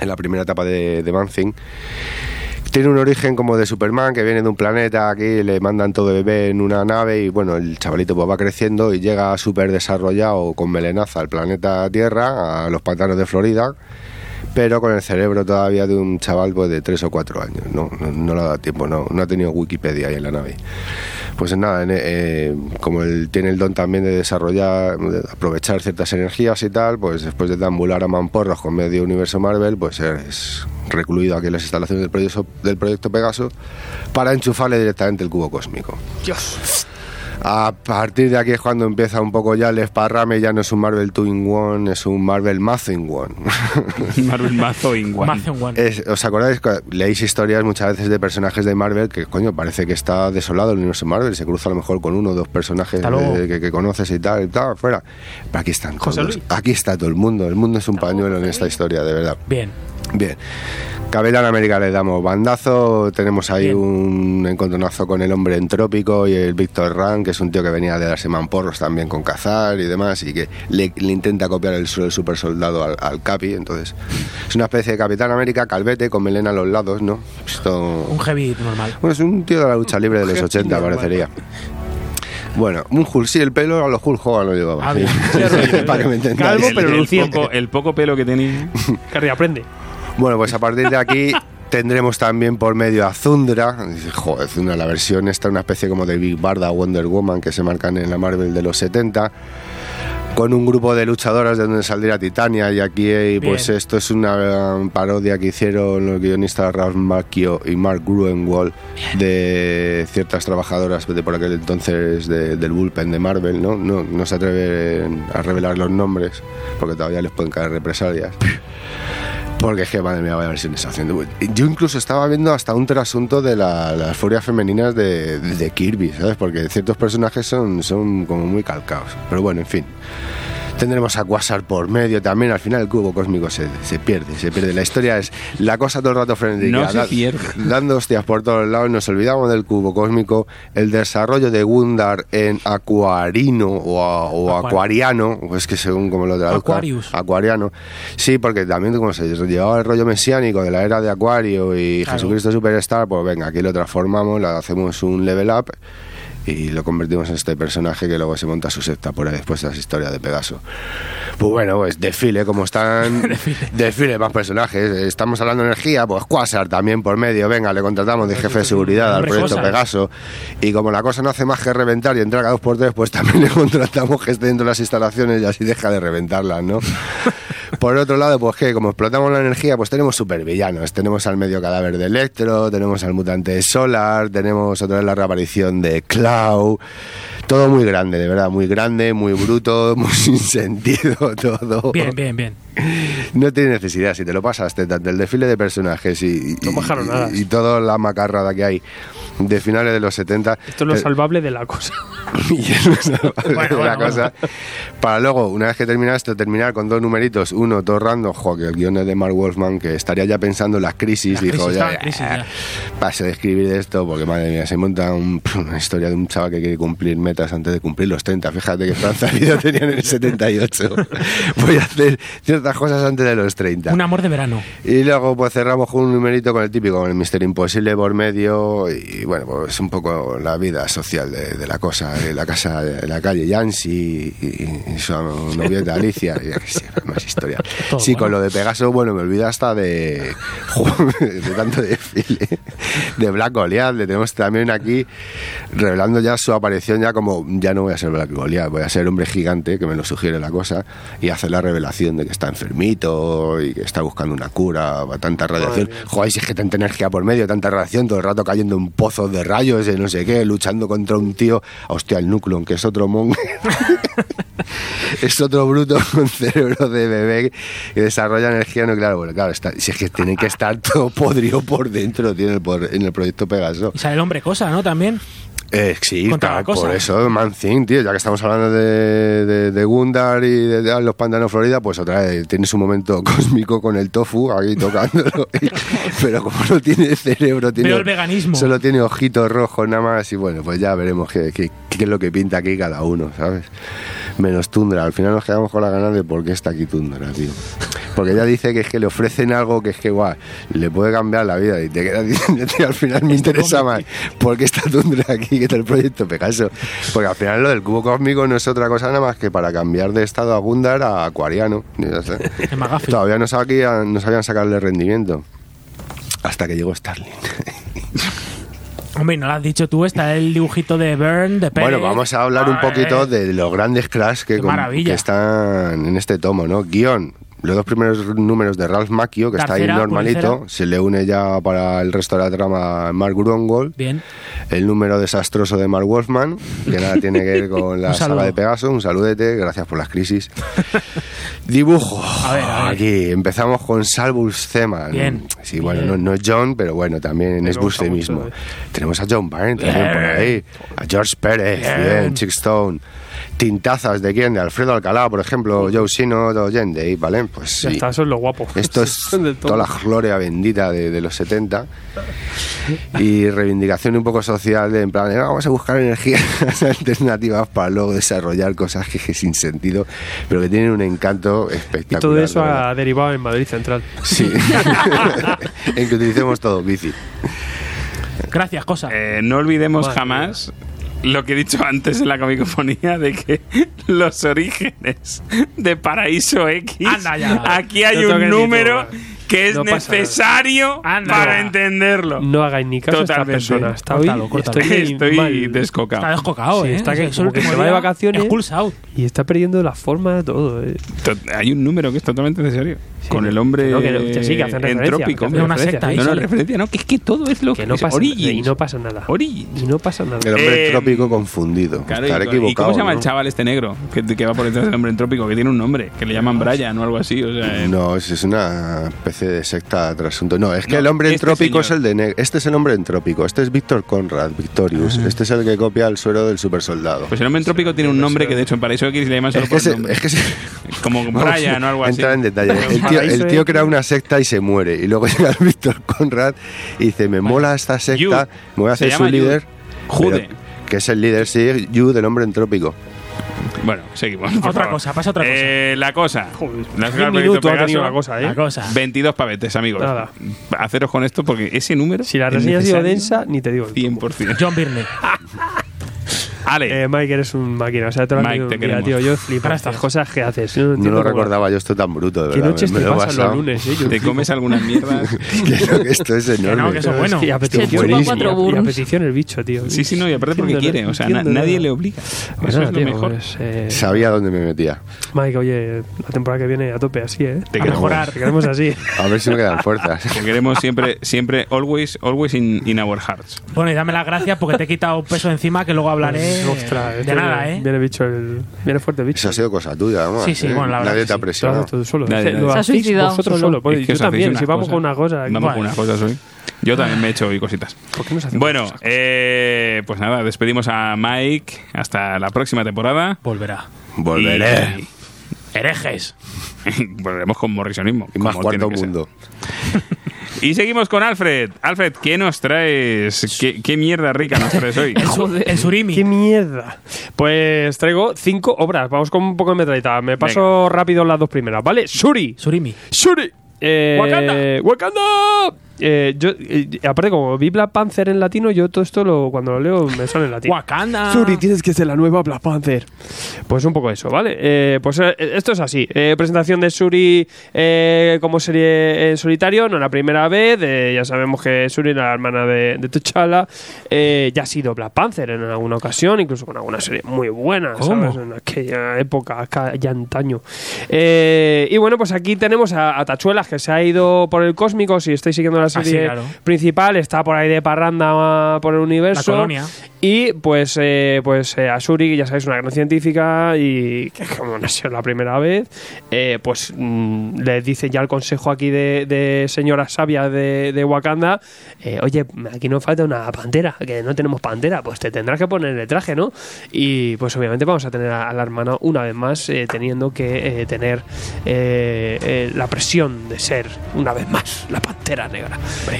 [SPEAKER 4] en la primera etapa de, de Man Thing. Tiene un origen como de Superman, que viene de un planeta, aquí le mandan todo de bebé en una nave y bueno, el chavalito pues va creciendo y llega súper desarrollado con melenaza al planeta Tierra, a los pantanos de Florida, pero con el cerebro todavía de un chaval pues, de 3 o 4 años. No, no, no le ha dado tiempo, no, no ha tenido Wikipedia ahí en la nave. Pues nada, en- eh, como él tiene el don también de desarrollar, de aprovechar ciertas energías y tal, pues después de tambular a mamporros con medio universo Marvel, pues es recluido aquí en las instalaciones del proyecto, del proyecto Pegaso para enchufarle directamente el cubo cósmico. A partir de aquí es cuando empieza un poco ya el esparrame, ya no es un Marvel 2 in 1, es un Marvel Nothing One. [laughs]
[SPEAKER 1] Marvel Mazo in One.
[SPEAKER 3] Más en One.
[SPEAKER 2] Eh.
[SPEAKER 4] Es- ¿Os acordáis? que Leéis historias muchas veces de personajes de Marvel que, coño, parece que está desolado el universo Marvel. Se cruza a lo mejor con uno o dos personajes
[SPEAKER 3] Hasta luego.
[SPEAKER 4] de- que, que conoces y tal, y tal, fuera. Pero aquí están
[SPEAKER 2] José
[SPEAKER 4] todos.
[SPEAKER 2] Luis.
[SPEAKER 4] Aquí está todo el mundo. El mundo es un pañuelo en esta historia, de verdad.
[SPEAKER 3] Bien.
[SPEAKER 4] Bien. Capitán América le damos bandazo, tenemos ahí
[SPEAKER 3] Bien.
[SPEAKER 4] un encontronazo con el hombre entrópico y el Víctor Ran, que es un tío que venía de darse manporros también con cazar y demás, y que le, le intenta copiar el, su- el super soldado al, al Capi, entonces es una especie de Capitán América calvete con melena a los lados, ¿no? Esto...
[SPEAKER 3] Un heavy normal.
[SPEAKER 4] Bueno, es un tío de la lucha libre de los
[SPEAKER 2] Jefe
[SPEAKER 4] 80,
[SPEAKER 2] normal.
[SPEAKER 4] parecería. Bueno, un Hulk, sí, el pelo a los Hulk Hogan lo llevaba.
[SPEAKER 3] Ah,
[SPEAKER 4] sí.
[SPEAKER 3] bien.
[SPEAKER 4] Para que me entendáis.
[SPEAKER 2] Calvo,
[SPEAKER 1] El-
[SPEAKER 2] pero
[SPEAKER 1] el,
[SPEAKER 2] luciente.
[SPEAKER 1] poco, el poco pelo que
[SPEAKER 2] [laughs]
[SPEAKER 1] tenía.
[SPEAKER 2] Que reaprende.
[SPEAKER 4] Bueno, pues a partir de aquí tendremos también por medio a Zundra. Joder, Zundra, la versión esta, una especie como de Big Barda Wonder Woman que se marcan en la Marvel de los 70. Con un grupo de luchadoras de donde saldría Titania. Y aquí, eh, pues
[SPEAKER 3] Bien.
[SPEAKER 4] esto es una eh, parodia que hicieron los guionistas Ralph Macchio y Mark Gruenwald de ciertas trabajadoras de por aquel entonces de- del bullpen de Marvel, ¿no? ¿no? No se atreven a revelar los nombres porque todavía les pueden caer represalias. Porque es que, madre mía, vaya versiones haciendo. Yo incluso estaba viendo hasta un trasunto de la- las furias femeninas de, de Kirby, ¿sabes? Porque ciertos personajes son, son como muy calcados. Pero bueno, en fin. Tendremos a Quasar por medio también. Al final el cubo cósmico se, se pierde, se pierde. La historia es la cosa todo el rato frenética.
[SPEAKER 1] No se pierde.
[SPEAKER 4] Dando hostias por todos lados, nos olvidamos del cubo cósmico. El desarrollo de Gundar en Acuarino o, a- o
[SPEAKER 3] Acuario.
[SPEAKER 4] Acuariano, o es que según como lo traduzca.
[SPEAKER 3] Aquarius.
[SPEAKER 4] Acuariano. Sí, porque también como se llevaba el rollo mesiánico de la era de Acuario y
[SPEAKER 3] Claro.
[SPEAKER 4] Jesucristo Superstar, pues venga, aquí lo transformamos, le hacemos un level up y lo convertimos en este personaje que luego se monta su secta por ahí después de las historias de Pegaso. Pues bueno, pues desfile, como
[SPEAKER 3] [laughs]
[SPEAKER 4] están. desfile más personajes. Estamos hablando de energía, pues Quasar también por medio. Venga, le contratamos de jefe de seguridad al
[SPEAKER 3] Hombre,
[SPEAKER 4] proyecto
[SPEAKER 3] Quasar.
[SPEAKER 4] Pegaso. Y como la cosa no hace más que reventar y entrar a dos [laughs] por tres, pues también le contratamos que esté dentro de las instalaciones y así deja de reventarlas, ¿no? Por otro lado, pues que como explotamos la energía, pues tenemos supervillanos. Tenemos al medio cadáver de Electro, tenemos al mutante Solar, tenemos otra vez la reaparición de Cloud. Todo muy grande, de verdad, muy grande, muy bruto, [laughs] muy sin sentido todo.
[SPEAKER 3] Bien, bien, bien.
[SPEAKER 4] No tiene necesidad, si te lo pasas, te- tanto el desfile de personajes y, y,
[SPEAKER 2] No bajaron nada.
[SPEAKER 4] y- y toda la macarrada que hay de finales de los eh, 70.
[SPEAKER 2] Esto es lo
[SPEAKER 4] te-
[SPEAKER 2] salvable de la cosa.
[SPEAKER 4] y es lo salvable
[SPEAKER 3] Bueno,
[SPEAKER 4] de [laughs] la
[SPEAKER 3] bueno,
[SPEAKER 4] cosa. Para luego, una vez que terminaste, terminar con dos numeritos, uno, todo random, jo, que el guion es de Mark Wolfman, que estaría ya pensando en las crisis, [laughs]
[SPEAKER 3] Las
[SPEAKER 4] dijo,
[SPEAKER 3] crisis,
[SPEAKER 4] ya,
[SPEAKER 3] estaban crisis ya.
[SPEAKER 4] paso de escribir esto, porque madre mía, se monta un- una historia de un chaval que quiere cumplir metas antes de cumplir los 30. Fíjate que Franza vida tenía en el 78. [laughs] Voy a hacer ciertas cosas antes de los 30.
[SPEAKER 3] Un amor de verano.
[SPEAKER 4] Y luego pues cerramos con un numerito con el típico, con el Mister Imposible por medio y bueno, pues un poco la vida social de, de la cosa, de la casa, de la calle Yancy y, y su novieta Alicia, y yo qué sé, más historia.
[SPEAKER 3] [laughs] Todo
[SPEAKER 4] sí, con
[SPEAKER 3] bueno.
[SPEAKER 4] lo de Pegaso, bueno, me olvido hasta de, [laughs] de tanto desfile, de Black Goliath, le tenemos también aquí revelando ya su aparición ya como, ya no voy a ser Black Goliath, voy a ser hombre gigante, que me lo sugiere la cosa, y hacer la revelación de que está enfermito y que está buscando una cura para tanta radiación. Joder, si es que tanta energía por medio, tanta radiación, todo el rato cayendo en pozos de rayos y no sé qué, luchando contra un tío, hostia, el núcleo, que es otro monje [laughs] es otro bruto [laughs] con cerebro de bebé que desarrolla energía nuclear. Bueno, claro, está, si es que tiene que estar todo podrido por dentro, tiene el, por- en el proyecto Pegaso.
[SPEAKER 3] Y sale el hombre cosa, ¿no? También.
[SPEAKER 4] Eh, sí,
[SPEAKER 3] Contra la
[SPEAKER 4] claro,
[SPEAKER 3] cosa.
[SPEAKER 4] por eso, Man Thing, tío, ya que estamos hablando de, de, de Gundar y de, de los pantanos Florida, pues otra vez tienes un momento [laughs] cósmico con el tofu aquí tocándolo. [laughs] y- pero como no tiene cerebro, tiene.
[SPEAKER 3] Veo el veganismo.
[SPEAKER 4] Solo tiene ojitos rojos nada más, y bueno, pues ya veremos qué, qué- qué es lo que pinta aquí cada uno, ¿sabes? Menos Tundra. Al final nos quedamos con la ganas de por qué está aquí Tundra, tío. Porque ella dice que es que le ofrecen algo que es que, guau, le puede cambiar la vida. Y te quedas [laughs] diciendo, tío, al final me interesa más por qué está Tundra aquí que está el proyecto Pegaso. Porque al final lo del cubo cósmico no es otra cosa nada más que para cambiar de estado a Gundar a Acuariano. Y ya está.
[SPEAKER 3] En Magafi.
[SPEAKER 4] Todavía no sabían, no sabían sacarle rendimiento. Hasta que llegó Starling.
[SPEAKER 3] Hombre, no lo has dicho tú, está el dibujito de Byrne, de Pérez.
[SPEAKER 4] Bueno, vamos a hablar un
[SPEAKER 3] Ay,
[SPEAKER 4] poquito de los grandes crash que,
[SPEAKER 3] Qué
[SPEAKER 4] con-
[SPEAKER 3] maravilla.
[SPEAKER 4] que están en este tomo, ¿no? Guión. Los dos primeros números de Ralph Macchio, que está
[SPEAKER 3] Tercera,
[SPEAKER 4] ahí normalito,
[SPEAKER 3] pulsera.
[SPEAKER 4] se le une ya para el resto de la trama Mark Grungold,
[SPEAKER 3] Bien.
[SPEAKER 4] el número desastroso de Mark Wolfman, que nada tiene que ver
[SPEAKER 3] [laughs]
[SPEAKER 4] con la
[SPEAKER 3] Un saludo.
[SPEAKER 4] saga de Pegaso, un saludete, gracias por las
[SPEAKER 3] [laughs]
[SPEAKER 4] crisis. Dibujo.
[SPEAKER 3] ver, a ver.
[SPEAKER 4] Aquí empezamos con Salvus Zeman.
[SPEAKER 3] Bien.
[SPEAKER 4] Sí, bueno,
[SPEAKER 3] Bien.
[SPEAKER 4] no, no es John, pero bueno, también es
[SPEAKER 2] me gusta
[SPEAKER 4] Buste
[SPEAKER 2] mucho,
[SPEAKER 4] mismo.
[SPEAKER 2] eh.
[SPEAKER 4] Tenemos a John Byrne también por ahí, a George Pérez, bien, Chick Stone. Tintazas de quién, de Alfredo Alcalá, por ejemplo, Joe Sino, Allende, ¿vale? Pues
[SPEAKER 2] Ya
[SPEAKER 4] sí.
[SPEAKER 2] está, eso es lo guapo.
[SPEAKER 4] Esto es
[SPEAKER 2] Del todo.
[SPEAKER 4] toda la gloria bendita de, de los 70 y reivindicación un poco social de en plan, eh, vamos a buscar energías [laughs] alternativas para luego desarrollar cosas que, que sin sentido, pero que tienen un encanto
[SPEAKER 2] Y
[SPEAKER 4] espectacular.
[SPEAKER 2] todo eso
[SPEAKER 4] la verdad.
[SPEAKER 2] ha derivado en Madrid Central.
[SPEAKER 1] [laughs]
[SPEAKER 4] Sí, [laughs] en que utilicemos todo, bici.
[SPEAKER 3] Gracias, cosa.
[SPEAKER 1] Eh, no olvidemos
[SPEAKER 2] Madre
[SPEAKER 1] jamás lo que he dicho antes en la comicofonía de que [laughs] los orígenes de Paraíso X.
[SPEAKER 3] Anda ya.
[SPEAKER 1] Aquí hay
[SPEAKER 2] Yo tengo que
[SPEAKER 1] un
[SPEAKER 2] decirlo,
[SPEAKER 1] número
[SPEAKER 2] vale.
[SPEAKER 1] que es
[SPEAKER 2] No pasa nada.
[SPEAKER 1] necesario
[SPEAKER 3] Anda
[SPEAKER 1] para
[SPEAKER 3] ya.
[SPEAKER 1] entenderlo. [laughs]
[SPEAKER 2] No hagáis ni caso a
[SPEAKER 1] Totalmente.
[SPEAKER 2] esta persona. Está hoy,
[SPEAKER 3] Córtalo, córtalo.
[SPEAKER 2] estoy [laughs]
[SPEAKER 1] Estoy
[SPEAKER 2] mal.
[SPEAKER 1] descocado.
[SPEAKER 3] Está descocado,
[SPEAKER 2] Sí,
[SPEAKER 3] ¿eh?
[SPEAKER 2] está que-
[SPEAKER 3] es
[SPEAKER 2] como
[SPEAKER 3] el
[SPEAKER 2] que
[SPEAKER 3] último
[SPEAKER 2] se va de
[SPEAKER 3] día.
[SPEAKER 2] vacaciones.
[SPEAKER 3] Schools out.
[SPEAKER 2] Y está perdiendo la forma de todo. eh.
[SPEAKER 1] To- Hay un número que es totalmente necesario.
[SPEAKER 2] Sí,
[SPEAKER 1] Con el
[SPEAKER 2] que
[SPEAKER 1] hombre
[SPEAKER 2] no, que no, que sí, que hacen referencia, que
[SPEAKER 1] entrópico. hombre.
[SPEAKER 2] hacen
[SPEAKER 3] Era una secta ahí,
[SPEAKER 1] No, no,
[SPEAKER 3] sale.
[SPEAKER 1] referencia, no, que es que todo es lo
[SPEAKER 2] Que no pasa,
[SPEAKER 1] Origins.
[SPEAKER 2] y no pasa nada.
[SPEAKER 1] Origins.
[SPEAKER 2] Y no pasa nada.
[SPEAKER 4] El hombre
[SPEAKER 1] Eh,
[SPEAKER 4] trópico confundido,
[SPEAKER 1] Claro,
[SPEAKER 4] estar
[SPEAKER 1] y-
[SPEAKER 4] equivocado.
[SPEAKER 1] ¿Y cómo se llama el
[SPEAKER 4] ¿no?
[SPEAKER 1] chaval este negro? Que, que va por detrás del hombre entrópico, que tiene un nombre, que le llaman Brian o algo así. O sea, eh,
[SPEAKER 4] No, es, es una especie de secta trasunto. No, es que
[SPEAKER 1] No,
[SPEAKER 4] el hombre
[SPEAKER 1] este
[SPEAKER 4] entrópico es
[SPEAKER 1] señor.
[SPEAKER 4] el de ne- este es el hombre entrópico. Este es Víctor Conrad, Victorious. Este es el que copia el suero del supersoldado.
[SPEAKER 1] Pues el hombre entrópico tiene un nombre que de hecho en Paraíso X le llaman solo
[SPEAKER 4] es que
[SPEAKER 1] por
[SPEAKER 4] se,
[SPEAKER 1] nombre.
[SPEAKER 4] es que se-
[SPEAKER 1] [laughs] Como
[SPEAKER 4] [laughs] vamos,
[SPEAKER 1] Brian o algo así.
[SPEAKER 4] Entra
[SPEAKER 1] [laughs]
[SPEAKER 4] en detalle. El tío,
[SPEAKER 2] paraíso
[SPEAKER 4] el
[SPEAKER 2] es-
[SPEAKER 4] tío crea una secta y se muere. Y luego [laughs] llega el Víctor Conrad y dice: Me mola esta secta, este me voy a
[SPEAKER 1] Se
[SPEAKER 4] hacer su
[SPEAKER 1] llama Jude.
[SPEAKER 4] líder.
[SPEAKER 1] Jude.
[SPEAKER 4] Pero- que es el líder, sí, Yu del hombre entrópico.
[SPEAKER 1] Bueno, seguimos. por
[SPEAKER 3] Otra
[SPEAKER 1] favor.
[SPEAKER 3] cosa, pasa otra cosa.
[SPEAKER 1] Eh, la cosa.
[SPEAKER 2] Joder,
[SPEAKER 1] La
[SPEAKER 2] un
[SPEAKER 1] Pegaso,
[SPEAKER 2] minuto ha tenido la cosa, ¿eh?
[SPEAKER 3] La cosa.
[SPEAKER 1] 22 pavetes, amigos.
[SPEAKER 2] Nada.
[SPEAKER 1] Haceros con esto porque ese número.
[SPEAKER 2] Si la
[SPEAKER 1] es
[SPEAKER 2] reseña ha sido
[SPEAKER 1] necesario
[SPEAKER 2] densa, ni te digo.
[SPEAKER 1] 100%.
[SPEAKER 3] John Byrne.
[SPEAKER 1] Ale.
[SPEAKER 2] Eh, Mike, eres un máquina. O sea, te lo has
[SPEAKER 1] Mike,
[SPEAKER 2] leído
[SPEAKER 1] te
[SPEAKER 2] un día,
[SPEAKER 1] queremos.
[SPEAKER 2] tío. Yo flipo estas
[SPEAKER 3] Gracias.
[SPEAKER 2] cosas que haces. Yo no,
[SPEAKER 4] No
[SPEAKER 2] entiendo
[SPEAKER 4] lo
[SPEAKER 2] cómo-
[SPEAKER 4] recordaba yo esto tan bruto, de
[SPEAKER 2] Qué
[SPEAKER 4] verdad.
[SPEAKER 2] noches
[SPEAKER 4] me-
[SPEAKER 2] te
[SPEAKER 4] me lo he
[SPEAKER 2] pasan los
[SPEAKER 4] pasado.
[SPEAKER 2] lunes, eh. Yo
[SPEAKER 1] ¿Te
[SPEAKER 2] flipo.
[SPEAKER 1] comes alguna mierda?
[SPEAKER 4] [laughs]
[SPEAKER 2] [laughs]
[SPEAKER 4] Que no, que esto es
[SPEAKER 3] Que no,
[SPEAKER 4] enorme.
[SPEAKER 3] que eso es
[SPEAKER 2] Pero
[SPEAKER 3] bueno.
[SPEAKER 2] que a petición-
[SPEAKER 5] Se chupa
[SPEAKER 2] y
[SPEAKER 5] cuatro
[SPEAKER 2] a- Y a
[SPEAKER 5] burns.
[SPEAKER 2] petición el bicho, tío.
[SPEAKER 1] Sí, sí, no, y aparte porque
[SPEAKER 2] Entiendo,
[SPEAKER 1] quiere. O sea, na-
[SPEAKER 2] entiendo,
[SPEAKER 1] nadie
[SPEAKER 2] ¿no?
[SPEAKER 1] le obliga.
[SPEAKER 2] Pues
[SPEAKER 1] Eso
[SPEAKER 2] nada,
[SPEAKER 1] es lo
[SPEAKER 2] tío,
[SPEAKER 1] mejor.
[SPEAKER 2] pues, eh,
[SPEAKER 4] Sabía dónde me metía.
[SPEAKER 2] Mike, oye, la temporada que viene a tope así, ¿eh?
[SPEAKER 1] Te
[SPEAKER 4] A
[SPEAKER 1] queremos.
[SPEAKER 4] mejorar.
[SPEAKER 2] Te queremos [laughs] así.
[SPEAKER 4] A ver si me quedan fuerzas.
[SPEAKER 1] Te queremos siempre, siempre, always, always in, in our hearts.
[SPEAKER 3] Bueno, y dame las gracias porque te he quitado un peso encima que luego hablaré eh,
[SPEAKER 2] [laughs] Ostras,
[SPEAKER 3] de
[SPEAKER 2] este
[SPEAKER 3] nada,
[SPEAKER 2] viene-
[SPEAKER 3] ¿eh?
[SPEAKER 2] Viene bicho el. Viene fuerte el bicho.
[SPEAKER 4] Eso ha sido cosa tuya, además.
[SPEAKER 3] Sí, sí,
[SPEAKER 4] ¿eh?
[SPEAKER 3] bueno, la verdad
[SPEAKER 4] Nadie
[SPEAKER 3] que
[SPEAKER 4] te ha
[SPEAKER 2] Lo
[SPEAKER 3] sí.
[SPEAKER 4] presionado.
[SPEAKER 2] haces tú solo.
[SPEAKER 1] Nadie,
[SPEAKER 2] Lo
[SPEAKER 1] nadie.
[SPEAKER 5] Se ha
[SPEAKER 2] hacéis
[SPEAKER 5] suicidado
[SPEAKER 2] vosotros
[SPEAKER 5] solo.
[SPEAKER 2] solo. Bueno,
[SPEAKER 1] Es que
[SPEAKER 2] yo
[SPEAKER 1] os hacéis
[SPEAKER 2] también,
[SPEAKER 1] unas
[SPEAKER 2] si vamos
[SPEAKER 1] cosas.
[SPEAKER 2] con una cosa.
[SPEAKER 1] Vamos con
[SPEAKER 2] Buah,
[SPEAKER 1] unas cosas hoy. Yo también me he hecho hoy cositas.
[SPEAKER 2] ¿Por qué nos hacemos
[SPEAKER 1] Bueno,
[SPEAKER 2] cosas?
[SPEAKER 1] eh, pues nada, despedimos a Mike. Hasta la próxima temporada.
[SPEAKER 3] Volverá.
[SPEAKER 4] Volveré.
[SPEAKER 1] Y-
[SPEAKER 2] [laughs]
[SPEAKER 3] Herejes.
[SPEAKER 1] [laughs] volveremos con morrisonismo.
[SPEAKER 4] Y más
[SPEAKER 1] como tiene
[SPEAKER 4] cuarto
[SPEAKER 1] que ser.
[SPEAKER 4] mundo.
[SPEAKER 1] Y seguimos con Alfred. Alfred, ¿qué nos traes? ¿Qué, qué mierda rica nos traes
[SPEAKER 4] [laughs]
[SPEAKER 1] hoy?
[SPEAKER 3] El, su- el surimi.
[SPEAKER 2] ¡Qué mierda! Pues traigo cinco obras. Vamos con un poco de metralleta. Me paso rápido las dos primeras, ¿vale? Shuri.
[SPEAKER 3] Surimi.
[SPEAKER 2] Shuri. Eh,
[SPEAKER 3] Wakanda.
[SPEAKER 2] Wakanda. Eh, yo, eh, aparte, como vi Black Panther en latino, yo todo esto lo, cuando lo leo me sale en latino.
[SPEAKER 3] Wakanda.
[SPEAKER 2] Shuri, tienes que ser la nueva Black Panther. Pues un poco eso, ¿vale? Eh, pues eh, esto es así. Eh, presentación de Shuri eh, como serie en solitario, no la primera vez. eh, ya sabemos que Shuri, la hermana de, de T'Challa, eh, ya ha sido Black Panther en alguna ocasión, incluso con alguna serie muy buena,
[SPEAKER 3] ¿Cómo?
[SPEAKER 2] ¿sabes? En aquella época, acá ya antaño. Eh, y bueno, pues aquí tenemos a, a Tachuelas, que se ha ido por el cósmico. Si estáis siguiendo la
[SPEAKER 3] sí,
[SPEAKER 2] serie
[SPEAKER 3] claro.
[SPEAKER 2] principal, está por ahí de parranda ah, por el universo.
[SPEAKER 3] colonia.
[SPEAKER 2] Y pues, eh, pues eh, Ashuri, ya sabéis, una gran científica y que [laughs] como no ha sido la primera vez, eh, pues mm, le dice ya el consejo aquí de, de señora sabia de, de Wakanda, eh, oye, aquí nos falta una pantera, que no tenemos pantera, pues te tendrás que poner el traje, ¿no? Y pues obviamente vamos a tener a, a la hermana una vez más eh, teniendo que eh, tener eh, eh, la presión de ser una vez más la pantera negra.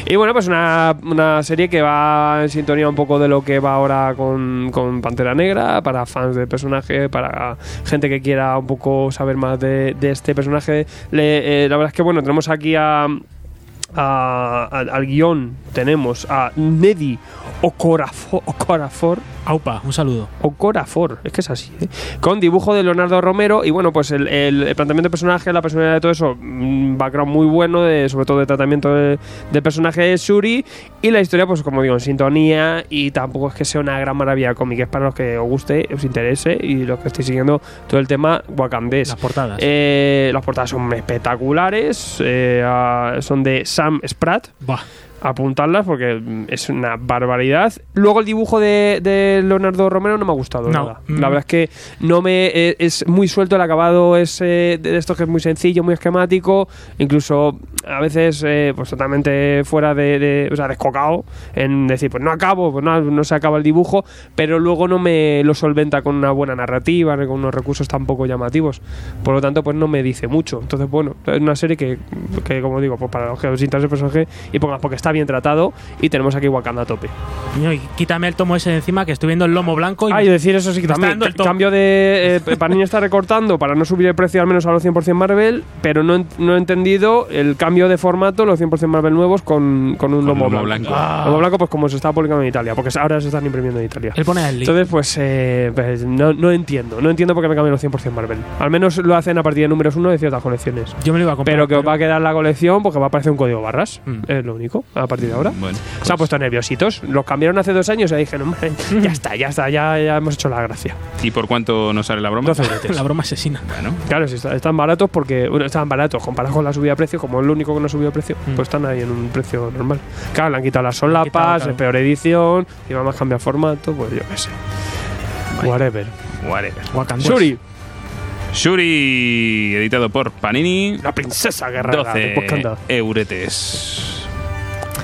[SPEAKER 2] Y bueno, pues una, una serie que va en sintonía un poco de lo que va ahora con, con Pantera Negra, para fans del personaje, para gente que quiera un poco saber más de, de este personaje. Le- eh, la verdad es que bueno, tenemos aquí a, a- al, al guión, tenemos a Neddy Ocorafor. Ocorafor
[SPEAKER 3] Aupa, un saludo.
[SPEAKER 2] o Corafor, es que es así, ¿eh? con dibujo de Leonardo Romero y bueno, pues el, el- el planteamiento del personaje, la personalidad de todo eso, un background muy bueno, de, sobre todo de tratamiento de- del personaje de Shuri y la historia, pues como digo, en sintonía y tampoco es que sea una gran maravilla cómica, es para los que os guste, os interese y los que estéis siguiendo todo el tema wakandés.
[SPEAKER 3] Las portadas.
[SPEAKER 2] Eh, las portadas son espectaculares, eh, ah, son de Sam Spratt,
[SPEAKER 3] Buah.
[SPEAKER 2] apuntarlas porque mm, es una barbaridad. Luego el dibujo de, de Leonardo Romero no me ha gustado.
[SPEAKER 3] No.
[SPEAKER 2] nada.
[SPEAKER 3] Mm.
[SPEAKER 2] La verdad es que no me eh, es muy suelto el acabado ese de esto que es muy sencillo, muy esquemático, incluso a veces eh, pues totalmente fuera de, de- o sea, descocado en decir pues no acabo, pues no, no se acaba el dibujo, pero luego no me lo solventa con una buena narrativa, ni con unos recursos tampoco llamativos. Por lo tanto, pues no me dice mucho. Entonces, bueno, es una serie que, que, como digo, pues para los que os interesa el personaje y pongas porque está bien tratado y tenemos aquí Wakanda a tope.
[SPEAKER 3] Niño, y quítame el tomo ese de encima que estoy viendo el lomo blanco y
[SPEAKER 2] Ah, y decir eso sí que
[SPEAKER 3] me está
[SPEAKER 2] también.
[SPEAKER 3] dando el
[SPEAKER 2] ca-
[SPEAKER 3] top.
[SPEAKER 2] Cambio de. eh, Panini está recortando para no subir el precio al menos a los 100% Marvel, pero no, he- no he entendido el cambio de formato, los 100% Marvel nuevos con, con un lomo,
[SPEAKER 1] lomo
[SPEAKER 2] blanco.
[SPEAKER 1] blanco.
[SPEAKER 2] Ah. Lomo blanco, pues como se está publicando en Italia, porque ahora se están imprimiendo en Italia.
[SPEAKER 3] él pone el link.
[SPEAKER 2] Entonces, pues, eh, pues, no, no entiendo. No entiendo por qué me cambian los 100% Marvel. Al menos lo hacen a partir de números 1 de ciertas colecciones.
[SPEAKER 3] Yo me lo iba a comprar.
[SPEAKER 2] Pero que os va a quedar la colección porque va a aparecer un código barras.
[SPEAKER 3] Mm.
[SPEAKER 2] Es lo único, a partir de ahora.
[SPEAKER 1] Bueno,
[SPEAKER 2] Se han puesto nerviositos. Los cambiaron hace dos años y ahí dijeron,
[SPEAKER 3] [laughs]
[SPEAKER 2] "Hombre, ya está, ya está, ya, ya hemos hecho la gracia.
[SPEAKER 1] ¿y por cuánto nos sale la broma?
[SPEAKER 2] 12 euretes.
[SPEAKER 3] la broma asesina.
[SPEAKER 1] Bueno,
[SPEAKER 2] Claro, si está- están baratos porque bueno, están baratos comparados con la subida de precio, como es lo único que no ha subido de precio,
[SPEAKER 3] Mm.
[SPEAKER 2] pues están ahí en un precio normal. Claro, le han quitado las
[SPEAKER 3] han
[SPEAKER 2] solapas,
[SPEAKER 3] quitado,
[SPEAKER 2] es
[SPEAKER 3] claro.
[SPEAKER 2] peor edición, y más cambia formato, pues yo qué sé. Whatever.
[SPEAKER 1] whatever.
[SPEAKER 3] Wakanda. [laughs]
[SPEAKER 2] Shuri,
[SPEAKER 1] Shuri, editado por Panini.
[SPEAKER 2] la princesa guerrera de
[SPEAKER 1] 12
[SPEAKER 2] Wakanda.
[SPEAKER 1] euretes.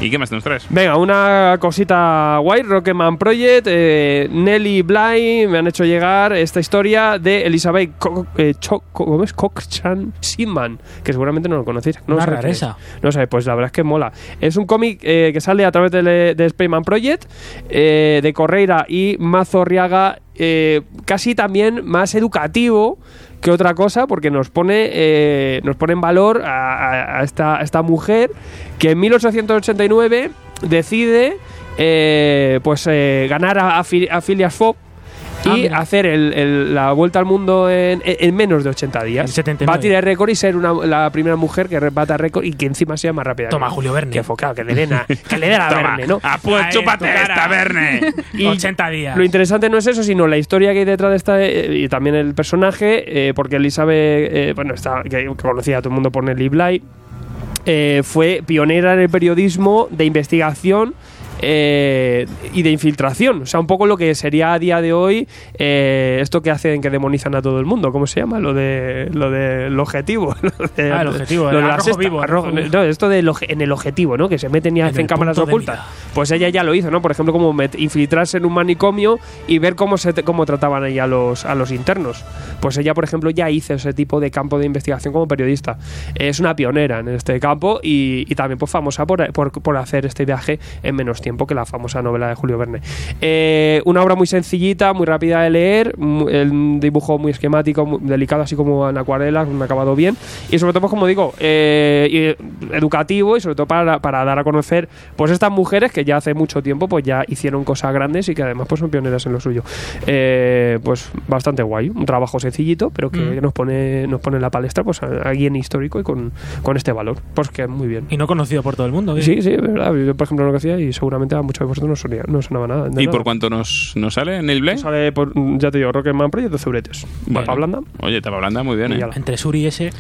[SPEAKER 1] ¿Y qué más nos traes?
[SPEAKER 2] Venga, una cosita guay, Rocketman Project, eh, Nelly Bly me han hecho llegar esta historia de Elizabeth Co- eh, Cho- Co- ¿cómo es? Cochran Simman, que seguramente no lo conocéis. No
[SPEAKER 3] Una
[SPEAKER 2] sabéis quién es.
[SPEAKER 3] rareza.
[SPEAKER 2] No sé, pues la verdad es que mola. Es un cómic eh, que sale a través de, le- de Spaceman Project, eh, de Correira y Mazorriaga, eh, casi también más educativo que otra cosa, porque nos pone, eh, nos pone en valor a, a- a esta, a esta mujer que en 1889 decide eh, pues eh, ganar a, a Fi- a Phileas Fogg
[SPEAKER 3] Ah,
[SPEAKER 2] y
[SPEAKER 3] mira.
[SPEAKER 2] hacer el- el- la vuelta al mundo en, en menos de 80 días.
[SPEAKER 3] En 79.
[SPEAKER 2] Batir el récord y ser una- la primera mujer que rebata récord y que encima sea más rápida.
[SPEAKER 3] Toma,
[SPEAKER 2] que-
[SPEAKER 3] Julio Verne.
[SPEAKER 2] Que focado, que le den a, que le
[SPEAKER 3] [laughs]
[SPEAKER 2] den a
[SPEAKER 1] Toma,
[SPEAKER 2] Verne, ¿no?
[SPEAKER 1] ah, pues
[SPEAKER 3] Ahí,
[SPEAKER 1] chúpate
[SPEAKER 3] tu cara.
[SPEAKER 1] esta, Verne.
[SPEAKER 2] Y
[SPEAKER 3] 80 días.
[SPEAKER 2] Lo interesante no es eso, sino la historia que hay detrás de esta eh, y también el personaje, eh, porque Elizabeth, eh, bueno, está, que, que conocía a todo el mundo por Nelly Bly, eh, fue pionera en el periodismo de investigación. eh, y de infiltración, o sea, un poco lo que sería a día de hoy eh, esto que hacen que demonizan a todo el mundo, ¿cómo se llama? Lo de lo del objetivo, [laughs] lo de-
[SPEAKER 3] Ah, el objetivo,
[SPEAKER 2] lo de
[SPEAKER 3] el
[SPEAKER 2] la
[SPEAKER 3] arrojo
[SPEAKER 2] sexta,
[SPEAKER 3] vivo,
[SPEAKER 2] arrojo-
[SPEAKER 3] arrojo vivo.
[SPEAKER 2] no, esto del oje- en el objetivo, ¿no? Que se meten y hacen
[SPEAKER 3] el
[SPEAKER 2] cámaras
[SPEAKER 3] punto de
[SPEAKER 2] ocultas.
[SPEAKER 3] mira.
[SPEAKER 2] Pues ella ya lo hizo, ¿no? Por ejemplo, como met- infiltrarse en un manicomio y ver cómo se te- cómo trataban ahí a los, a los internos. Pues ella, por ejemplo, ya hizo ese tipo de campo de investigación como periodista. Es una pionera en este campo y, y también pues famosa por, por, por hacer este viaje en menos tiempo que la famosa novela de Julio Verne. Eh, una obra muy sencillita, muy rápida de leer, mu- el dibujo muy esquemático, muy delicado, así como en acuarelas, un acabado bien. Y sobre todo, pues, como digo, eh, y- educativo y sobre todo para, para dar a conocer pues estas mujeres que ya hace mucho tiempo pues ya hicieron cosas grandes y que además pues son pioneras en lo suyo. Eh, pues bastante guay, un trabajo sencillito, pero que
[SPEAKER 3] Mm.
[SPEAKER 2] nos pone nos pone en la palestra pues a alguien histórico y con, con este valor. Pues que muy bien.
[SPEAKER 3] Y no conocido por todo el mundo. ¿eh?
[SPEAKER 2] Sí, sí, es verdad. Yo, por ejemplo, lo que hacía y seguramente a muchos de vosotros no, sonía- no sonaba nada. [laughs] de Pues
[SPEAKER 1] ¿Y
[SPEAKER 2] nada.
[SPEAKER 1] por cuánto nos, nos sale en el Blade?
[SPEAKER 2] Sale por, ya te digo, Rocketman Project de Cebretes.
[SPEAKER 1] Bueno.
[SPEAKER 2] Tapa blanda.
[SPEAKER 1] Oye, tapa blanda, muy bien,
[SPEAKER 2] Y
[SPEAKER 1] ¿eh?
[SPEAKER 2] ya la-
[SPEAKER 3] Entre Suri y ese.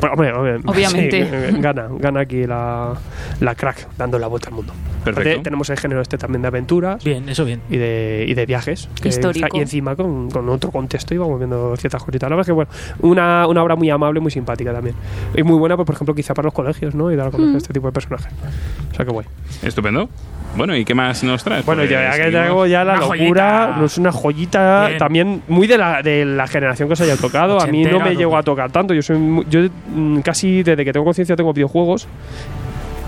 [SPEAKER 2] Pues, hombre, hombre,
[SPEAKER 5] Obviamente.
[SPEAKER 2] sí, eh, gana, gana aquí la, la crack, dando la vuelta al mundo.
[SPEAKER 1] Perfecto.
[SPEAKER 2] Aparte, tenemos el género este también de aventuras.
[SPEAKER 3] Bien, eso bien.
[SPEAKER 2] y de, y de viajes. que
[SPEAKER 5] Histórico.
[SPEAKER 2] está- Y encima con, con otro contexto íbamos viendo ciertas cositas. La verdad es que, bueno, una, una obra muy amable, muy simpática también. Y muy buena, pues, por ejemplo, quizá para los colegios, ¿no? Y dar a
[SPEAKER 5] Mm.
[SPEAKER 2] conocer este tipo de personajes. O sea, que guay.
[SPEAKER 1] Estupendo. Bueno, ¿y qué más nos traes?
[SPEAKER 2] Bueno,
[SPEAKER 1] Pues
[SPEAKER 2] ya, que
[SPEAKER 1] seguimos.
[SPEAKER 2] traigo ya la
[SPEAKER 3] Una
[SPEAKER 2] locura,
[SPEAKER 3] joyita.
[SPEAKER 2] no es una joyita
[SPEAKER 3] Bien.
[SPEAKER 2] también muy de la, de la generación que os haya tocado. A mí no
[SPEAKER 3] Ochentera,
[SPEAKER 2] me
[SPEAKER 3] ¿no?
[SPEAKER 2] llegó a tocar tanto. Yo soy mu- yo mm, casi desde que tengo conciencia tengo videojuegos.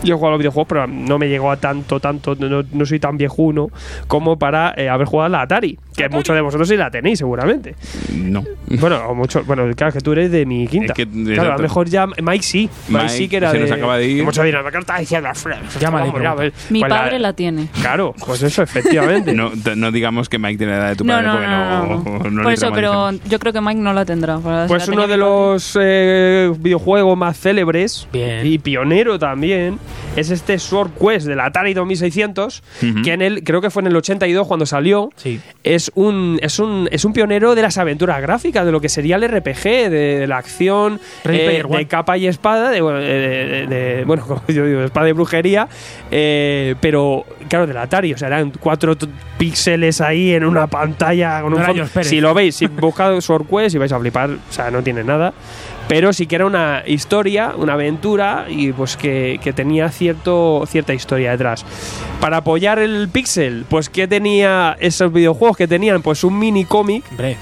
[SPEAKER 2] Yo he jugado a los videojuegos, pero no me llegó a tanto, tanto, no, no soy tan viejuno como para eh, haber jugado a la Atari, que muchos de vosotros sí la tenéis seguramente.
[SPEAKER 1] No.
[SPEAKER 2] Bueno, o mucho, bueno, claro que tú eres de mi
[SPEAKER 1] Es
[SPEAKER 2] quinta.
[SPEAKER 1] que-
[SPEAKER 2] claro, a lo
[SPEAKER 1] exacto.
[SPEAKER 2] mejor ya Mike sí, Mike,
[SPEAKER 1] Mike
[SPEAKER 2] sí que era
[SPEAKER 1] se
[SPEAKER 2] de
[SPEAKER 1] nos acaba de ir.
[SPEAKER 2] Muchos dirán, "¿Qué estás diciendo?
[SPEAKER 3] Llámale
[SPEAKER 2] Vamos,
[SPEAKER 3] y
[SPEAKER 2] ya,
[SPEAKER 3] pregunta.
[SPEAKER 2] pues,
[SPEAKER 5] Mi
[SPEAKER 2] pues la-
[SPEAKER 5] padre la tiene.
[SPEAKER 2] Claro, pues eso,
[SPEAKER 3] [laughs]
[SPEAKER 2] efectivamente.
[SPEAKER 1] No, t- no digamos que Mike tiene la edad de tu
[SPEAKER 5] No,
[SPEAKER 1] padre
[SPEAKER 5] no,
[SPEAKER 1] porque
[SPEAKER 5] no, no, no.
[SPEAKER 1] [laughs] no
[SPEAKER 5] Por
[SPEAKER 1] le
[SPEAKER 5] eso, pero
[SPEAKER 1] traumatizamos.
[SPEAKER 5] yo creo que Mike no la tendrá. para si
[SPEAKER 2] Pues
[SPEAKER 5] la
[SPEAKER 2] uno de
[SPEAKER 5] tenía mi padre.
[SPEAKER 2] los eh, videojuegos más célebres
[SPEAKER 3] Bien.
[SPEAKER 2] y pionero también es este Sword Quest del Atari 2600,
[SPEAKER 1] Ujú.
[SPEAKER 2] que en el, creo que fue en el 82 cuando salió.
[SPEAKER 3] Sí.
[SPEAKER 2] Es un, es, un, es un pionero de las aventuras gráficas, de lo que sería el RPG, de, de la acción, eh,
[SPEAKER 3] Ready Player One.
[SPEAKER 2] de capa y espada, de, bueno, eh, de- de- de- bueno, [laughs] como yo digo, espada y brujería, eh, pero claro, del Atari, o sea, eran cuatro t- píxeles ahí en una pantalla con
[SPEAKER 3] No
[SPEAKER 2] un
[SPEAKER 3] era
[SPEAKER 2] fondo.
[SPEAKER 3] George Pérez.
[SPEAKER 2] Si lo veis, si buscad Sword Quest y vais a flipar, o sea, no tiene nada. Pero sí que era una historia, una aventura y pues que, que tenía cierto, cierta historia detrás. Para apoyar el Pixel, pues que tenía esos videojuegos que tenían, pues un mini cómic
[SPEAKER 3] Hombre.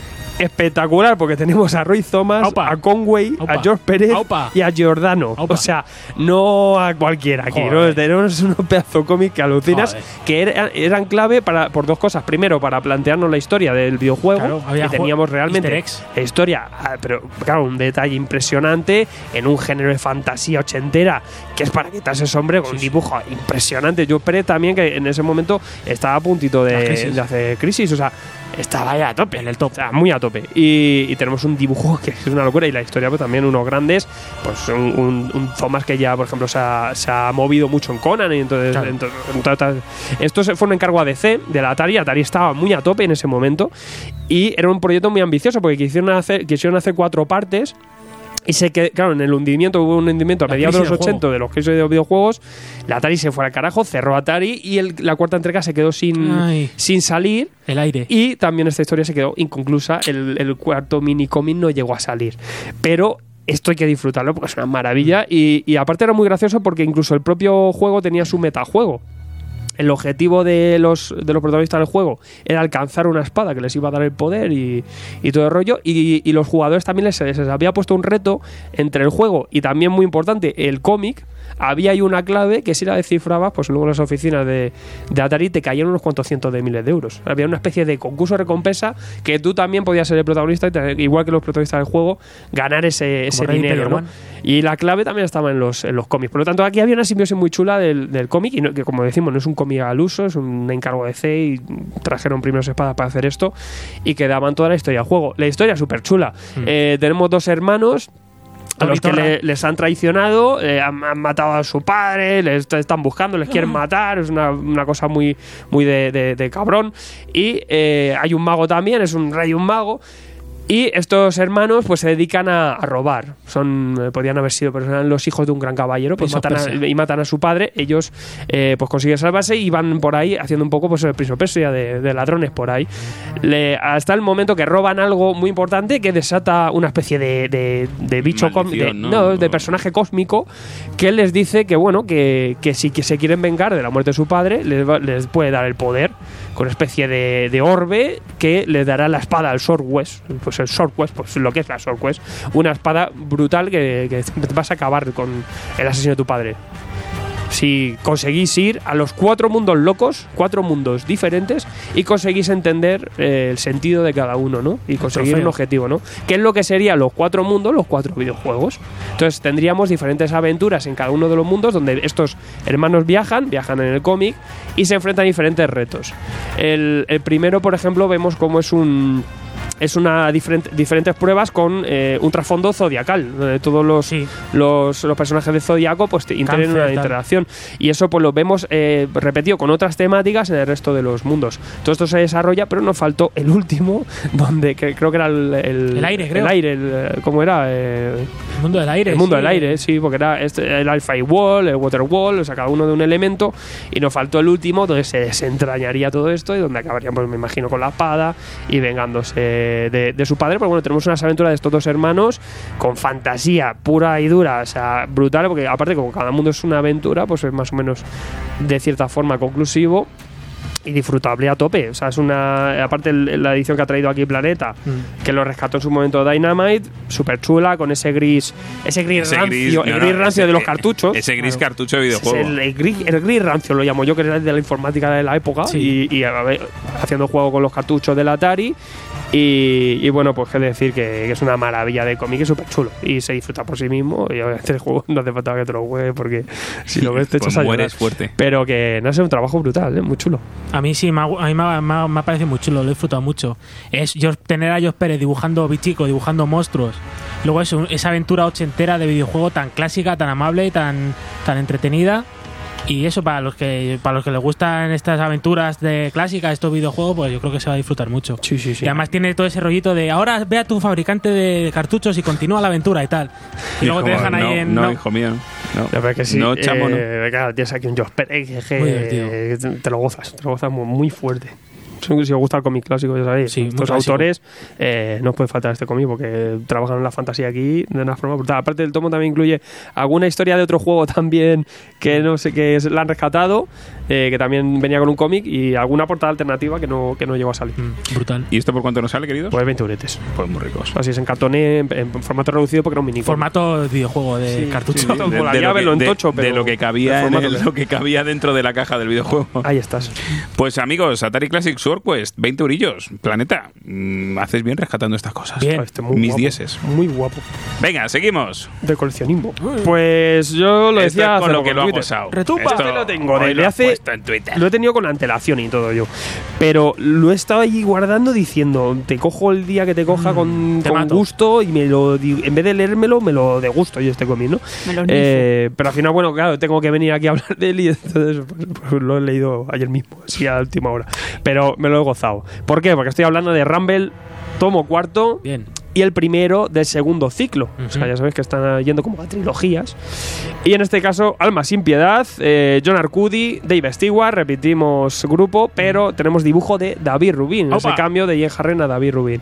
[SPEAKER 2] espectacular porque tenemos a Roy Thomas,
[SPEAKER 3] Aupa.
[SPEAKER 2] a Conway, a
[SPEAKER 3] Aupa.
[SPEAKER 2] George Pérez
[SPEAKER 3] Aupa.
[SPEAKER 2] y a Giordano.
[SPEAKER 3] Aupa.
[SPEAKER 2] O sea, no a cualquiera aquí. ¿no?
[SPEAKER 3] Joder.
[SPEAKER 2] Tenemos unos pedazos cómicos que alucinas
[SPEAKER 3] Joder.
[SPEAKER 2] que era- eran clave para, por dos cosas. Primero, para plantearnos la historia del videojuego
[SPEAKER 3] Claro, había
[SPEAKER 2] que teníamos
[SPEAKER 3] jue-
[SPEAKER 2] realmente
[SPEAKER 3] easter eggs.
[SPEAKER 2] la historia. ah, Pero claro, un detalle impresionante en un género de fantasía ochentera que es para quitarse el sombrero con un dibujo impresionante. George Pérez también que en ese momento estaba a puntito
[SPEAKER 3] La
[SPEAKER 2] de,
[SPEAKER 3] crisis.
[SPEAKER 2] de hacer crisis. O sea, estaba ya a tope.
[SPEAKER 3] En el top.
[SPEAKER 2] O sea, muy a tope. Y, y tenemos un dibujo [laughs] que es una locura y la historia pues, también unos grandes, pues un, un, un Thomas que ya, por ejemplo, se ha, se ha movido mucho en Conan y entonces...
[SPEAKER 3] Claro.
[SPEAKER 2] ento- ento- tal- esto se- fue un encargo a DC de la Atari, Atari estaba muy a tope en ese momento y era un proyecto muy ambicioso porque quisieron hacer, quisieron hacer cuatro partes y sé que, claro, en el hundimiento hubo un hundimiento a
[SPEAKER 3] La
[SPEAKER 2] mediados de
[SPEAKER 3] crisis
[SPEAKER 2] los
[SPEAKER 3] del
[SPEAKER 2] 80
[SPEAKER 3] juego.
[SPEAKER 2] de los que de los videojuegos. La Atari se fue al carajo, cerró Atari y el- la cuarta entrega se quedó sin,
[SPEAKER 3] Ay.
[SPEAKER 2] sin salir.
[SPEAKER 3] El aire.
[SPEAKER 2] Y también esta historia se quedó inconclusa. El, el cuarto mini cómic no llegó a salir. Pero. Esto hay que disfrutarlo porque es una maravilla. Y, y aparte era muy gracioso porque incluso el propio juego tenía su metajuego. El objetivo de los, de los protagonistas del juego era alcanzar una espada que les iba a dar el poder y, y todo el rollo. Y, y los jugadores también les, les había puesto un reto entre el juego y también muy importante el cómic había ahí una clave que si la descifrabas, pues luego en las oficinas de, de Atari te caían unos cuantos cientos de miles de euros. Había una especie de concurso de recompensa que tú también podías ser el protagonista, y tener- igual que los protagonistas del juego, ganar ese, ese
[SPEAKER 3] Ready
[SPEAKER 2] dinero.
[SPEAKER 3] Player
[SPEAKER 2] ¿no?
[SPEAKER 3] One.
[SPEAKER 2] Y la clave también estaba en los, en los cómics. Por lo tanto, aquí había una simbiosis muy chula del, del cómic, y no- que como decimos, no es un cómic al uso, es un encargo de C y trajeron primeros espadas para hacer esto y que daban toda la historia al juego. La historia es súper chula. Eh, tenemos dos hermanos a
[SPEAKER 3] Tony
[SPEAKER 2] los que
[SPEAKER 3] Torra.
[SPEAKER 2] le- les han traicionado, eh, han, han matado a su padre, les t- están buscando, les quieren matar, es una, una cosa muy, muy de, de- de cabrón. Y eh, hay un mago también, es un rey y un mago. Y estos hermanos pues se dedican a, a robar. Son eh, podían haber sido, pero eran los hijos de un gran caballero, pues
[SPEAKER 3] Prince of
[SPEAKER 2] matan a,
[SPEAKER 3] Persia.
[SPEAKER 2] y matan a su padre. Ellos eh, pues consiguen salvarse y van por ahí haciendo un poco pues el priso peso ya de, de ladrones por ahí. Le- hasta el momento que roban algo muy importante que desata una especie de, de- de bicho cósmico.
[SPEAKER 1] Maldición,
[SPEAKER 2] de-
[SPEAKER 1] ¿no?
[SPEAKER 2] no, de
[SPEAKER 1] No.
[SPEAKER 2] personaje cósmico que les dice que bueno, que, que si que se quieren vengar de la muerte de su padre, les, va- les puede dar el poder con una especie de, de orbe que les dará la espada al Sorquest, pues el Sorquest, pues lo que es la Sorquest, una espada brutal que, que vas a acabar con el asesino de tu padre. Si conseguís ir a los cuatro mundos locos, cuatro mundos diferentes, y conseguís entender eh, el sentido de cada uno, ¿no? Y conseguir un
[SPEAKER 3] trofeo.
[SPEAKER 2] objetivo, ¿no? ¿Qué es lo que serían los cuatro mundos, los cuatro videojuegos? Entonces tendríamos diferentes aventuras en cada uno de los mundos donde estos hermanos viajan, viajan en el cómic, y se enfrentan a diferentes retos. El, el primero, por ejemplo, vemos cómo es un... Es una diferent- diferentes pruebas con eh, un trasfondo zodiacal, donde todos los,
[SPEAKER 3] Sí.
[SPEAKER 2] los, los personajes de Zodíaco pues te- tienen
[SPEAKER 3] Cáncer,
[SPEAKER 2] una
[SPEAKER 3] tal.
[SPEAKER 2] interacción. Y eso pues lo vemos eh, repetido con otras temáticas en el resto de los mundos. Todo esto se desarrolla, pero nos faltó el último, [laughs] donde que- creo que era el... El,
[SPEAKER 3] El aire, creo.
[SPEAKER 2] El aire, el, eh, ¿cómo era? Eh,
[SPEAKER 3] El mundo del aire.
[SPEAKER 2] el mundo
[SPEAKER 3] sí.
[SPEAKER 2] del aire, sí, porque era este- el Alpha y Wall, el Water Wall, o sea, cada uno de un elemento, y nos faltó el último, donde se desentrañaría todo esto y donde acabaríamos, me imagino, con la espada y vengándose de, de su padre. Pero bueno, tenemos unas aventuras de estos dos hermanos con fantasía pura y dura, o sea, brutal, porque aparte, como cada mundo es una aventura, pues es más o menos de cierta forma conclusivo y disfrutable a tope. O sea, es una. Aparte, el- la edición que ha traído aquí Planeta, que lo rescató en su momento Dynamite, súper chula, con ese gris. Ese gris
[SPEAKER 1] Ese
[SPEAKER 2] rancio,
[SPEAKER 1] gris,
[SPEAKER 2] el
[SPEAKER 1] no,
[SPEAKER 2] gris
[SPEAKER 1] no,
[SPEAKER 2] rancio
[SPEAKER 1] ese-
[SPEAKER 2] de los
[SPEAKER 1] eh,
[SPEAKER 2] cartuchos.
[SPEAKER 1] Ese gris
[SPEAKER 2] Claro.
[SPEAKER 1] cartucho de
[SPEAKER 2] Ese es
[SPEAKER 1] videojuego.
[SPEAKER 2] el, el gris, el gris rancio lo llamo yo, que era el de la informática de la época,
[SPEAKER 3] Sí.
[SPEAKER 2] y, y, a ver, haciendo juego con los cartuchos del Atari. Y, y bueno, pues que decir que, que es una maravilla de cómic, es súper chulo. Y se disfruta por sí mismo. Y obviamente el juego [laughs] no hace falta que te lo juegues, porque si
[SPEAKER 1] [laughs]
[SPEAKER 2] lo ves te
[SPEAKER 1] Pues
[SPEAKER 2] echas a llorar.
[SPEAKER 1] mueres fuerte.
[SPEAKER 2] Pero que no es un trabajo brutal, ¿eh? muy chulo.
[SPEAKER 3] A mí sí, me ha, a mí me ha- me ha- me ha parecido muy chulo, lo he disfrutado mucho. Es George- tener a George Pérez dibujando bichicos, dibujando monstruos. Luego eso, esa aventura ochentera de videojuego tan clásica, tan amable, tan, tan entretenida. Y eso para los que para los que les gustan estas aventuras de clásicas, estos videojuegos, pues yo creo que se va a disfrutar mucho.
[SPEAKER 2] Sí, sí, sí.
[SPEAKER 3] Y además tiene todo ese rollito de ahora ve a tu fabricante de cartuchos y continúa la aventura y tal. Y luego
[SPEAKER 1] Hijo,
[SPEAKER 3] te dejan
[SPEAKER 1] no,
[SPEAKER 3] ahí en
[SPEAKER 1] No,
[SPEAKER 3] no.
[SPEAKER 1] hijo mío. No,
[SPEAKER 2] La verdad que sí.
[SPEAKER 1] No, chamo, no.
[SPEAKER 2] eh, claro, tienes aquí un Josh Pérez que- que-
[SPEAKER 3] Muy divertido.
[SPEAKER 2] te lo gozas, te lo gozas muy, muy fuerte. Si os gusta el cómic clásico, ya sabéis,
[SPEAKER 3] Sí, muy
[SPEAKER 2] estos
[SPEAKER 3] clásico.
[SPEAKER 2] autores eh, no os puede faltar este cómic porque trabajan la fantasía aquí de una forma brutal. Aparte, el tomo también incluye alguna historia de otro juego también que no sé que es- la han rescatado, eh, que también venía con un cómic y alguna portada alternativa que no, que no llegó a salir.
[SPEAKER 3] Mm, brutal.
[SPEAKER 1] ¿Y esto por cuánto nos sale, queridos?
[SPEAKER 2] Pues 20 euretes.
[SPEAKER 1] Pues muy ricos.
[SPEAKER 2] [laughs] Así es, en cartón, en, en formato reducido porque era un mini
[SPEAKER 3] Formato de videojuego de
[SPEAKER 2] Sí,
[SPEAKER 3] cartucho.
[SPEAKER 2] sí, sí. Como la llave, lo
[SPEAKER 1] de-
[SPEAKER 2] entocho,
[SPEAKER 1] de
[SPEAKER 2] pero-
[SPEAKER 1] lo que cabía
[SPEAKER 2] pero
[SPEAKER 1] en
[SPEAKER 2] formato
[SPEAKER 1] el-
[SPEAKER 2] de-
[SPEAKER 1] lo que cabía dentro de la caja del videojuego.
[SPEAKER 2] Ahí estás.
[SPEAKER 1] Pues amigos, Atari Classic Swordquest, 20 eurillos, planeta. mm, haces bien rescatando estas cosas.
[SPEAKER 3] Bien.
[SPEAKER 2] Este, muy
[SPEAKER 1] Mis
[SPEAKER 2] guapo,
[SPEAKER 1] dieces.
[SPEAKER 2] Muy guapo.
[SPEAKER 1] Venga, seguimos.
[SPEAKER 2] de coleccionismo. Pues yo lo
[SPEAKER 1] Esto
[SPEAKER 2] decía
[SPEAKER 1] es con
[SPEAKER 2] hace
[SPEAKER 1] lo
[SPEAKER 2] poco
[SPEAKER 1] que
[SPEAKER 2] en
[SPEAKER 1] lo ha
[SPEAKER 2] Twitter.
[SPEAKER 1] pasado.
[SPEAKER 3] Retumba.
[SPEAKER 2] Este lo tengo desde
[SPEAKER 1] lo has
[SPEAKER 2] hace-
[SPEAKER 1] puesto en Twitter.
[SPEAKER 2] Lo he tenido con antelación y todo yo. Pero lo he estado allí guardando diciendo, te cojo el día que te coja
[SPEAKER 1] Mm,
[SPEAKER 2] con,
[SPEAKER 3] te
[SPEAKER 2] con
[SPEAKER 3] mato.
[SPEAKER 2] gusto y me lo di- en vez de leérmelo, me lo degusto yo este cómic, ¿no?
[SPEAKER 5] Me lo nifo.
[SPEAKER 2] Eh, pero al final, bueno, claro, tengo que venir aquí a hablar de él y entonces pues, pues, lo he leído ayer mismo, así a última hora. Pero me lo he gozado. ¿Por qué? Porque estoy hablando de Rumble, tomo cuarto,
[SPEAKER 3] [laughs] Bien.
[SPEAKER 2] y el primero del segundo ciclo. O sea,
[SPEAKER 3] Ujú.
[SPEAKER 2] ya sabéis que están yendo como a trilogías. Y en este caso, Alma sin Piedad, eh, John Arcudi, Dave Stewart, repetimos grupo, pero tenemos dibujo de David Rubin,
[SPEAKER 3] Opa.
[SPEAKER 2] ese cambio de Jen Harren a David Rubin.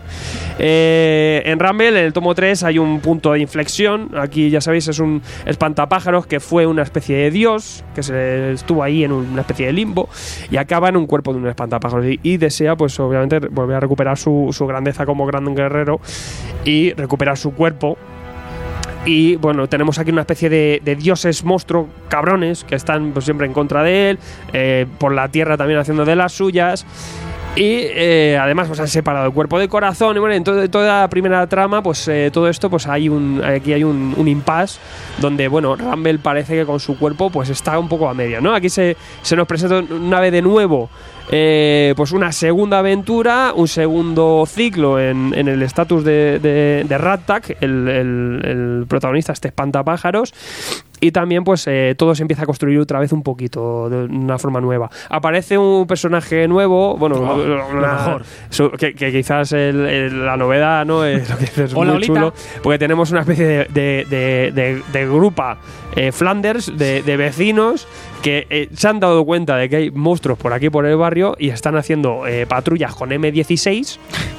[SPEAKER 2] Eh, en Rumble, en el tomo 3, hay un punto de inflexión. Aquí, ya sabéis, es un espantapájaros que fue una especie de dios, que se estuvo ahí en una especie de limbo, y acaba en un cuerpo de un espantapájaros. Y, y desea, pues obviamente, volver a recuperar su, su grandeza como gran guerrero y recuperar su cuerpo Y bueno, tenemos aquí una especie de, de dioses monstruo cabrones que están pues, siempre en contra de él, eh, por la tierra también haciendo de las suyas. Y eh, además pues han separado el cuerpo del corazón y bueno, en to- toda la primera trama, pues eh, todo esto, pues hay un, aquí hay un, un impasse donde, bueno, Rumble parece que con su cuerpo pues está un poco a media, ¿no? Aquí se, se nos presenta una vez de nuevo eh, pues una segunda aventura, un segundo ciclo en, en el estatus de, de, de Rat Tack, el, el- el protagonista, este espantapájaros. Y también, pues, eh, todo se empieza a construir otra vez un poquito, de una forma nueva. Aparece un personaje nuevo, bueno, una-
[SPEAKER 3] mejor.
[SPEAKER 2] su- que, que quizás el- el- la novedad, ¿no? Es [laughs] lo que es
[SPEAKER 3] Hola,
[SPEAKER 2] muy
[SPEAKER 3] Olita.
[SPEAKER 2] chulo. Porque tenemos una especie de, de, de- de- de grupa eh, Flanders, de, de vecinos, que eh, se han dado cuenta de que hay monstruos por aquí, por el barrio, y están haciendo eh, patrullas con M16.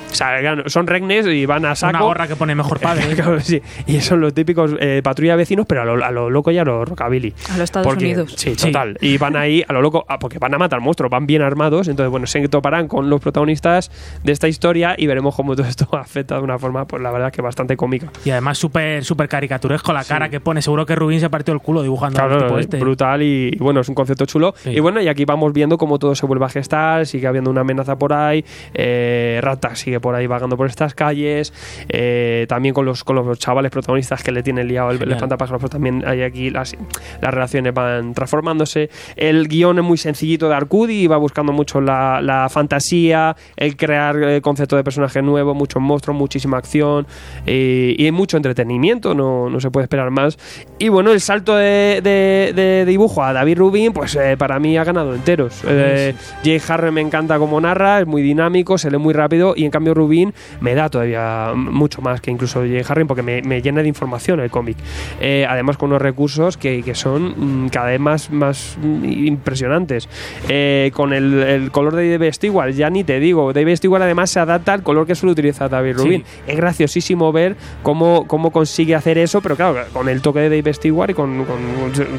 [SPEAKER 2] O sea, claro, son regnes y van a
[SPEAKER 3] Una
[SPEAKER 2] saco.
[SPEAKER 3] gorra que pone mejor [laughs] padre.
[SPEAKER 2] [laughs] Claro, sí. Y son los típicos eh, patrulla de vecinos, pero a lo, a lo loco y a lo rockabilly.
[SPEAKER 5] A los Estados
[SPEAKER 2] Porque-
[SPEAKER 5] Unidos.
[SPEAKER 2] Sí,
[SPEAKER 3] Sí.
[SPEAKER 2] total. Y van ahí a lo loco, ah, porque van a matar monstruos, van bien armados. Entonces, bueno, se toparán con los protagonistas de esta historia y veremos cómo todo esto [laughs] afecta de una forma, pues la verdad, que bastante cómica.
[SPEAKER 3] Y además súper súper caricaturesco la cara que pone. Seguro que Rubín se partió el culo dibujando al
[SPEAKER 2] Claro,
[SPEAKER 3] tipo
[SPEAKER 2] eh,
[SPEAKER 3] este.
[SPEAKER 2] brutal y, y bueno, es un concepto chulo.
[SPEAKER 3] Sí.
[SPEAKER 2] Y bueno, y aquí vamos viendo cómo todo se vuelve a gestar, sigue habiendo una amenaza por ahí, eh, Rata sigue por ahí vagando por estas calles, eh, también con los, con los chavales protagonistas que le tienen liado el, el
[SPEAKER 3] Genial.
[SPEAKER 2] espantapájaros, pero también hay aquí las, las relaciones van transformándose. El guión es muy sencillito de Arcudi y va buscando mucho la, la fantasía, el crear eh, concepto de personaje nuevo, muchos monstruos, muchísima acción eh, y hay mucho entretenimiento, no, no se puede esperar más. Y bueno, el salto de, de- de dibujo a David Rubin, pues eh, para mí ha ganado enteros. Eh, Jay Harry me encanta como narra, es muy dinámico, se lee muy rápido y en cambio Rubin me da todavía mucho más que incluso Jay Harry porque me, me llena de información el cómic. Eh, además con unos recursos que, que son mm, cada vez más, más mm, impresionantes. Eh, con el, el color de Dave Stewart, ya ni te digo, Dave Stewart además se adapta al color que suele utilizar David
[SPEAKER 3] Sí.
[SPEAKER 2] Rubin es graciosísimo ver cómo, cómo consigue hacer eso, pero claro, con el toque de Dave Stewart y con, con-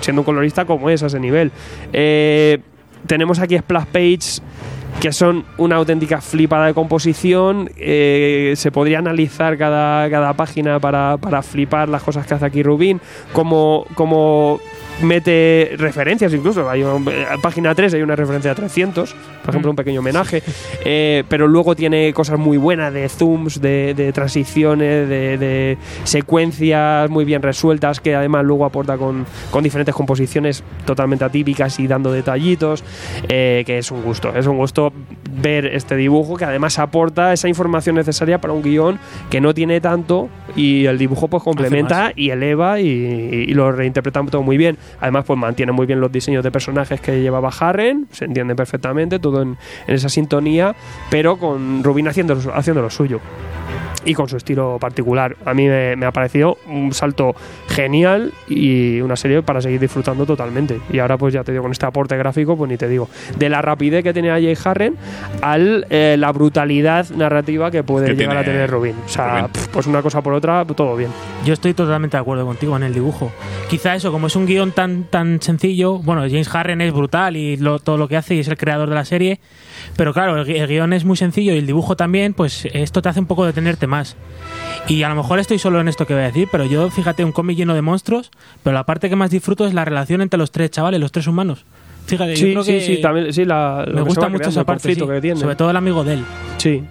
[SPEAKER 2] siendo un colorista como es a ese nivel. Eh, tenemos aquí splash pages que son una auténtica flipada de composición. eh, se podría analizar cada, cada página para, para flipar las cosas que hace aquí Rubín, como, como mete referencias incluso. Hay un- eh, página 3 hay una referencia a 300, por ejemplo, un pequeño homenaje. Eh, pero luego tiene cosas muy buenas de zooms, de, de transiciones, de, de secuencias muy bien resueltas que además luego aporta con, con diferentes composiciones totalmente atípicas y dando detallitos, eh, que es un gusto. Es un gusto ver este dibujo que además aporta esa información necesaria para un guión que no tiene tanto y el dibujo pues complementa y eleva y, y lo reinterpreta todo muy bien. Además pues mantiene muy bien los diseños de personajes que llevaba Harren, se entiende perfectamente, todo en, en esa sintonía, pero con Rubin haciendo, haciendo lo suyo y con su estilo particular. A mí me, me ha parecido un salto genial y una serie para seguir disfrutando totalmente. Y ahora pues ya te digo, con este aporte gráfico, pues ni te digo. De la rapidez que tenía Jay Harren al eh, la brutalidad narrativa que puede
[SPEAKER 1] Que
[SPEAKER 2] llegar a
[SPEAKER 1] tiene
[SPEAKER 2] tener Rubin. O sea,
[SPEAKER 1] Rubin.
[SPEAKER 2] pf, pues una cosa por otra, todo bien.
[SPEAKER 3] Yo estoy totalmente de acuerdo contigo en el dibujo. Quizá eso, como es un guión tan, tan sencillo, bueno, James Harren es brutal y lo- todo lo que hace y es el creador de la serie, pero claro, el, gui- el guión es muy sencillo y el dibujo también, pues esto te hace un poco detenerte más. Y a lo mejor estoy solo en esto que voy a decir, pero yo, fíjate, un cómic lleno de monstruos, pero la parte que más disfruto es la relación entre los tres chavales, los tres humanos. Fíjate, yo
[SPEAKER 2] Sí,
[SPEAKER 3] creo
[SPEAKER 2] sí,
[SPEAKER 3] que
[SPEAKER 2] sí, también, sí, la, lo
[SPEAKER 3] me
[SPEAKER 2] que se
[SPEAKER 3] gusta
[SPEAKER 2] va
[SPEAKER 3] mucho
[SPEAKER 2] creando,
[SPEAKER 3] esa
[SPEAKER 2] el
[SPEAKER 3] parte,
[SPEAKER 2] conflicto
[SPEAKER 3] sí.
[SPEAKER 2] que tiene.
[SPEAKER 3] sobre todo el amigo de él.
[SPEAKER 2] Sí.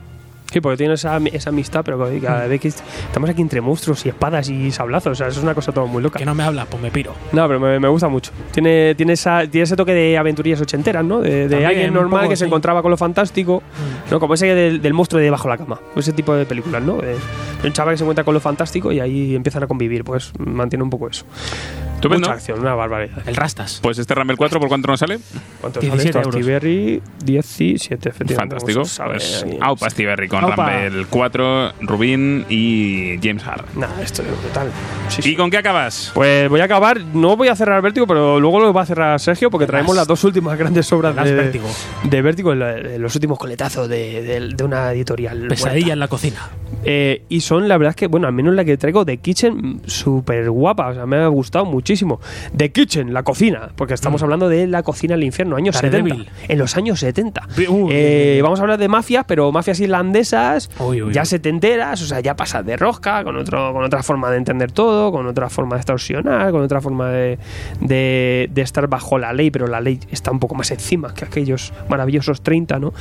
[SPEAKER 2] Sí, porque tiene esa, esa amistad, pero que
[SPEAKER 3] Mm.
[SPEAKER 2] cada vez que estamos aquí entre monstruos y espadas y sablazos, o sea, eso es una cosa todo muy loca.
[SPEAKER 3] Que no me habla, pues me piro.
[SPEAKER 2] No, pero me, me gusta mucho. Tiene, tiene, esa, tiene ese toque de aventurillas ochenteras, ¿no? De, de
[SPEAKER 3] También,
[SPEAKER 2] alguien
[SPEAKER 3] un
[SPEAKER 2] normal
[SPEAKER 3] poco,
[SPEAKER 2] que se
[SPEAKER 3] sí. Mm.
[SPEAKER 2] encontraba con lo fantástico, ¿no? Como ese del, del monstruo de debajo de la cama. Ese tipo de películas, ¿no? De- de un chaval que se encuentra con lo fantástico y ahí empiezan a convivir. Pues mantiene un poco eso.
[SPEAKER 1] Estupendo.
[SPEAKER 2] Mucha acción, una barbaridad.
[SPEAKER 3] El rastas.
[SPEAKER 1] Pues este Rumble 4, ¿por cuánto nos sale?
[SPEAKER 2] ¿Cuánto
[SPEAKER 3] 17
[SPEAKER 2] sale esto?
[SPEAKER 3] euros.
[SPEAKER 2] Berry, 17, efectivamente.
[SPEAKER 1] Fantástico.
[SPEAKER 2] Vamos a
[SPEAKER 1] Pues,
[SPEAKER 2] saber.
[SPEAKER 1] Aupa Steve Berry con
[SPEAKER 3] Aupa.
[SPEAKER 1] Rumble 4, Rubin y James Hart.
[SPEAKER 2] Nada, esto es brutal. Sí, sí.
[SPEAKER 1] ¿Y con qué acabas?
[SPEAKER 2] Pues voy a acabar, no voy a cerrar Vértigo, pero luego lo va a cerrar Sergio porque traemos las dos últimas grandes obras
[SPEAKER 3] Las
[SPEAKER 2] de
[SPEAKER 3] Vértigo.
[SPEAKER 2] de Vértigo, la- de los últimos coletazos de, de- de una editorial.
[SPEAKER 3] Pesadilla
[SPEAKER 2] muerta.
[SPEAKER 3] en la cocina.
[SPEAKER 2] Eh, y son, la verdad es que, bueno, al menos la que traigo de Kitchen, súper guapa. O sea, me ha gustado muchísimo. The Kitchen, la cocina, porque estamos
[SPEAKER 3] Mm.
[SPEAKER 2] hablando de la cocina del infierno, años
[SPEAKER 3] Daredevil.
[SPEAKER 2] 70. En los años 70.
[SPEAKER 3] Uy.
[SPEAKER 2] Eh, vamos a hablar de mafias, pero mafias irlandesas,
[SPEAKER 3] Uy, uy,
[SPEAKER 2] ya
[SPEAKER 3] uy.
[SPEAKER 2] setenteras, o sea, ya pasas de rosca, con, otro, con otra forma de entender todo, con otra forma de extorsionar, con otra forma de, de- de estar bajo la ley, pero la ley está un poco más encima que aquellos maravillosos 30, ¿no?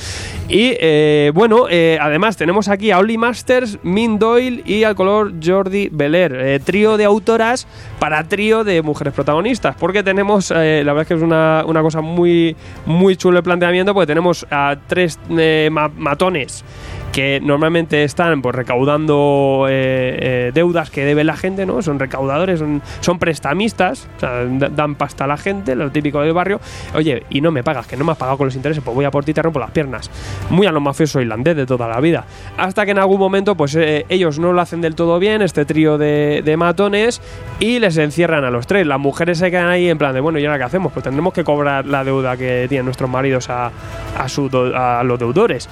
[SPEAKER 2] Y eh, bueno, eh, además tenemos aquí a Oli Masters, Min Doyle y al color Jordi Belair, eh, trío de autoras para trío de mujeres protagonistas, porque tenemos, eh, la verdad es que es una, una cosa muy, muy chulo el planteamiento, porque tenemos a tres eh, ma- matones que normalmente están pues recaudando eh, eh, deudas que debe la gente, ¿no? Son recaudadores, son, son prestamistas, o sea, da- dan pasta a la gente, lo típico del barrio. Oye, y no me pagas, que no me has pagado con los intereses, pues voy a por ti y te rompo las piernas. Muy a los mafiosos irlandés de toda la vida. Hasta que en algún momento, pues eh, ellos no lo hacen del todo bien, este trío de, de matones, y les encierran a los tres. Las mujeres se quedan ahí en plan de, bueno, ¿y ahora qué hacemos? Pues tendremos que cobrar la deuda que tienen nuestros maridos a, a, su do- a los deudores.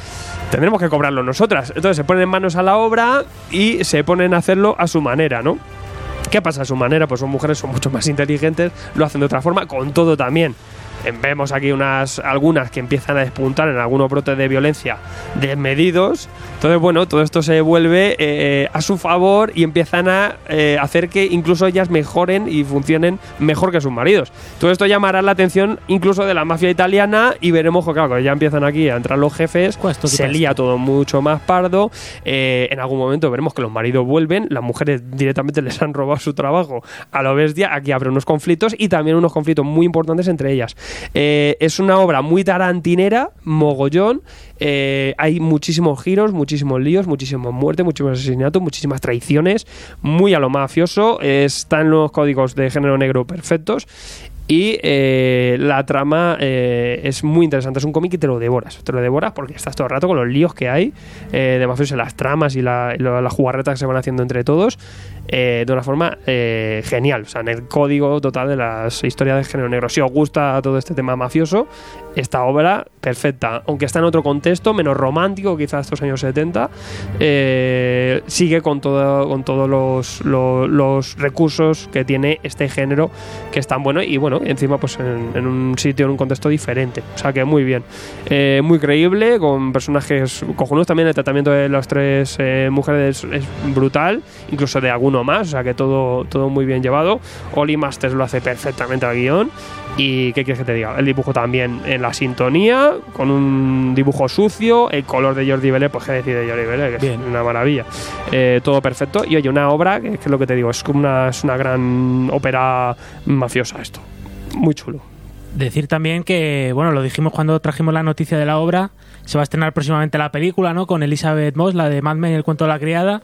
[SPEAKER 2] Tendremos que cobrarlo nosotras. Entonces se ponen manos a la obra y se ponen a hacerlo a su manera, ¿no? ¿Qué pasa a su manera? Pues son mujeres, son mucho más inteligentes, lo hacen de otra forma, con todo también. Eh, Vemos aquí unas algunas que empiezan a despuntar en algunos brotes de violencia desmedidos. Entonces, bueno, todo esto se vuelve eh, a su favor y empiezan a eh, hacer que incluso ellas mejoren y funcionen mejor que sus maridos. Todo esto llamará la atención incluso de la mafia italiana y veremos que, claro, cuando ya empiezan aquí a entrar los jefes,
[SPEAKER 3] Cuesta,
[SPEAKER 2] se
[SPEAKER 3] quita
[SPEAKER 2] lía todo mucho más pardo. Eh, en algún momento veremos que los maridos vuelven, las mujeres directamente [laughs] les han robado su trabajo a lo bestia. Aquí habrá unos conflictos y también unos conflictos muy importantes entre ellas. Eh, es una obra muy tarantinera, mogollón. Eh, hay muchísimos giros, muchísimos líos, muchísimas muertes, muchísimos asesinatos, muchísimas traiciones, muy a lo mafioso. Eh, están los códigos de género negro perfectos. Y eh, la trama eh, es muy interesante. Es un cómic que te lo devoras. Te lo devoras porque estás todo el rato con los líos que hay eh, de mafiosos en las tramas y la- y lo- las jugarretas que se van haciendo entre todos eh, de una forma eh, genial. O sea, en el código total de las historias de género negro. Si os gusta todo este tema mafioso, esta obra perfecta. Aunque está en otro contexto, menos romántico, quizás estos años 70, eh, sigue con, todo, con todos los, lo- los recursos que tiene este género que es tan bueno y bueno, encima pues en, en un sitio, en un contexto diferente. O sea que muy bien. Eh, muy creíble, con personajes cojonudos también, el tratamiento de las tres eh, mujeres es brutal, incluso de alguno más, o sea que todo, todo muy bien llevado. Oli Masters lo hace perfectamente al guión. ¿Y qué quieres que te diga? El dibujo también en la sintonía, con un dibujo sucio, el color de Jordi Belé, pues qué decir de Jordi Belé, que
[SPEAKER 3] Bien.
[SPEAKER 2] es una maravilla. Eh, todo perfecto. Y oye, una obra, que que es lo que te digo, es como una, es una gran ópera mafiosa esto. Muy chulo.
[SPEAKER 3] Decir también que, bueno, lo dijimos cuando trajimos la noticia de la obra, se va a estrenar próximamente la película, ¿no? Con Elizabeth Moss, la de Mad Men y el cuento de la criada.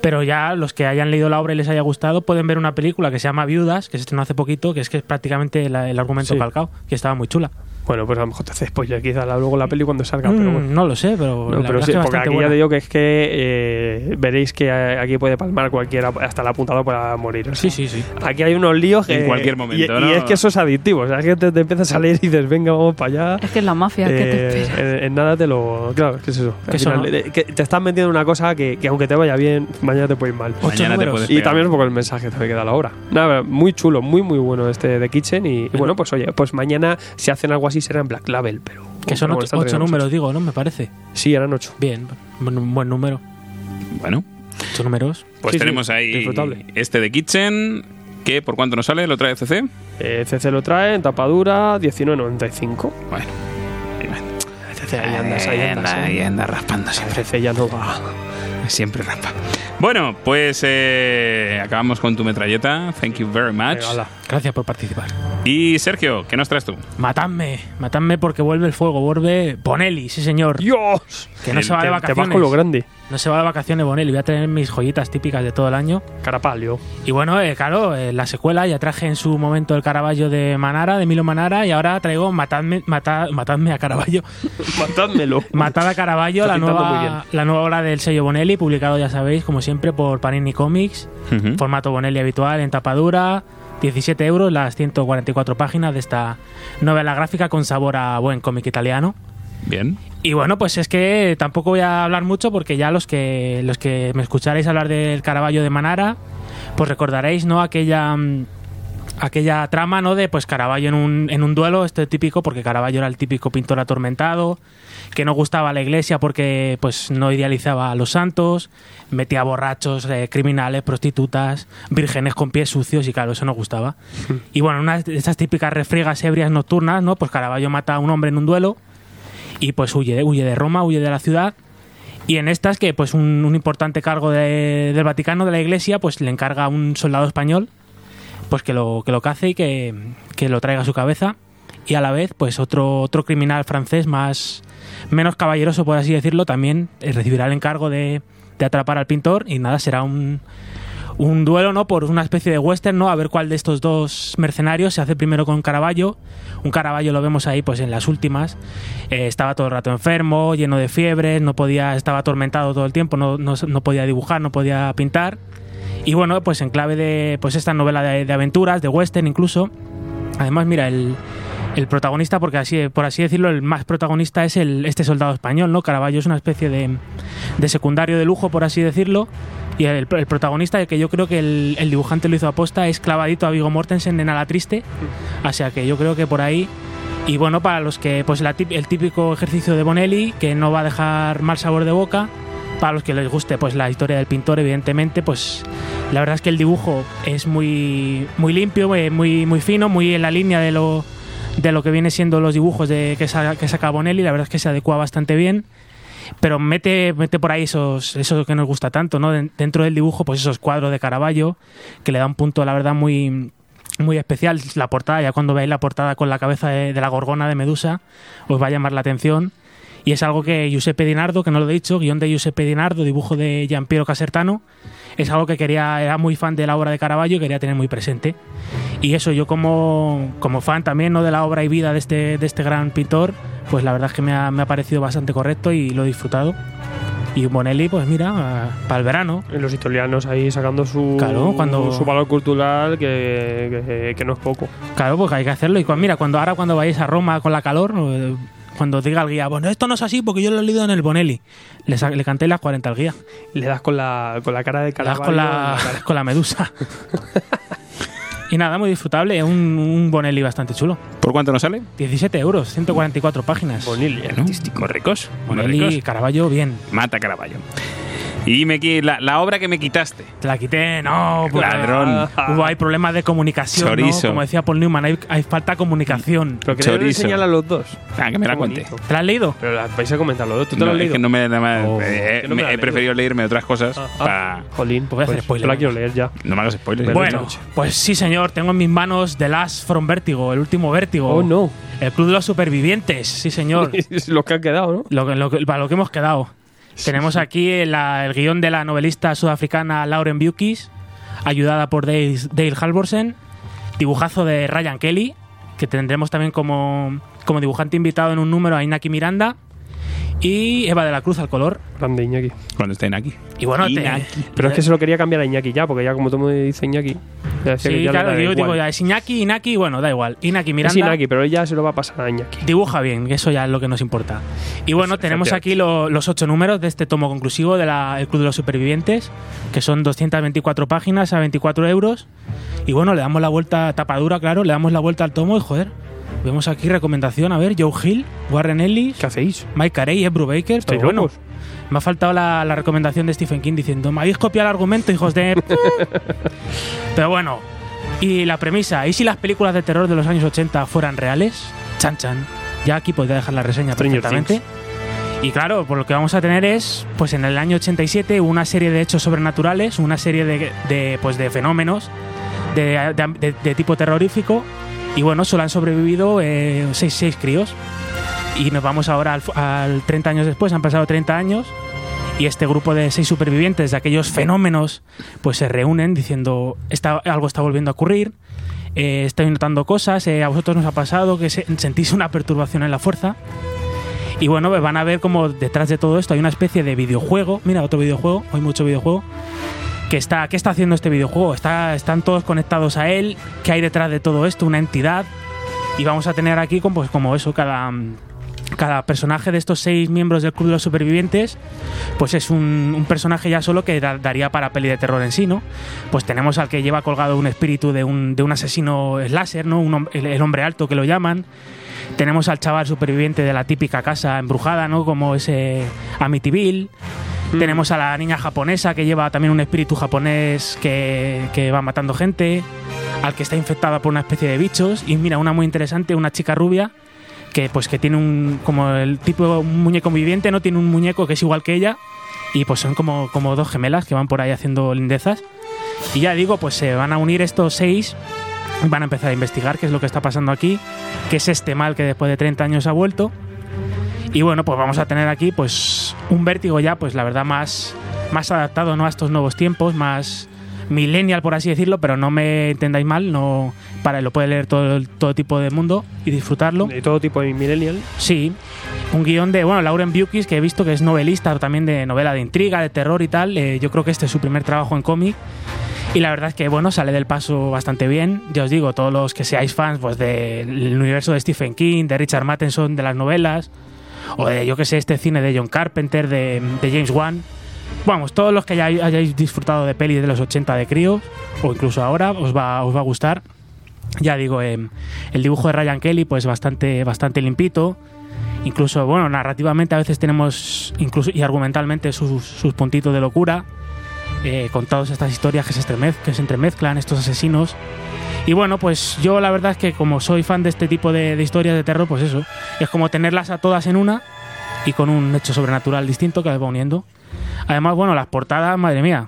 [SPEAKER 3] Pero ya los que hayan leído la obra y les haya gustado pueden ver una película que se llama Viudas, que se estrenó hace poquito, que es que es prácticamente la- el argumento
[SPEAKER 2] Sí.
[SPEAKER 3] calcado, que estaba muy chula.
[SPEAKER 2] Bueno, pues a lo mejor te hace spoiler quizá la- luego la peli cuando salga, pero
[SPEAKER 3] Mm,
[SPEAKER 2] bueno.
[SPEAKER 3] No lo sé, pero,
[SPEAKER 2] No,
[SPEAKER 3] la
[SPEAKER 2] pero
[SPEAKER 3] verdad
[SPEAKER 2] sí,
[SPEAKER 3] es que es
[SPEAKER 2] porque
[SPEAKER 3] bastante
[SPEAKER 2] aquí
[SPEAKER 3] buena.
[SPEAKER 2] ya te digo que es que eh, veréis que eh, aquí puede palmar cualquiera, hasta el apuntado para morir. o sea.
[SPEAKER 3] Sí, sí, sí.
[SPEAKER 2] Aquí hay unos líos que.
[SPEAKER 1] En cualquier momento,
[SPEAKER 2] y, y
[SPEAKER 1] ¿no?
[SPEAKER 2] es que eso es adictivo. O sea, es que te, te empiezas a leer y dices, venga, vamos para allá.
[SPEAKER 5] Es que es la mafia, ¿qué te
[SPEAKER 2] Eh,
[SPEAKER 5] espera?
[SPEAKER 2] en, en nada te lo. Claro, es que es eso.
[SPEAKER 3] Que
[SPEAKER 2] Al
[SPEAKER 3] eso, ¿no?
[SPEAKER 2] eh, que te estás metiendo en una cosa que, que aunque te vaya bien, mañana te puede ir mal.
[SPEAKER 1] Mañana te puedes
[SPEAKER 2] Y
[SPEAKER 1] pegar.
[SPEAKER 2] también un poco el mensaje también que da la obra. Nada, muy chulo, muy muy bueno este de Kitchen. Y, y bueno, pues oye, pues mañana si hacen algo así será en Black Label, pero.
[SPEAKER 3] Que
[SPEAKER 2] pero
[SPEAKER 3] son
[SPEAKER 2] bueno,
[SPEAKER 3] ocho,
[SPEAKER 2] están
[SPEAKER 3] ocho
[SPEAKER 2] trayendo
[SPEAKER 3] números,
[SPEAKER 2] muchos.
[SPEAKER 3] digo, ¿no? Me parece.
[SPEAKER 2] Sí, eran ocho.
[SPEAKER 3] Bien, un buen- buen número.
[SPEAKER 1] Bueno,
[SPEAKER 3] Ocho números.
[SPEAKER 1] pues
[SPEAKER 2] Sí, sí,
[SPEAKER 1] tenemos ahí
[SPEAKER 2] disfrutable.
[SPEAKER 1] este de Kitchen. que ¿Por cuánto nos sale? ¿Lo trae CC?
[SPEAKER 2] Eh, CC lo trae en tapadura 19.95.
[SPEAKER 1] Bueno.
[SPEAKER 2] CC ahí andas, ahí andas. eh.
[SPEAKER 1] anda raspando siempre.
[SPEAKER 2] CC ya no va.
[SPEAKER 1] Siempre rampa. Bueno, pues eh, acabamos con tu metralleta. Thank you very much.
[SPEAKER 2] Venga, hala.
[SPEAKER 3] Gracias por participar.
[SPEAKER 1] Y Sergio, ¿qué nos traes tú?
[SPEAKER 3] Matadme, matadme porque vuelve el fuego, vuelve Bonelli, sí señor.
[SPEAKER 2] ¡Dios!
[SPEAKER 3] Que no
[SPEAKER 1] El-
[SPEAKER 3] se va
[SPEAKER 2] Te,
[SPEAKER 3] de
[SPEAKER 2] te vas
[SPEAKER 3] vacaciones.
[SPEAKER 2] con lo grande.
[SPEAKER 3] No se va de vacaciones Bonelli, voy a tener mis joyitas típicas de todo el año.
[SPEAKER 2] Carapalio.
[SPEAKER 3] Y bueno, eh, claro, eh, la secuela ya traje en su momento el Caravaggio de Manara, de Milo Manara, y ahora traigo Matadme, mata- matadme
[SPEAKER 2] [laughs]
[SPEAKER 3] a Caravaggio.
[SPEAKER 2] Matádmelo.
[SPEAKER 3] Matad a Caravaggio,
[SPEAKER 2] Está
[SPEAKER 3] la
[SPEAKER 2] pintando muy bien.
[SPEAKER 3] nueva, la nueva obra del sello Bonelli, publicado ya sabéis, como siempre, por Panini Comics.
[SPEAKER 2] ¿Mm?
[SPEAKER 1] Ujú.
[SPEAKER 3] formato Bonelli habitual, en tapadura, 17 euros, las 144 páginas de esta novela gráfica con sabor a buen cómic italiano.
[SPEAKER 1] Bien.
[SPEAKER 3] Y bueno, pues es que tampoco voy a hablar mucho porque ya los que los que me escucharéis hablar del Caravaggio de Manara, pues recordaréis, ¿no? Aquella mm, aquella trama, ¿no? De pues Caravaggio en un, en un duelo, este típico, porque Caravaggio era el típico pintor atormentado, que no gustaba la iglesia porque pues no idealizaba a los santos, metía borrachos, eh, criminales, prostitutas, vírgenes con pies sucios y claro, eso no gustaba. Y bueno, una de esas típicas refriegas ebrias nocturnas, ¿no? Pues Caravaggio mata a un hombre en un duelo y pues huye, huye de Roma, huye de la ciudad. Y en estas que pues un, un importante cargo de- del Vaticano, de la Iglesia, pues le encarga a un soldado español pues que lo, que lo cace y que, que lo traiga a su cabeza. Y a la vez, pues otro, otro criminal francés más menos caballeroso, por así decirlo, también eh, recibirá el encargo de, de atrapar al pintor. Y nada, será un, un duelo, ¿no? Por una especie de western, ¿no? A ver cuál de estos dos mercenarios se hace primero con Caravaggio. Un Caravaggio lo vemos ahí, pues en las últimas. Eh, estaba todo el rato enfermo, lleno de fiebres, no podía, estaba atormentado todo el tiempo, no, no- no podía dibujar, no podía pintar. Y bueno, pues en clave de pues esta novela de, de aventuras, de western incluso. Además, mira, el, el protagonista, porque así, por así decirlo, el más protagonista es el, este soldado español, ¿no? Caravaggio es una especie de, de secundario de lujo, por así decirlo. Y el, el protagonista, que yo creo que el, el dibujante lo hizo aposta, es clavadito a Vigo Mortensen en Ala Triste. O sea que yo creo que por ahí. Y bueno, para los que, pues la tip- el típico ejercicio de Bonelli, que no va a dejar mal sabor de boca. Para los que les guste, pues la historia del pintor, evidentemente, pues la verdad es que el dibujo es muy, muy limpio, eh, muy, muy fino, muy en la línea de lo, de lo que viene siendo los dibujos de, que, saca, que saca Bonelli. La verdad es que se adecua bastante bien pero mete, mete por ahí esos, eso que nos gusta tanto, ¿no? Den- Dentro del dibujo, pues esos cuadros de Caravaggio, que le da un punto, la verdad, muy, muy especial. La portada, ya cuando veáis la portada con la cabeza de, de la gorgona de Medusa, os va a llamar la atención. Y es algo que Giuseppe Dinardo, que no lo he dicho, guión de Giuseppe Dinardo, dibujo de Giampiero Casertano, es algo que quería, era muy fan de la obra de Caravaggio y quería tener muy presente. Y eso yo como, como fan también ¿no? de la obra y vida de este, de este gran pintor, pues la verdad es que me ha, me ha parecido bastante correcto y lo he disfrutado. Y Bonelli, pues mira, para el verano.
[SPEAKER 2] Los italianos ahí sacando su,
[SPEAKER 3] Claro, cuando-
[SPEAKER 2] su valor cultural que, que- que no es poco.
[SPEAKER 3] Claro, porque hay que hacerlo. Y cu- mira, cuando ahora cuando vayáis a Roma con la calor, eh, cuando os diga el guía, bueno, esto no es así porque yo lo he leído en el Bonelli. Le, sa- le canté las 40 al guía.
[SPEAKER 2] Le das con la, con la cara de
[SPEAKER 3] Le das
[SPEAKER 2] Caravaggio.
[SPEAKER 3] con la, [laughs] con la medusa. y nada, muy disfrutable. Un, un Bonelli bastante chulo.
[SPEAKER 1] ¿Por cuánto nos sale?
[SPEAKER 3] 17 euros, 144 páginas.
[SPEAKER 2] [laughs] Bonilla, ¿no?
[SPEAKER 1] Artístico. Ricos. Muy
[SPEAKER 3] Bonelli,
[SPEAKER 1] ricos.
[SPEAKER 3] Caravaggio, bien.
[SPEAKER 1] Mata Caravaggio. Y me, qui- la, la obra que me quitaste.
[SPEAKER 3] Te la quité, no, porque
[SPEAKER 1] Ladrón.
[SPEAKER 3] Hubo, hay problemas de comunicación, ¿no?
[SPEAKER 1] Chorizo.
[SPEAKER 3] Como decía Paul Newman, hay, hay falta de comunicación.
[SPEAKER 2] Pero que le
[SPEAKER 1] Chorizo.
[SPEAKER 2] enseñar a los dos.
[SPEAKER 1] Ah, que me la
[SPEAKER 2] Qué
[SPEAKER 1] conté.
[SPEAKER 2] bonito.
[SPEAKER 3] ¿Te la has leído?
[SPEAKER 2] Pero la, vais a comentar los dos. ¿Tú te
[SPEAKER 1] No,
[SPEAKER 2] lo has
[SPEAKER 1] es
[SPEAKER 2] leído?
[SPEAKER 1] que no me, nada más-
[SPEAKER 2] Oh,
[SPEAKER 1] eh,
[SPEAKER 2] que no me
[SPEAKER 1] me-
[SPEAKER 2] la
[SPEAKER 1] he
[SPEAKER 2] leído.
[SPEAKER 1] preferido leerme otras cosas
[SPEAKER 2] Ah, ah.
[SPEAKER 1] para...
[SPEAKER 2] Jolín,
[SPEAKER 3] Pues voy a hacer spoiler.
[SPEAKER 2] Yo la quiero leer ya.
[SPEAKER 1] No me hagas spoilers.
[SPEAKER 3] Bueno, pues sí, señor, tengo en mis manos The Last from Vertigo, el último vértigo.
[SPEAKER 2] Oh, no.
[SPEAKER 3] El Club de los Supervivientes,
[SPEAKER 2] [laughs]
[SPEAKER 3] sí, señor.
[SPEAKER 2] los que han quedado, ¿no?
[SPEAKER 3] lo, que- lo que- para lo que hemos quedado. Tenemos aquí la- el guión de la novelista sudafricana Lauren Bukis, ayudada por Dale, Dale Halvorsen, dibujazo de Ryan Kelly, que tendremos también como, como dibujante invitado en un número a Inaki Miranda, y Eva de la Cruz al color.
[SPEAKER 2] Grande Iñaki.
[SPEAKER 1] Cuando estén aquí.
[SPEAKER 3] Y bueno, te-
[SPEAKER 1] Inaki.
[SPEAKER 2] Pero es que se lo quería cambiar a Iñaki ya, porque ya como todo el mundo dice Iñaki. Ya decía que
[SPEAKER 3] sí,
[SPEAKER 2] ya le
[SPEAKER 3] claro,
[SPEAKER 2] da
[SPEAKER 3] digo,
[SPEAKER 2] igual.
[SPEAKER 3] digo, ya, es Iñaki, Inaki, bueno, da igual. Inaki Miranda.
[SPEAKER 2] Es Iñaki, pero ella se lo va a pasar a Iñaki.
[SPEAKER 3] Dibuja bien, eso ya es lo que nos importa. Y bueno, tenemos
[SPEAKER 2] efectivamente.
[SPEAKER 3] aquí lo- los ocho números de este tomo conclusivo del Club de los Supervivientes, que son 224 páginas a 24 euros. Y bueno, le damos la vuelta, tapadura, claro, le damos la vuelta al tomo y joder, vemos aquí recomendación, a ver, Joe Hill, Warren Ellis,
[SPEAKER 2] ¿Qué hacéis?
[SPEAKER 3] Mike Carey, Ed Brubaker,
[SPEAKER 2] Estáis
[SPEAKER 3] pero bueno,
[SPEAKER 2] locos.
[SPEAKER 3] me ha faltado la, la recomendación de Stephen King diciendo, me habéis copiado el argumento, hijos de... pero bueno, y la premisa, ¿y si las películas de terror de los años 80 fueran reales? Chan chan. Ya aquí podría dejar la reseña
[SPEAKER 2] Stranger
[SPEAKER 3] perfectamente. Y claro, por lo que vamos a tener es, pues en el año 87, una serie de hechos sobrenaturales, una serie de, de, pues, de fenómenos de, de- de- de tipo terrorífico. Y bueno, solo han sobrevivido eh, seis, seis críos. Y nos vamos ahora al, fu- al 30 años después, han pasado 30 años. Y este grupo de seis supervivientes de aquellos fenómenos, pues se reúnen diciendo, está, algo está volviendo a ocurrir, eh, estoy notando cosas, eh, a vosotros nos ha pasado que se- sentís una perturbación en la fuerza. Y bueno, pues van a ver como detrás de todo esto hay una especie de videojuego. Mira, otro videojuego, hay mucho videojuego. Que está, ¿Qué está haciendo este videojuego? Está, están todos conectados a él. ¿Qué hay detrás de todo esto? Una entidad. Y vamos a tener aquí como, pues, como eso, cada, cada personaje de estos seis miembros del Club de los Supervivientes, pues es un, un personaje ya solo que da- daría para peli de terror en sí, ¿no? Pues tenemos al que lleva colgado un espíritu de un, de un asesino slasher, ¿no? Un hom- el, el hombre alto que lo llaman. Tenemos al chaval superviviente de la típica casa embrujada, ¿no? Como ese Amityville. Tenemos a la niña japonesa que lleva también un espíritu japonés que, que va matando gente. Al que está infectada por una especie de bichos. Y mira, una muy interesante, una chica rubia que pues que tiene un como el tipo un muñeco viviente no tiene un muñeco que es igual que ella y pues son como, como dos gemelas que van por ahí haciendo lindezas y ya digo pues se van a unir estos seis van a empezar a investigar qué es lo que está pasando aquí qué es este mal que después de 30 años ha vuelto y bueno pues vamos a tener aquí pues un vértigo ya pues la verdad más más adaptado no a estos nuevos tiempos más millennial por así decirlo pero no me entendáis mal no para lo puede leer todo todo tipo de mundo y disfrutarlo
[SPEAKER 2] De todo tipo de millennial.
[SPEAKER 3] Sí, un guión de, bueno, Lauren Bukis, que he visto que es novelista también de novela de intriga, de terror y tal. Eh, yo creo que este es su primer trabajo en cómic. Y la verdad es que, bueno, sale del paso bastante bien. Ya os digo, todos los que seáis fans pues del universo de Stephen King, de Richard Matheson, de las novelas, o de, yo que sé, este cine de John Carpenter, de, de James Wan. Vamos, todos los que hayáis, hayáis disfrutado de pelis de los 80 de críos, o incluso ahora, os va, os va a gustar. Ya digo, em, el dibujo de Ryan Kelly, pues bastante, bastante limpito incluso, bueno, narrativamente a veces tenemos, incluso y argumentalmente, sus, sus puntitos de locura, eh, contados estas historias que se, estremez- que se entremezclan, estos asesinos. Y bueno, pues yo la verdad es que como soy fan de este tipo de, de historias de terror, pues eso, es como tenerlas a todas en una y con un hecho sobrenatural distinto que las va uniendo. Además, bueno, las portadas, madre mía,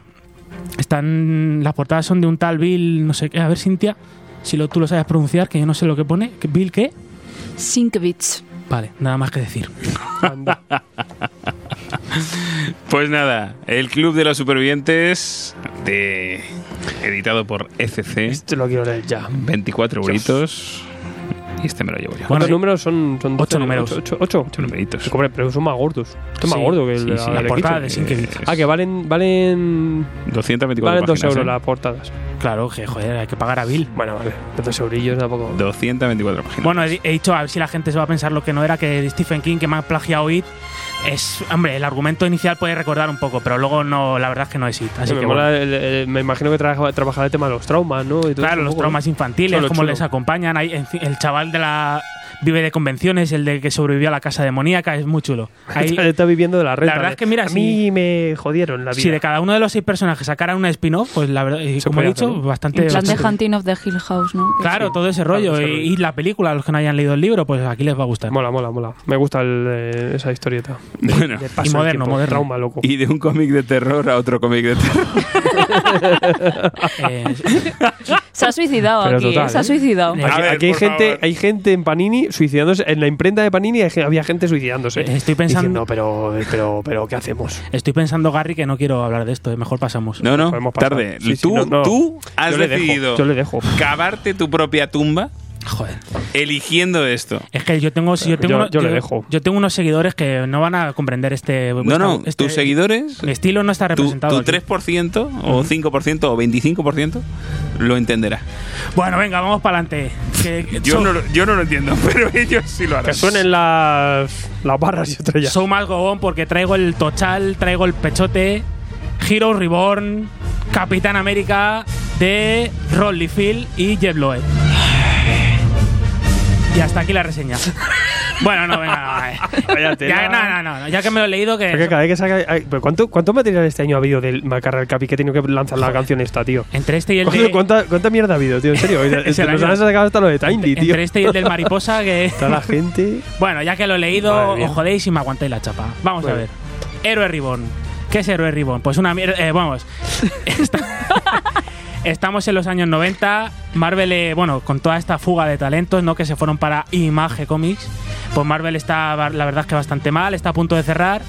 [SPEAKER 3] están, las portadas son de un tal Bill, no sé qué, a ver Cintia, si lo, tú lo sabes pronunciar, que yo no sé lo que pone, Bill qué.
[SPEAKER 5] Sinkevich.
[SPEAKER 3] Vale, nada más que decir. [laughs]
[SPEAKER 2] Anda.
[SPEAKER 1] Pues nada, el Club de los Supervivientes, de, editado por ECC,
[SPEAKER 2] Este lo quiero leer ya.
[SPEAKER 1] 24 euritos. Y este me lo llevo yo.
[SPEAKER 3] Bueno,
[SPEAKER 2] ¿Cuántos
[SPEAKER 3] sí.
[SPEAKER 2] números son? son
[SPEAKER 3] Ocho números.
[SPEAKER 2] ¿Ocho? ocho, ocho.
[SPEAKER 1] Ocho numeritos.
[SPEAKER 2] Hombre, pero son más gordos. Esto es más
[SPEAKER 3] Sí,
[SPEAKER 2] gordo que el,
[SPEAKER 1] sí, sí,
[SPEAKER 2] el
[SPEAKER 3] la
[SPEAKER 2] de
[SPEAKER 3] portada de
[SPEAKER 2] Kitchen.
[SPEAKER 3] Sinkevich.
[SPEAKER 1] Eh,
[SPEAKER 2] Ah, que valen, valen,
[SPEAKER 1] 224
[SPEAKER 2] valen dos
[SPEAKER 1] páginas,
[SPEAKER 2] euros
[SPEAKER 1] ¿eh?
[SPEAKER 2] las portadas.
[SPEAKER 3] Claro, que joder, hay que pagar a Bill.
[SPEAKER 2] Bueno, vale. Pero Dos eurillos tampoco.
[SPEAKER 1] 224 ¿eh? páginas.
[SPEAKER 3] Bueno, he, he dicho a ver si la gente se va a pensar lo que no era que Stephen King, que me ha plagiado It, es. Hombre, el argumento inicial puede recordar un poco, pero luego no, la verdad es que no es It. Así
[SPEAKER 2] me,
[SPEAKER 3] que
[SPEAKER 2] mola
[SPEAKER 3] bueno.
[SPEAKER 2] el- el- me imagino que trabaja, trabajará el tema de los traumas, ¿no? Y todo
[SPEAKER 3] Claro,
[SPEAKER 2] eso,
[SPEAKER 3] los
[SPEAKER 2] ¿no?
[SPEAKER 3] traumas infantiles,
[SPEAKER 2] Chulo,
[SPEAKER 3] cómo
[SPEAKER 2] chulo.
[SPEAKER 3] les acompañan. Hay, en fin, el chaval de la. Vive de convenciones, el de que sobrevivió a la casa demoníaca, es
[SPEAKER 2] [laughs]
[SPEAKER 3] muy chulo. Ahí,
[SPEAKER 2] [laughs] Está viviendo de la renta.
[SPEAKER 3] verdad
[SPEAKER 2] de-
[SPEAKER 3] es que, mira,
[SPEAKER 2] a
[SPEAKER 3] si-
[SPEAKER 2] mí me jodieron la vida.
[SPEAKER 3] si de cada uno de los seis personajes sacaran un spin-off, pues la verdad, y
[SPEAKER 2] Se
[SPEAKER 3] como he
[SPEAKER 2] puede
[SPEAKER 3] dicho,
[SPEAKER 2] hacer, ¿no?
[SPEAKER 3] bastante.
[SPEAKER 5] En plan de
[SPEAKER 3] bastante
[SPEAKER 5] Hunting
[SPEAKER 3] bien.
[SPEAKER 5] of the Hill House, ¿no? Que
[SPEAKER 3] Claro,
[SPEAKER 5] sí.
[SPEAKER 3] todo ese rollo.
[SPEAKER 2] ese
[SPEAKER 3] y,
[SPEAKER 2] rollo.
[SPEAKER 3] y la película, a los que no hayan leído el libro, pues aquí les va a gustar.
[SPEAKER 2] Mola, mola, mola. Me gusta el, eh, esa historieta.
[SPEAKER 1] [laughs] Bueno,
[SPEAKER 2] De paso
[SPEAKER 3] Y
[SPEAKER 2] el
[SPEAKER 3] moderno,
[SPEAKER 2] tiempo,
[SPEAKER 3] moderno.
[SPEAKER 2] Trauma, loco.
[SPEAKER 1] y de un cómic de terror a otro cómic de terror.
[SPEAKER 3] Eh,
[SPEAKER 5] Se ha suicidado
[SPEAKER 2] Pero
[SPEAKER 5] aquí,
[SPEAKER 2] total,
[SPEAKER 5] ¿eh? Se
[SPEAKER 2] ¿eh?
[SPEAKER 5] ha suicidado.
[SPEAKER 3] Eh,
[SPEAKER 2] Aquí,
[SPEAKER 1] A ver,
[SPEAKER 2] aquí hay
[SPEAKER 1] por
[SPEAKER 2] gente,
[SPEAKER 1] favor.
[SPEAKER 2] hay gente en Panini suicidándose. En la imprenta de Panini hay- había gente suicidándose.
[SPEAKER 3] Eh, estoy pensando-
[SPEAKER 2] Diciendo, pero, pero, pero, ¿qué hacemos?
[SPEAKER 3] Estoy pensando, Gary, que no quiero hablar de esto, eh, mejor pasamos.
[SPEAKER 1] No, no,
[SPEAKER 2] Podemos pasar.
[SPEAKER 1] tarde.
[SPEAKER 2] Sí, sí,
[SPEAKER 1] tú,
[SPEAKER 2] no, no.
[SPEAKER 1] tú has
[SPEAKER 2] Yo le dejo,
[SPEAKER 1] decidido
[SPEAKER 2] yo le dejo.
[SPEAKER 1] cavarte tu propia tumba
[SPEAKER 3] Joder.
[SPEAKER 1] eligiendo esto.
[SPEAKER 3] Es que yo tengo, si yo tengo,
[SPEAKER 2] Yo-
[SPEAKER 3] uno-
[SPEAKER 2] yo le dejo.
[SPEAKER 3] yo tengo unos seguidores que no van a comprender este.
[SPEAKER 1] No, no,
[SPEAKER 3] este-
[SPEAKER 1] tus seguidores,
[SPEAKER 3] Mi estilo no está
[SPEAKER 1] tu,
[SPEAKER 3] representado.
[SPEAKER 1] tu
[SPEAKER 3] aquí.
[SPEAKER 1] 3% o 5% o 25% lo entenderá.
[SPEAKER 3] Bueno, venga, vamos para adelante. Que-
[SPEAKER 1] Yo
[SPEAKER 3] so-
[SPEAKER 1] no, lo- yo no lo entiendo, [laughs] pero ellos sí lo harán.
[SPEAKER 2] Que suenen las, las barras y estrellas.
[SPEAKER 3] Soy más gogón porque traigo el tochal, traigo el pechote, Hero Reborn, Capitán América de Rolly Phil y Jeff Loeb. Y hasta aquí
[SPEAKER 1] [laughs]
[SPEAKER 3] la reseña. Bueno, no, venga, no, eh.
[SPEAKER 2] Vaya tela.
[SPEAKER 3] ya, no, no, no, no, ya que me lo he leído, que.
[SPEAKER 2] Pero que cada vez que salga- ay, pero ¿cuánto, ¿Cuánto material este año ha habido del Macarra el Capi que he tenido que lanzar la canción esta, tío?
[SPEAKER 3] Entre este y el
[SPEAKER 2] ¿Cuánto-
[SPEAKER 3] de.
[SPEAKER 2] ¿Cuánta, cuánta mierda ha habido, tío? En
[SPEAKER 3] [laughs]
[SPEAKER 2] serio,
[SPEAKER 3] Es el
[SPEAKER 2] nos
[SPEAKER 3] año-
[SPEAKER 2] han sacado hasta lo de Tiny, tío.
[SPEAKER 3] Entre este y el del mariposa,
[SPEAKER 2] [laughs]
[SPEAKER 3] que.
[SPEAKER 2] Está la
[SPEAKER 3] [laughs]
[SPEAKER 2] gente.
[SPEAKER 3] Bueno, ya que lo he leído,
[SPEAKER 2] Madre mía.
[SPEAKER 3] os jodéis y me aguantáis la chapa. Vamos
[SPEAKER 2] Bueno.
[SPEAKER 3] a ver. Héroe Ribón. ¿Qué es Héroe Ribón? Pues una mierda. eh,
[SPEAKER 2] [laughs]
[SPEAKER 3] vamos. Esta- Estamos en los años 90. Marvel, eh, bueno, con toda esta fuga de talentos, ¿no? Que se fueron para Image Comics. Pues Marvel está, la verdad es que bastante mal, está a punto de cerrar.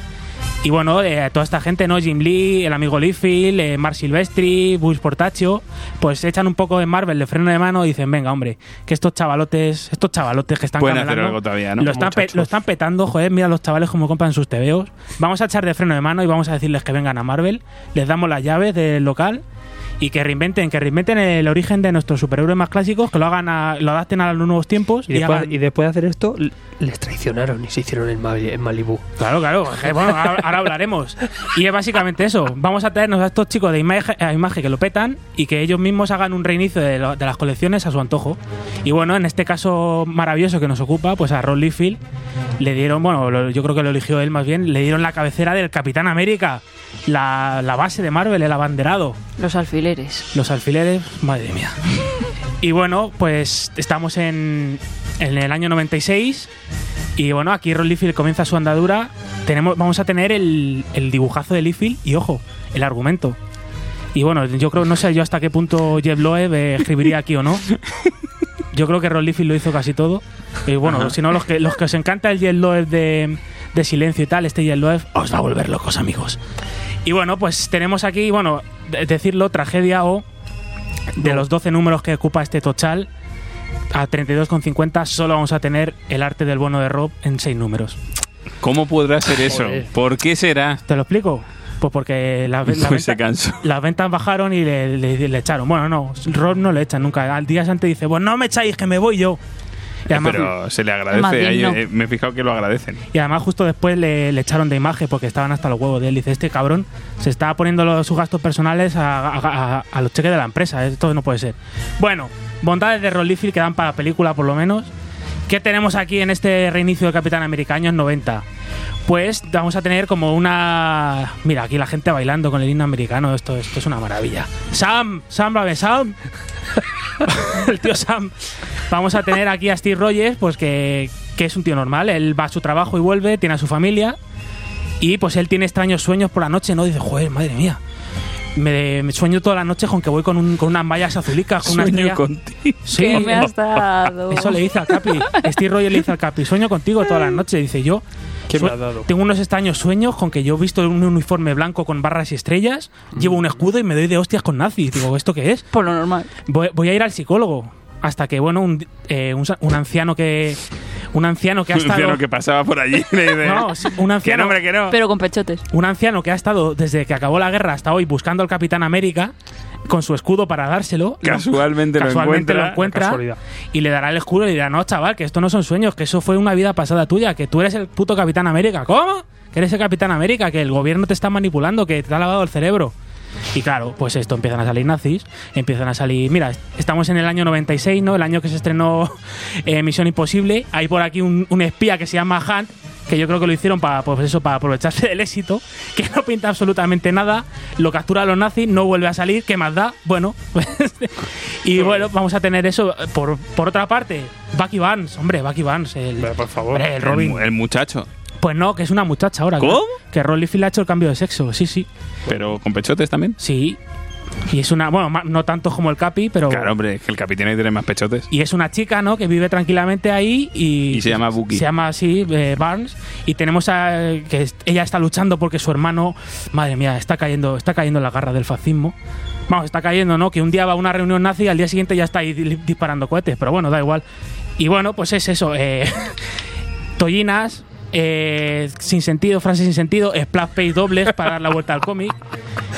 [SPEAKER 3] Y bueno, eh, toda esta gente, ¿no? Jim Lee, el amigo Liefeld, eh, Mark Silvestri, Bush Portacio, pues echan un poco de Marvel de freno de mano y dicen, venga, hombre, que estos chavalotes, estos chavalotes que están
[SPEAKER 1] Pueden
[SPEAKER 3] camelando,
[SPEAKER 1] hacer algo todavía, ¿no?
[SPEAKER 3] Lo están, pe-
[SPEAKER 2] Muchachos.
[SPEAKER 3] lo están petando, joder, mira los chavales como compran sus tebeos. Vamos a echar de freno de mano y vamos a decirles que vengan a Marvel, les damos las llaves del local Y que reinventen, que reinventen el origen de nuestros superhéroes más clásicos, que lo hagan a- lo adapten a los nuevos tiempos.
[SPEAKER 9] Y después,
[SPEAKER 3] hagan-
[SPEAKER 9] y después de hacer esto, l- les traicionaron y se hicieron en, Mali- en Malibú.
[SPEAKER 3] Claro, claro. Eh, Bueno, ahora ahora hablaremos. Y es básicamente eso. Vamos a traernos a estos chicos de imagen, a imagen que lo petan y que ellos mismos hagan un reinicio de, lo- de las colecciones a su antojo. Y bueno, en este caso maravilloso que nos ocupa, pues a Ron Liefeld le dieron, bueno, lo- yo creo que lo eligió él más bien, le dieron la cabecera del Capitán América, la, la base de Marvel, el abanderado,
[SPEAKER 5] Los alfileres.
[SPEAKER 3] los alfileres, madre mía. Y bueno, pues estamos en, en el año 96 y bueno, aquí Ron Liefeld comienza su andadura. Tenemos, vamos a tener el, el dibujazo de Liefeld y ojo, el argumento. Y bueno, yo creo, no sé yo hasta qué punto Jeff Loeb eh, escribiría aquí o no. Yo creo que Ron Liefeld lo hizo casi todo. Y bueno, si no, los que, los que os encanta el Jeff Loeb de, de silencio y tal, este Jeff Loeb os va a volver locos, amigos. Y bueno, pues tenemos aquí, bueno, de- decirlo, tragedia o de los 12 números que ocupa este total, a 32,50 solo vamos a tener el arte del bono de Rob en 6 números.
[SPEAKER 1] ¿Cómo podrá ser eso?
[SPEAKER 9] Joder.
[SPEAKER 1] ¿Por qué será?
[SPEAKER 3] ¿Te lo explico? Pues porque la,
[SPEAKER 1] Pues
[SPEAKER 3] la
[SPEAKER 1] se
[SPEAKER 3] venta-
[SPEAKER 1] cansó.
[SPEAKER 3] las ventas bajaron y le, le- le echaron. Bueno, no, Rob no le echan nunca. Al día antes dice, pues no me echáis, que me voy yo. Y además,
[SPEAKER 1] Eh,
[SPEAKER 3] mm,
[SPEAKER 1] Pero se le
[SPEAKER 5] Más
[SPEAKER 1] agradece.
[SPEAKER 5] bien,
[SPEAKER 1] ahí,
[SPEAKER 5] no.
[SPEAKER 1] eh, me he fijado que lo agradecen.
[SPEAKER 3] y además justo después le, le echaron de imagen porque estaban hasta los huevos de él. Dice, este cabrón se está poniendo los- sus gastos personales a, a- a- a los cheques de la empresa. Esto no puede ser. Bueno, bondades de Ron Liefeld que dan para la película por lo menos. ¿Qué tenemos aquí en este reinicio de Capitán América años 90? Pues vamos a tener como una... Mira, aquí la gente bailando con el himno americano. Esto, esto es una maravilla. Sam, Sam, brave, Sam. [laughs] el tío Sam. Vamos a tener aquí a Steve Rogers, pues que, que es un tío normal. Él va a su trabajo y vuelve, tiene a su familia. Y pues él tiene extraños sueños por la noche, ¿no? Dice, joder, madre mía. Me, me sueño toda la noche con que voy con, un- con unas mallas azulicas, con una
[SPEAKER 1] Sueño
[SPEAKER 3] estrella.
[SPEAKER 1] contigo.
[SPEAKER 3] Sí,
[SPEAKER 5] ¿Qué me has dado?
[SPEAKER 3] [laughs] eso le dice al Capi. Steve Rogers le dice al Capi, sueño contigo toda la noche. Dice yo,
[SPEAKER 9] ¿Quién
[SPEAKER 3] sue-
[SPEAKER 9] me ha dado?
[SPEAKER 3] tengo unos extraños sueños con que yo he visto un uniforme blanco con barras y estrellas, llevo un escudo y me doy de hostias con nazis. Digo, ¿esto qué es?
[SPEAKER 5] Por lo normal.
[SPEAKER 3] Voy, voy a ir al psicólogo. Hasta que, bueno, un, eh, un, sa- un anciano que... Un anciano que ha
[SPEAKER 1] [laughs] Un anciano
[SPEAKER 3] estado...
[SPEAKER 1] que pasaba por allí. [laughs] le dice,
[SPEAKER 3] No, sí,
[SPEAKER 1] [laughs]
[SPEAKER 3] un
[SPEAKER 1] que no,
[SPEAKER 3] anciano...
[SPEAKER 1] hombre, que no.
[SPEAKER 5] Pero con pechotes.
[SPEAKER 3] Un anciano que ha estado desde que acabó la guerra hasta hoy buscando al Capitán América con su escudo para dárselo.
[SPEAKER 1] casualmente,
[SPEAKER 3] casualmente lo encuentra,
[SPEAKER 9] casualidad.
[SPEAKER 3] y le dará el escudo y le dirá, no, chaval, que esto no son sueños, que eso fue una vida pasada tuya, que tú eres el puto Capitán América. ¿Cómo? Que eres el Capitán América, que el gobierno te está manipulando, que te ha lavado el cerebro. Y claro, pues esto empiezan a salir nazis, empiezan a salir... Mira, estamos en el año 96, ¿no? El año que se estrenó [laughs] eh, Misión Imposible. Hay por aquí un, un espía que se llama Hunt, que yo creo que lo hicieron para pues eso, para aprovecharse [laughs] del éxito, que no pinta absolutamente nada, lo captura a los nazis, no vuelve a salir, ¿qué más da? Bueno, [laughs] pues, y bueno, vamos a tener eso. Por, por otra parte, Bucky Barnes, hombre, Bucky Barnes, el,
[SPEAKER 9] Pero, por favor.
[SPEAKER 3] hombre, el
[SPEAKER 1] El,
[SPEAKER 3] Robin.
[SPEAKER 1] mu- el muchacho.
[SPEAKER 3] Pues no, que es una muchacha ahora.
[SPEAKER 1] ¿Cómo?
[SPEAKER 3] Que, que Rolly Phil ha hecho el cambio de sexo, sí, sí.
[SPEAKER 1] Pero con pechotes también.
[SPEAKER 3] Sí. Y es una, bueno, ma- no tanto como el Capi, pero...
[SPEAKER 1] Claro, hombre, es que el capitán ahí tiene más pechotes.
[SPEAKER 3] Y es una chica, ¿no? Que vive tranquilamente ahí y...
[SPEAKER 1] Y se llama Bucky.
[SPEAKER 3] Se llama así, eh, Barnes. Y tenemos a... que est- ella está luchando porque su hermano... Madre mía, está cayendo, está cayendo en la garra del fascismo. Vamos, está cayendo, ¿no? Que un día va a una reunión nazi y al día siguiente ya está ahí di- disparando cohetes. Pero bueno, da igual. Y bueno, pues es eso. Eh, [laughs] tollinas... eh, sin sentido, frases sin sentido, splash page dobles para dar la vuelta al cómic.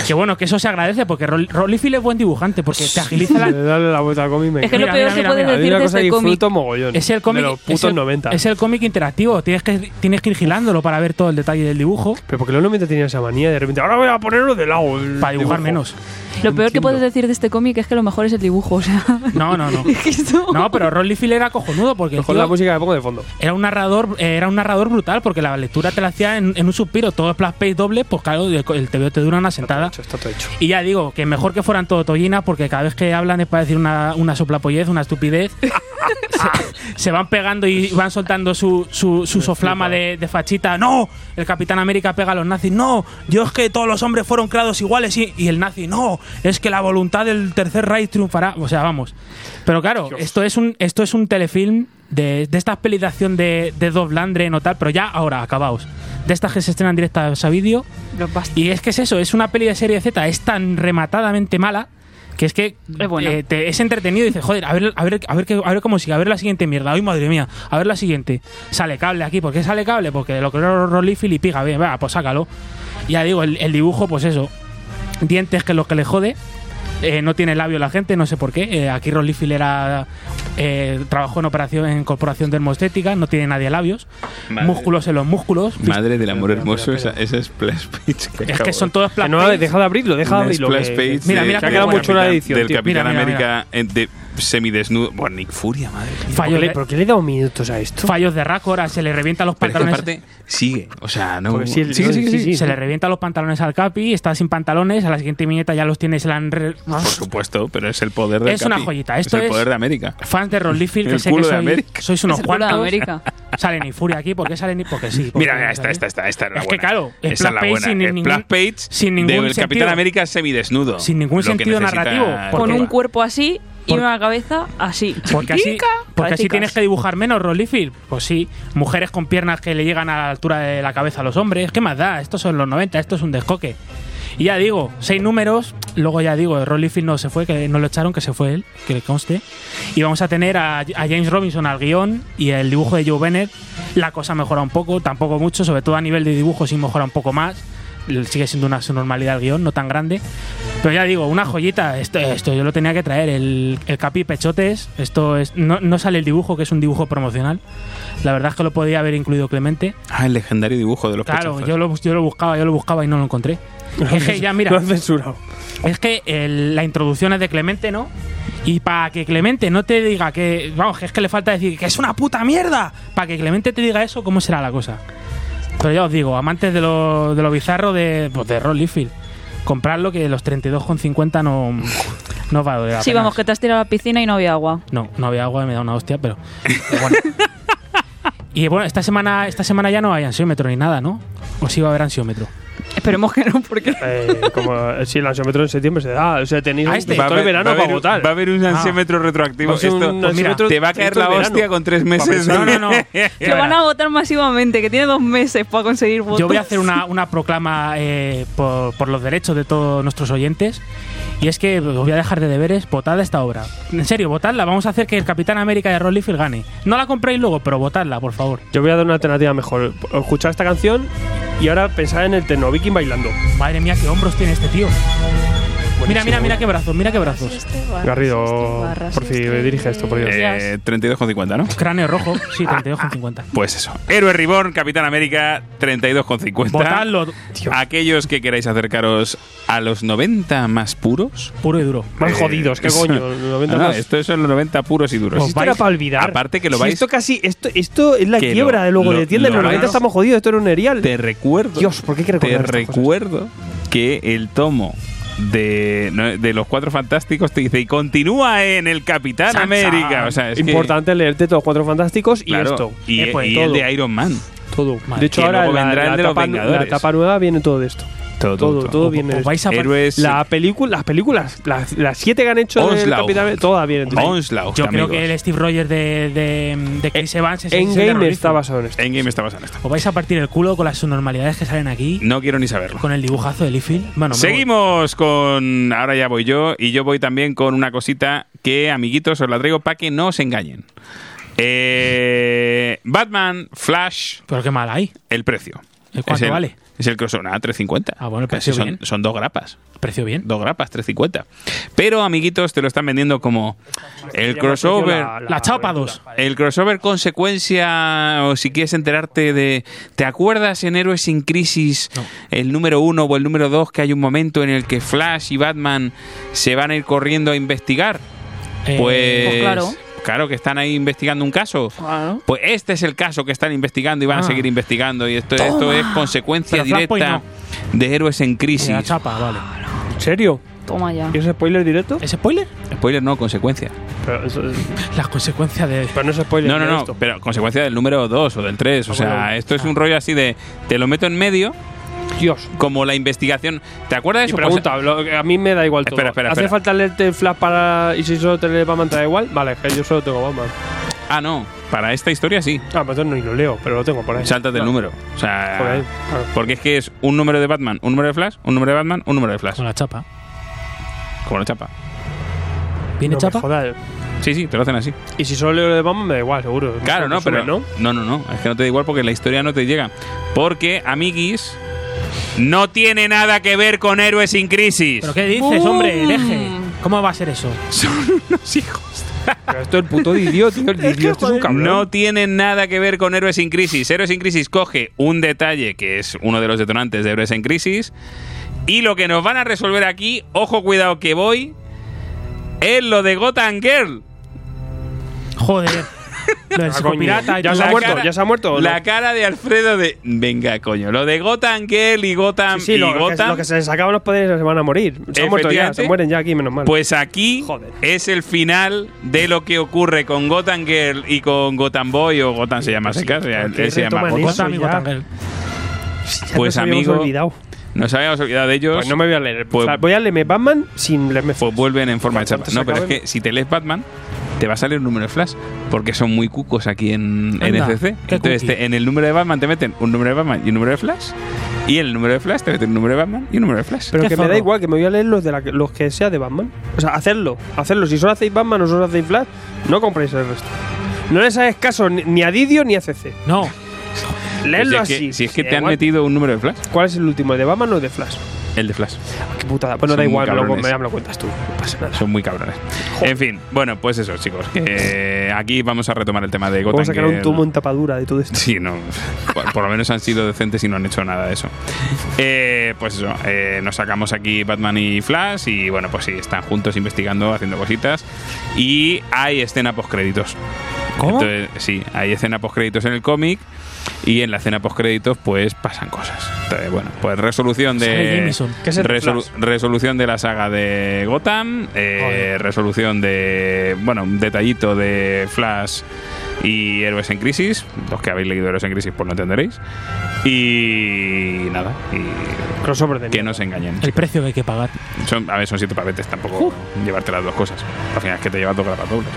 [SPEAKER 3] Que bueno, que eso se agradece porque Rollifield es buen dibujante, porque te agiliza la,
[SPEAKER 2] Dale la vuelta al cómic. me
[SPEAKER 5] Es que
[SPEAKER 2] encanta.
[SPEAKER 5] lo peor
[SPEAKER 3] Mira, mira,
[SPEAKER 5] que
[SPEAKER 3] mira,
[SPEAKER 5] puedes
[SPEAKER 3] mira.
[SPEAKER 2] Hay
[SPEAKER 5] decir
[SPEAKER 2] una
[SPEAKER 5] de
[SPEAKER 2] cosa
[SPEAKER 5] este
[SPEAKER 2] que
[SPEAKER 5] cómic.
[SPEAKER 2] disfruto mogollón.
[SPEAKER 3] Es el cómic.
[SPEAKER 9] De los
[SPEAKER 3] es
[SPEAKER 9] putos
[SPEAKER 3] el,
[SPEAKER 9] 90.
[SPEAKER 3] es el cómic interactivo. Tienes que, tienes que ir girándolo para ver todo el detalle del dibujo.
[SPEAKER 2] Pero porque los 90 tenían esa manía de repente, ahora voy a ponerlo de lado. el
[SPEAKER 3] Para
[SPEAKER 2] dibujo".
[SPEAKER 3] dibujar menos.
[SPEAKER 5] Lo peor que
[SPEAKER 2] Entiendo.
[SPEAKER 5] puedes decir de este cómic es que lo mejor es el dibujo. O sea,
[SPEAKER 3] No, no, no.
[SPEAKER 5] [laughs] es que esto-
[SPEAKER 3] No, pero Ron Liefeld era cojonudo porque el
[SPEAKER 2] Mejor
[SPEAKER 3] tío
[SPEAKER 2] la música que pongo de fondo.
[SPEAKER 3] era un narrador, eh, era un narrador brutal porque la lectura te la hacía en, en un suspiro, todo splash page doble, pues claro, el el TVO te dura una sentada.
[SPEAKER 2] Hecho, está todo hecho.
[SPEAKER 3] Y ya digo, que mejor que fueran todo tollinas porque cada vez que hablan es para decir una, una soplapollez, una estupidez. [laughs] se, se van pegando y van soltando su, su, su soflama de, de fachita. ¡No! El Capitán América pega a los nazis. ¡No! Yo es que todos los hombres fueron creados iguales y, y el nazi. ¡No! Es que la voluntad del Tercer Reich triunfará. O sea, vamos. Pero claro, esto es un esto es un telefilm de, de estas pelis de acción de, de Dov Landren o tal, pero ya ahora, acabaos. De estas que se estrenan directas a vídeo. Y es que es eso, es una peli de serie Z, es tan rematadamente mala que es que
[SPEAKER 5] Es buena.
[SPEAKER 3] eh, te- es entretenido y dices, joder, a ver, a ver, a ver, qué- a ver cómo sigue, a ver la siguiente mierda, ay madre mía, a ver la siguiente. Sale cable aquí, ¿por qué sale cable? Porque lo creó Rolly Filipiga, bien, va, pues sácalo. Ya digo, el, el dibujo, pues eso, dientes que es lo que le jode. Eh, no tiene labio la gente, no sé por qué. Eh, aquí Rolly Filera eh, trabajó en operación en corporación dermostética, no tiene nadie labios.
[SPEAKER 1] Madre.
[SPEAKER 3] Músculos en los músculos.
[SPEAKER 1] Madre del amor hermoso, esa, esa splash page. que
[SPEAKER 3] Es
[SPEAKER 1] acabo
[SPEAKER 3] que
[SPEAKER 1] de-
[SPEAKER 3] son todos
[SPEAKER 2] Que
[SPEAKER 3] planos.
[SPEAKER 2] no, deja de abrirlo, deja de
[SPEAKER 1] Una
[SPEAKER 2] abrirlo.
[SPEAKER 1] splash
[SPEAKER 2] que-
[SPEAKER 1] page
[SPEAKER 3] Mira,
[SPEAKER 1] de-
[SPEAKER 3] mira, que ha
[SPEAKER 1] del
[SPEAKER 3] quedado muy
[SPEAKER 2] chula la
[SPEAKER 1] Capitán-
[SPEAKER 2] edición,
[SPEAKER 1] Del
[SPEAKER 2] tío.
[SPEAKER 1] Capitán
[SPEAKER 3] Mira, mira,
[SPEAKER 1] América eh, de semidesnudo. Bueno, Nick Furia, madre. mía.
[SPEAKER 2] ¿Por qué, le,
[SPEAKER 3] fallos,
[SPEAKER 2] por qué le he dado minutos a esto?
[SPEAKER 3] de, fallos de rácora, se le revienta los
[SPEAKER 1] Pero es que
[SPEAKER 3] pantalones.
[SPEAKER 1] aparte sigue. O sea, no.
[SPEAKER 2] Porque sí, el-
[SPEAKER 1] sigue, sigue,
[SPEAKER 2] sí,
[SPEAKER 1] sigue.
[SPEAKER 2] sí.
[SPEAKER 3] se le revienta los pantalones al Capi, está sin pantalones, a la siguiente viñeta ya los tiene, se la han re-
[SPEAKER 1] Por supuesto, pero es el poder de
[SPEAKER 3] Es una joyita, esto
[SPEAKER 1] es el
[SPEAKER 3] es-
[SPEAKER 1] poder de América.
[SPEAKER 3] Fans de Ron Liefeld, que
[SPEAKER 1] El
[SPEAKER 3] sé
[SPEAKER 1] culo
[SPEAKER 3] que
[SPEAKER 1] de
[SPEAKER 3] sois-
[SPEAKER 1] América.
[SPEAKER 3] sois unos
[SPEAKER 5] Es el culo de
[SPEAKER 3] cuantos.
[SPEAKER 5] América.
[SPEAKER 3] Sale ni furia aquí, ¿por qué sale ni? Porque sí. porque
[SPEAKER 1] Mira, mira,
[SPEAKER 3] no
[SPEAKER 1] esta,
[SPEAKER 3] sale.
[SPEAKER 1] esta, esta, esta era la
[SPEAKER 3] Es que
[SPEAKER 1] buena.
[SPEAKER 3] claro,
[SPEAKER 1] Esa es la
[SPEAKER 3] splash page
[SPEAKER 1] buena.
[SPEAKER 3] sin ningún-
[SPEAKER 1] Splash page
[SPEAKER 3] sin ningún
[SPEAKER 1] del Capitán
[SPEAKER 3] sentido.
[SPEAKER 1] América semidesnudo.
[SPEAKER 3] Sin ningún
[SPEAKER 1] Lo que
[SPEAKER 3] sentido
[SPEAKER 1] necesita
[SPEAKER 3] narrativo,
[SPEAKER 1] Cuba.
[SPEAKER 5] Con un cuerpo así y
[SPEAKER 3] Por-
[SPEAKER 5] una cabeza así.
[SPEAKER 3] Porque así,
[SPEAKER 5] Chica,
[SPEAKER 3] porque así
[SPEAKER 5] chicas.
[SPEAKER 3] tienes que dibujar menos, Rollifield. Pues sí, mujeres con piernas que le llegan a la altura de la cabeza a los hombres. ¿Qué más da? Estos son los 90, esto es un descoque. Y ya digo, seis números. Luego ya digo, Rollifield no se fue, que no lo echaron, que se fue él, que le conste. Y vamos a tener a, a James Robinson al guión y el dibujo de Joe Bennett. La cosa mejora un poco, tampoco mucho, sobre todo a nivel de dibujo sí mejora un poco más. Sigue siendo una normalidad el guión, no tan grande. Pero ya digo, una joyita. Esto, esto yo lo tenía que traer. El, el Capi Pechotes. Esto es. No, no sale el dibujo, que es un dibujo promocional. La verdad es que lo podía haber incluido Clemente.
[SPEAKER 1] Ah, el legendario dibujo de los
[SPEAKER 3] Claro,
[SPEAKER 1] pechazos.
[SPEAKER 3] yo lo, yo lo buscaba, yo lo buscaba y no lo encontré. [laughs] Es
[SPEAKER 2] [laughs]
[SPEAKER 3] que ya, mira.
[SPEAKER 2] e-, Lo han censurado.
[SPEAKER 3] Es que el- la introducción es de Clemente, ¿no? Y para que Clemente no te diga que. Vamos, que es que le falta decir que es una puta mierda. Para que Clemente te diga eso, ¿cómo será la cosa? Pero ya os digo, amantes de lo, de lo bizarro de, pues de Ron Liefeld, compradlo que los 32,50 no, no va a doler.
[SPEAKER 5] Sí,
[SPEAKER 3] apenas.
[SPEAKER 5] vamos, que te has tirado a la piscina y no había agua.
[SPEAKER 3] No, no había agua, me da una hostia, pero.
[SPEAKER 5] [laughs]
[SPEAKER 3] pero bueno. y bueno, esta semana, esta semana ya no hay ansiómetro ni nada, ¿no? O sí va a haber ansiómetro.
[SPEAKER 5] Esperemos que no,
[SPEAKER 3] [laughs]
[SPEAKER 5] porque
[SPEAKER 2] Eh, como si el ansiómetro en septiembre se da, o sea, tenéis
[SPEAKER 3] A
[SPEAKER 2] un
[SPEAKER 3] este.
[SPEAKER 2] todo el verano
[SPEAKER 1] va a
[SPEAKER 2] para
[SPEAKER 1] haber-
[SPEAKER 2] votar.
[SPEAKER 1] Va a haber un ansiómetro retroactivo.
[SPEAKER 2] Va a ser
[SPEAKER 1] Esto-
[SPEAKER 2] un
[SPEAKER 1] pues mira,
[SPEAKER 2] ansiómetro
[SPEAKER 1] te va a caer
[SPEAKER 2] todo
[SPEAKER 1] la
[SPEAKER 2] el verano.
[SPEAKER 1] hostia con tres meses.
[SPEAKER 3] No, no, [laughs] no.
[SPEAKER 5] lo van a votar masivamente, que tiene dos meses para conseguir votos.
[SPEAKER 3] Yo voy a hacer una, una proclama eh, por, por los derechos de todos nuestros oyentes. Y es que os voy a dejar de deberes, votad esta obra. En serio, votadla. Vamos a hacer que el Capitán América de Ron Liefeld gane. No la compréis luego, pero votadla, por favor.
[SPEAKER 2] Yo voy a dar una alternativa mejor. Escuchar esta canción y ahora pensar en el Tecno Viking bailando.
[SPEAKER 3] Madre mía, qué hombros tiene este tío. Mira, mira,
[SPEAKER 2] ¿eh?
[SPEAKER 3] mira qué brazos, mira qué brazos.
[SPEAKER 2] Garrido, por si dirige esto, por Dios.
[SPEAKER 1] Eh, 32,50, ¿no?
[SPEAKER 3] Cráneo rojo,
[SPEAKER 2] [laughs]
[SPEAKER 3] sí, 32,50.
[SPEAKER 1] Pues eso. Héroe Reborn, Capitán América, 32,50.
[SPEAKER 3] Votadlo, tío,
[SPEAKER 1] Aquellos que queráis acercaros a los 90 más puros.
[SPEAKER 3] puro y duro.
[SPEAKER 2] Más
[SPEAKER 1] eh,
[SPEAKER 2] jodidos, qué
[SPEAKER 1] eso-
[SPEAKER 2] coño. los 90
[SPEAKER 1] Ah, no,
[SPEAKER 2] más.
[SPEAKER 1] Esto son los 90 puros y duros.
[SPEAKER 2] Pues esto era para olvidar.
[SPEAKER 1] Aparte que lo
[SPEAKER 2] Si
[SPEAKER 1] vais-
[SPEAKER 2] esto casi, esto, esto es la
[SPEAKER 1] que
[SPEAKER 2] quiebra
[SPEAKER 1] lo-
[SPEAKER 2] de luego
[SPEAKER 1] lo-
[SPEAKER 2] de tienda.
[SPEAKER 1] lo
[SPEAKER 2] En los 90
[SPEAKER 1] vais-
[SPEAKER 2] estamos jodidos, esto era un erial.
[SPEAKER 1] Te recuerdo.
[SPEAKER 2] Dios, ¿por qué hay que
[SPEAKER 1] Te
[SPEAKER 2] recordar estas cosas?
[SPEAKER 1] recuerdo que el tomo de, no, de los cuatro fantásticos te dice y continúa en el Capitán
[SPEAKER 3] Chan,
[SPEAKER 1] América.
[SPEAKER 3] chan.
[SPEAKER 1] O sea, es que-
[SPEAKER 2] Importante leerte todos los cuatro fantásticos y
[SPEAKER 1] claro,
[SPEAKER 2] esto.
[SPEAKER 1] Y,
[SPEAKER 2] Eh, pues,
[SPEAKER 1] y el
[SPEAKER 2] todo,
[SPEAKER 1] de Iron Man.
[SPEAKER 2] todo.
[SPEAKER 3] Madre,
[SPEAKER 2] De hecho,
[SPEAKER 1] que
[SPEAKER 2] ahora
[SPEAKER 1] luego
[SPEAKER 2] la,
[SPEAKER 1] vendrá el
[SPEAKER 2] la
[SPEAKER 1] de los
[SPEAKER 2] etapa, la
[SPEAKER 1] Vengadores.
[SPEAKER 2] etapa nueva viene todo de esto.
[SPEAKER 1] Todo,
[SPEAKER 2] Todo,
[SPEAKER 1] todo.
[SPEAKER 2] todo viene de
[SPEAKER 3] Os
[SPEAKER 2] esto.
[SPEAKER 3] vais a
[SPEAKER 1] Héroes.
[SPEAKER 2] La película, las películas, las, las siete que han hecho del
[SPEAKER 1] Onslaught.
[SPEAKER 2] Capitán América, todas vienen de ahí.
[SPEAKER 1] Onslaught,
[SPEAKER 3] Yo creo
[SPEAKER 1] amigos.
[SPEAKER 3] que el Steve Rogers de, de, de Chris Evans es el de Ron
[SPEAKER 2] Eh, Endgame está
[SPEAKER 3] Liefeld.
[SPEAKER 2] basado en esto.
[SPEAKER 1] Endgame está basado en esto.
[SPEAKER 3] Os vais a partir el culo con las subnormalidades que salen aquí,
[SPEAKER 1] No quiero ni saberlo.
[SPEAKER 3] con el dibujazo de Liefeld. Bueno, me
[SPEAKER 1] Seguimos con. Ahora ya voy yo. Y yo voy también con una cosita que, amiguitos, os la traigo para que no os engañen. Eh, Batman, Flash,
[SPEAKER 3] voy. Pero qué mal hay.
[SPEAKER 1] el precio.
[SPEAKER 3] ¿El cuánto
[SPEAKER 1] Es el-
[SPEAKER 3] vale?
[SPEAKER 1] Es el crossover, nada, 350.
[SPEAKER 3] Ah, bueno, el
[SPEAKER 1] Casi
[SPEAKER 3] precio
[SPEAKER 1] son,
[SPEAKER 3] bien.
[SPEAKER 1] son dos grapas.
[SPEAKER 3] Precio bien.
[SPEAKER 1] Dos grapas, 350. Pero, amiguitos, te lo están vendiendo como
[SPEAKER 3] Pues,
[SPEAKER 1] el crossover.
[SPEAKER 2] La-
[SPEAKER 3] La chapa 2.
[SPEAKER 1] El crossover consecuencia, o si quieres enterarte de... ¿Te acuerdas en Héroes sin Crisis el número uno o el número dos que hay un momento en el que Flash y Batman se van a ir corriendo a investigar?
[SPEAKER 3] Eh,
[SPEAKER 1] pues...
[SPEAKER 5] pues claro.
[SPEAKER 1] claro que están ahí investigando un caso.
[SPEAKER 5] Claro.
[SPEAKER 1] Pues este es el caso que están investigando y van a
[SPEAKER 3] Ah.
[SPEAKER 1] seguir investigando y esto, esto es consecuencia
[SPEAKER 3] Pero Flashpoint
[SPEAKER 1] directa de Héroes en Crisis.
[SPEAKER 3] La chapa, vale.
[SPEAKER 2] ¿En serio?
[SPEAKER 5] Toma ya.
[SPEAKER 2] ¿Y es spoiler directo?
[SPEAKER 3] ¿Es spoiler? [laughs]
[SPEAKER 1] Spoiler no, consecuencia.
[SPEAKER 2] Pero, eso-
[SPEAKER 3] Las consecuencias de.
[SPEAKER 2] pero no es spoiler.
[SPEAKER 1] No, no, no,
[SPEAKER 2] esto.
[SPEAKER 1] pero consecuencia del número dos o del tres. O
[SPEAKER 2] Ah, bueno.
[SPEAKER 1] sea, esto es un rollo así de... Te lo meto en medio.
[SPEAKER 2] Dios.
[SPEAKER 1] como la investigación. ¿Te acuerdas Pues, de
[SPEAKER 2] Y
[SPEAKER 1] eso?
[SPEAKER 2] pregunta, lo- a mí me da igual todo.
[SPEAKER 1] Espera, espera,
[SPEAKER 2] ¿Hace
[SPEAKER 1] espera.
[SPEAKER 2] falta leerte el flash para. y si solo te lee Batman te da igual? Vale, que yo solo tengo Batman.
[SPEAKER 1] Pues, ah, no. Para esta historia sí.
[SPEAKER 2] Ah, pero no ni lo leo, pero lo tengo por ahí.
[SPEAKER 1] Sáltate el
[SPEAKER 2] Ah,
[SPEAKER 1] número. O sea.
[SPEAKER 2] Por ahí. Ah.
[SPEAKER 1] Porque es que es un número de Batman, un número de Flash, un número de Batman, un número de Flash.
[SPEAKER 3] Con la chapa.
[SPEAKER 1] Como la chapa.
[SPEAKER 3] ¿Viene
[SPEAKER 2] No me
[SPEAKER 3] chapa?
[SPEAKER 2] jodas.
[SPEAKER 1] Sí, sí, te lo hacen así.
[SPEAKER 2] Y si solo leo lo de Batman me da igual, seguro.
[SPEAKER 1] Claro,
[SPEAKER 2] Me
[SPEAKER 1] no, pero.
[SPEAKER 2] suben,
[SPEAKER 1] No, no, no, Es que no te da igual porque la historia no te llega. Porque, amiguis, no tiene nada que ver con Héroes sin Crisis.
[SPEAKER 3] ¿Pero qué dices, hombre? Deje. ¿Cómo va a ser eso?
[SPEAKER 1] Son unos hijos.
[SPEAKER 2] Pero esto es el [laughs] puto idiota, tío. El idiota es un cabrón.
[SPEAKER 1] No tienen nada que ver con Héroes sin Crisis. Héroes sin Crisis coge un detalle que es uno de los detonantes de Héroes en Crisis. Y lo que nos van a resolver aquí, ojo, cuidado que voy, es lo de Gotham Girl.
[SPEAKER 2] [laughs]
[SPEAKER 3] Joder.
[SPEAKER 2] Ah,
[SPEAKER 3] Lo del
[SPEAKER 2] coño.
[SPEAKER 3] psicopirata y
[SPEAKER 2] Ya
[SPEAKER 3] todo
[SPEAKER 2] se ha
[SPEAKER 3] eso.
[SPEAKER 2] muerto, ya se ha muerto. ¿o no?
[SPEAKER 1] La cara de Alfredo de. Venga, coño. Lo de Gotham Girl y Gotham.
[SPEAKER 2] Sí, sí,
[SPEAKER 1] y
[SPEAKER 2] lo, que,
[SPEAKER 1] Gotham.
[SPEAKER 2] lo que se les acaban los poderes se van a morir. Se han muerto ya,
[SPEAKER 1] Efectivamente.
[SPEAKER 2] se mueren ya aquí, menos mal.
[SPEAKER 1] Pues aquí
[SPEAKER 2] Joder.
[SPEAKER 1] es el final de lo que ocurre con Gotham Girl y con Gotham Boy o Gotham se llama, se,
[SPEAKER 2] ¿por qué
[SPEAKER 1] se llama Gotham.
[SPEAKER 2] retoman Pues eso?
[SPEAKER 3] Gotham y
[SPEAKER 2] ya.
[SPEAKER 3] Gotham Girl.
[SPEAKER 2] Ya
[SPEAKER 1] pues,
[SPEAKER 2] nos habíamos
[SPEAKER 1] amigo,
[SPEAKER 2] olvidado.
[SPEAKER 1] Nos habíamos olvidado de ellos.
[SPEAKER 2] Pues no me voy a leer.
[SPEAKER 1] Pues-
[SPEAKER 2] o sea, voy a leerme Batman sin leerme.
[SPEAKER 1] pues vuelven en forma de chapa.
[SPEAKER 2] Cuanto
[SPEAKER 1] No,
[SPEAKER 2] se
[SPEAKER 1] pero es
[SPEAKER 2] acabe-
[SPEAKER 1] que si te lees Batman, te va a salir un número de Flash, porque son muy cucos aquí en, en
[SPEAKER 3] Anda,
[SPEAKER 1] SC.
[SPEAKER 3] qué
[SPEAKER 1] Entonces,
[SPEAKER 3] cookie.
[SPEAKER 1] te- en el número de Batman te meten un número de Batman y un número de Flash, y en el número de Flash te meten un número de Batman y un número de Flash. Pues
[SPEAKER 2] Pero
[SPEAKER 3] Qué
[SPEAKER 2] que me da
[SPEAKER 3] zorro.
[SPEAKER 2] igual, que me voy a leer los, de la, los que sea de Batman. O sea, hacerlo, hacerlo. Si solo hacéis Batman o solo hacéis Flash, no compréis el resto. No les hagáis caso ni- ni a Didio ni a CC.
[SPEAKER 3] No,
[SPEAKER 1] Pues si
[SPEAKER 2] Leedlo
[SPEAKER 1] es que-
[SPEAKER 2] así.
[SPEAKER 1] si es que
[SPEAKER 2] Da
[SPEAKER 1] te han
[SPEAKER 2] igual.
[SPEAKER 1] metido un número de Flash,
[SPEAKER 2] ¿Cuál es el último? ¿El de Batman o el de Flash?
[SPEAKER 1] el de Flash.
[SPEAKER 2] Qué putada. Bueno,
[SPEAKER 1] Son
[SPEAKER 2] da
[SPEAKER 1] muy
[SPEAKER 2] igual, luego
[SPEAKER 1] cabrones.
[SPEAKER 2] me, ya me lo cuentas tú. No pasa nada.
[SPEAKER 1] Son muy cabrones. En fin, bueno, pues eso, chicos.
[SPEAKER 2] [laughs]
[SPEAKER 1] que aquí vamos a retomar el tema de Gotham.
[SPEAKER 2] Vamos a sacar un
[SPEAKER 1] Girl.
[SPEAKER 2] tumo en tapadura de todo
[SPEAKER 1] [laughs]
[SPEAKER 2] esto.
[SPEAKER 1] Sí, no. Por, por lo menos han sido decentes y no han hecho nada de eso. Eh, pues eso, eh, nos sacamos aquí Batman y Flash y bueno, pues sí, están juntos investigando, haciendo cositas. Y hay escena postcréditos.
[SPEAKER 3] ¿Cómo?
[SPEAKER 1] Entonces, sí, hay escena postcréditos en el cómic y en la escena postcréditos pues pasan cosas. Entonces, bueno, pues resolución
[SPEAKER 3] Sale
[SPEAKER 1] de...
[SPEAKER 3] Jameson.
[SPEAKER 2] ¿Qué es el de
[SPEAKER 1] resolu-
[SPEAKER 2] Flash?
[SPEAKER 1] resolución de la saga de Gotham, eh, resolución de... Bueno, un detallito de Flash y Héroes en Crisis. Los que habéis leído Héroes en Crisis pues lo entenderéis. Y nada, y
[SPEAKER 2] Crossover de
[SPEAKER 1] que
[SPEAKER 2] mierda.
[SPEAKER 1] no se engañen.
[SPEAKER 3] el precio que hay que pagar.
[SPEAKER 1] Son, a ver, son siete papetes, tampoco llevarte las dos cosas. Al final es que te llevas dos grapas dobles.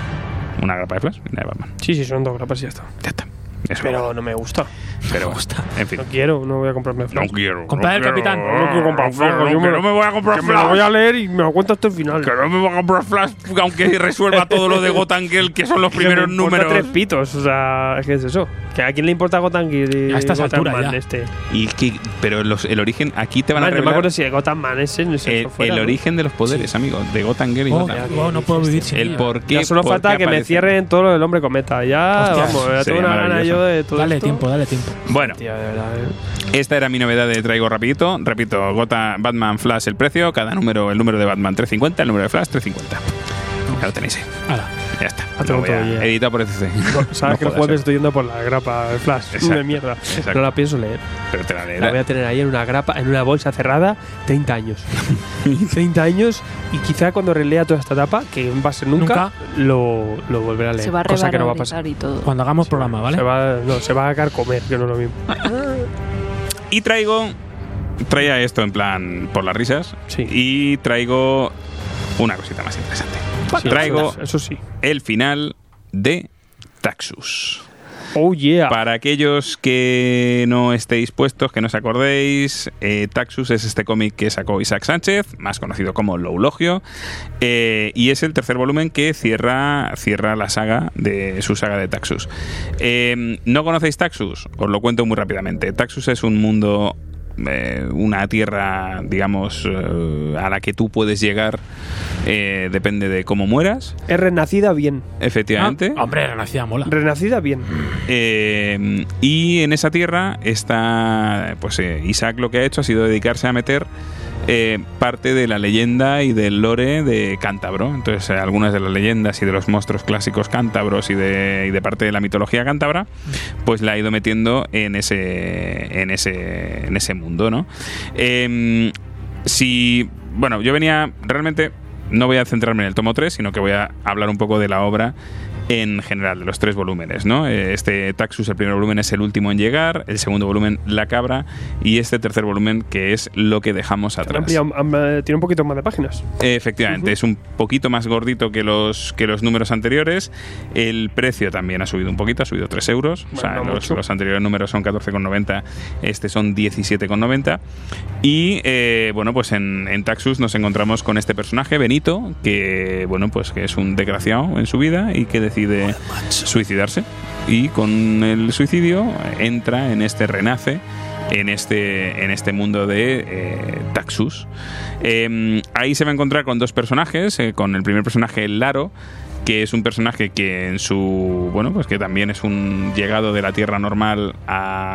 [SPEAKER 1] Una grapa de Flash y una de Batman.
[SPEAKER 2] Sí, sí, son dos grapas y ya está.
[SPEAKER 1] Ya está. Eso
[SPEAKER 2] Pero no me gusta.
[SPEAKER 1] pero En fin.
[SPEAKER 2] No quiero, no voy a comprarme
[SPEAKER 1] No
[SPEAKER 2] Flash.
[SPEAKER 1] quiero.
[SPEAKER 3] Comprar el
[SPEAKER 1] quiero,
[SPEAKER 3] Capitán.
[SPEAKER 2] No quiero comprar Flash,
[SPEAKER 1] quiero,
[SPEAKER 2] yo me
[SPEAKER 1] que
[SPEAKER 2] lo-
[SPEAKER 1] no me voy a comprar
[SPEAKER 2] Que me lo voy
[SPEAKER 1] Flash.
[SPEAKER 2] a leer y me lo cuento hasta el final.
[SPEAKER 1] Que no me voy a comprar Flash, aunque
[SPEAKER 2] [laughs]
[SPEAKER 1] resuelva todo lo de Gotham Girl, que son los
[SPEAKER 2] Que me
[SPEAKER 1] primeros
[SPEAKER 2] importa
[SPEAKER 1] números.
[SPEAKER 2] tres pitos, o sea, ¿qué es eso? ¿Que ¿A quién le importa Gotham Girl y
[SPEAKER 3] A estas
[SPEAKER 2] Gotham
[SPEAKER 3] alturas
[SPEAKER 2] Man
[SPEAKER 3] ya.
[SPEAKER 2] este?
[SPEAKER 1] Y que, pero los- el origen, aquí te van a
[SPEAKER 2] Además, no me
[SPEAKER 1] revelar
[SPEAKER 2] acuerdo si de Gotham Man ese, no sé,
[SPEAKER 1] el,
[SPEAKER 2] eso fuera,
[SPEAKER 1] el
[SPEAKER 2] ¿no?
[SPEAKER 1] origen de los poderes, amigo, de Gotham Girl y
[SPEAKER 3] Oh,
[SPEAKER 1] Gotham.
[SPEAKER 3] wow, no puedo vivir sin
[SPEAKER 1] El
[SPEAKER 3] ella.
[SPEAKER 1] por qué.
[SPEAKER 2] Ya solo
[SPEAKER 1] por
[SPEAKER 2] falta
[SPEAKER 1] qué
[SPEAKER 2] que me
[SPEAKER 1] aparecen.
[SPEAKER 2] cierren todo lo del hombre cometa. Ya,
[SPEAKER 3] Hostias,
[SPEAKER 2] vamos, ya tengo
[SPEAKER 1] sería
[SPEAKER 2] una gana
[SPEAKER 1] maravilloso.
[SPEAKER 2] yo de todo
[SPEAKER 3] Dale
[SPEAKER 2] esto.
[SPEAKER 3] tiempo, dale tiempo.
[SPEAKER 1] Bueno,
[SPEAKER 2] Tío, de verdad,
[SPEAKER 1] [laughs]
[SPEAKER 2] eh.
[SPEAKER 1] Esta era mi novedad de traigo rapidito. Repito, Gota, Batman, Flash, el precio. Cada número, el número de Batman 350, el número de Flash 350. Ya lo tenéis ahí.
[SPEAKER 3] Hala.
[SPEAKER 1] Ya está.
[SPEAKER 2] Ah, tengo
[SPEAKER 1] Lo voy a-
[SPEAKER 2] todo ya.
[SPEAKER 1] editado por SC.
[SPEAKER 2] [laughs] Sabes
[SPEAKER 1] No
[SPEAKER 2] que el
[SPEAKER 1] jodas,
[SPEAKER 2] jueves
[SPEAKER 1] eh.
[SPEAKER 2] estoy yendo por la grapa de Flash.
[SPEAKER 1] Exacto,
[SPEAKER 2] Una mierda.
[SPEAKER 1] exacto.
[SPEAKER 2] No la pienso leer.
[SPEAKER 1] Pero te la leeré.
[SPEAKER 2] La voy a tener ahí en una grapa, en una bolsa cerrada,
[SPEAKER 1] [laughs]
[SPEAKER 2] 30 años. 30 años y quizá cuando relea toda esta etapa, que va a ser nunca,
[SPEAKER 3] Nunca.
[SPEAKER 2] Lo, lo volverá a leer.
[SPEAKER 5] Se va a
[SPEAKER 2] cosa que no va a pasar.
[SPEAKER 5] revalorizar y todo.
[SPEAKER 3] Cuando hagamos
[SPEAKER 1] Ah,
[SPEAKER 3] programa, ¿vale?
[SPEAKER 2] Se va, no, se va a sacar comer, que no es lo mismo.
[SPEAKER 1] Y traigo. Traía esto en plan por las risas.
[SPEAKER 2] Sí.
[SPEAKER 1] Y traigo una cosita más interesante. traigo
[SPEAKER 2] Eso, eso sí.
[SPEAKER 1] el final de Taxus.
[SPEAKER 2] Oh yeah.
[SPEAKER 1] Para aquellos que no estéis puestos, que no os acordéis, eh, Taxus es este cómic que sacó Isaac Sánchez, más conocido como Loulogio, eh, y es el tercer volumen que cierra, cierra la saga de su saga de Taxus. Eh, ¿No conocéis Taxus? Os lo cuento muy rápidamente. Taxus es un mundo, eh, una tierra, digamos, eh, a la que tú puedes llegar, eh, depende de cómo mueras,
[SPEAKER 2] Es renacida bien.
[SPEAKER 1] efectivamente.
[SPEAKER 3] Ah, hombre, Renacida mola.
[SPEAKER 2] Renacida bien.
[SPEAKER 1] Eh, y en esa tierra está, pues eh, Isaac lo que ha hecho ha sido dedicarse a meter eh, parte de la leyenda y del lore de Cántabro. Entonces, eh, algunas de las leyendas y de los monstruos clásicos cántabros y de, y de parte de la mitología cántabra, pues la ha ido metiendo en ese, en ese, en ese mundo, ¿no? Em, si. Bueno, yo venía. Realmente no voy a centrarme en el tomo 3, sino que voy a hablar un poco de la obra en general, de los tres volúmenes, ¿no? Eh, Este Taxus, el primer volumen, es el último en llegar, el segundo volumen, La Cabra, y este tercer volumen, que es lo que dejamos
[SPEAKER 2] Han
[SPEAKER 1] atrás.
[SPEAKER 2] ampliado- han, eh, tiene un poquito más de páginas.
[SPEAKER 1] Efectivamente, es un poquito más gordito que los, que los números anteriores. El precio también ha subido un poquito, ha subido 3 euros. o sea,
[SPEAKER 2] Bueno, no
[SPEAKER 1] los,
[SPEAKER 2] mucho.
[SPEAKER 1] los anteriores números son 14,90, este son 17,90. Y eh, bueno, pues en, en Taxus nos encontramos con este personaje, Benito, que bueno, pues que es un desgraciado en su vida y que decide suicidarse. Y con el suicidio entra en este renace en este, en este mundo de eh, Taxus. Eh, ahí se va a encontrar con dos personajes, eh, con el primer personaje, el Laro, que es un personaje que en su bueno pues que también es un llegado de la tierra normal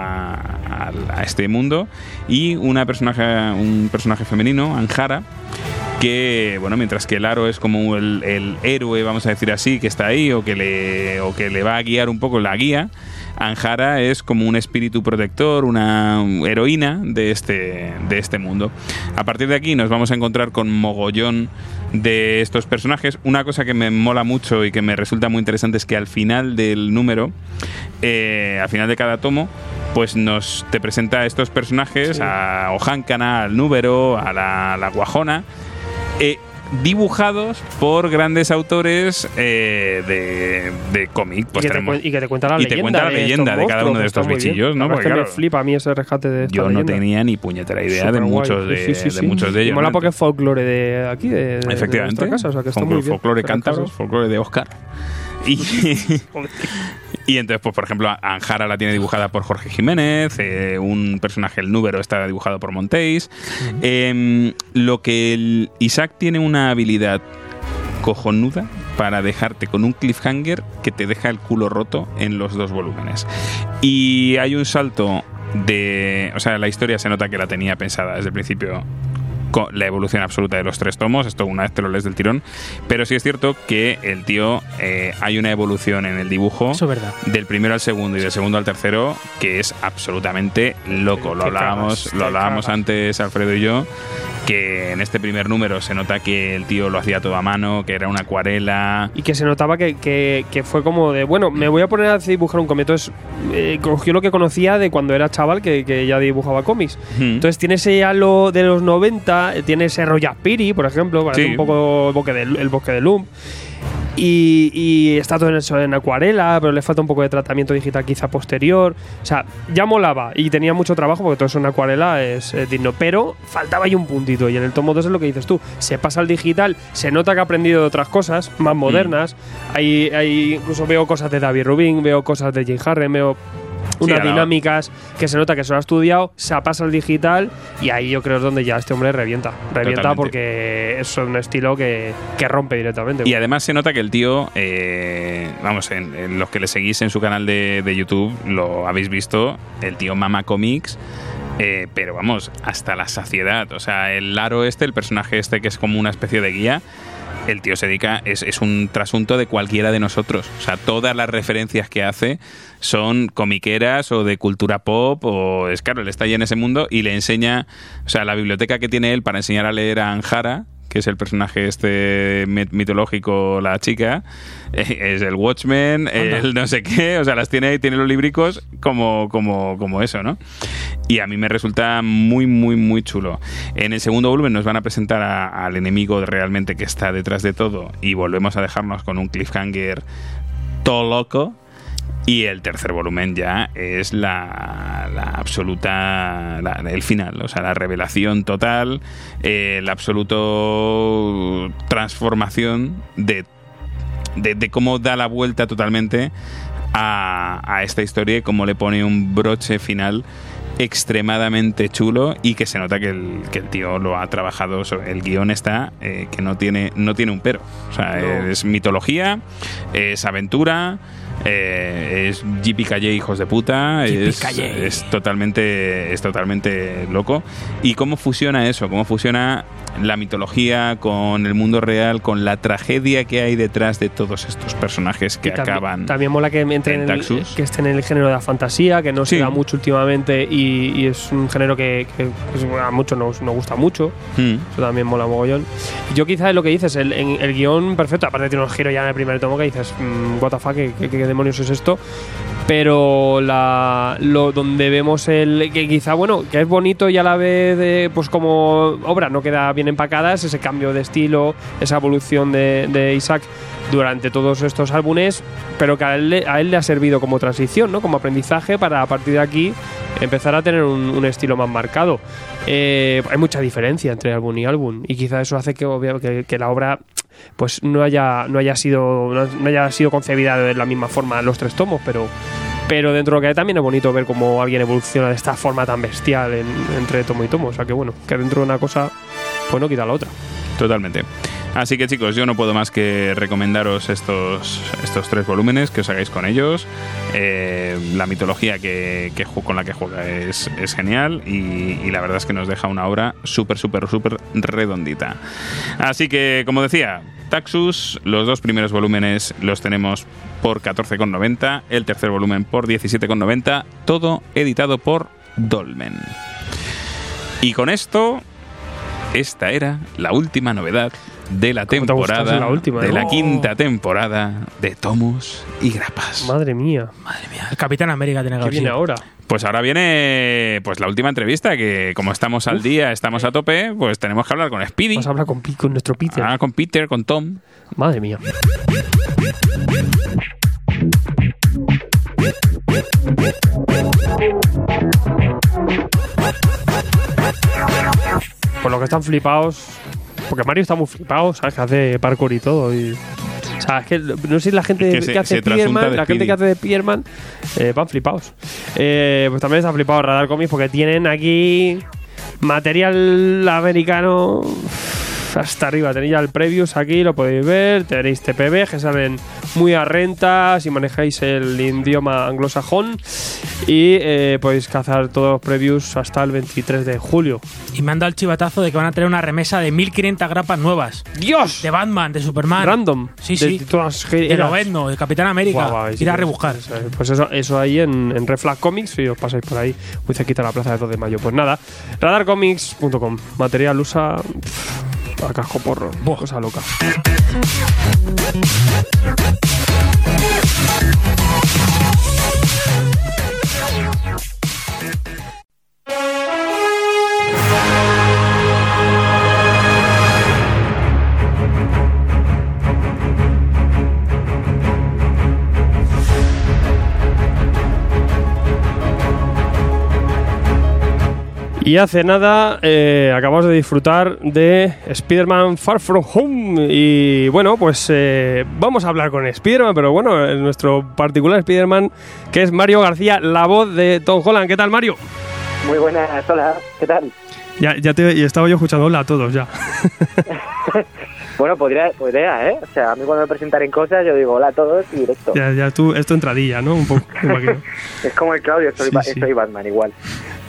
[SPEAKER 1] a, a- a este mundo y una personaje un personaje femenino Anjara que bueno mientras que el aro es como el, el héroe vamos a decir así que está ahí o que le o que le va a guiar un poco la guía Anjara es como un espíritu protector, una heroína de este, de este mundo. A partir de aquí nos vamos a encontrar con mogollón de estos personajes. Una cosa que me mola mucho y que me resulta muy interesante es que al final del número, eh, al final de cada tomo, pues nos te presenta a estos personajes, a Ojáncana, al Núbero, a la, la Guajona, eh, dibujados por grandes autores eh, de, de cómic. Pues
[SPEAKER 2] y, que te,
[SPEAKER 1] tenemos-
[SPEAKER 2] cuen- y que te cuenta la
[SPEAKER 1] y te
[SPEAKER 2] leyenda.
[SPEAKER 1] cuenta la
[SPEAKER 2] de estos
[SPEAKER 1] leyenda de cada
[SPEAKER 2] monstruos,
[SPEAKER 1] uno de
[SPEAKER 2] que está
[SPEAKER 1] estos
[SPEAKER 2] muy bien.
[SPEAKER 1] bichillos, ¿no?
[SPEAKER 2] La verdad es
[SPEAKER 1] Porque,
[SPEAKER 2] que
[SPEAKER 1] claro,
[SPEAKER 2] me flipa a mí ese rescate de esta
[SPEAKER 1] Yo no
[SPEAKER 2] leyenda.
[SPEAKER 1] tenía ni puñetera idea de
[SPEAKER 2] Superguay.
[SPEAKER 1] muchos de,
[SPEAKER 2] Sí, sí, sí.
[SPEAKER 1] de muchos de
[SPEAKER 2] Y
[SPEAKER 1] ellos.
[SPEAKER 2] mola
[SPEAKER 1] ¿no?
[SPEAKER 2] porque es folclore de aquí, de, de- de
[SPEAKER 1] Efectivamente.
[SPEAKER 2] nuestra casa. O sea, que está
[SPEAKER 1] Folclore-
[SPEAKER 2] muy bien.
[SPEAKER 1] folclore
[SPEAKER 2] Pero
[SPEAKER 1] cántabro,
[SPEAKER 2] cosas-
[SPEAKER 1] folclore de Oscar. Y, [laughs] y entonces, pues, por ejemplo, a- Anjara la tiene dibujada por Jorge Jiménez, eh, un personaje, el número, está dibujado por Montéis. Em, lo que el- Isaac tiene una habilidad cojonuda para dejarte con un cliffhanger que te deja el culo roto en los dos volúmenes. Y hay un salto de... O sea, la historia se nota que la tenía pensada desde el principio con la evolución absoluta de los tres tomos, esto una vez te lo lees del tirón, pero sí es cierto que el tío eh, hay una evolución en el dibujo
[SPEAKER 3] Eso es verdad.
[SPEAKER 1] del primero al segundo y del segundo al tercero que es absolutamente loco. Lo hablábamos, lo hablábamos antes Alfredo y yo que en este primer número se nota que el tío lo hacía todo a mano, que era una acuarela.
[SPEAKER 2] Y que se notaba que, que- que fue como de, bueno, me voy a poner a dibujar un cómic. Entonces, eh, cogió lo que conocía de cuando era chaval, que, que ya dibujaba cómics.
[SPEAKER 1] Mm.
[SPEAKER 2] Entonces tiene ese halo de los 90, eh, tiene ese Royaspiri, por ejemplo, parece
[SPEAKER 1] Sí.
[SPEAKER 2] un poco el bosque de, el bosque de Loom. Y, y está todo en eso en acuarela, pero le falta un poco de tratamiento digital quizá posterior. O sea, ya molaba y tenía mucho trabajo porque todo eso en acuarela es, es digno, pero faltaba ahí un puntito. Y en el tomo 2 es lo que dices tú, se pasa al digital, se nota que ha aprendido de otras cosas más modernas. Hay, hay- incluso veo cosas de David Rubin, veo cosas de Jim Harren, veo unas
[SPEAKER 1] a la-
[SPEAKER 2] dinámicas que se nota que se lo ha estudiado, se ha pasado al digital y ahí yo creo es donde ya este hombre revienta. Revienta
[SPEAKER 1] Totalmente.
[SPEAKER 2] porque es un estilo que, que rompe directamente.
[SPEAKER 1] Y además se nota que el tío, eh, vamos, en, en los que le seguís en su canal de, de YouTube, lo habéis visto, el tío Mama Comics. eh, pero vamos, hasta la saciedad. O sea, el Laro este, el personaje este que es como una especie de guía, el tío se dedica, es, es un trasunto de cualquiera de nosotros. O sea, todas las referencias que hace son comiqueras o de cultura pop o es claro, él está ahí en ese mundo y le enseña, o sea, la biblioteca que tiene él para enseñar a leer a Anjara que es el personaje este mit- mitológico, la chica, [laughs] eh, es el Watchmen, el no sé qué, o sea, las tiene ahí, tiene los libricos como, como, como eso, ¿no? Y a mí me resulta muy, muy, muy chulo. En el segundo volumen nos van a presentar a- al enemigo realmente que está detrás de todo y volvemos a dejarnos con un cliffhanger todo loco. Y el tercer volumen ya es la, la absoluta. la- el final, o sea, la revelación total, eh, la absoluto transformación de, de, de cómo da la vuelta totalmente a, a esta historia y cómo le pone un broche final extremadamente chulo y que se nota que el, que el tío lo ha trabajado, so- el guión está eh, que no tiene, no tiene un pero. O sea, es mitología, es aventura, eh, es JPKJ hijos de puta, es,
[SPEAKER 3] JPKJ.
[SPEAKER 1] es totalmente, es totalmente loco. ¿Y cómo fusiona eso? ¿Cómo fusiona la mitología con el mundo real, con la tragedia que hay detrás de todos estos personajes que
[SPEAKER 2] Y también-
[SPEAKER 1] acaban?
[SPEAKER 2] También mola que entre
[SPEAKER 1] en
[SPEAKER 2] en el,
[SPEAKER 1] Taxus.
[SPEAKER 2] que esté en el género de la fantasía, que no
[SPEAKER 1] Sí.
[SPEAKER 2] se da mucho últimamente y, y es un género que, que- que es- a muchos nos, nos gusta mucho.
[SPEAKER 1] Mm.
[SPEAKER 2] Eso también mola mogollón. Yo quizás lo que dices, el, en- el guión perfecto, aparte tiene un giro ya en el primer tomo que dices, "Mm, what the fuck, ¿qué, qué- qué demonios es esto? Pero la, lo donde vemos el que quizá, bueno, que es bonito y a la vez, eh, pues como obra no queda bien empacada, es ese cambio de estilo, esa evolución de, de Isaac durante todos estos álbumes, pero que a él, le- a él le ha servido como transición, ¿no? Como aprendizaje para a partir de aquí empezar a tener un, un estilo más marcado. Eh, hay mucha diferencia entre álbum y álbum y quizá eso hace que, obvia- que, que la obra pues no haya no haya sido no, no haya sido concebida de la misma forma en los tres tomos, pero Pero dentro de lo que hay también es bonito ver cómo alguien evoluciona de esta forma tan bestial en- entre tomo y tomo. O sea que bueno, que dentro de una cosa, pues no quita la otra.
[SPEAKER 1] Totalmente. Así que chicos, yo no puedo más que recomendaros estos, estos tres volúmenes, que os hagáis con ellos. Eh, la mitología que, que ju- con la que juega es, es genial y, y la verdad es que nos deja una obra súper, súper, súper redondita. Así que, como decía, Taxus, los dos primeros volúmenes los tenemos por 14,90, el tercer volumen por 17,90, todo editado por Dolmen. Y con esto esta era la última novedad de la
[SPEAKER 2] ¿Cómo te ha gustado
[SPEAKER 1] temporada,
[SPEAKER 2] ser la última,
[SPEAKER 1] de
[SPEAKER 2] eh?
[SPEAKER 1] la
[SPEAKER 2] Oh.
[SPEAKER 1] quinta temporada de Tomos y Grapas.
[SPEAKER 2] Madre mía,
[SPEAKER 3] El Capitán América tiene que
[SPEAKER 2] ¿qué
[SPEAKER 3] haber
[SPEAKER 2] viene
[SPEAKER 3] sido.
[SPEAKER 2] ahora?
[SPEAKER 1] Pues ahora viene pues la última entrevista que como estamos al día, estamos a tope, pues tenemos que hablar con Speedy,
[SPEAKER 2] Vas a hablar con, Pi- con nuestro Peter.
[SPEAKER 1] ah, con Peter, con Tom.
[SPEAKER 2] Madre mía. Por lo que están flipados. Porque Mario está muy flipado, ¿sabes? Que hace parkour y todo. Y, o sea, es que no sé si la gente
[SPEAKER 1] Es que
[SPEAKER 2] que,
[SPEAKER 1] se-
[SPEAKER 2] hace
[SPEAKER 1] se trasunta
[SPEAKER 2] Spiderman,
[SPEAKER 1] de
[SPEAKER 2] la gente
[SPEAKER 1] Speedy.
[SPEAKER 2] que hace de Spiderman, eh, van flipados. Eh, pues también está flipado Radar Comics porque tienen aquí material americano hasta arriba. Tenéis ya el previews aquí, lo podéis ver. Tenéis TPB que salen muy a renta si manejáis el idioma anglosajón. Y eh, podéis cazar todos los previews hasta el 23 de julio.
[SPEAKER 3] Y me han dado el chivatazo de que van a tener una remesa de 1500 grapas nuevas.
[SPEAKER 2] ¡Dios!
[SPEAKER 3] De Batman, de Superman.
[SPEAKER 2] Random.
[SPEAKER 3] Sí,
[SPEAKER 2] De-
[SPEAKER 3] sí.
[SPEAKER 2] de todas las
[SPEAKER 3] Te
[SPEAKER 2] eras.
[SPEAKER 3] lo vendo, el Capitán América.
[SPEAKER 2] Guau, guau, sí,
[SPEAKER 3] Ir a
[SPEAKER 2] sí,
[SPEAKER 3] rebuscar.
[SPEAKER 2] sí, sí. Pues eso, eso ahí en, en Red Flag Comics, y os pasáis por ahí, muy cerquita de la plaza de 2 de mayo. Pues nada, radarcomics.com, material usa pff, a casco porro, cosa loca. Y hace nada eh, acabamos de disfrutar de Spider-Man Far From Home. Y bueno, pues eh, vamos a hablar con Spider-Man, pero bueno, eh, nuestro particular Spider-Man, que es Mario García, la voz de Tom Holland. ¿Qué tal, Mario?
[SPEAKER 10] Muy buenas, hola, ¿qué tal?
[SPEAKER 2] Ya, ya te y estaba yo escuchando hola a todos ya.
[SPEAKER 10] Bueno, podría, podría, ¿eh? O sea, a mí cuando me presentan en cosas yo digo hola a todos y directo.
[SPEAKER 2] Ya, ya tú, esto entradilla, ¿no? Un poco, me imagino.
[SPEAKER 10] Es como el Claudio, [laughs] soy,
[SPEAKER 2] Sí,
[SPEAKER 10] Ba-
[SPEAKER 2] sí.
[SPEAKER 10] soy Batman igual.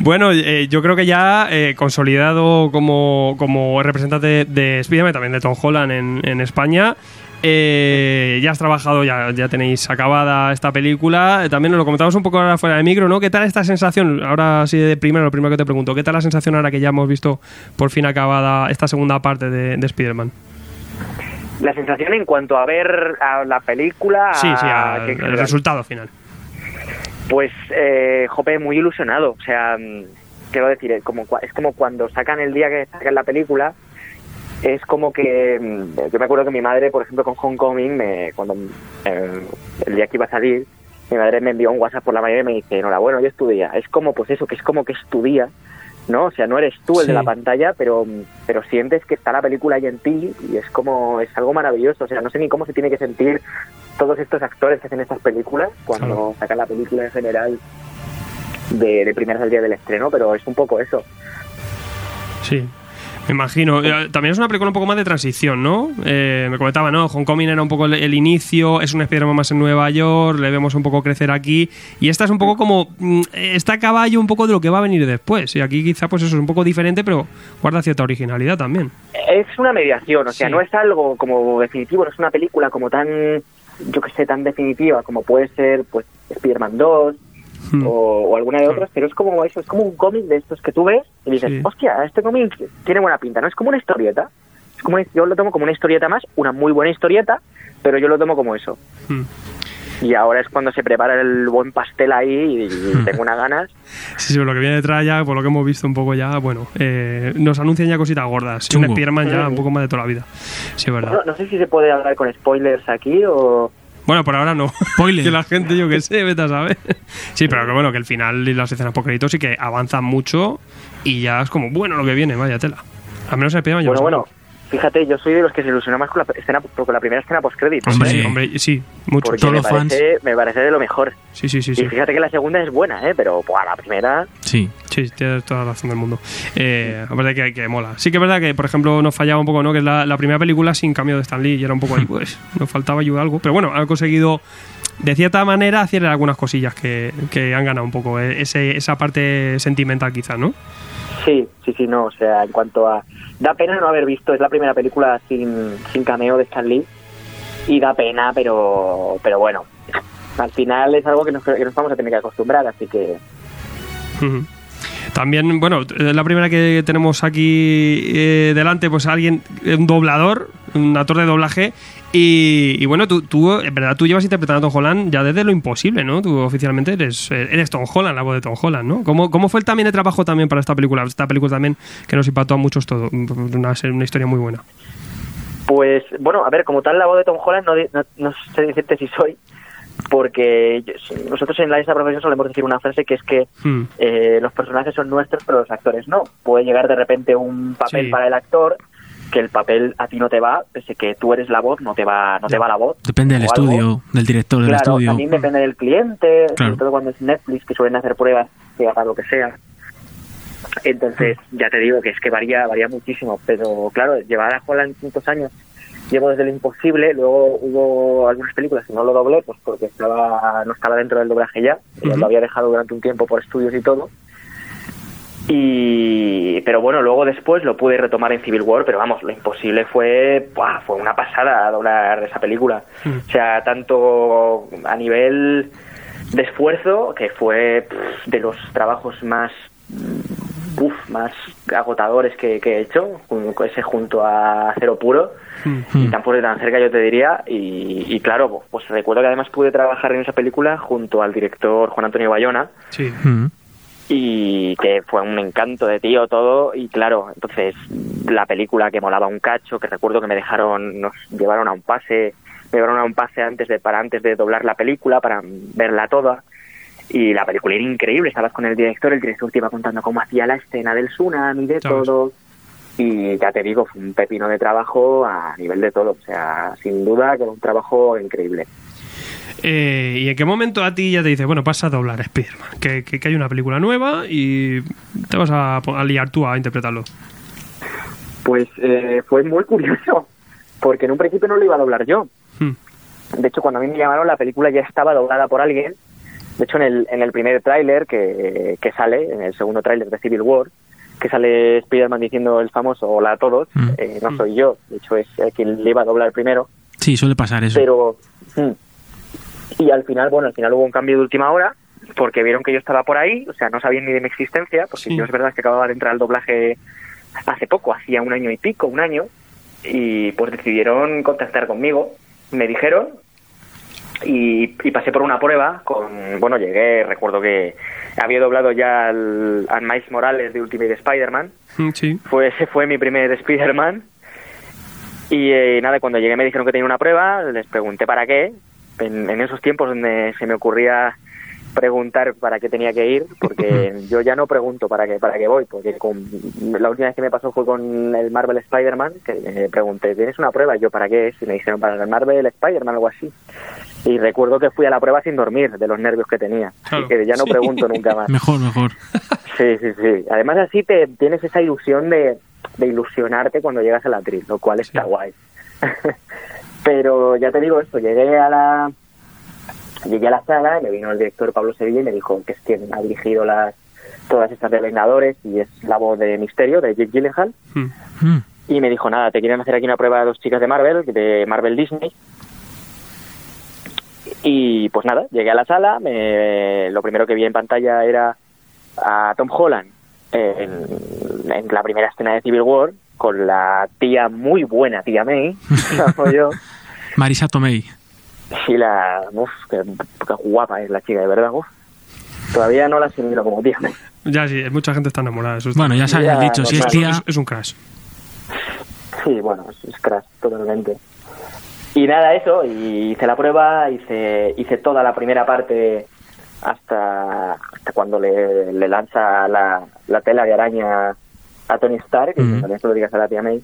[SPEAKER 2] Bueno, eh, yo creo que ya eh, consolidado como, como representante de Spiderman, también de Tom Holland en, en España, eh, ya has trabajado, ya, ya tenéis acabada esta película. Eh, También nos lo comentamos un poco ahora fuera de micro, ¿no? ¿Qué tal esta sensación? Ahora sí, de primero, lo primero que te pregunto, ¿qué tal la sensación ahora que ya hemos visto por fin acabada esta segunda parte de, de Spider-Man?
[SPEAKER 10] La sensación en cuanto a ver a la película...
[SPEAKER 2] sí, sí,
[SPEAKER 10] a-
[SPEAKER 2] al-
[SPEAKER 10] que-
[SPEAKER 2] el resultado final.
[SPEAKER 10] Pues, eh, jope, muy ilusionado. O sea, mm, quiero decir, eh, como, cua- es como cuando sacan el día que sacan la película, es como que. mm, Yo me acuerdo que mi madre, por ejemplo, con Homecoming, me, cuando eh, el día que iba a salir, mi madre me envió un WhatsApp por la mañana y me dice: Enhorabuena, hoy es tu día. Es como, pues eso, que es como que es tu día, ¿no? O sea, no eres tú el de
[SPEAKER 3] Sí.
[SPEAKER 10] la pantalla, pero, mm, pero sientes que está la película ahí en ti y es como, es algo maravilloso. O sea, no sé ni cómo se tiene que sentir todos estos actores que hacen estas películas cuando
[SPEAKER 2] Claro.
[SPEAKER 10] sacan la película en general de, de primeras al día del estreno, pero es un poco eso.
[SPEAKER 2] Sí. Me imagino. Eh, También es una película un poco más de transición, ¿no? Eh, me comentaba, ¿no? Homecoming era un poco el, el inicio, es una Spider-Man más en Nueva York, le vemos un poco crecer aquí. Y esta es un poco como. mm, Está a caballo un poco de lo que va a venir después. Y aquí quizá, pues eso es un poco diferente, pero guarda cierta originalidad también.
[SPEAKER 10] Es una mediación, o sea,
[SPEAKER 2] Sí.
[SPEAKER 10] no es algo como definitivo, no es una película como tan, yo que sé, tan definitiva como puede ser pues Spider-Man 2
[SPEAKER 2] Mm.
[SPEAKER 1] Oh.
[SPEAKER 10] o, o alguna de
[SPEAKER 2] Claro.
[SPEAKER 10] otras, pero es como eso, es como un cómic de estos que tú ves y dices,
[SPEAKER 2] Sí.
[SPEAKER 10] hostia, este cómic tiene buena pinta, ¿no? Es como una historieta. Es como, yo lo tomo como una historieta más, una muy buena historieta, pero yo lo tomo como eso.
[SPEAKER 2] Mm.
[SPEAKER 10] Y ahora es cuando se prepara el buen pastel ahí
[SPEAKER 2] Mm.
[SPEAKER 10] y tengo unas ganas.
[SPEAKER 2] Sí, sí, por lo que viene detrás ya, por lo que hemos visto un poco ya, bueno, eh, nos anuncian ya cositas gordas. Y un
[SPEAKER 1] Chungo.
[SPEAKER 2] Spider-Man ya
[SPEAKER 10] Mm.
[SPEAKER 2] un poco más de toda la vida. Sí, es verdad.
[SPEAKER 10] No, no sé si se puede hablar con spoilers aquí o...
[SPEAKER 2] Bueno, por ahora no. [laughs] que la gente, yo qué sé, vete a saber. Sí, pero que bueno, que el final y las escenas por crédito sí que avanzan mucho y ya es como, bueno, lo que viene, vaya tela. Al menos en Spiderman yo
[SPEAKER 10] Bueno,
[SPEAKER 2] lo
[SPEAKER 10] bueno,
[SPEAKER 2] sé.
[SPEAKER 8] Fíjate, yo soy de los que se ilusionó más con la, escena, con la primera escena post-crédito.
[SPEAKER 2] Hombre, sí. hombre, sí, mucho.
[SPEAKER 8] Porque me parece, me parece de lo mejor.
[SPEAKER 2] Sí, sí, sí.
[SPEAKER 8] Y
[SPEAKER 2] sí.
[SPEAKER 8] fíjate que la segunda es buena, ¿eh? Pero, buah, la primera...
[SPEAKER 2] Sí. Sí, tienes toda la razón del mundo. Eh, la verdad que, que mola. Sí que es verdad que, por ejemplo, nos fallaba un poco, ¿no? Que es la, la primera película sin cambio de Stan Lee y era un poco ahí, pues, [laughs] nos faltaba ayuda algo. Pero bueno, han conseguido, de cierta manera, hacer algunas cosillas que, que han ganado un poco. eh, ese- esa parte sentimental quizás, ¿no?
[SPEAKER 8] Sí, sí, sí, no, o sea, en cuanto a... Da pena no haber visto, es la primera película sin, sin cameo de Stan Lee y da pena, pero, pero bueno, al final es algo que nos, que nos vamos a tener que acostumbrar, así que...
[SPEAKER 2] Ujú. También, bueno, eh, la primera que tenemos aquí eh, delante, pues alguien, eh, un doblador, un actor de doblaje. Y, y bueno, tú, tú, en verdad, tú llevas interpretando a Tom Holland ya desde lo imposible, ¿no? Tú oficialmente eres, eh, eres Tom Holland, la voz de Tom Holland, ¿no? ¿Cómo, cómo fue el- también el trabajo también para esta película? Esta película también que nos impactó a muchos todo. Una, una historia muy buena.
[SPEAKER 8] Pues, bueno, a ver, como tal la voz de Tom Holland no, di- no, no sé decirte si soy, porque yo- nosotros en la esa profesión solemos decir una frase que es que
[SPEAKER 2] Hmm.
[SPEAKER 8] eh, los personajes son nuestros, pero los actores no. Puede llegar de repente un papel
[SPEAKER 2] Sí.
[SPEAKER 8] para el actor que el papel a ti no te va, pese que tú eres la voz, no te va, no te va la voz.
[SPEAKER 3] Depende del
[SPEAKER 8] o algo.
[SPEAKER 3] estudio, del director del
[SPEAKER 8] claro,
[SPEAKER 3] estudio.
[SPEAKER 8] también depende del cliente,
[SPEAKER 3] Claro.
[SPEAKER 8] sobre todo cuando es Netflix, que suelen hacer pruebas, sea para lo que sea. Entonces,
[SPEAKER 3] Mm.
[SPEAKER 8] ya te digo que es que varía, varía muchísimo, pero claro, llevar a Holland tantos años, llevo desde lo imposible, luego hubo algunas películas que no lo doblé, pues porque estaba, no estaba dentro del doblaje ya, ya
[SPEAKER 2] Ujú.
[SPEAKER 8] lo había dejado durante un tiempo por estudios y todo. Y, pero bueno, luego después lo pude retomar en Civil War, pero vamos, lo imposible fue, ¡buah! fue una pasada doblar esa película. O sea, tanto a nivel de esfuerzo, que fue pff, de los trabajos más mm, uf, más agotadores que, que he hecho, jun- ese junto a Cero Puro, y tan puro y tan cerca yo te diría, y, y claro, pues recuerdo que además pude trabajar en esa película junto al director Juan Antonio Bayona,
[SPEAKER 2] Sí.
[SPEAKER 3] Mm.
[SPEAKER 8] y que fue un encanto de tío todo y claro entonces la película que molaba un cacho que recuerdo que me dejaron nos llevaron a un pase me llevaron a un pase antes de para antes de doblar la película para verla toda y la película era increíble estabas con el director el director te iba contando cómo hacía la escena del tsunami de
[SPEAKER 2] Claro.
[SPEAKER 8] todo y ya te digo fue un pepino de trabajo a nivel de todo o sea sin duda que un trabajo increíble
[SPEAKER 2] Eh, ¿Y en qué momento a ti ya te dice, bueno, pasa a doblar a Spider-Man? Que, que- que hay una película nueva y te vas a, po- a liar tú a interpretarlo.
[SPEAKER 8] Pues eh, fue muy curioso, porque en un principio no lo iba a doblar yo.
[SPEAKER 2] Hmm.
[SPEAKER 8] De hecho, cuando a mí me llamaron, la película ya estaba doblada por alguien. De hecho, en el, en el primer tráiler que, que sale, en el segundo tráiler de Civil War, que sale Spider-Man diciendo el famoso hola a todos, eh, no soy yo, de hecho es eh, quien le iba a doblar primero.
[SPEAKER 3] Sí, suele pasar eso.
[SPEAKER 8] Pero. mm. Y al final, bueno, al final hubo un cambio de última hora, porque vieron que yo estaba por ahí, o sea, no sabían ni de mi existencia, porque yo es verdad que acababa de entrar al doblaje hace poco, hacía un año y pico, un año, y pues decidieron contactar conmigo, me dijeron. Y, y pasé por una prueba con bueno llegué recuerdo que había doblado ya al, a Miles Morales de Ultimate Spider-Man
[SPEAKER 2] Mm, Sí.
[SPEAKER 8] fue, ese fue mi primer Spider-Man. Y eh, nada, cuando llegué me dijeron que tenía una prueba, les pregunté para qué. En, en esos tiempos donde se me ocurría preguntar para qué tenía que ir, porque yo ya no pregunto para qué, para qué voy, porque con, la última vez que me pasó fue con el Marvel Spider-Man, que eh, pregunté, ¿tienes una prueba? Y yo, ¿para qué es? Y me dijeron, para el Marvel Spider-Man, algo así. Y recuerdo que fui a la prueba sin dormir, de los nervios que tenía. Así que ya no pregunto nunca más.
[SPEAKER 3] Mejor, mejor.
[SPEAKER 8] Sí, sí, sí. Además así te tienes esa ilusión de, de ilusionarte cuando llegas a la atriz, lo cual está guay. [laughs] Pero ya te digo esto, llegué a la llegué a la sala, me vino el director Pablo Sevilla y me dijo que es quien ha dirigido las todas estas de Vengadores y es la voz de Misterio de Jake Gyllenhaal
[SPEAKER 2] Mm.
[SPEAKER 3] Mm.
[SPEAKER 8] y me dijo nada, te quieren hacer aquí una prueba de dos chicas de Marvel, de Marvel Disney. Y pues nada, llegué a la sala, me- lo primero que vi en pantalla era a Tom Holland en, en la primera escena de Civil War con la tía muy buena, tía [laughs] May, como yo,
[SPEAKER 3] Marisa Tomei.
[SPEAKER 8] y la... Uf, qué, qué guapa es la chica, de verdad, uf. Todavía no la he sentido como tía May.
[SPEAKER 2] Ya sí, mucha gente está enamorada. Eso está-
[SPEAKER 3] Bueno, ya sabías dicho, si es tía-
[SPEAKER 2] Es, es un crash.
[SPEAKER 8] Sí, bueno, es, es crash, totalmente. Y nada, eso, y hice la prueba, hice, hice toda la primera parte hasta, hasta cuando le, le lanza
[SPEAKER 3] Mm.
[SPEAKER 8] la, la tela de araña a Tony Stark, y cuando eso lo digas a la tía May.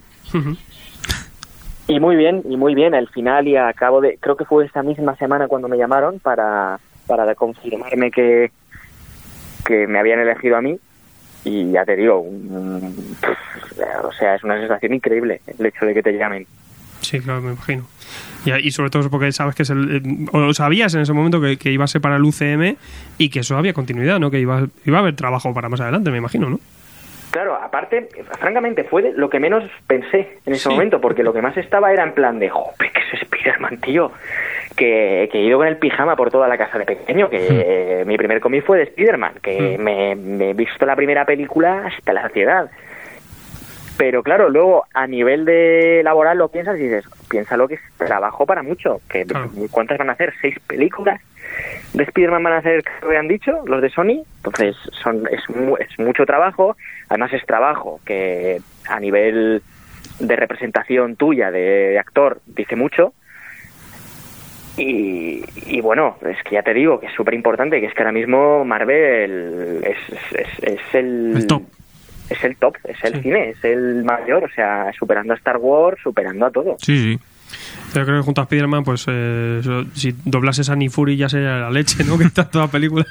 [SPEAKER 10] Y muy bien, y muy bien, al final y a cabo de, creo que fue esta misma semana cuando me llamaron para, para confirmarme que, que me habían elegido a mí. Y ya te digo, un- o sea, es una sensación increíble el hecho de que te llamen.
[SPEAKER 2] Sí, claro, me imagino. Y, y sobre todo porque sabes que es el, eh, o sabías en ese momento que, que iba a ser para el UCM y que eso había continuidad, ¿no? Que iba, iba a haber trabajo para más adelante, me imagino, ¿no?
[SPEAKER 10] Claro, aparte, francamente, fue de lo que menos pensé en ese
[SPEAKER 2] Sí.
[SPEAKER 10] momento, porque lo que más estaba era en plan de, jope, que es Spiderman, tío, que, que he ido con el pijama por toda la casa de pequeño, que eh, mi primer cómic fue de Spiderman, que me, me he visto la primera película hasta la ansiedad. Pero claro, luego a nivel de laboral lo piensas y dices, piénsalo que es trabajo para mucho, que ¿cuántas van a hacer? ¿Seis películas? de Spider-Man van a hacer, creo que han dicho, los de Sony. Entonces, son, es, mu- es mucho trabajo. Además, es trabajo que a nivel de representación tuya, de, actor, dice mucho. Y, y bueno, es que ya te digo que es súper importante, que es que ahora mismo Marvel es, es- es- es el, es el top, es el cine, es el mayor, o sea, superando a Star Wars, superando a todo.
[SPEAKER 2] Sí, sí. Yo creo que junto a Spider-Man, pues eh, eso- si doblases a Nick Fury ya sería la leche, ¿no? [laughs] Que está toda la película.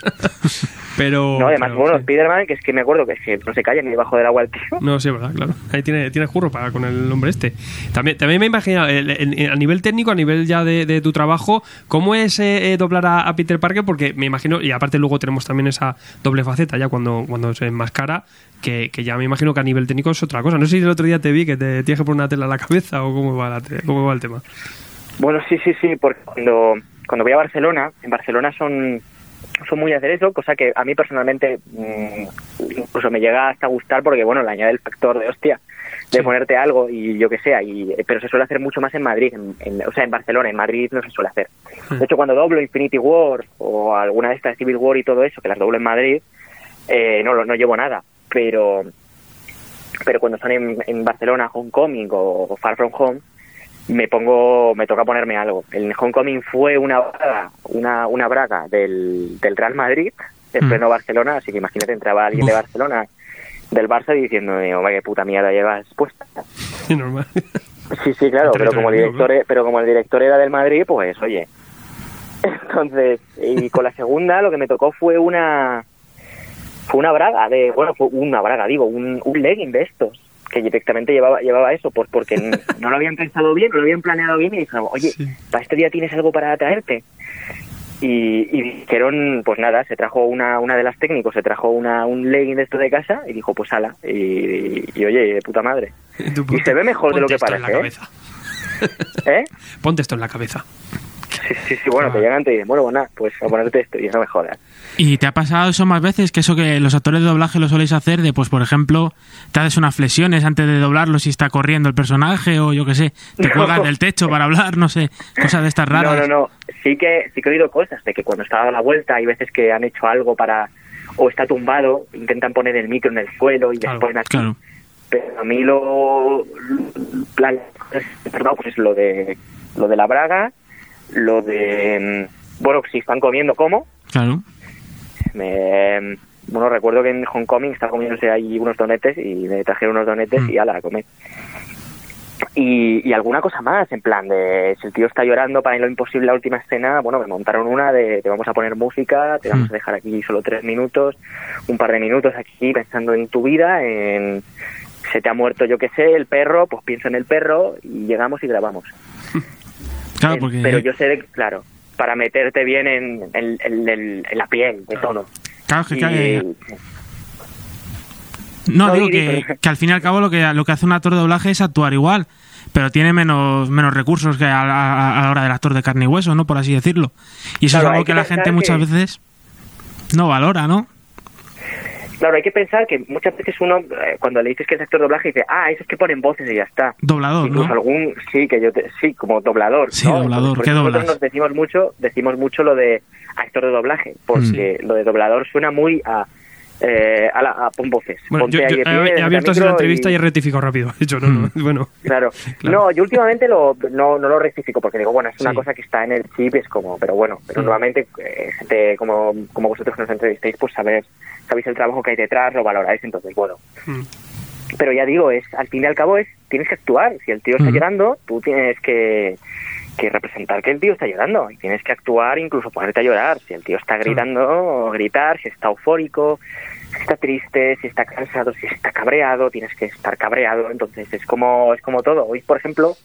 [SPEAKER 2] pero.
[SPEAKER 10] No, además,
[SPEAKER 2] pero-
[SPEAKER 10] bueno, Spider-Man, que es que me acuerdo que, es que no se calla ni debajo del agua el tío.
[SPEAKER 2] No, sí, es verdad, claro. Ahí tiene, tiene curro para, con el hombre este. También, también me imagino, el- el- el- a nivel técnico, a nivel ya de, de tu trabajo, ¿cómo es eh, eh, doblar a, a Peter Parker? Porque me imagino, y aparte luego tenemos también esa doble faceta ya cuando, cuando se enmascara, que, que ya me imagino que a nivel técnico es otra cosa. No sé si el otro día te vi que te tienes que poner una tela a la cabeza o cómo va, la te- cómo va el tema. [laughs]
[SPEAKER 10] Bueno, sí, sí, sí, porque cuando, cuando voy a Barcelona, en Barcelona son, son muy de hacer eso, cosa que a mí personalmente mm, incluso me llega hasta a gustar porque, bueno, le añade el factor de hostia, de ponerte algo y yo que sea, y, pero se suele hacer mucho más en Madrid, en- en- o sea, en Barcelona, en Madrid no se suele hacer. De hecho, cuando doblo Infinity War o alguna de estas Civil War y todo eso, que las doblo en Madrid, eh, no, lo- no llevo nada, pero, pero cuando son en, en Barcelona, Homecoming o, o Far From Home, me pongo, me toca ponerme algo. El Homecoming fue una braga, una, una braga del, del Real Madrid, en
[SPEAKER 11] Mm.
[SPEAKER 10] pleno Barcelona, así que imagínate, entraba alguien de Barcelona, del Barça, diciendo, oh, vaya puta mierda llevas puesta.
[SPEAKER 2] Normal.
[SPEAKER 10] Sí, sí, claro, pero como el director, e, pero como el director era del Madrid, pues oye. [laughs] Entonces, y con la segunda lo que me tocó fue una fue una braga de, bueno, fue una braga, digo, un, un legging de estos, que directamente llevaba llevaba eso, pues porque n- no lo habían pensado bien, no lo habían planeado bien y dijeron, "Oye, para este día tienes algo para traerte." Y, y dijeron, pues nada, se trajo una, una de las técnicos, se trajo una, un legging de esto de casa y dijo, pues ala, y, y, y, oye, de puta madre.
[SPEAKER 2] [laughs]
[SPEAKER 10] Y se ve mejor de lo
[SPEAKER 2] ponte
[SPEAKER 10] que
[SPEAKER 2] esto en la
[SPEAKER 10] parece. ¿eh?
[SPEAKER 2] cabeza.
[SPEAKER 10] ¿Eh?
[SPEAKER 2] Ponte esto en la cabeza.
[SPEAKER 10] Sí, sí, sí,
[SPEAKER 3] Ah.
[SPEAKER 10] bueno, te llegan y te dicen, bueno, bueno, pues a ponerte esto y no me jodas.
[SPEAKER 3] ¿Y te ha pasado eso más veces que eso que los actores de doblaje lo soléis hacer de, pues por ejemplo, te haces unas flexiones antes de doblarlo si está corriendo el personaje o yo qué sé, te
[SPEAKER 10] No.
[SPEAKER 3] cuelgas del techo para hablar, no sé, cosas de estas raras?
[SPEAKER 10] No, no, no, sí que, sí que he oído cosas de que cuando está dando la vuelta hay veces que han hecho algo para, o está tumbado, intentan poner el micro en el suelo y después así.
[SPEAKER 3] Claro.
[SPEAKER 10] Pero a mí lo, la, perdón, pues lo de, lo de la braga, lo de, mm, bueno, si están comiendo, ¿cómo?
[SPEAKER 3] Claro.
[SPEAKER 10] Me, bueno, recuerdo que en Homecoming estaba comiéndose ahí unos donetes y me trajeron unos donetes
[SPEAKER 3] Mm.
[SPEAKER 10] y ala, a comer. Y, y alguna cosa más, en plan de si el tío está llorando para lo imposible la última escena, bueno, me montaron una de te vamos a poner música, te
[SPEAKER 3] Mm.
[SPEAKER 10] vamos a dejar aquí solo tres minutos, un par de minutos aquí pensando en tu vida, en se te ha muerto yo qué sé, el perro, pues pienso en el perro y llegamos y grabamos.
[SPEAKER 3] Claro, porque
[SPEAKER 10] Eh, Pero yo sé, de, claro, para meterte bien en, en- en- en- en la piel, de todo.
[SPEAKER 3] Claro,
[SPEAKER 2] Ah,
[SPEAKER 3] es que,
[SPEAKER 10] Y-
[SPEAKER 3] claro, que- No, digo
[SPEAKER 10] di,
[SPEAKER 3] que, que al fin y al cabo lo que, lo que hace un actor de doblaje es actuar igual, pero tiene menos, menos recursos que a, la- a la hora del actor de carne y hueso, ¿no? Por así decirlo. Y eso es
[SPEAKER 10] Claro, hay
[SPEAKER 3] algo que,
[SPEAKER 10] que
[SPEAKER 3] la
[SPEAKER 10] pensar
[SPEAKER 3] gente muchas
[SPEAKER 10] que-
[SPEAKER 3] veces no valora, ¿no?
[SPEAKER 10] Claro, hay que pensar que muchas veces uno, eh, cuando le dices que es actor de doblaje, dice, ah, esos que ponen voces y ya está.
[SPEAKER 2] Oh,
[SPEAKER 3] Doblador, ¿no?
[SPEAKER 10] Incluso algún, sí, que yo te- sí, como doblador.
[SPEAKER 3] Sí,
[SPEAKER 10] ¿no?
[SPEAKER 3] doblador,
[SPEAKER 10] Entonces, por
[SPEAKER 3] ¿qué
[SPEAKER 10] eso nosotros
[SPEAKER 3] doblas?
[SPEAKER 10] nos decimos mucho, decimos mucho lo de actor de doblaje, porque
[SPEAKER 2] Mm.
[SPEAKER 10] lo de doblador suena muy a, eh, a, la, a pon voces.
[SPEAKER 2] Bueno,
[SPEAKER 10] Ponte
[SPEAKER 2] yo, yo
[SPEAKER 10] ahí de
[SPEAKER 2] he,
[SPEAKER 10] pie,
[SPEAKER 2] he
[SPEAKER 10] delante del
[SPEAKER 2] abierto así
[SPEAKER 10] micro
[SPEAKER 2] la entrevista y...
[SPEAKER 10] y- Hmm.
[SPEAKER 2] he rectificado rápido. [laughs] He dicho, no, no, bueno.
[SPEAKER 10] Claro. No, yo últimamente lo, no, no lo rectifico porque digo, bueno, es una cosa que está en el chip, es como, pero bueno, pero
[SPEAKER 2] Mm.
[SPEAKER 10] normalmente eh, gente como, como vosotros que nos entrevistéis, pues sabéis, sabéis el trabajo que hay detrás, lo valoráis, entonces, bueno. pero ya digo, es al fin y al cabo es tienes que actuar. Si el tío está
[SPEAKER 12] Ujú.
[SPEAKER 10] llorando, tú tienes que, que representar que el tío está llorando y tienes que actuar, incluso ponerte a llorar. Si el tío está gritando, gritar, si está eufórico, si está triste, si está cansado, si está cabreado, tienes que estar cabreado. Entonces es como es como todo. Hoy, por ejemplo,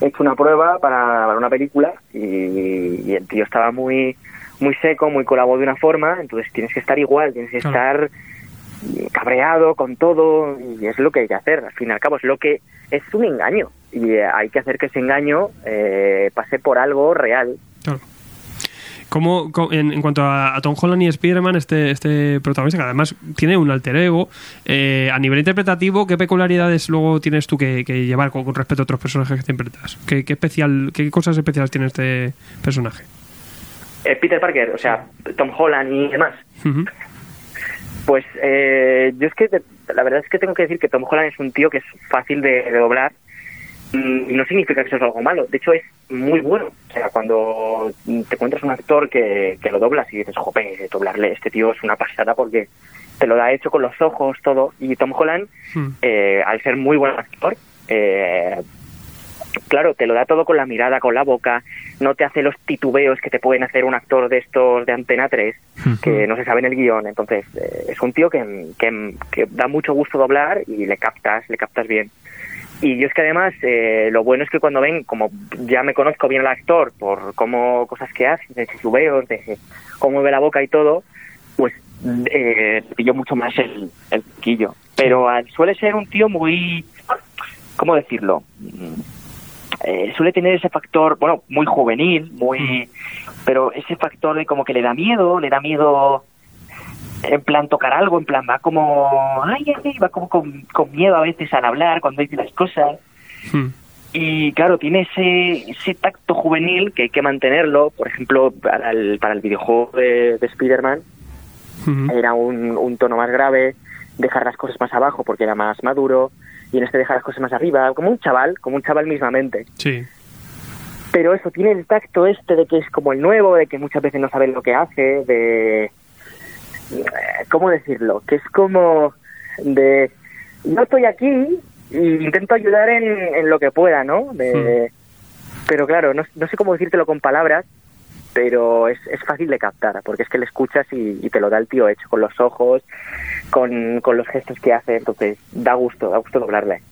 [SPEAKER 10] he hecho una prueba para, para una película y, y el tío estaba muy muy seco, muy colabó de una forma, entonces tienes que estar igual, tienes que estar eh, cabreado con todo y es lo que hay que hacer. Al fin y al cabo es lo que es un engaño y eh, hay que hacer que ese engaño eh, pase por algo real.
[SPEAKER 2] Como, en, en cuanto a, a Tom Holland y Spider-Man, este, este protagonista, que además tiene un alter ego, eh, a nivel interpretativo, ¿qué peculiaridades luego tienes tú que, que llevar con, con respecto a otros personajes que te interpretas? ¿Qué, qué especial, ¿Qué cosas especiales tiene este personaje?
[SPEAKER 10] Eh, Peter Parker, o sea, Tom Holland y demás.
[SPEAKER 2] Ujú.
[SPEAKER 10] Pues eh, yo es que te- la verdad es que tengo que decir que Tom Holland es un tío que es fácil de, de doblar mm, y no significa que eso es algo malo. De hecho, es muy bueno. O sea, cuando te encuentras un actor que, que lo doblas y dices, jope, doblarle a este tío es una pasada porque te lo da hecho con los ojos, todo. Y Tom Holland, eh, al ser muy buen actor, eh, claro, te lo da todo con la mirada, con la boca, no te hace los titubeos que te pueden hacer un actor de estos de Antena 3, que no se sabe en el guión. Entonces, eh, es un tío que, que- que da mucho gusto doblar y le captas, le captas bien. Y yo es que además, eh, lo bueno es que cuando ven, como ya me conozco bien al actor por cómo cosas que hace, de titubeos, de cómo mueve la boca y todo, pues eh, pillo mucho más el, el quillo. Pero ah, suele ser un tío muy, ¿cómo decirlo? Mm, eh, suele tener ese factor, bueno, muy juvenil, muy, pero ese factor de como que le da miedo, le da miedo en plan tocar algo, en plan va como, ay, ay, va como con, con miedo a veces al hablar cuando dice las cosas. Y claro, tiene ese, ese tacto juvenil que hay que mantenerlo, por ejemplo, para el, para el videojuego de, de Spider-Man era un, un tono más grave, dejar las cosas más abajo porque era más maduro, y en este dejar las cosas más arriba, como un chaval, como un chaval mismamente.
[SPEAKER 2] Sí.
[SPEAKER 10] Pero eso, tiene el tacto este de que es como el nuevo, de que muchas veces no sabe lo que hace, de... eh, ¿Cómo decirlo? Que es como de... Yo estoy aquí y intento ayudar en, en lo que pueda, ¿no? De, Pero claro, no, no sé cómo decírtelo con palabras, pero es, es fácil de captar, porque es que le escuchas y, y te lo da el tío hecho con los ojos, con, con los gestos que hace, entonces da gusto, da gusto doblarle.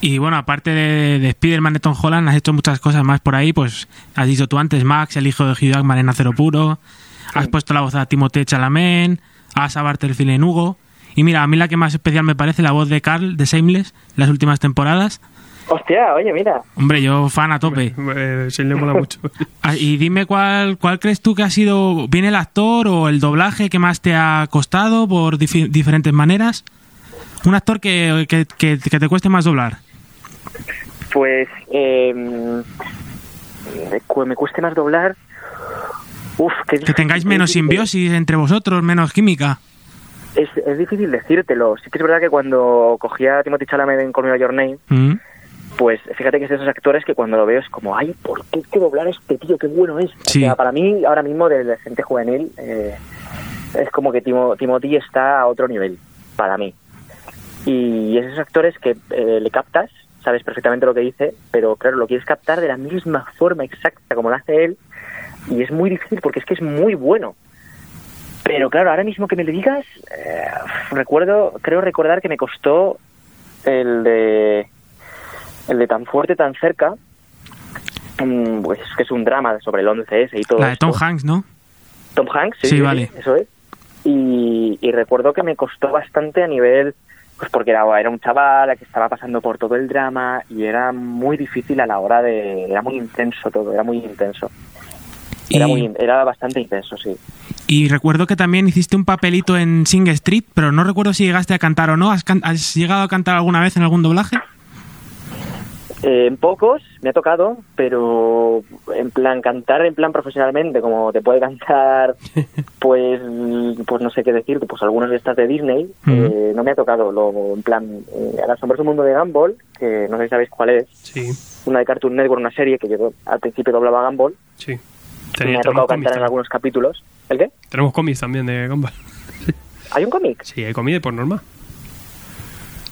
[SPEAKER 3] Y bueno, aparte de, de Spider-Man de Tom Holland, has hecho muchas cosas más por ahí. Pues has dicho tú antes, Max, el hijo de Hugh Jackman en Acero Puro. Has puesto la voz a Timothée Chalamet, a Asa Bartelfield en Hugo. Y mira, a mí la que más especial me parece la voz de Carl de Shameless, las últimas temporadas.
[SPEAKER 10] Hostia, oye, mira.
[SPEAKER 3] Hombre, yo fan a tope.
[SPEAKER 2] Eh,
[SPEAKER 3] Ah,
[SPEAKER 2] sí, le
[SPEAKER 10] [laughs]
[SPEAKER 2] mola mucho.
[SPEAKER 3] Y dime cuál, cuál crees tú que ha sido, bien el actor o el doblaje que más te ha costado por difi- diferentes maneras. Un actor que, que- que- que te cueste más doblar.
[SPEAKER 10] Pues eh, mm, cu- me cueste más doblar. Uf, qué
[SPEAKER 3] Que tengáis menos simbiosis entre vosotros, menos química.
[SPEAKER 10] Es, es difícil decírtelo. Sí que es verdad que cuando cogía a Timothy Chalamet en Call Me By Your Name,
[SPEAKER 3] Mm.
[SPEAKER 10] pues fíjate que es de esos actores que cuando lo veo es como, ay, ¿por qué hay que doblar a este tío? ¡Qué bueno es!
[SPEAKER 3] Sí.
[SPEAKER 10] O sea, para mí, ahora mismo, de gente juvenil, eh, es como que Timo, Timothy está a otro nivel, para mí. Y es esos actores que eh, le captas, sabes perfectamente lo que dice, pero claro, lo quieres captar de la misma forma exacta como lo hace él, y es muy difícil porque es que es muy bueno. Pero claro, ahora mismo que me lo digas, eh, recuerdo, creo recordar que me costó el de el de tan fuerte, tan cerca, mm, pues que es un drama sobre el 11S y todo.
[SPEAKER 3] La de Tom
[SPEAKER 10] esto.
[SPEAKER 3] Hanks, ¿no?
[SPEAKER 10] Tom Hanks, sí,
[SPEAKER 3] Sí,
[SPEAKER 10] sí,
[SPEAKER 3] vale.
[SPEAKER 10] sí, eso es. Y, y recuerdo que me costó bastante a nivel, pues porque era, era un chaval que estaba pasando por todo el drama y era muy difícil a la hora de, era muy intenso todo, era muy intenso. Era,
[SPEAKER 3] Y-
[SPEAKER 10] muy, in- era bastante intenso, sí.
[SPEAKER 3] Y recuerdo que también hiciste un papelito en Sing Street, pero no recuerdo si llegaste a cantar o no. ¿Has, can- has llegado a cantar alguna vez en algún doblaje?
[SPEAKER 10] Eh, en pocos me ha tocado, pero en plan cantar, en plan profesionalmente, como te puede cantar,
[SPEAKER 2] [laughs]
[SPEAKER 10] pues, pues no sé qué decirte, pues algunas de estas de Disney,
[SPEAKER 3] Mm.
[SPEAKER 10] eh, no me ha tocado. Lo, en plan, eh, El asombroso mundo de Gumball, que no sé si sabéis cuál es,
[SPEAKER 2] Sí,
[SPEAKER 10] una de Cartoon Network, una serie que yo al principio doblaba a Gumball,
[SPEAKER 2] sí.
[SPEAKER 10] me
[SPEAKER 2] Tenía-
[SPEAKER 10] ha
[SPEAKER 2] tenemos,
[SPEAKER 10] tocado
[SPEAKER 2] cómics,
[SPEAKER 10] cantar en
[SPEAKER 2] también.
[SPEAKER 10] algunos capítulos. ¿El qué?
[SPEAKER 2] tenemos cómics también de Gumball.
[SPEAKER 10] ¿Hay un cómic?
[SPEAKER 2] Sí, hay cómics por norma.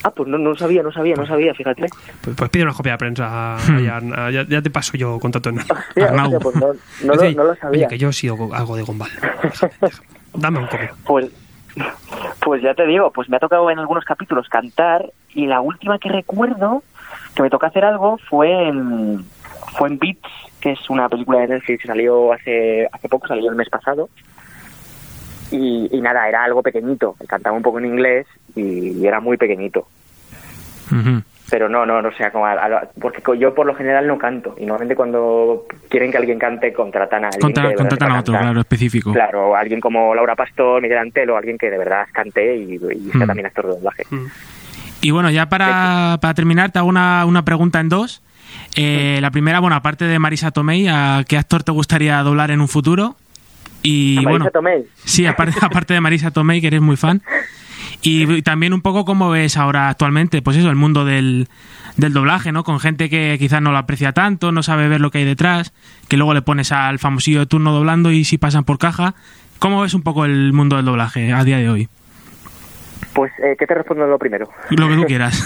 [SPEAKER 10] Ah, pues no, no sabía, no sabía, no sabía, fíjate. [laughs]
[SPEAKER 2] Pues, pues pide una copia de prensa. a- a- ya, ya te paso yo contacto en
[SPEAKER 10] [laughs] Hostia,
[SPEAKER 2] Arnau.
[SPEAKER 10] hostia, pues no-
[SPEAKER 2] [laughs]
[SPEAKER 10] no lo-
[SPEAKER 2] Oye,
[SPEAKER 10] no lo sabía.
[SPEAKER 2] Oye, que yo he sido go- algo de gombal. [laughs] Déjame, déjame. Dame un copio.
[SPEAKER 10] Pues, pues ya te digo, pues me ha tocado en algunos capítulos cantar y la última que recuerdo que me tocó hacer algo fue en, fue en Beats, que es una película de Netflix que salió hace, hace poco, salió el mes pasado. Y, y nada, era algo pequeñito, cantaba un poco en inglés y, era muy pequeñito. Pero no, no, no sea como... a- a- porque co- yo por lo general no canto y normalmente cuando quieren que alguien cante contratan a alguien que de
[SPEAKER 12] Contra,
[SPEAKER 10] verdad
[SPEAKER 12] contratan
[SPEAKER 10] sepa
[SPEAKER 12] a otro,
[SPEAKER 10] cantar.
[SPEAKER 12] claro, específico.
[SPEAKER 10] Claro, alguien como Laura Pastor, Miguel Antelo, alguien que de verdad cante y, y sea
[SPEAKER 12] Mm.
[SPEAKER 10] también actor de doblaje.
[SPEAKER 12] Y bueno, ya para, para terminar, te hago una, una pregunta en dos. Eh, La primera, bueno, aparte de Marisa Tomei, ¿a qué actor te gustaría doblar en un futuro? Y
[SPEAKER 10] ¿A Marisa
[SPEAKER 12] bueno,
[SPEAKER 10] Tomei?
[SPEAKER 12] Sí, aparte, [laughs] aparte de Marisa Tomei, que eres muy fan. Y también un poco cómo ves ahora actualmente, pues eso, el mundo del, del doblaje, ¿no? Con gente que quizás no lo aprecia tanto, no sabe ver lo que hay detrás, que luego le pones al famosillo de turno doblando y si pasan por caja. ¿Cómo ves un poco el mundo del doblaje a día de hoy?
[SPEAKER 10] Pues, eh, ¿qué te respondo lo primero?
[SPEAKER 12] Lo que tú quieras.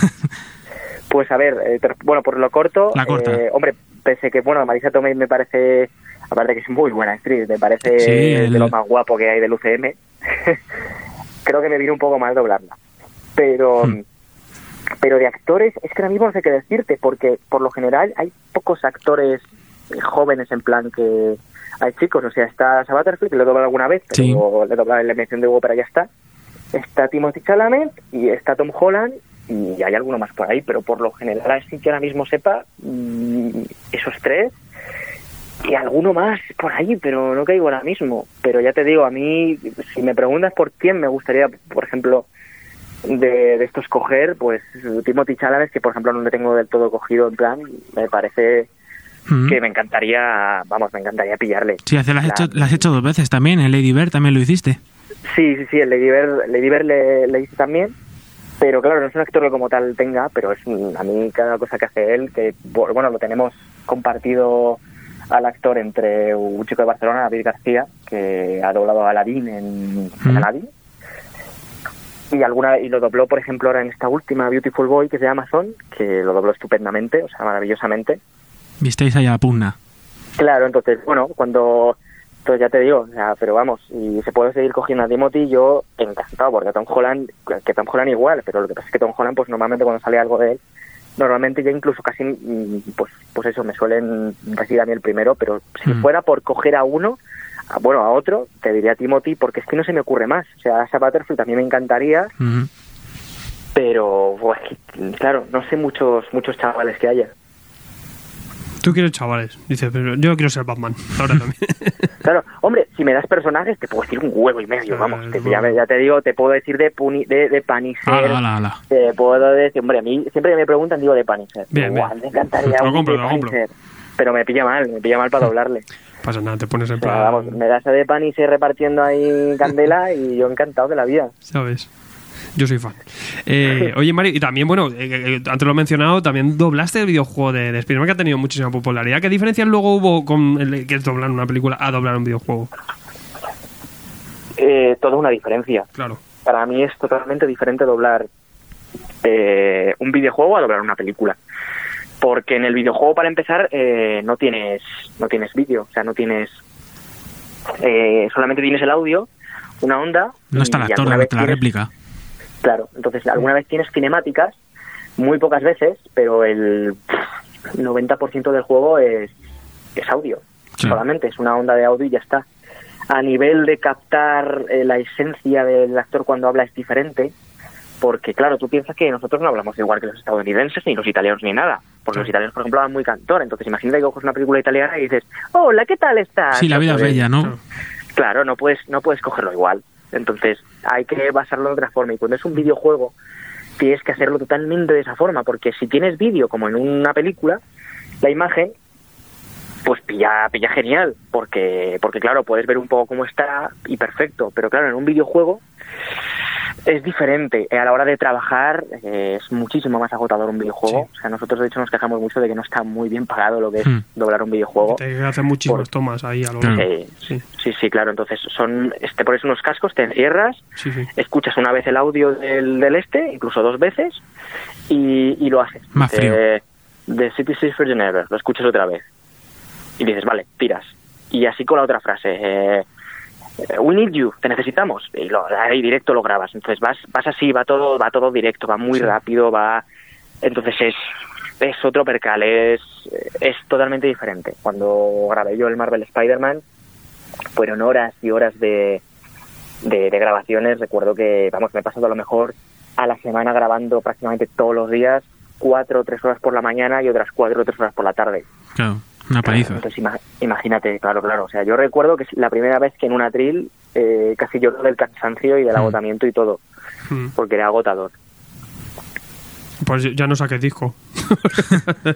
[SPEAKER 10] Pues a ver, eh, te- bueno, por lo corto,
[SPEAKER 12] La corta.
[SPEAKER 10] eh, hombre, pensé que, bueno, Marisa Tomei me parece, aparte que es muy buena actriz, me parece
[SPEAKER 12] Sí,
[SPEAKER 10] de
[SPEAKER 12] el-
[SPEAKER 10] lo más guapo que hay del UCM. [laughs] Creo que me vino un poco mal doblarla. Pero, pero de actores, es que ahora mismo no sé qué decirte, porque por lo general hay pocos actores eh, jóvenes en plan que hay chicos, o sea, está Sabaterfield, que lo he doblado alguna vez, pero
[SPEAKER 12] Sí.
[SPEAKER 10] le he doblado en la mención de Hugo, pero ya está. Está Timothy Chalamet y está Tom Holland y hay alguno más por ahí, pero por lo general así que ahora mismo sepa mm, esos tres y alguno más por ahí, pero no caigo ahora mismo. Pero ya te digo, a mí, si me preguntas por quién me gustaría, por ejemplo, de, de esto escoger, pues Timothy Chalamet, que por ejemplo no le tengo del todo cogido en plan, me parece [laughs] que me encantaría, vamos, me encantaría pillarle.
[SPEAKER 12] Mm. [laughs] Sí, hace- las,
[SPEAKER 10] La-
[SPEAKER 12] has hecho, las has hecho dos veces también, en Lady Bird también lo hiciste.
[SPEAKER 10] Sí, sí, sí, el Lady Bird, Lady Bird le, le hice también. Pero claro, no es un actor que como tal tenga, pero es un- a mí cada cosa que hace él, que bu- bueno, lo tenemos compartido al actor entre un chico de Barcelona, David García, que ha doblado a Aladdin en, en Aladdin. Y, alguna, y lo dobló, por ejemplo, ahora en esta última Beautiful Boy, que es de Amazon, que lo dobló estupendamente, o sea, maravillosamente.
[SPEAKER 12] Visteis allá la pugna.
[SPEAKER 10] Claro, entonces, bueno, cuando. Entonces ya te digo, o sea, pero vamos, y se puede seguir cogiendo a Timothy, yo encantado, porque a Tom Holland, que Tom Holland igual, pero lo que pasa es que Tom Holland, pues normalmente cuando sale algo de él, normalmente ya incluso casi, mm, pues, pues eso, me suelen decir a mí el primero, pero si fuera por coger a uno, a- bueno, a otro, te diría Timothy, porque es que no se me ocurre más. O sea, esa Butterfield también me encantaría, pero, pues, claro, no sé muchos, muchos chavales que haya.
[SPEAKER 2] Tú quieres chavales. Dice, pero yo quiero ser Batman. [laughs] Ahora también.
[SPEAKER 10] Claro, hombre, si me das personajes, te puedo decir un huevo y medio, vamos. Te, ya, me- ya te digo, te puedo decir de, puni, de, de Panicer.
[SPEAKER 12] Ala, ala, ala.
[SPEAKER 10] Te puedo decir, hombre, a mí siempre que me preguntan digo de Panicer.
[SPEAKER 2] Bien,
[SPEAKER 10] Guau,
[SPEAKER 2] bien.
[SPEAKER 10] Me encantaría
[SPEAKER 2] Lo
[SPEAKER 10] un
[SPEAKER 2] compro,
[SPEAKER 10] de
[SPEAKER 2] lo compro.
[SPEAKER 10] Panicer. Pero me pilla mal, me pilla mal
[SPEAKER 2] [laughs]
[SPEAKER 10] para doblarle.
[SPEAKER 2] Pasa nada, te pones en
[SPEAKER 10] O sea, vamos,
[SPEAKER 2] plan.
[SPEAKER 10] me das a de Panicer repartiendo ahí candela y yo encantado de la vida.
[SPEAKER 2] ¿Sabes? Yo soy fan. Eh, oye, Mario, y también, bueno, eh, eh, antes lo he mencionado, también doblaste el videojuego de, de Spider-Man que ha tenido muchísima popularidad. ¿Qué diferencias luego hubo con el que es doblar una película a doblar un videojuego?
[SPEAKER 10] eh, toda una diferencia.
[SPEAKER 2] Claro.
[SPEAKER 10] Para mí es totalmente diferente doblar eh, un videojuego a doblar una película. Porque en el videojuego, para empezar, eh, no tienes no tienes vídeo, o sea, no tienes. eh, solamente tienes el audio, una onda.
[SPEAKER 12] No está
[SPEAKER 10] y
[SPEAKER 12] el actor
[SPEAKER 10] alguna vez
[SPEAKER 12] dándote la
[SPEAKER 10] tienes-
[SPEAKER 12] réplica.
[SPEAKER 10] Claro, entonces alguna vez tienes cinemáticas, muy pocas veces, pero el pff, 90% del juego es, es audio, solamente es una onda de audio y ya está. A nivel de captar eh, la esencia del actor cuando habla es diferente, porque claro, tú piensas que nosotros no hablamos igual que los estadounidenses, ni los italianos, ni nada, porque los italianos, por ejemplo, hablan muy cantor, entonces imagínate que coges una película italiana y dices, hola, ¿qué tal estás?
[SPEAKER 12] Sí, la
[SPEAKER 10] No
[SPEAKER 12] vida es
[SPEAKER 10] puedes-
[SPEAKER 12] bella, ¿no?
[SPEAKER 10] Claro, no puedes, no puedes cogerlo igual. Entonces, hay que basarlo de otra forma. Y cuando es un videojuego, tienes que hacerlo totalmente de esa forma, porque si tienes vídeo, como en una película, la imagen, pues pilla, pilla genial, porque, porque claro, puedes ver un poco cómo está y perfecto. Pero claro, en un videojuego, es diferente. Eh, A la hora de trabajar eh, es muchísimo más agotador un videojuego. O sea, nosotros de hecho nos quejamos mucho de que no está muy bien pagado lo que es
[SPEAKER 2] Hmm.
[SPEAKER 10] doblar un videojuego. Eh,
[SPEAKER 2] Te hacen muchísimas tomas ahí a lo
[SPEAKER 10] Claro.
[SPEAKER 2] largo. Sí,
[SPEAKER 10] Sí, sí, claro. Entonces son, es- te pones unos cascos, te encierras,
[SPEAKER 2] sí, sí.
[SPEAKER 10] escuchas una vez el audio del, del este, incluso dos veces, y, y lo haces.
[SPEAKER 12] Más frío.
[SPEAKER 10] De, de City Six Virgin Ever, lo escuchas otra vez. Y dices, vale, tiras. Y así con la otra frase. eh, We need you, te necesitamos. Y lo, ahí directo lo grabas. Entonces vas, vas así, va todo, va todo directo, va muy rápido, va. Entonces es, es otro percal, es, es totalmente diferente. Cuando grabé yo el Marvel Spider-Man, fueron horas y horas de, de, de grabaciones. Recuerdo que, vamos, me he pasado a lo mejor a la semana grabando prácticamente todos los días, cuatro o tres horas por la mañana y otras cuatro o tres horas por la tarde.
[SPEAKER 12] Claro,
[SPEAKER 2] Ah,
[SPEAKER 12] una paliza.
[SPEAKER 10] Entonces ima- imagínate, claro, claro. O sea, yo recuerdo que la primera vez que en un atril eh, casi lloro del cansancio y del agotamiento y todo,
[SPEAKER 2] Mm.
[SPEAKER 10] porque era agotador.
[SPEAKER 2] Pues ya no saques disco.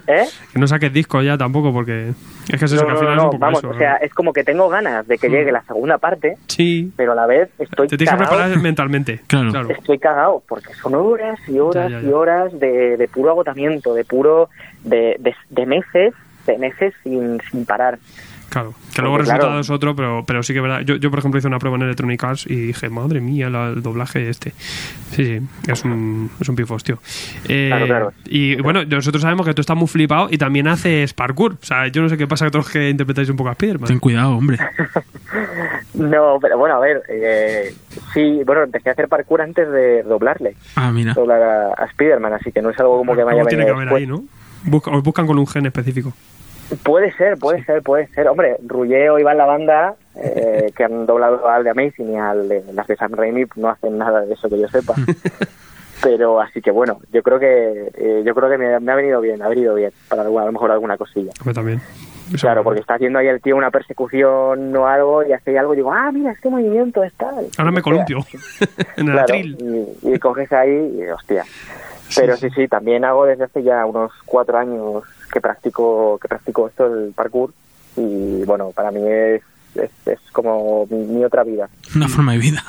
[SPEAKER 10] ¿Eh?
[SPEAKER 2] Que no saques disco ya tampoco, porque es que es eso,
[SPEAKER 10] No,
[SPEAKER 2] que al
[SPEAKER 10] no,
[SPEAKER 2] final
[SPEAKER 10] no,
[SPEAKER 2] es un poco
[SPEAKER 10] vamos,
[SPEAKER 2] eso.
[SPEAKER 10] o sea, eh, es como que tengo ganas de que llegue la segunda parte,
[SPEAKER 2] sí.
[SPEAKER 10] pero a la vez estoy
[SPEAKER 2] Te tienes que
[SPEAKER 10] cagado.
[SPEAKER 2] preparar mentalmente. [laughs] Claro.
[SPEAKER 10] Estoy cagado, porque son horas y horas
[SPEAKER 2] Ya, ya, ya.
[SPEAKER 10] y horas de, de puro agotamiento, de puro. de, de, de meses, de meses sin, sin parar.
[SPEAKER 2] Claro, que luego el
[SPEAKER 10] Porque,
[SPEAKER 2] resultado
[SPEAKER 10] claro.
[SPEAKER 2] es otro, pero, pero sí que es verdad. Yo, yo, por ejemplo, hice una prueba en Electronic Arts y dije, madre mía, la- el doblaje este. Sí, sí, es un, es un pifos, tío. Eh,
[SPEAKER 10] Claro, claro.
[SPEAKER 2] Y bueno, nosotros sabemos que tú estás muy flipado y también haces parkour. O sea, yo no sé qué pasa con todos los que interpretáis un poco a Spiderman.
[SPEAKER 12] Ten cuidado, hombre.
[SPEAKER 10] No, pero bueno, a ver, eh, sí, bueno, empecé a hacer parkour antes de doblarle,
[SPEAKER 12] Ah, mira.
[SPEAKER 10] doblar a, a Spider-Man, así que no es algo como que vaya a
[SPEAKER 2] Algo tiene
[SPEAKER 10] venir
[SPEAKER 2] que haber
[SPEAKER 10] después.
[SPEAKER 2] ahí, ¿no? Busca- os buscan con un gen específico.
[SPEAKER 10] Puede ser, puede ser, puede ser. Hombre, Rulleo y Van la banda,
[SPEAKER 2] [laughs]
[SPEAKER 10] eh, que han doblado al de Amazing y al de las de Sam Raimi, no hacen nada de eso que
[SPEAKER 2] [laughs]
[SPEAKER 10] yo sepa. Pero así que bueno, yo creo que eh, yo creo que me, me ha venido bien, ha venido bien para alguna- a lo mejor alguna cosilla.
[SPEAKER 2] Yo también.
[SPEAKER 10] Claro, porque está haciendo ahí el tío una persecución o algo y hace algo y digo, ah, mira, este movimiento es tal.
[SPEAKER 2] Ahora me columpio. [laughs] en el
[SPEAKER 10] Claro,
[SPEAKER 2] atril.
[SPEAKER 10] y, y coges ahí y hostia. Pero sí, sí, también hago desde hace ya unos cuatro años que practico, que practico esto del parkour y bueno, para mí es, es, es como mi, mi otra vida.
[SPEAKER 12] Una forma de vida.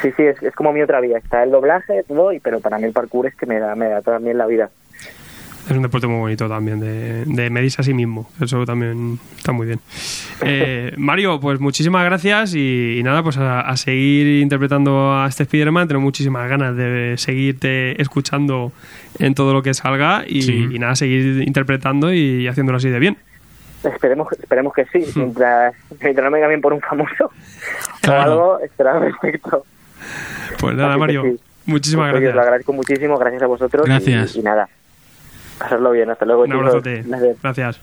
[SPEAKER 10] Sí, sí, es, es como mi otra vida. Está el doblaje, todo, y, pero para mí el parkour es que me da, me da también la vida.
[SPEAKER 2] Es un deporte muy bonito también, de, de medirse a sí mismo. Eso también está muy bien.
[SPEAKER 10] [laughs]
[SPEAKER 2] Eh, Mario, pues muchísimas gracias y, y nada, pues a, a seguir interpretando a este Spider-Man. Tengo muchísimas ganas de seguirte escuchando en todo lo que salga y, y nada, seguir interpretando y haciéndolo así de bien.
[SPEAKER 10] Esperemos, esperemos
[SPEAKER 2] [laughs]
[SPEAKER 10] que sí, mientras, mientras no me cambien por un famoso
[SPEAKER 2] Claro.
[SPEAKER 10] o algo, estará perfecto.
[SPEAKER 2] Pues nada,
[SPEAKER 10] Así que
[SPEAKER 2] Mario,
[SPEAKER 10] sí.
[SPEAKER 2] muchísimas
[SPEAKER 10] Pues, oye, os
[SPEAKER 2] gracias.
[SPEAKER 10] Lo agradezco muchísimo, gracias a vosotros. y-
[SPEAKER 2] Gracias.
[SPEAKER 10] Y, nada, pasarlo bien, hasta luego.
[SPEAKER 2] Un
[SPEAKER 10] chicos.
[SPEAKER 2] abrazote.
[SPEAKER 10] Gracias.
[SPEAKER 2] Gracias.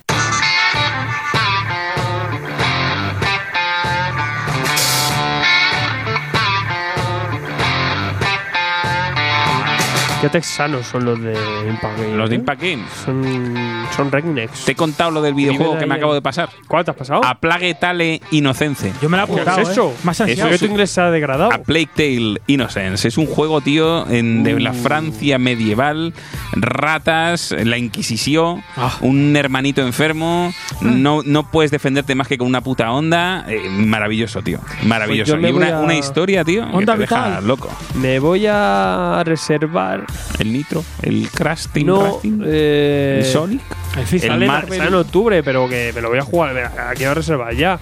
[SPEAKER 2] Qué texanos son los de Impact Games.
[SPEAKER 1] Los de
[SPEAKER 2] ¿eh?
[SPEAKER 1] Impact Games.
[SPEAKER 2] Son, son rednecks.
[SPEAKER 1] Te Ah, he contado lo del videojuego que me acabo de pasar.
[SPEAKER 2] ¿Cuál te has pasado?
[SPEAKER 1] A Plague Tale Innocence. Yo me la he
[SPEAKER 2] ¿Qué es eso?
[SPEAKER 12] ¿eh?
[SPEAKER 2] Eso que tu inglés se ha degradado.
[SPEAKER 1] A Plague Tale Innocence. Es un juego, tío, en, de
[SPEAKER 2] Uh.
[SPEAKER 1] la Francia medieval. Ratas, la Inquisición,
[SPEAKER 2] Ah.
[SPEAKER 1] un hermanito enfermo. No, no puedes defenderte más que con una puta onda. Eh, maravilloso, tío. Maravilloso.
[SPEAKER 2] Pues yo me
[SPEAKER 1] y una,
[SPEAKER 2] voy a-
[SPEAKER 1] una historia, tío, que
[SPEAKER 2] Onda
[SPEAKER 1] te deja
[SPEAKER 2] vital.
[SPEAKER 1] loco.
[SPEAKER 2] Me voy a reservar.
[SPEAKER 1] El Nitro, el Crash Team
[SPEAKER 2] No,
[SPEAKER 1] Racing,
[SPEAKER 2] eh,
[SPEAKER 1] el Sonic.
[SPEAKER 2] El FIFA
[SPEAKER 1] El
[SPEAKER 2] sale,
[SPEAKER 1] Mar-
[SPEAKER 2] sale en octubre, pero que me lo voy a jugar. Mira, Aquí voy a reservar ya.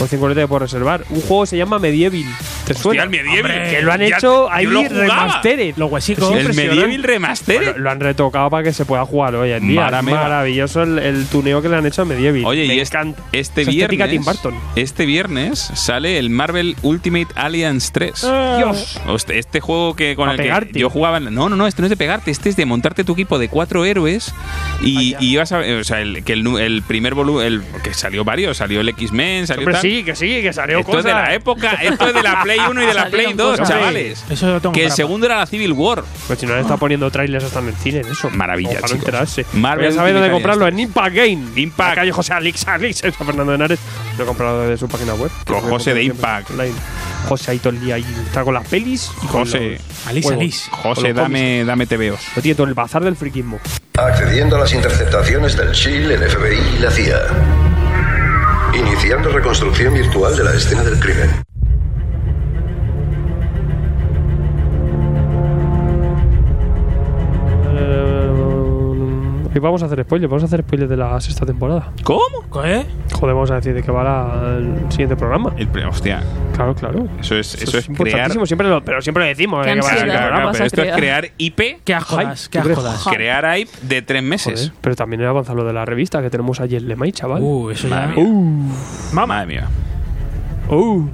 [SPEAKER 2] Por 50 que puedo reservar. Un juego que se llama Medieval. ¿Te suena?
[SPEAKER 1] el Medieval. Hombre,
[SPEAKER 2] que lo han
[SPEAKER 1] ya-
[SPEAKER 2] hecho
[SPEAKER 1] yo
[SPEAKER 2] ahí
[SPEAKER 1] lo jugaba.
[SPEAKER 2] remastered. Los huesicos.
[SPEAKER 1] El Medieval Remastered.
[SPEAKER 2] lo han retocado para que se pueda jugar hoy en día.
[SPEAKER 1] Mara
[SPEAKER 2] Es
[SPEAKER 1] mera.
[SPEAKER 2] maravilloso el, el tuneo que le han hecho a Medieval.
[SPEAKER 1] Oye,
[SPEAKER 2] Me
[SPEAKER 1] y es-
[SPEAKER 2] encanta.
[SPEAKER 1] este
[SPEAKER 2] Esa
[SPEAKER 1] viernes,
[SPEAKER 2] estética Tim Burton.
[SPEAKER 1] este viernes sale el Marvel Ultimate Alliance 3.
[SPEAKER 2] Dios.
[SPEAKER 1] Host- Este juego que con
[SPEAKER 2] Pa'
[SPEAKER 1] el que
[SPEAKER 2] Ah. pegarte.
[SPEAKER 1] yo jugaba. en- No, no, no, este no es de pegarte, este es de montarte tu equipo de cuatro héroes y, y ibas a. O sea, el, que el, nu- el primer volumen. El, que salió varios, salió el X-Men, salió.
[SPEAKER 2] Hombre,
[SPEAKER 1] tal.
[SPEAKER 2] sí, que sí, que salió
[SPEAKER 1] Esto es de
[SPEAKER 2] cosas.
[SPEAKER 1] la época, esto es de
[SPEAKER 2] [laughs]
[SPEAKER 1] la Play 1 y de la Play 2,
[SPEAKER 2] cosas.
[SPEAKER 1] chavales.
[SPEAKER 2] Eso lo tengo
[SPEAKER 1] que el
[SPEAKER 2] grabado.
[SPEAKER 1] segundo era la Civil War.
[SPEAKER 2] Pues si no le está poniendo trailers hasta en el cine, eso.
[SPEAKER 1] Maravilla,
[SPEAKER 2] Para no
[SPEAKER 1] chicos.
[SPEAKER 2] enterarse.
[SPEAKER 1] Marvel
[SPEAKER 2] Voy a saber dónde
[SPEAKER 1] Ultimate
[SPEAKER 2] comprarlo en Impact Game. Impact. calle José Alix, [laughs] Alix, a Fernando Henares. Lo he comprado de su página web.
[SPEAKER 1] Con José de
[SPEAKER 2] Siempre
[SPEAKER 1] Impact.
[SPEAKER 2] online. José ahí todo el día ahí. Está con las pelis. y con
[SPEAKER 1] José.
[SPEAKER 2] los
[SPEAKER 1] Alix,
[SPEAKER 2] juegos,
[SPEAKER 1] Alix.
[SPEAKER 2] con
[SPEAKER 1] José,
[SPEAKER 2] los cómics.
[SPEAKER 1] dame, dame TVOs.
[SPEAKER 2] Lo tiene todo el bazar del friquismo.
[SPEAKER 11] Accediendo a las interceptaciones del SHIELD, el FBI y la CIA. Iniciando reconstrucción virtual de la escena del crimen.
[SPEAKER 2] Hoy Eh, vamos a hacer spoilers, vamos a hacer spoilers de la sexta temporada.
[SPEAKER 1] ¿Cómo?
[SPEAKER 12] ¿Qué?
[SPEAKER 2] Joder, vamos a decir de qué va la- el siguiente programa.
[SPEAKER 1] El pre- hostia.
[SPEAKER 2] Claro, claro.
[SPEAKER 1] Eso es, eso es crear.
[SPEAKER 2] importantísimo, siempre lo- pero siempre lo decimos.
[SPEAKER 1] Qué
[SPEAKER 2] eh, que va a ser
[SPEAKER 1] ansiedad,
[SPEAKER 2] el programa,
[SPEAKER 1] vas a pero esto es crear. crear IP.
[SPEAKER 12] Qué
[SPEAKER 2] jodas,
[SPEAKER 12] ascodas,
[SPEAKER 2] qué
[SPEAKER 12] qué
[SPEAKER 2] ascodas.
[SPEAKER 12] ascodas.
[SPEAKER 1] Crear hype de tres meses.
[SPEAKER 2] Joder, pero también he avanzado lo de la revista que tenemos ayer en Lemay, chaval.
[SPEAKER 12] Uh, eso ya-
[SPEAKER 1] Madre mía. Madre mía.
[SPEAKER 2] Uh,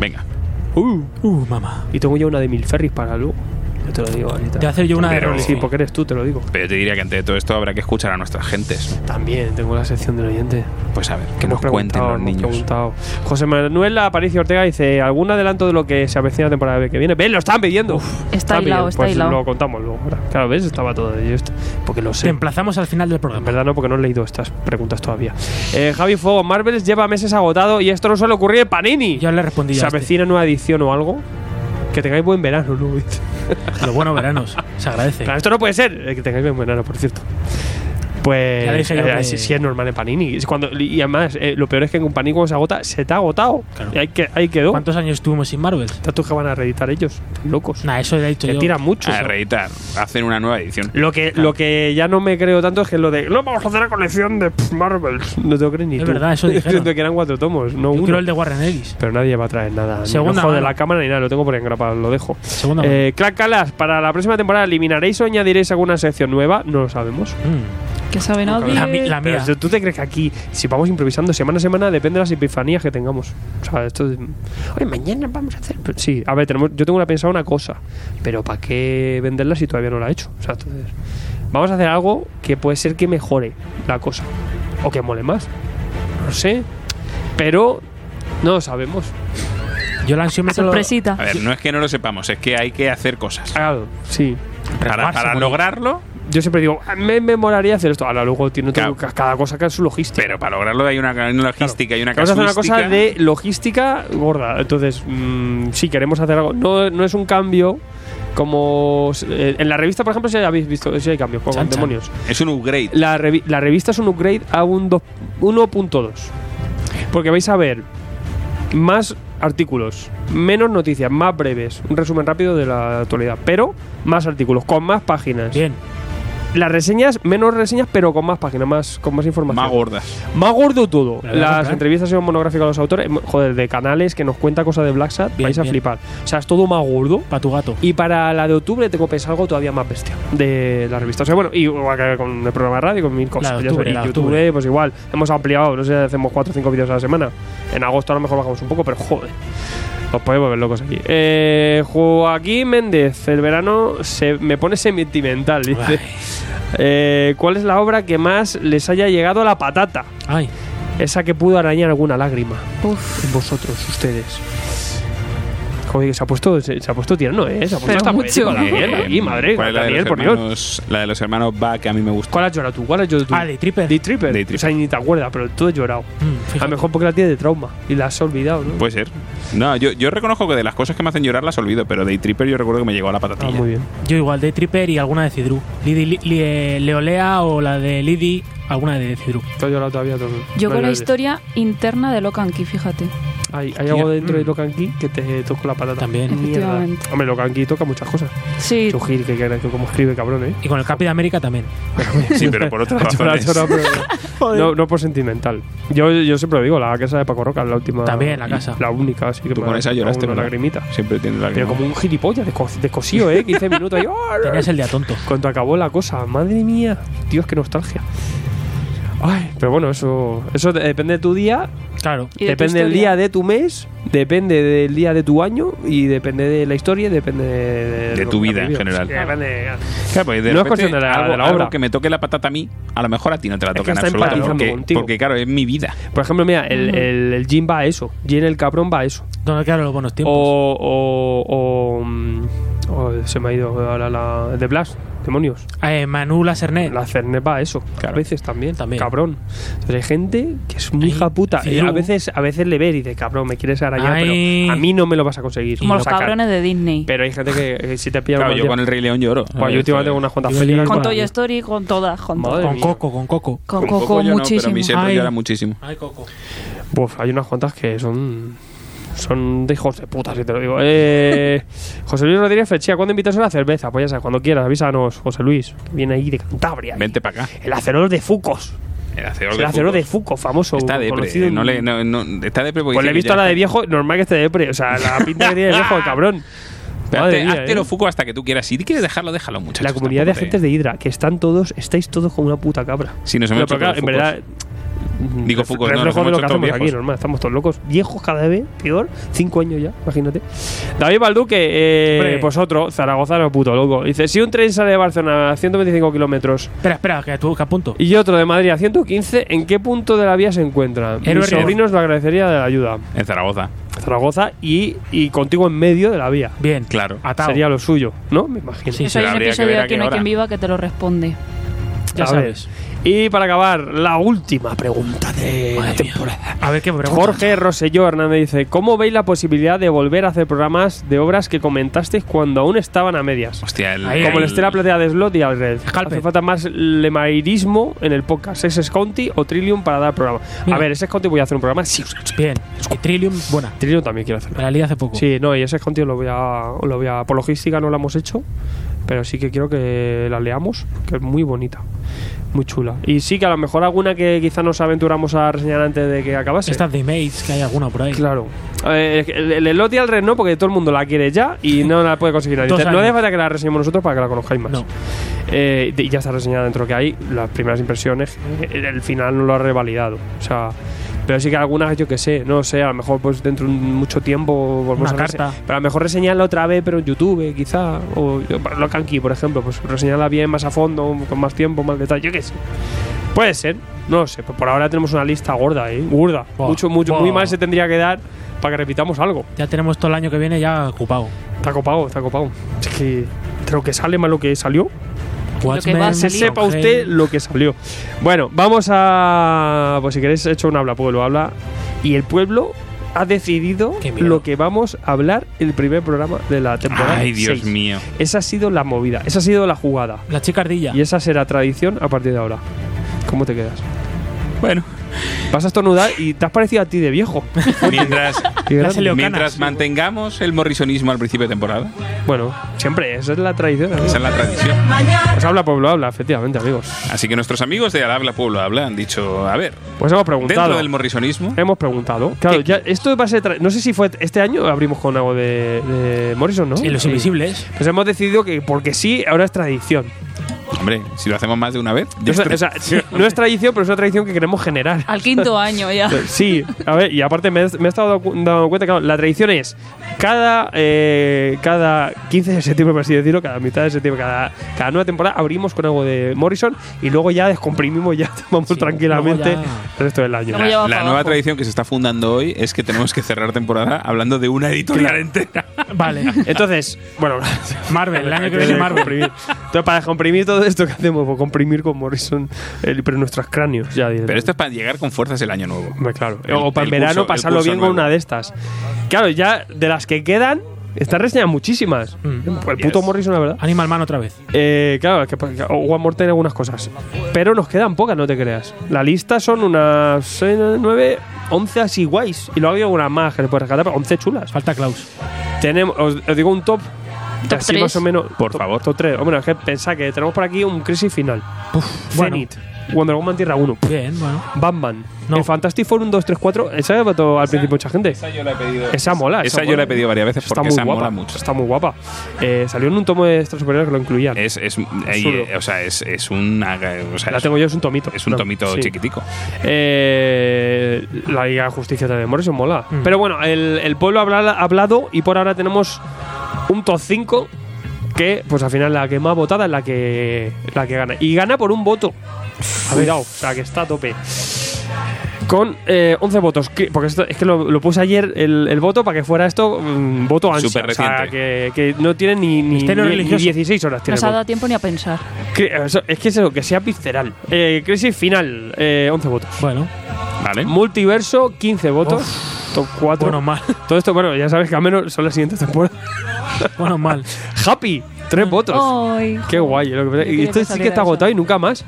[SPEAKER 1] Venga.
[SPEAKER 2] uh,
[SPEAKER 12] uh, mamá.
[SPEAKER 2] Y tengo ya una de Milferris para luego. Yo te lo digo ahorita.
[SPEAKER 12] Te hacer yo una de Pero- Rolling.
[SPEAKER 2] Sí, porque eres tú, te lo digo.
[SPEAKER 1] Pero yo te diría que ante todo esto habrá que escuchar a nuestras gentes.
[SPEAKER 2] También tengo la sección del oyente.
[SPEAKER 1] Pues a ver, que
[SPEAKER 2] Hemos
[SPEAKER 1] nos cuenten
[SPEAKER 2] preguntado,
[SPEAKER 1] los
[SPEAKER 2] hemos
[SPEAKER 1] niños.
[SPEAKER 2] preguntado. José Manuel Aparicio Ortega dice: ¿Algún adelanto de lo que se avecina la temporada que viene? ¿Ves? Lo están pidiendo.
[SPEAKER 5] está
[SPEAKER 2] Están
[SPEAKER 5] hilado,
[SPEAKER 2] pidiendo.
[SPEAKER 5] está
[SPEAKER 2] pues
[SPEAKER 5] hilado.
[SPEAKER 2] Lo contamos luego. ahora. Claro, ¿ves? Estaba todo de esto. Porque lo
[SPEAKER 12] Te
[SPEAKER 2] sé.
[SPEAKER 12] emplazamos al final del
[SPEAKER 2] En
[SPEAKER 12] programa.
[SPEAKER 2] verdad no, porque no he leído estas preguntas todavía. Eh, Javi Fuego, Marvel lleva meses agotado y esto no suele ocurrir en Panini.
[SPEAKER 12] Yo le respondí
[SPEAKER 2] ¿Se
[SPEAKER 12] ya. a este.
[SPEAKER 2] avecina nueva edición o algo? Que tengáis buen verano, ¿no?
[SPEAKER 12] Los buenos veranos. Se agradece.
[SPEAKER 2] Claro, esto no puede ser. Eh, Que tengáis buen verano, por cierto. Pues
[SPEAKER 12] Ya dije yo
[SPEAKER 2] eh,
[SPEAKER 12] que-
[SPEAKER 2] sí, sí es normal en Panini. Es cuando, y además, eh, lo peor es que en Panini cuando se agota, se te ha agotado. Y ahí, que, ahí quedó.
[SPEAKER 12] ¿Cuántos años estuvimos sin Marvel?
[SPEAKER 2] Tantos que van a reeditar ellos. Locos.
[SPEAKER 12] Nah, eso he dicho
[SPEAKER 2] Que
[SPEAKER 12] yo. Ah,
[SPEAKER 2] tiran mucho.
[SPEAKER 1] A
[SPEAKER 2] ¿sabes?
[SPEAKER 1] reeditar. Hacen una nueva edición.
[SPEAKER 2] Lo que, lo que ya no me creo tanto es que lo de no vamos a hacer la colección de pff, Marvel. No te lo crees ni
[SPEAKER 12] Es
[SPEAKER 2] tú.
[SPEAKER 12] verdad,
[SPEAKER 2] [laughs]
[SPEAKER 12] eso dijeron.
[SPEAKER 2] que eran cuatro tomos, no
[SPEAKER 12] Yo
[SPEAKER 2] uno.
[SPEAKER 12] quiero el de Warren Ellis.
[SPEAKER 2] Pero nadie va a traer nada.
[SPEAKER 12] Segunda
[SPEAKER 2] ni ojo de
[SPEAKER 12] mano.
[SPEAKER 2] la cámara ni nada, lo tengo por engrapado, lo dejo.
[SPEAKER 12] Segunda mano.
[SPEAKER 2] Eh, Clark Calas, para la próxima temporada, ¿eliminaréis o añadiréis alguna sección nueva? No lo sabemos.
[SPEAKER 12] Mm.
[SPEAKER 5] Que sabe nadie.
[SPEAKER 12] La, mi- la
[SPEAKER 2] Eh, Pero
[SPEAKER 12] mía.
[SPEAKER 2] si ¿Tú te crees que aquí, si vamos improvisando semana a semana, depende de las epifanías que tengamos? O sea, esto es- Oye, mañana vamos a hacer. Pero Sí, a ver, tenemos, yo tengo una pensada una cosa, pero ¿para qué venderla si todavía no la he hecho? O sea, entonces, vamos a hacer algo que puede ser que mejore la cosa o que mole más. No lo sé, pero no lo sabemos.
[SPEAKER 12] Yo la ansiómetro.
[SPEAKER 5] Sorpresita.
[SPEAKER 1] A ver, no es que no lo sepamos, es que hay que hacer cosas.
[SPEAKER 2] Claro, sí.
[SPEAKER 1] Para, para
[SPEAKER 12] bueno.
[SPEAKER 1] lograrlo,
[SPEAKER 2] Yo siempre digo, "Ah, me, me molaría hacer esto. Ahora luego tiene otro- ca- cada cosa que es su logística.
[SPEAKER 1] pero para lograrlo hay una, hay una logística y una
[SPEAKER 2] Vamos a hacer
[SPEAKER 1] casuística.
[SPEAKER 2] una cosa de logística gorda. Entonces, mm, si queremos hacer algo, no, no es un cambio como eh, en la revista, por ejemplo, si habéis visto, si hay cambios, como
[SPEAKER 12] Chan, chan.
[SPEAKER 2] demonios.
[SPEAKER 1] Es un upgrade.
[SPEAKER 2] La, revi- la revista es un upgrade a un dos- 1.2. Porque vais a ver más artículos, menos noticias, más breves, un resumen rápido de la actualidad, pero más artículos, con más páginas.
[SPEAKER 12] Bien.
[SPEAKER 2] Las reseñas, menos reseñas, pero con más páginas, más, con más información.
[SPEAKER 1] Más gordas.
[SPEAKER 2] Más gordo todo.
[SPEAKER 12] Me la ¿eh? voy a
[SPEAKER 2] Las
[SPEAKER 12] comprar.
[SPEAKER 2] entrevistas son monográficas a los autores, mo- joder, de canales que nos cuenta cosas de Black Sat,
[SPEAKER 12] Bien,
[SPEAKER 2] vais a
[SPEAKER 12] bien.
[SPEAKER 2] flipar. O sea, es todo más gordo.
[SPEAKER 12] Para tu gato.
[SPEAKER 2] Y para la de octubre tengo pensado algo todavía más bestia de la revista. O sea, bueno, y igual que con el programa de radio, con mil cosas.
[SPEAKER 12] La de
[SPEAKER 2] ya
[SPEAKER 12] octubre,
[SPEAKER 2] sabéis,
[SPEAKER 12] la de
[SPEAKER 2] YouTube,
[SPEAKER 12] octubre.
[SPEAKER 2] pues igual. Hemos ampliado, no sé, hacemos cuatro o cinco vídeos a la semana. En agosto a lo mejor bajamos un poco, pero joder. Os podemos ver locos aquí. Eh, Joaquín Méndez, el verano se me pone sentimental, dice. Eh, ¿Cuál es la obra que más les haya llegado a la patata?
[SPEAKER 12] Ay.
[SPEAKER 2] Esa que pudo arañar alguna lágrima.
[SPEAKER 5] Uf.
[SPEAKER 2] en Vosotros, ustedes. Joder, que se ha puesto, se, se ha puesto tierno, ¿eh? Se ha puesto
[SPEAKER 5] Pero
[SPEAKER 2] hasta
[SPEAKER 5] mucho.
[SPEAKER 2] poético Daniel,
[SPEAKER 1] Eh,
[SPEAKER 2] aquí, madre.
[SPEAKER 1] ¿Cuál es la de,
[SPEAKER 2] Daniel,
[SPEAKER 1] los
[SPEAKER 2] por Dios.
[SPEAKER 1] hermanos, la de los hermanos Bach que a mí me gusta?
[SPEAKER 2] ¿Cuál has llorado tú? ¿Cuál has llorado tú?
[SPEAKER 12] Ah, de Tripper.
[SPEAKER 2] Deep Tripper.
[SPEAKER 1] Deep Tripper.
[SPEAKER 2] O sea, ni te acuerdas, pero tú has llorado.
[SPEAKER 12] Mm,
[SPEAKER 2] A
[SPEAKER 12] fíjate.
[SPEAKER 2] lo mejor porque la tienes de trauma y la has olvidado, ¿no?
[SPEAKER 1] Puede ser. No, yo, yo reconozco que de las cosas que me hacen llorar las olvido, pero Day Tripper yo recuerdo que me llegó a la
[SPEAKER 2] Ah,
[SPEAKER 1] patatilla.
[SPEAKER 2] muy bien.
[SPEAKER 12] Yo igual de Tripper y alguna de Cidru. Lidi, Li- Li- eh, Leolea o la de Lidi, alguna de Cidru.
[SPEAKER 2] Te has llorado todavía todo.
[SPEAKER 5] Yo
[SPEAKER 2] No
[SPEAKER 5] con la
[SPEAKER 2] llores.
[SPEAKER 5] historia interna de Locan Key, fíjate.
[SPEAKER 2] Hay, hay algo
[SPEAKER 12] Tía.
[SPEAKER 2] dentro de
[SPEAKER 12] Mm.
[SPEAKER 2] Locanqui que te toca la patata.
[SPEAKER 12] También.
[SPEAKER 2] Mierda.
[SPEAKER 5] Efectivamente.
[SPEAKER 2] Hombre, Locanqui toca muchas cosas.
[SPEAKER 5] Sí,
[SPEAKER 2] Yo Gil, que, que, que como escribe, cabrón,
[SPEAKER 12] [laughs]
[SPEAKER 2] ¿eh?
[SPEAKER 12] Y con el Capi de América también.
[SPEAKER 1] Sí, pero por otras
[SPEAKER 2] Ha llorado, ha
[SPEAKER 1] razones.
[SPEAKER 2] llorado,
[SPEAKER 12] [laughs]
[SPEAKER 2] pero- no, no por sentimental. Yo, yo siempre lo digo, la casa de Paco Roca, la última.
[SPEAKER 12] También, la casa.
[SPEAKER 2] La única, así que
[SPEAKER 1] Tú
[SPEAKER 2] me
[SPEAKER 1] con
[SPEAKER 2] ha
[SPEAKER 1] esa
[SPEAKER 2] dejado
[SPEAKER 1] lloraste,
[SPEAKER 2] una
[SPEAKER 1] ¿verdad?
[SPEAKER 2] lagrimita.
[SPEAKER 1] Siempre tiene la
[SPEAKER 2] Pero como un gilipollas, desco- descosío,
[SPEAKER 12] [laughs]
[SPEAKER 2] ¿eh? 15 minutos ahí. ¡ah!
[SPEAKER 12] Tenías el día tonto.
[SPEAKER 2] Cuando acabó la cosa, madre mía. Dios, qué nostalgia. Ay, pero bueno, eso, eso de- depende de tu día,
[SPEAKER 12] Claro.
[SPEAKER 5] Y de tu
[SPEAKER 2] depende del
[SPEAKER 5] historia.
[SPEAKER 2] día de tu mes, depende del día de tu año y depende de la historia, depende de, de
[SPEAKER 1] De
[SPEAKER 2] lo
[SPEAKER 1] tu
[SPEAKER 2] que has
[SPEAKER 1] vida en
[SPEAKER 2] vivido.
[SPEAKER 1] general.
[SPEAKER 2] Sí, depende- eh,
[SPEAKER 1] Claro, pues de
[SPEAKER 2] No es
[SPEAKER 1] repente,
[SPEAKER 2] cuestión de la-
[SPEAKER 1] algo,
[SPEAKER 2] de la
[SPEAKER 1] algo
[SPEAKER 2] obra.
[SPEAKER 1] que me toque la patata a mí, a lo mejor a ti no te la
[SPEAKER 2] Es
[SPEAKER 1] toca
[SPEAKER 2] que está
[SPEAKER 1] en absoluto.
[SPEAKER 2] empatizando
[SPEAKER 1] Porque,
[SPEAKER 2] contigo.
[SPEAKER 1] porque, claro, es mi vida.
[SPEAKER 2] Por ejemplo, mira, el, el, el Jim va a eso. Jim el cabrón va a eso.
[SPEAKER 12] ¿Dónde quedaron los buenos tiempos?
[SPEAKER 2] O, o, o, mm, oh, se me ha ido ahora la de Blas, demonios.
[SPEAKER 12] Eh, Manu Lacernet.
[SPEAKER 2] La cernepa, eso.
[SPEAKER 1] Claro.
[SPEAKER 2] A veces también,
[SPEAKER 12] También.
[SPEAKER 2] cabrón. Entonces hay gente que es muy
[SPEAKER 12] Ay,
[SPEAKER 2] hija puta. Y
[SPEAKER 12] Ciru.
[SPEAKER 2] a veces, a veces le ve y dice, cabrón, me quieres arañar,
[SPEAKER 12] Ay.
[SPEAKER 2] pero a mí no me lo vas a conseguir.
[SPEAKER 5] como
[SPEAKER 2] No
[SPEAKER 5] los
[SPEAKER 2] sacan.
[SPEAKER 5] cabrones de Disney.
[SPEAKER 2] Pero hay gente que, que si te pilla
[SPEAKER 1] Claro,
[SPEAKER 2] un mal
[SPEAKER 1] yo
[SPEAKER 2] día-
[SPEAKER 1] con el Rey León lloro.
[SPEAKER 2] Pues yo últimamente
[SPEAKER 1] eh,
[SPEAKER 2] tengo unas cuantas
[SPEAKER 12] Yo
[SPEAKER 2] pelis.
[SPEAKER 12] lloro
[SPEAKER 5] Con
[SPEAKER 12] Madre
[SPEAKER 5] Toy
[SPEAKER 12] mía.
[SPEAKER 5] Story, con todas, con
[SPEAKER 2] Madre
[SPEAKER 5] todas.
[SPEAKER 12] Con
[SPEAKER 2] mía.
[SPEAKER 12] Coco, con Coco.
[SPEAKER 5] Con
[SPEAKER 1] Con
[SPEAKER 5] Coco, Ah,
[SPEAKER 1] Coco yo no, pero
[SPEAKER 5] muchísimo.
[SPEAKER 1] mi servo
[SPEAKER 12] Ay.
[SPEAKER 1] llora muchísimo.
[SPEAKER 12] Ay, Coco.
[SPEAKER 2] Buf, hay unas cuantas que son Son de hijos de puta, si te lo digo. Eh, José Luis Rodríguez Fechía, ¿cuándo invitas a la cerveza? Pues ya sabes, cuando quieras, avísanos, José Luis, que viene ahí de Cantabria.
[SPEAKER 1] Vente para acá.
[SPEAKER 2] El acerol de Fucos.
[SPEAKER 1] El acero
[SPEAKER 2] El acero de Fucos, famoso.
[SPEAKER 1] Está
[SPEAKER 2] conocido
[SPEAKER 1] depre.
[SPEAKER 2] en-
[SPEAKER 1] No le, no, no- está depre porque
[SPEAKER 2] Pues le
[SPEAKER 1] dice
[SPEAKER 2] he
[SPEAKER 1] que
[SPEAKER 2] visto
[SPEAKER 1] ya
[SPEAKER 2] a la de
[SPEAKER 1] está.
[SPEAKER 2] viejo, normal que esté depre. O sea,
[SPEAKER 1] [laughs]
[SPEAKER 2] la pinta que tiene de viejo, el cabrón.
[SPEAKER 1] Pero
[SPEAKER 2] Madre
[SPEAKER 1] hazte-
[SPEAKER 2] mía,
[SPEAKER 1] hazte
[SPEAKER 2] ¿eh?
[SPEAKER 1] lo fuco hasta que tú quieras. Si quieres dejarlo, déjalo, muchachos.
[SPEAKER 2] la comunidad de
[SPEAKER 1] Tampoco te-
[SPEAKER 2] agentes de Hidra, que están todos, estáis todos como una puta cabra.
[SPEAKER 1] Sí, nos hemos
[SPEAKER 2] Pero,
[SPEAKER 1] hecho
[SPEAKER 2] claro, en
[SPEAKER 1] todos
[SPEAKER 2] verdad,
[SPEAKER 1] fucos. Digo fucos, no, nos hemos
[SPEAKER 2] reflejo de lo
[SPEAKER 1] hecho
[SPEAKER 2] que
[SPEAKER 1] todos
[SPEAKER 2] hacemos aquí,
[SPEAKER 1] viejos.
[SPEAKER 2] normal. Estamos todos locos, viejos cada vez, peor. Cinco años ya, imagínate. David Balduque, eh,
[SPEAKER 12] Hombre.
[SPEAKER 2] pues otro, zaragozano puto loco. Dice: Si un tren sale de Barcelona a 125 kilómetros.
[SPEAKER 12] Espera, espera, que tú, que apunto.
[SPEAKER 2] Y otro de Madrid a 115, ¿en qué punto de la vía se encuentra?
[SPEAKER 12] Héroe
[SPEAKER 2] Mis
[SPEAKER 12] Herrero.
[SPEAKER 2] sobrinos lo agradecería de la ayuda.
[SPEAKER 1] En Zaragoza.
[SPEAKER 2] Zaragoza y, y contigo en medio de la vía.
[SPEAKER 12] Bien,
[SPEAKER 1] claro.
[SPEAKER 2] Sería lo suyo, ¿no? Me imagino.
[SPEAKER 5] Eso hay un episodio de Aquí no hay quien viva que te lo responde.
[SPEAKER 2] Ya sabes. Y para acabar, la última pregunta de la temporada.
[SPEAKER 12] A ver qué pregunta.
[SPEAKER 2] Jorge Rosselló Hernández dice: ¿Cómo veis la posibilidad de volver a hacer programas de obras que comentasteis cuando aún estaban a medias?
[SPEAKER 1] Hostia, el,
[SPEAKER 2] Como
[SPEAKER 1] Eh, el-
[SPEAKER 2] la Estela Platea de Slot y Alred. Hace falta más lemairismo en el podcast. ¿Es Scounty o Trillium para dar programa? A ver, ese Scounty voy a hacer un programa. Sí,
[SPEAKER 12] Bien. Y Trillium, buena.
[SPEAKER 2] Trillium también quiero hacer.
[SPEAKER 12] Me la lié hace poco.
[SPEAKER 2] Sí, no, y ese Scounty lo voy a, lo voy a. Por logística no lo hemos hecho, pero sí que quiero que la leamos, que es muy bonita. Muy chula. Y sí que a lo mejor alguna que quizá nos aventuramos a reseñar antes de que acabase.
[SPEAKER 12] Estas de Imates, que hay alguna por ahí.
[SPEAKER 2] Claro. Eh, el, el Elodie al Red no, porque todo el mundo la quiere ya y no la puede conseguir nadie.
[SPEAKER 12] Dos
[SPEAKER 2] Dice, No
[SPEAKER 12] años.
[SPEAKER 2] hace falta que la reseñemos nosotros para que la conozcáis más. Eh, y ya está reseñada dentro que hay, las primeras impresiones, eh, el final no lo ha revalidado. O sea, pero sí que algunas, yo que sé, no sé, a lo mejor pues dentro de un- mucho tiempo volvemos
[SPEAKER 12] Una
[SPEAKER 2] a rese-
[SPEAKER 12] carta.
[SPEAKER 2] Pero a lo mejor reseñarla otra vez, pero en YouTube, eh, quizá. O yo, para lo Kanki, por ejemplo, pues reseñarla bien, más a fondo, con más tiempo, más detalle, yo qué sé. Puede ser, no lo sé. Pues por ahora tenemos una lista gorda, ¿eh? Gorda.
[SPEAKER 12] Buah,
[SPEAKER 2] mucho, mucho,
[SPEAKER 12] buah.
[SPEAKER 2] muy mal se tendría que dar para que repitamos algo.
[SPEAKER 12] Ya tenemos todo el año que viene ya ocupado.
[SPEAKER 2] Está copado, está copado. Es que creo que sale más lo que salió.
[SPEAKER 12] Watchmen, va a
[SPEAKER 2] se
[SPEAKER 12] salir.
[SPEAKER 2] sepa
[SPEAKER 12] Ángel.
[SPEAKER 2] usted lo que salió. Bueno, vamos a. Pues si queréis, he hecho un habla pueblo. Habla. Y el pueblo ha decidido lo que vamos a hablar el primer programa de la temporada.
[SPEAKER 1] Ay, Dios
[SPEAKER 2] seis.
[SPEAKER 1] mío.
[SPEAKER 2] Esa ha sido la movida, esa ha sido la jugada.
[SPEAKER 12] La chicardilla.
[SPEAKER 2] Y esa será tradición a partir de ahora. ¿Cómo te quedas?
[SPEAKER 1] Bueno.
[SPEAKER 2] Vas a estornudar y te has parecido a ti de viejo.
[SPEAKER 1] Mientras,
[SPEAKER 2] Qué grande.
[SPEAKER 1] mientras mantengamos el morrisonismo al principio de temporada.
[SPEAKER 2] Bueno, siempre, esa es la tradición. amigo.
[SPEAKER 1] Esa es la tradición.
[SPEAKER 2] Pues habla pueblo, habla, efectivamente, amigos.
[SPEAKER 1] Así que nuestros amigos de Al Habla Pueblo Habla han dicho, a ver,
[SPEAKER 2] Pues hemos preguntado.
[SPEAKER 1] dentro del morrisonismo,
[SPEAKER 2] Hemos preguntado. Claro, ya, esto va a ser. tra- No sé si fue este año abrimos con algo de, de Morrison, ¿no?
[SPEAKER 12] Sí, Los
[SPEAKER 2] [laughs]
[SPEAKER 12] Invisibles.
[SPEAKER 2] Pues hemos decidido que porque sí, ahora es tradición.
[SPEAKER 1] hombre, si lo hacemos más de una vez, ya
[SPEAKER 2] O sea,
[SPEAKER 1] es tra-
[SPEAKER 2] o sea,
[SPEAKER 1] [laughs]
[SPEAKER 2] no es tradición, pero es una tradición que queremos generar.
[SPEAKER 5] Al
[SPEAKER 2] [laughs]
[SPEAKER 5] quinto año ya.
[SPEAKER 2] Sí, a ver, y aparte me, he- me he estado dando cu- dando cuenta que claro, la tradición es cada, eh, cada 15 de septiembre, por así decirlo, cada mitad de septiembre, cada, cada nueva temporada abrimos con algo de Morrison y luego ya descomprimimos, ya [laughs] tomamos tranquilamente
[SPEAKER 1] luego
[SPEAKER 2] el resto del año.
[SPEAKER 1] La, la nueva tradición que se está fundando hoy es que tenemos que cerrar temporada hablando de una editorial entera.
[SPEAKER 12] Vale.
[SPEAKER 2] Entonces, bueno,
[SPEAKER 12] Marvel, [laughs] el año que viene Marvel.
[SPEAKER 2] Comprimir. Entonces, para comprimir todo esto que hacemos, pues, comprimir con Morrison, el- pero nuestros cráneos ya
[SPEAKER 1] Pero esto es para llegar con fuerzas el año nuevo.
[SPEAKER 2] Hombre, claro.
[SPEAKER 1] El-
[SPEAKER 2] o para el,
[SPEAKER 1] el
[SPEAKER 2] verano
[SPEAKER 1] curso- el
[SPEAKER 2] pasarlo
[SPEAKER 1] curso
[SPEAKER 2] bien
[SPEAKER 1] nuevo.
[SPEAKER 2] con una de estas. Claro, ya de las que quedan, están reseñadas muchísimas. Pues el puto Morrison, la verdad.
[SPEAKER 12] Animal Man otra vez.
[SPEAKER 2] Eh, claro, es que pues, o One More Time algunas cosas. Pero nos quedan pocas, no te creas. La lista son unas 9, 11 así guays. Y luego hay algunas más que le puedes rescatar, pero 11 chulas.
[SPEAKER 12] Falta Klaus.
[SPEAKER 2] Tenemos, os, os digo un top.
[SPEAKER 12] Top
[SPEAKER 2] así
[SPEAKER 12] tres.
[SPEAKER 2] más o menos.
[SPEAKER 1] Por favor.
[SPEAKER 2] Top 3. Hombre, es que pensad que tenemos por aquí un crisis final.
[SPEAKER 12] bueno.
[SPEAKER 2] Zenith. Wonder Woman Tierra 1.
[SPEAKER 12] Bien, bueno.
[SPEAKER 2] Batman. El Fantastic Four 1, 2, 3, 4. Esa la votó al principio mucha gente. Esa
[SPEAKER 1] yo la he pedido.
[SPEAKER 2] Esa mola.
[SPEAKER 1] Esa yo la he pedido varias veces
[SPEAKER 2] Está
[SPEAKER 1] porque
[SPEAKER 2] muy
[SPEAKER 1] esa
[SPEAKER 2] guapa.
[SPEAKER 1] mola mucho.
[SPEAKER 2] Está muy guapa. Eh, salió en un tomo de Extra Superior que lo incluían.
[SPEAKER 1] Es, es, ahí,
[SPEAKER 2] Absurdo.
[SPEAKER 1] eh, o sea, es, es una. o sea,
[SPEAKER 2] La
[SPEAKER 1] es-
[SPEAKER 2] tengo yo, es un tomito.
[SPEAKER 1] Es un
[SPEAKER 2] No,
[SPEAKER 1] tomito
[SPEAKER 2] sí.
[SPEAKER 1] chiquitico.
[SPEAKER 2] Eh, la Liga de Justicia también, Morrison mola.
[SPEAKER 12] Mm.
[SPEAKER 2] Pero bueno, el, el pueblo ha habla- ha hablado y por ahora tenemos un top 5 que, pues al final, la que más votada es la que, la que gana. Y gana por un voto. Cuidado, o sea, que está a tope. Con eh, 11 votos, que- porque esto, es que lo, lo puse ayer el, el voto para que fuera esto mm, voto ansia.
[SPEAKER 1] Súper
[SPEAKER 2] o sea,
[SPEAKER 1] reciente.
[SPEAKER 2] que, que no tiene ni, ni,
[SPEAKER 12] Misterio
[SPEAKER 2] ni- ni
[SPEAKER 12] religioso.
[SPEAKER 2] 16 horas.
[SPEAKER 5] No
[SPEAKER 2] Tiene
[SPEAKER 5] se
[SPEAKER 2] el
[SPEAKER 5] ha
[SPEAKER 2] voto.
[SPEAKER 5] dado tiempo ni a pensar.
[SPEAKER 2] Que- eso- Es que es eso, que sea visceral. Eh, crisis final, eh, 11 votos.
[SPEAKER 12] Bueno.
[SPEAKER 1] Vale.
[SPEAKER 2] Multiverso, 15 votos. Top 4.
[SPEAKER 12] ¿Eh? Bueno, mal.
[SPEAKER 2] Todo esto, bueno, ya sabes que al menos son las siguientes temporadas.
[SPEAKER 12] [laughs] Bueno, mal. Mm.
[SPEAKER 2] Happy, 3 votos.
[SPEAKER 5] Ay,
[SPEAKER 2] Qué guay. lo que- y
[SPEAKER 5] Yo Oh. quería
[SPEAKER 2] esto sí
[SPEAKER 5] que
[SPEAKER 2] que
[SPEAKER 5] saliera
[SPEAKER 2] está
[SPEAKER 5] eso.
[SPEAKER 2] agotado y nunca más.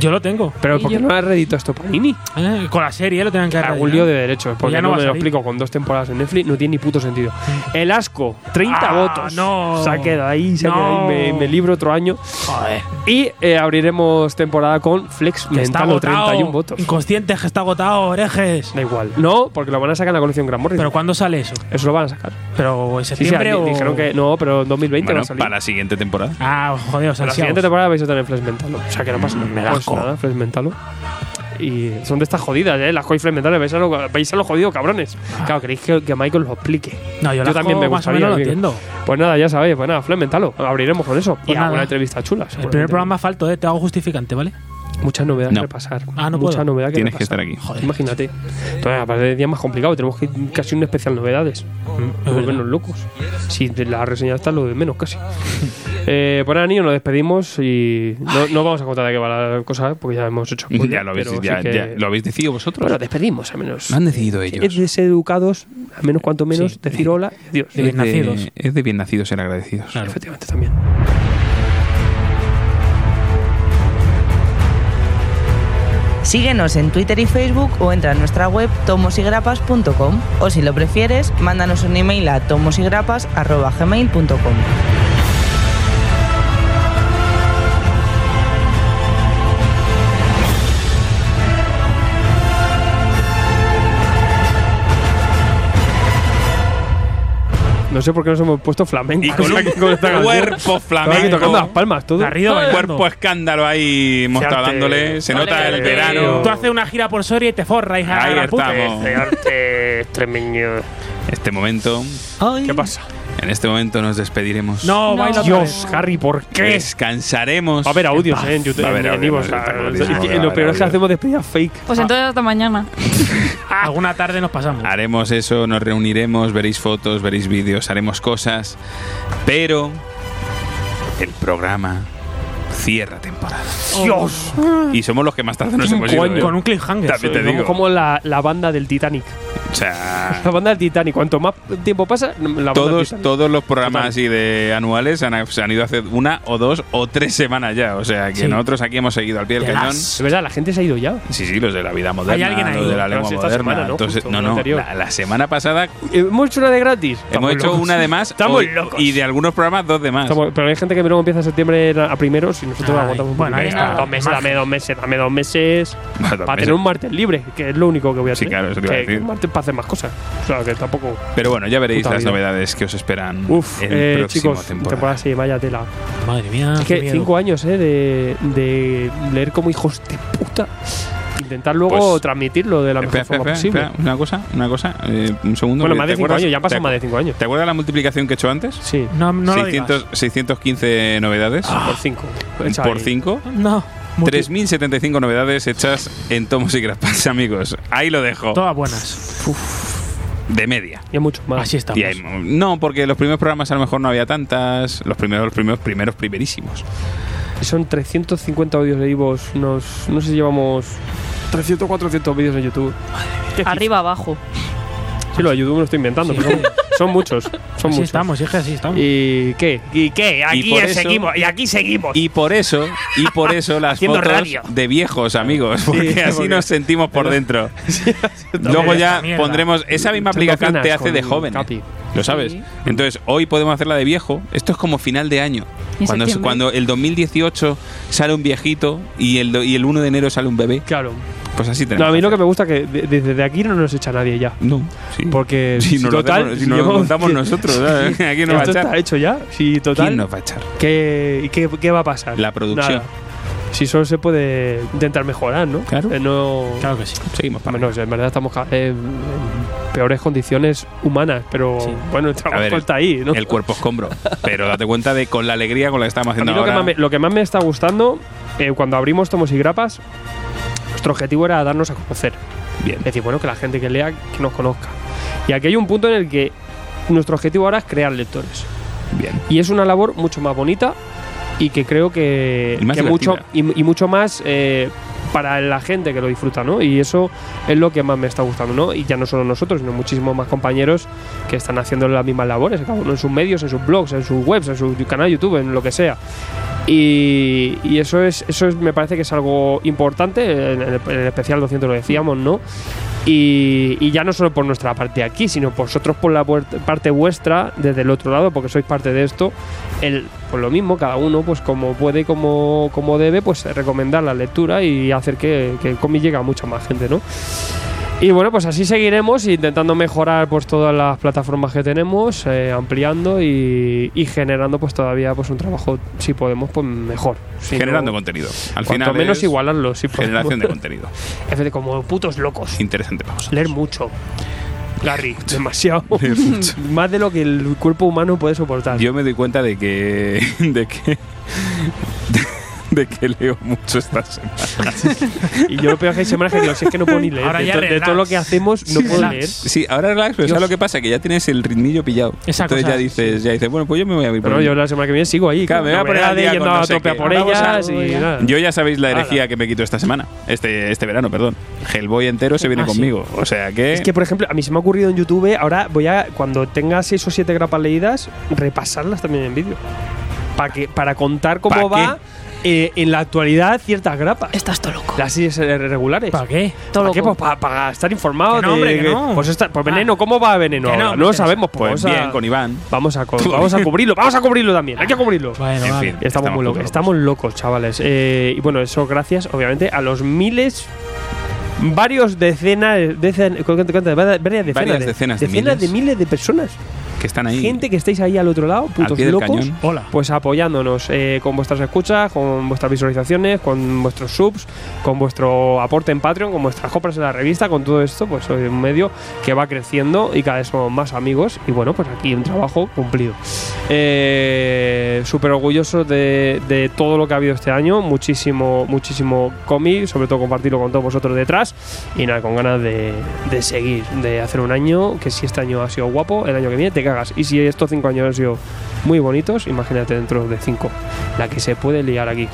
[SPEAKER 12] Yo lo tengo.
[SPEAKER 2] Pero ¿por qué no has reeditado esto Pues Panini?
[SPEAKER 12] Ah, con la serie lo tenían que haber
[SPEAKER 2] Algún
[SPEAKER 12] reeditado.
[SPEAKER 2] lío de derechos, porque
[SPEAKER 12] Ya
[SPEAKER 2] ya
[SPEAKER 12] no
[SPEAKER 2] no,
[SPEAKER 12] va a
[SPEAKER 2] me lo
[SPEAKER 12] salir. Mm.
[SPEAKER 2] explico con dos temporadas en Netflix, no tiene ni puto sentido. El asco, 30
[SPEAKER 12] Ah,
[SPEAKER 2] votos.
[SPEAKER 12] no.
[SPEAKER 2] Se ha quedado ahí, se ha
[SPEAKER 12] No.
[SPEAKER 2] quedado ahí, me, me libro otro año. Y eh, abriremos temporada con Flex
[SPEAKER 12] Que está
[SPEAKER 2] Mental,
[SPEAKER 12] agotado.
[SPEAKER 2] 31 votos.
[SPEAKER 12] Inconscientes que está agotado, orejes.
[SPEAKER 2] Da igual. No, porque lo van a sacar en la colección Gran Morrison.
[SPEAKER 12] ¿Pero cuándo sale eso?
[SPEAKER 2] Eso lo van a sacar.
[SPEAKER 12] ¿Pero en
[SPEAKER 2] Sí, sí,
[SPEAKER 12] septiembre
[SPEAKER 2] di-
[SPEAKER 12] o...?
[SPEAKER 2] Dijeron que no, pero en 2020 va
[SPEAKER 1] Bueno,
[SPEAKER 2] a salir.
[SPEAKER 1] para la siguiente temporada.
[SPEAKER 12] Ah, joder, os
[SPEAKER 2] la
[SPEAKER 12] ansiaos.
[SPEAKER 2] siguiente temporada vais a tener Flex Mentalo. O sea, que no pasa
[SPEAKER 1] Mm,
[SPEAKER 2] nada.
[SPEAKER 12] Me da
[SPEAKER 2] Pues
[SPEAKER 12] asco.
[SPEAKER 2] nada, Flex Mentalo. Y son de estas jodidas, ¿eh? Las joyas Flex Mentales. Vais a lo, vais a lo jodido, cabrones.
[SPEAKER 1] Ah.
[SPEAKER 2] Claro, queréis que, que Michael lo explique.
[SPEAKER 12] No, yo, el asco
[SPEAKER 2] también me
[SPEAKER 12] más o
[SPEAKER 2] gustaría.
[SPEAKER 12] menos lo
[SPEAKER 2] amigo.
[SPEAKER 12] entiendo.
[SPEAKER 2] Pues nada, ya sabéis. Pues nada, Flex Mentalo. Abriremos con eso.
[SPEAKER 12] Pues
[SPEAKER 2] y alguna
[SPEAKER 12] nada.
[SPEAKER 2] entrevista chula.
[SPEAKER 12] El primer
[SPEAKER 2] seguramente.
[SPEAKER 12] programa falto, eh, te hago justificante, ¿vale?
[SPEAKER 2] Muchas novedades
[SPEAKER 1] No.
[SPEAKER 2] que pasar.
[SPEAKER 12] Ah, no
[SPEAKER 2] Mucha
[SPEAKER 12] puedo.
[SPEAKER 2] novedad que
[SPEAKER 1] Tienes que
[SPEAKER 2] repasar.
[SPEAKER 1] estar aquí.
[SPEAKER 12] Joder.
[SPEAKER 2] Imagínate. Entonces, aparte de día más complicado, tenemos que casi un especial novedades.
[SPEAKER 12] es
[SPEAKER 2] Volvernos locos. Si la reseña está lo de menos casi. eh, bueno, niño, nos despedimos y no, no vamos a contar de qué va la cosa porque ya hemos hecho.
[SPEAKER 1] [laughs]
[SPEAKER 2] spoiler,
[SPEAKER 1] Ya lo habéis,
[SPEAKER 2] pero sí
[SPEAKER 1] ya-
[SPEAKER 2] que-
[SPEAKER 1] ya lo habéis decidido vosotros.
[SPEAKER 2] Bueno, despedimos al menos.
[SPEAKER 1] Lo han decidido ellos.
[SPEAKER 2] Es deseducados, al menos cuanto menos,
[SPEAKER 1] Sí.
[SPEAKER 2] decir hola, Dios.
[SPEAKER 1] Es de- Es de bien nacidos ser agradecidos.
[SPEAKER 2] Efectivamente también.
[SPEAKER 8] Síguenos en Twitter y Facebook o entra en nuestra web tomosigrapas.com o si lo prefieres, mándanos un email a tomosigrapas.gmail.com.
[SPEAKER 2] No sé por qué nos hemos puesto flamenco.
[SPEAKER 1] Y con
[SPEAKER 2] O sea,
[SPEAKER 1] un
[SPEAKER 2] que con esta canción-
[SPEAKER 1] cuerpo flamenco.
[SPEAKER 2] Aquí tocando las palmas, todo.
[SPEAKER 12] Garrido
[SPEAKER 2] Ay,
[SPEAKER 12] bailando.
[SPEAKER 1] Cuerpo escándalo ahí mostrado
[SPEAKER 2] Arte.
[SPEAKER 1] dándole. Se nota el
[SPEAKER 2] Ole.
[SPEAKER 1] verano.
[SPEAKER 12] Tú haces una gira por Soria y te forras, hija de
[SPEAKER 1] Ahí
[SPEAKER 12] la gran puta.
[SPEAKER 1] estamos.
[SPEAKER 2] arte extremeño.
[SPEAKER 1] Este momento,
[SPEAKER 2] ¿Qué pasa?
[SPEAKER 1] en este momento nos despediremos.
[SPEAKER 12] No, baila otra vez.
[SPEAKER 2] Dios, Harry, ¿por qué?
[SPEAKER 1] Descansaremos.
[SPEAKER 2] Va a haber audios,
[SPEAKER 1] paz.
[SPEAKER 2] eh, en YouTube.
[SPEAKER 1] Va a haber
[SPEAKER 2] en
[SPEAKER 1] audios,
[SPEAKER 2] iVoox,
[SPEAKER 1] va a haber
[SPEAKER 2] o sea,
[SPEAKER 1] audios,
[SPEAKER 2] y- y
[SPEAKER 1] va a
[SPEAKER 2] Lo
[SPEAKER 1] haber
[SPEAKER 2] peor es que
[SPEAKER 1] audios.
[SPEAKER 2] hacemos despedidas fake.
[SPEAKER 5] Pues entonces
[SPEAKER 2] [laughs]
[SPEAKER 5] hasta mañana.
[SPEAKER 12] Ah. Alguna tarde nos pasamos.
[SPEAKER 1] Haremos eso, nos reuniremos, veréis fotos, veréis vídeos, haremos cosas. Pero el programa cierra temporada.
[SPEAKER 2] Dios.
[SPEAKER 1] Y somos los que más tarde nos hemos ido.
[SPEAKER 2] Con-
[SPEAKER 1] ¿eh?
[SPEAKER 12] Oh. Con un cliffhanger.
[SPEAKER 1] También te
[SPEAKER 2] Como-
[SPEAKER 1] digo.
[SPEAKER 2] Como la, la banda del Titanic.
[SPEAKER 1] O sea,
[SPEAKER 2] La banda del Titanic. Cuanto más tiempo pasa, la banda
[SPEAKER 1] todos,
[SPEAKER 2] del Titanic.
[SPEAKER 1] todos los programas así de anuales han, se han ido hace una o dos o tres semanas ya. O sea, que
[SPEAKER 12] Sí.
[SPEAKER 1] nosotros aquí hemos seguido al pie del
[SPEAKER 12] Te
[SPEAKER 1] cañón.
[SPEAKER 12] das.
[SPEAKER 2] Es verdad, la gente se ha ido ya.
[SPEAKER 1] Sí, sí, los de la vida moderna,
[SPEAKER 12] Hay alguien ahí.
[SPEAKER 1] los de la
[SPEAKER 2] Pero
[SPEAKER 1] lengua
[SPEAKER 2] si esta
[SPEAKER 1] moderna.
[SPEAKER 2] semana, ¿no?
[SPEAKER 1] Entonces,
[SPEAKER 2] Justo,
[SPEAKER 1] no,
[SPEAKER 2] la
[SPEAKER 1] no.
[SPEAKER 2] anterior.
[SPEAKER 1] La, la semana pasada
[SPEAKER 2] Eh, Hemos hecho una de gratis. Estamos
[SPEAKER 1] hemos hecho
[SPEAKER 2] locos.
[SPEAKER 1] una de más
[SPEAKER 2] [laughs] Estamos
[SPEAKER 1] hoy,
[SPEAKER 2] locos.
[SPEAKER 1] y de algunos programas dos de más.
[SPEAKER 2] Estamos- pero hay gente que luego empieza septiembre a a primeros y nosotros
[SPEAKER 12] Ay,
[SPEAKER 2] aguantamos un
[SPEAKER 12] bueno,
[SPEAKER 2] poquito.
[SPEAKER 12] ahí está.
[SPEAKER 2] Dos meses, dame dos meses, dame dos meses.
[SPEAKER 1] Dos
[SPEAKER 2] para
[SPEAKER 1] meses.
[SPEAKER 2] tener un martes libre, que es lo único que voy a
[SPEAKER 1] Sí,
[SPEAKER 2] hacer.
[SPEAKER 1] claro, eso te iba a
[SPEAKER 2] Que- que
[SPEAKER 1] decir.
[SPEAKER 2] un martes para hacer más cosas. O sea, que tampoco.
[SPEAKER 1] Pero bueno, ya veréis
[SPEAKER 2] Puta
[SPEAKER 1] las
[SPEAKER 2] vida.
[SPEAKER 1] novedades que os esperan
[SPEAKER 2] Uf,
[SPEAKER 1] en
[SPEAKER 2] eh,
[SPEAKER 1] próximo
[SPEAKER 2] chicos,
[SPEAKER 1] temporada.
[SPEAKER 2] temporada sí, vaya tela.
[SPEAKER 12] Madre mía.
[SPEAKER 2] Es
[SPEAKER 12] qué
[SPEAKER 2] que
[SPEAKER 12] miedo.
[SPEAKER 2] cinco años, ¿eh? De, de leer como hijos de puta. Intentar luego
[SPEAKER 1] Pues-
[SPEAKER 2] transmitirlo de la mejor
[SPEAKER 1] Espera, espera,
[SPEAKER 2] forma
[SPEAKER 1] espera,
[SPEAKER 2] posible.
[SPEAKER 1] espera, una cosa, una cosa, eh, un segundo.
[SPEAKER 2] Bueno,
[SPEAKER 1] que-
[SPEAKER 2] más de
[SPEAKER 1] ¿te
[SPEAKER 2] cinco
[SPEAKER 1] acuerdas-
[SPEAKER 2] años, ya han pasado
[SPEAKER 1] te-
[SPEAKER 2] más de cinco años.
[SPEAKER 1] ¿Te acuerdas la multiplicación que he hecho antes?
[SPEAKER 2] Sí,
[SPEAKER 12] No, no lo digas.
[SPEAKER 1] 600 615 novedades
[SPEAKER 2] por cinco. Echa
[SPEAKER 1] Ah, pues por
[SPEAKER 2] Ah, pues ahí.
[SPEAKER 1] 5.
[SPEAKER 12] No. multi-
[SPEAKER 1] 3.075 novedades hechas en tomos y grapas, [laughs] amigos. Ahí lo dejo.
[SPEAKER 12] Todas buenas.
[SPEAKER 1] De media.
[SPEAKER 2] Y hay muchos más.
[SPEAKER 12] Así estamos.
[SPEAKER 1] Y hay- no, porque los primeros programas a lo mejor no había tantas. Los primeros, los primeros, primeros, primerísimos.
[SPEAKER 2] Son 350 audios de Ivos. Nos, no sé si llevamos 300 400 vídeos en YouTube.
[SPEAKER 5] Arriba, abajo.
[SPEAKER 2] Sí, lo de YouTube me lo estoy inventando,
[SPEAKER 12] Sí.
[SPEAKER 2] pero son, son muchos.
[SPEAKER 1] Pues
[SPEAKER 2] Son
[SPEAKER 12] Así
[SPEAKER 2] muchos.
[SPEAKER 12] estamos, hija, así estamos.
[SPEAKER 2] ¿Y qué? ¿Y qué?
[SPEAKER 1] Aquí por eso- seguimos,
[SPEAKER 2] y aquí seguimos.
[SPEAKER 1] Y por eso, y
[SPEAKER 2] [laughs]
[SPEAKER 1] por eso las
[SPEAKER 2] Haciendo
[SPEAKER 1] fotos
[SPEAKER 2] radio.
[SPEAKER 1] de viejos, amigos, porque
[SPEAKER 2] [laughs] Sí,
[SPEAKER 1] así
[SPEAKER 2] porque-
[SPEAKER 1] nos sentimos por
[SPEAKER 2] [laughs]
[SPEAKER 1] dentro. Luego
[SPEAKER 12] Mierda,
[SPEAKER 1] ya
[SPEAKER 12] mierda.
[SPEAKER 1] pondremos esa misma
[SPEAKER 2] ¿Tú qué
[SPEAKER 1] aplicación
[SPEAKER 2] opinas
[SPEAKER 1] te hace
[SPEAKER 2] con
[SPEAKER 1] de joven.
[SPEAKER 2] Capi?
[SPEAKER 1] Lo sabes. Entonces, hoy podemos hacerla de viejo. Esto es como final de año.
[SPEAKER 5] Y en
[SPEAKER 1] Cuando,
[SPEAKER 5] septiembre.
[SPEAKER 1] cuando el 2018 sale un viejito y el, do- y el 1 de enero sale un bebé,
[SPEAKER 2] Claro.
[SPEAKER 1] pues así tenemos.
[SPEAKER 2] No, a mí lo que me gusta es que de- desde de aquí no nos echa nadie ya.
[SPEAKER 1] No, sí.
[SPEAKER 2] Porque
[SPEAKER 1] [clears throat] si nos
[SPEAKER 2] Pues, total,
[SPEAKER 1] lo, hacemos- si nos lo
[SPEAKER 2] llevamos- [laughs]
[SPEAKER 1] contamos nosotros, ¿sabes? ¿a quién nos va a
[SPEAKER 2] Esto está
[SPEAKER 1] echar?
[SPEAKER 2] hecho ya. Sí, total.
[SPEAKER 1] ¿Quién nos va a echar?
[SPEAKER 2] ¿Qué, y qué, qué va a pasar?
[SPEAKER 1] La producción.
[SPEAKER 2] Nada. Si solo se puede intentar mejorar, ¿no?
[SPEAKER 1] Claro.
[SPEAKER 2] Eh, no
[SPEAKER 12] Claro que sí.
[SPEAKER 1] Seguimos para
[SPEAKER 2] Bueno, en verdad estamos ca- eh, en peores condiciones humanas, pero bueno, el trabajo
[SPEAKER 1] A ver,
[SPEAKER 2] está ahí, ¿no?
[SPEAKER 1] El cuerpo escombro. Pero date cuenta de con la alegría con la que estamos
[SPEAKER 2] A
[SPEAKER 1] haciendo
[SPEAKER 2] mí lo que,
[SPEAKER 1] ahora.
[SPEAKER 2] más me, lo que más me está gustando, eh, cuando abrimos tomos y grapas, nuestro objetivo era darnos a conocer.
[SPEAKER 1] Bien.
[SPEAKER 2] Es decir, bueno, que la gente que lea, que nos conozca. Y aquí hay un punto en el que nuestro objetivo ahora es crear lectores.
[SPEAKER 1] Bien.
[SPEAKER 2] Y es una labor mucho más bonita y que creo que,
[SPEAKER 1] Y más
[SPEAKER 2] que mucho,
[SPEAKER 1] divertida.
[SPEAKER 2] y, y mucho más eh, para la gente que lo disfruta, ¿no? Y eso es lo que más me está gustando, ¿no? Y ya no solo nosotros, sino muchísimos más compañeros que están haciendo las mismas labores, cada uno en sus medios, en sus blogs, en sus webs, en su canal de YouTube, en lo que sea. Y, y eso es, eso es- me parece que es algo importante, en el, en el especial 200 lo decíamos, ¿no? Y, y ya no solo por nuestra parte aquí, sino vosotros por la puert- parte vuestra, desde el otro lado, porque sois parte de esto, el, pues lo mismo, cada uno, pues como puede y como, como debe, pues recomendar la lectura y hacer que, que el cómic llegue a mucha más gente, ¿no? Y bueno, pues así seguiremos intentando mejorar pues todas las plataformas que tenemos, eh, ampliando y, y generando pues todavía pues un trabajo, si podemos, pues mejor. Si no-
[SPEAKER 1] Generando contenido. Al
[SPEAKER 2] cuanto
[SPEAKER 1] final
[SPEAKER 2] menos
[SPEAKER 1] es
[SPEAKER 2] igualarlo, si podemos.
[SPEAKER 1] Generación de contenido.
[SPEAKER 2] Es decir, como putos locos.
[SPEAKER 1] Interesante pausa.
[SPEAKER 2] Leer mucho.
[SPEAKER 1] [laughs]
[SPEAKER 2] Gary, demasiado. Más de lo que el cuerpo humano puede soportar.
[SPEAKER 1] Yo me doy cuenta de que. [laughs] de que. de que leo mucho esta semana.
[SPEAKER 2] Y yo lo peor que hay semanas que digo, si es que no puedo ni leer.
[SPEAKER 1] Ahora
[SPEAKER 2] de,
[SPEAKER 1] ya
[SPEAKER 2] to- de
[SPEAKER 1] relax.
[SPEAKER 2] todo lo que hacemos, no
[SPEAKER 1] Sí,
[SPEAKER 2] puedo
[SPEAKER 1] relax.
[SPEAKER 2] leer.
[SPEAKER 1] Sí, ahora relax, pero ¿sabes lo que pasa? Que ya tienes el ritmillo pillado.
[SPEAKER 2] Esa
[SPEAKER 1] Entonces ya
[SPEAKER 2] cosa,
[SPEAKER 1] dices, ya dices, bueno, pues yo me voy a ir por
[SPEAKER 2] Bueno,
[SPEAKER 1] ahí.
[SPEAKER 2] yo la semana que viene sigo ahí.
[SPEAKER 1] Claro, me voy a
[SPEAKER 2] con
[SPEAKER 1] poner al
[SPEAKER 2] novedades,
[SPEAKER 1] día
[SPEAKER 2] yendo
[SPEAKER 1] con no
[SPEAKER 2] a
[SPEAKER 1] sé
[SPEAKER 2] tope a
[SPEAKER 1] qué.
[SPEAKER 2] por
[SPEAKER 1] Vamos a-
[SPEAKER 2] ellas y nada.
[SPEAKER 1] Yo ya sabéis la herejía que me quito esta semana. Este, este verano, perdón. Hellboy entero se viene
[SPEAKER 2] Ah, sí.
[SPEAKER 1] conmigo. O sea que.
[SPEAKER 2] Es que, por ejemplo, a mí se me ha ocurrido en YouTube, ahora voy a, cuando tenga 6 o 7 grapas leídas, repasarlas también en vídeo. Para que para contar cómo
[SPEAKER 1] ¿Pa'
[SPEAKER 2] va eh, en la actualidad ciertas grapas. Estás todo loco. Las series regulares. ¿Para
[SPEAKER 12] qué?
[SPEAKER 2] ¿Para qué? Pues para, para estar informado
[SPEAKER 12] Que no,
[SPEAKER 2] de
[SPEAKER 12] hombre, que
[SPEAKER 2] que-
[SPEAKER 12] no.
[SPEAKER 2] Pues, esta- pues veneno, ¿cómo va veneno?
[SPEAKER 12] Que no,
[SPEAKER 2] ahora?
[SPEAKER 12] hombre,
[SPEAKER 2] No lo
[SPEAKER 12] que no.
[SPEAKER 2] sabemos. Pues,
[SPEAKER 1] Pues
[SPEAKER 2] vamos a-
[SPEAKER 1] bien, con Iván.
[SPEAKER 2] Vamos a, co- vamos a cubrirlo, vamos a cubrirlo también, hay que cubrirlo.
[SPEAKER 1] En vale. fin,
[SPEAKER 2] estamos,
[SPEAKER 1] estamos
[SPEAKER 2] muy locos,
[SPEAKER 1] locos.
[SPEAKER 2] estamos locos, chavales. Eh, y bueno, eso gracias, obviamente, a los miles, varios decenas, decen- cu- cu- cu- varias decenas,
[SPEAKER 1] Varias decenas de
[SPEAKER 2] de miles de personas,
[SPEAKER 1] que están ahí.
[SPEAKER 2] gente que estáis ahí al otro lado, putos
[SPEAKER 1] pie del
[SPEAKER 2] locos,
[SPEAKER 1] cañón. Hola.
[SPEAKER 2] pues apoyándonos eh, con vuestras escuchas, con vuestras visualizaciones, con vuestros subs, con vuestro aporte en Patreon, con vuestras compras en la revista, con todo esto, pues soy un medio que va creciendo y cada vez somos más amigos y bueno, pues aquí un trabajo cumplido. Eh, Súper orgulloso de, de todo lo que ha habido este año, muchísimo, muchísimo cómic, sobre todo compartirlo con todos vosotros detrás y nada, con ganas de, de seguir, de hacer un año que si este año ha sido guapo, el año que viene te cagas y si estos cinco años han sido muy bonitos, imagínate dentro de cinco, la que se puede liar aquí.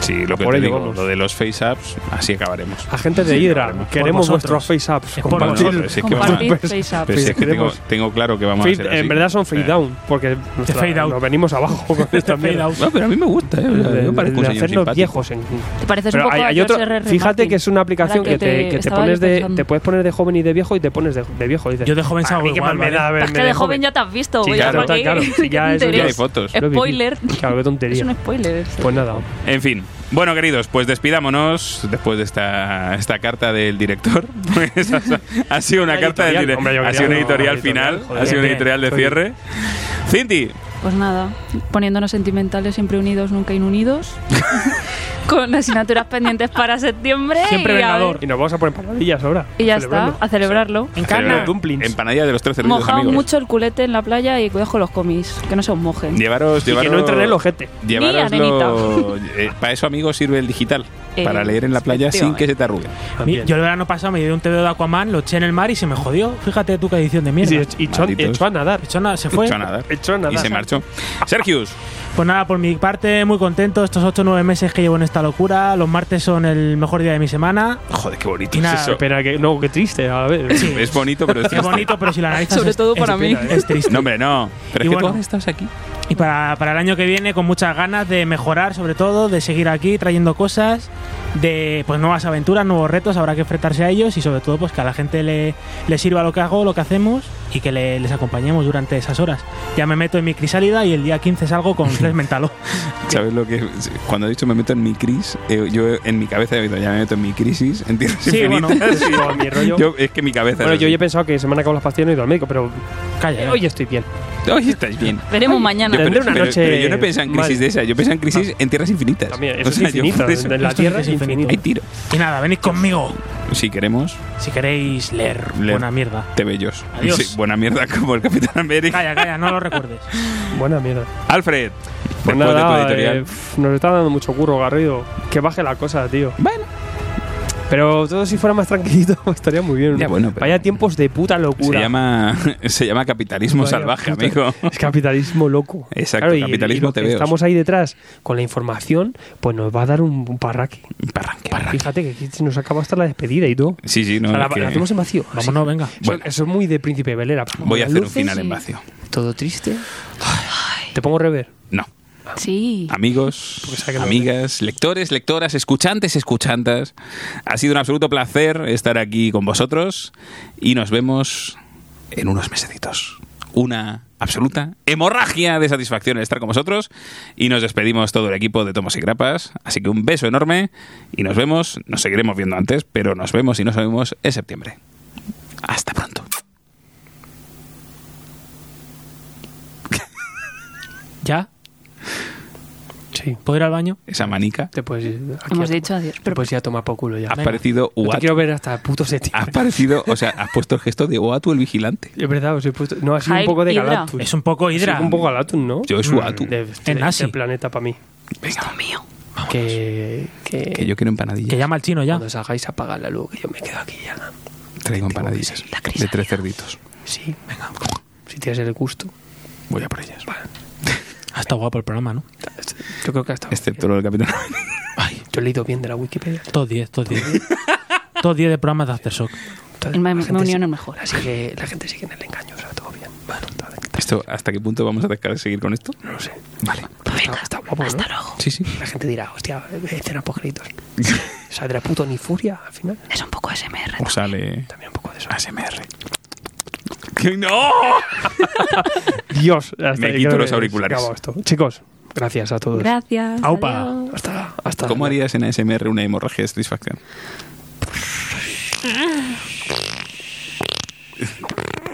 [SPEAKER 1] Sí, lo que
[SPEAKER 2] Por
[SPEAKER 1] te
[SPEAKER 2] ello
[SPEAKER 1] digo,
[SPEAKER 2] vamos.
[SPEAKER 1] lo de los face-ups, así acabaremos.
[SPEAKER 2] Agentes de
[SPEAKER 1] Sí,
[SPEAKER 2] Hydra,
[SPEAKER 1] acabaremos.
[SPEAKER 2] queremos
[SPEAKER 1] Por
[SPEAKER 2] vuestros
[SPEAKER 1] vosotros.
[SPEAKER 2] face-ups.
[SPEAKER 1] Es por nosotros, si es que vamos a- [laughs]
[SPEAKER 2] Compartid
[SPEAKER 1] Pues-
[SPEAKER 2] face-ups.
[SPEAKER 1] pues si es que tengo,
[SPEAKER 2] Queremos-
[SPEAKER 1] tengo claro que vamos a
[SPEAKER 2] Fade-
[SPEAKER 1] hacer así.
[SPEAKER 2] en verdad son fade
[SPEAKER 1] Eh,
[SPEAKER 2] down, porque nuestra-
[SPEAKER 1] fade out.
[SPEAKER 2] nos
[SPEAKER 1] [laughs]
[SPEAKER 2] venimos abajo con
[SPEAKER 12] Este
[SPEAKER 2] esta
[SPEAKER 1] fade
[SPEAKER 2] mierda.
[SPEAKER 1] out. No, pero a mí me gusta, eh, o sea, yo parezco
[SPEAKER 2] De-
[SPEAKER 1] un señor
[SPEAKER 2] de
[SPEAKER 1] simpático.
[SPEAKER 2] hacernos viejos en.
[SPEAKER 5] Te pareces
[SPEAKER 2] Pero
[SPEAKER 5] un poco
[SPEAKER 2] hay-
[SPEAKER 5] a
[SPEAKER 2] hay
[SPEAKER 5] George
[SPEAKER 2] otro-
[SPEAKER 5] R.R.
[SPEAKER 2] Fíjate
[SPEAKER 5] Martin.
[SPEAKER 2] que es una aplicación
[SPEAKER 5] Ahora
[SPEAKER 2] que,
[SPEAKER 5] que
[SPEAKER 2] te,
[SPEAKER 5] te-
[SPEAKER 2] que te
[SPEAKER 5] estaba
[SPEAKER 2] pones
[SPEAKER 5] yo
[SPEAKER 2] de,
[SPEAKER 5] pensando.
[SPEAKER 2] te puedes poner de joven y de viejo y te pones de, de viejo. Dices,
[SPEAKER 12] Yo de joven
[SPEAKER 2] "Ah,
[SPEAKER 12] salgo
[SPEAKER 2] ¿qué
[SPEAKER 12] igual,
[SPEAKER 2] más
[SPEAKER 12] ¿vale?
[SPEAKER 2] me
[SPEAKER 12] Es
[SPEAKER 2] da
[SPEAKER 5] Es
[SPEAKER 2] verme
[SPEAKER 5] que de joven ya te has visto,
[SPEAKER 2] Sí,
[SPEAKER 5] güey.
[SPEAKER 2] claro,
[SPEAKER 5] o sea, que- [laughs]
[SPEAKER 2] claro, sí, ya
[SPEAKER 5] ¿qué
[SPEAKER 2] eso ya
[SPEAKER 5] interés?
[SPEAKER 1] hay fotos.
[SPEAKER 2] Lo he vivido.
[SPEAKER 5] Spoiler.
[SPEAKER 2] Claro, qué tontería.
[SPEAKER 5] Es un spoiler.
[SPEAKER 2] Pues nada.
[SPEAKER 1] En fin. Bueno, queridos, pues despidámonos después de esta, esta carta del director. [laughs] Pues ha, ha sido una
[SPEAKER 2] Una
[SPEAKER 1] carta del
[SPEAKER 2] editorial.
[SPEAKER 1] director.
[SPEAKER 2] Hombre, yo
[SPEAKER 1] Ha
[SPEAKER 2] quería
[SPEAKER 1] sido una
[SPEAKER 2] una
[SPEAKER 1] editorial
[SPEAKER 2] editorial,
[SPEAKER 1] final,
[SPEAKER 2] joder.
[SPEAKER 1] ha sido una
[SPEAKER 2] Bien,
[SPEAKER 1] editorial de
[SPEAKER 2] soy-
[SPEAKER 1] cierre. Cinti,
[SPEAKER 5] Pues nada, poniéndonos sentimentales, siempre unidos, nunca inunidos. [laughs] Con asignaturas pendientes para septiembre. y a ver-
[SPEAKER 2] Y nos vamos a poner paladillas ahora.
[SPEAKER 5] Y ya
[SPEAKER 2] celebrando.
[SPEAKER 5] está, a celebrarlo.
[SPEAKER 1] celebra- empanadilla de los tres cerditos,
[SPEAKER 5] Mojaos
[SPEAKER 1] amigos.
[SPEAKER 5] mucho el culete en la playa y cuidado con los comis, que no se os mojen.
[SPEAKER 1] Llevaros,
[SPEAKER 2] Y que
[SPEAKER 1] llevaros.
[SPEAKER 2] no entren en el ojete.
[SPEAKER 1] Llevaroslo. eh, para eso, amigos, sirve el digital.
[SPEAKER 12] Eh,
[SPEAKER 1] para leer en la playa sin que se te arrugue.
[SPEAKER 12] A mí, yo el verano pasado me dio un TVO de Aquaman, lo eché en el mar y se me jodió. Fíjate tú qué edición de mierda.
[SPEAKER 1] y echó- Malditos. echó
[SPEAKER 2] a nadar.
[SPEAKER 12] Echó a, se fue.
[SPEAKER 1] Echó a nadar. Y se marchó. Sergius.
[SPEAKER 12] Pues nada, por mi parte, muy contento. Estos 8 o 9 meses que llevo en esta locura. Los martes son el mejor día de mi semana.
[SPEAKER 1] Joder, qué bonito
[SPEAKER 12] Y nada.
[SPEAKER 1] es eso.
[SPEAKER 2] Espera, que, no, qué triste. A ver.
[SPEAKER 1] Es bonito, pero es
[SPEAKER 12] Es bonito, pero si la analizas
[SPEAKER 2] [laughs] Sobre
[SPEAKER 12] es-
[SPEAKER 2] todo
[SPEAKER 12] es-
[SPEAKER 2] para mí.
[SPEAKER 12] Es triste.
[SPEAKER 1] No, hombre, no. Pero es que tú ahora
[SPEAKER 12] estás aquí. Y para, para el año que viene, con muchas ganas de mejorar, sobre todo, de seguir aquí trayendo cosas, de pues nuevas aventuras, nuevos retos, habrá que enfrentarse a ellos y sobre todo pues que a la gente le, le sirva lo que hago, lo que hacemos y que le- les acompañemos durante esas horas. Ya me meto en mi crisálida y el día 15 salgo [laughs] con Flash Mentalo.
[SPEAKER 1] ¿Sabes lo que Cuando he dicho me meto en mi crisis, eh, yo en mi cabeza he dicho, ya me meto en mi crisis, [laughs] en tierras
[SPEAKER 2] Sí, bueno, [laughs]
[SPEAKER 1] infinitas.
[SPEAKER 2] es como mi rollo.
[SPEAKER 1] Yo- es que mi cabeza.
[SPEAKER 2] Bueno,
[SPEAKER 1] es
[SPEAKER 2] yo
[SPEAKER 1] así.
[SPEAKER 2] ya he pensado que se me han acabado las pastillas y no he ido al médico, pero.
[SPEAKER 12] Calla.
[SPEAKER 2] Hoy estoy bien.
[SPEAKER 1] Hoy estáis
[SPEAKER 2] [laughs]
[SPEAKER 1] bien.
[SPEAKER 5] Veremos
[SPEAKER 1] Yo-
[SPEAKER 5] mañana.
[SPEAKER 1] pero,
[SPEAKER 2] Tendré una
[SPEAKER 1] pero-
[SPEAKER 2] noche
[SPEAKER 1] pero yo no he pensado en crisis
[SPEAKER 2] mal.
[SPEAKER 1] de esa, yo he pensado en crisis en tierras infinitas.
[SPEAKER 2] También, eso es
[SPEAKER 1] yo
[SPEAKER 2] infinito,
[SPEAKER 1] por eso-
[SPEAKER 2] de la
[SPEAKER 1] Esto
[SPEAKER 2] tierra
[SPEAKER 1] es
[SPEAKER 2] es infinito.
[SPEAKER 1] Hay tiro.
[SPEAKER 12] Y nada, venid conmigo
[SPEAKER 1] Si queremos,
[SPEAKER 12] si queréis leer,
[SPEAKER 1] Leer.
[SPEAKER 12] buena mierda.
[SPEAKER 1] te bellos.
[SPEAKER 12] Adiós.
[SPEAKER 1] buena mierda [laughs] como el Capitán América.
[SPEAKER 12] Calla, calla, no lo recuerdes.
[SPEAKER 2] Buena mierda.
[SPEAKER 1] Alfred,
[SPEAKER 2] Pues
[SPEAKER 1] después
[SPEAKER 2] nada,
[SPEAKER 1] de tu editorial.
[SPEAKER 2] eh, pf, nos está dando mucho curro, Garrido. Que baje la cosa, tío.
[SPEAKER 1] Bueno.
[SPEAKER 2] Pero todo si fuera más tranquilito [laughs] estaría muy bien.
[SPEAKER 1] Ya, bueno, pero-
[SPEAKER 2] Vaya tiempos de puta
[SPEAKER 1] Se
[SPEAKER 2] locura.
[SPEAKER 1] llama, [laughs] se llama capitalismo
[SPEAKER 2] Vaya
[SPEAKER 1] salvaje,
[SPEAKER 2] puta- [laughs]
[SPEAKER 1] amigo.
[SPEAKER 2] Es capitalismo loco.
[SPEAKER 1] Exacto,
[SPEAKER 2] Claro, y-
[SPEAKER 1] capitalismo
[SPEAKER 2] y lo
[SPEAKER 1] te
[SPEAKER 2] que
[SPEAKER 1] veo.
[SPEAKER 2] Estamos ahí detrás con la información, pues nos va a dar un, un parraque. Fíjate que aquí se nos acaba hasta la despedida y todo.
[SPEAKER 1] Sí, sí, no.
[SPEAKER 2] O sea, la,
[SPEAKER 1] es que-
[SPEAKER 2] la hacemos en vacío.
[SPEAKER 3] Vámonos, venga.
[SPEAKER 2] Eso, eso es muy de príncipe velera.
[SPEAKER 1] Voy a
[SPEAKER 2] Las
[SPEAKER 1] hacer un
[SPEAKER 2] luces
[SPEAKER 1] final en
[SPEAKER 2] y-
[SPEAKER 1] vacío.
[SPEAKER 2] Todo triste. ¿Te pongo rever?
[SPEAKER 1] No.
[SPEAKER 5] Sí.
[SPEAKER 1] Amigos,
[SPEAKER 2] sabe que lo
[SPEAKER 1] amigas, lectores, lectoras, escuchantes, escuchantas, ha sido un absoluto placer estar aquí con vosotros y nos vemos en unos mesecitos. Una absoluta hemorragia de satisfacción el estar con vosotros y nos despedimos todo el equipo de Tomos y Grapas. Así que un beso enorme y nos vemos, nos seguiremos viendo antes, pero nos vemos y nos vemos en septiembre. Hasta pronto.
[SPEAKER 12] ¿Ya?
[SPEAKER 2] Sí.
[SPEAKER 12] ¿Puedo ir al baño?
[SPEAKER 1] Esa manica.
[SPEAKER 2] Te puedes ir, aquí
[SPEAKER 5] Hemos
[SPEAKER 2] a-
[SPEAKER 5] dicho adiós. Pues
[SPEAKER 2] te
[SPEAKER 5] Pero
[SPEAKER 2] puedes ir a tomar por culo ya.
[SPEAKER 1] Has parecido
[SPEAKER 2] No te
[SPEAKER 1] Uatu.
[SPEAKER 2] quiero ver hasta el puto septiembre.
[SPEAKER 1] Has parecido, o sea, has puesto el gesto de Uatu el vigilante.
[SPEAKER 2] Es verdad, os he puesto. No, ha sido
[SPEAKER 12] Hyde
[SPEAKER 2] un poco de
[SPEAKER 12] Hydra.
[SPEAKER 2] Galatun.
[SPEAKER 12] Es un poco
[SPEAKER 2] Ha
[SPEAKER 12] Hydra.
[SPEAKER 2] sido Un poco Galatun, ¿no?
[SPEAKER 1] Yo es Uatu.
[SPEAKER 2] Mm, De, de- de
[SPEAKER 12] nazi.
[SPEAKER 2] este planeta para mí.
[SPEAKER 1] Venga,
[SPEAKER 5] mío.
[SPEAKER 2] Que, que,
[SPEAKER 1] Que yo quiero empanadillas.
[SPEAKER 2] que
[SPEAKER 12] llama al chino ya.
[SPEAKER 2] Cuando salgáis, apagad la luz, que yo me quedo aquí ya.
[SPEAKER 1] Traigo empanadillas de tres cerditos.
[SPEAKER 2] Sí, venga. Si tienes el gusto.
[SPEAKER 1] Voy a por ellas.
[SPEAKER 12] Ha estado guapo el programa, ¿no?
[SPEAKER 2] Yo creo que hasta.
[SPEAKER 1] Excepto lo del capitán.
[SPEAKER 2] Yo he leído bien de la Wikipedia.
[SPEAKER 12] Todos 10, todos 10. todos 10 de programas de Aftershock.
[SPEAKER 2] Entonces,
[SPEAKER 5] El me,
[SPEAKER 2] la
[SPEAKER 5] me
[SPEAKER 2] gente
[SPEAKER 5] unió
[SPEAKER 2] sí-
[SPEAKER 5] en el mejor.
[SPEAKER 2] Así que la gente sigue en el engaño, o sea, todo bien. Bueno, está,
[SPEAKER 1] ¿Esto, ¿Hasta qué punto vamos a dejar de seguir con esto?
[SPEAKER 2] no lo sé.
[SPEAKER 1] Vale.
[SPEAKER 2] Está, está guapo, Hasta luego.
[SPEAKER 1] Sí, sí.
[SPEAKER 2] La gente dirá, hostia, escenas poscritos. [laughs] O sea, ¿de la puto ni furia al final?
[SPEAKER 5] Es un poco SMR.
[SPEAKER 1] O sale
[SPEAKER 2] También un poco de eso.
[SPEAKER 1] ASMR. ¡Que ¡No!
[SPEAKER 2] Dios, hasta
[SPEAKER 1] Me
[SPEAKER 2] ahí
[SPEAKER 1] quito
[SPEAKER 2] creo
[SPEAKER 1] los
[SPEAKER 2] que
[SPEAKER 1] auriculares.
[SPEAKER 2] se acabó esto. Chicos, gracias a todos.
[SPEAKER 5] Pues, Gracias.
[SPEAKER 2] Aupa.
[SPEAKER 5] adiós.
[SPEAKER 2] Hasta, hasta.
[SPEAKER 1] ¿Cómo harías en ASMR una hemorragia de
[SPEAKER 2] [laughs]
[SPEAKER 1] satisfacción?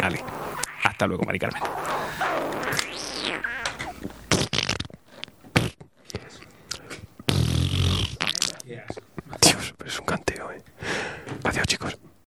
[SPEAKER 1] Vale. Hasta luego, Mari Carmen.
[SPEAKER 2] eh.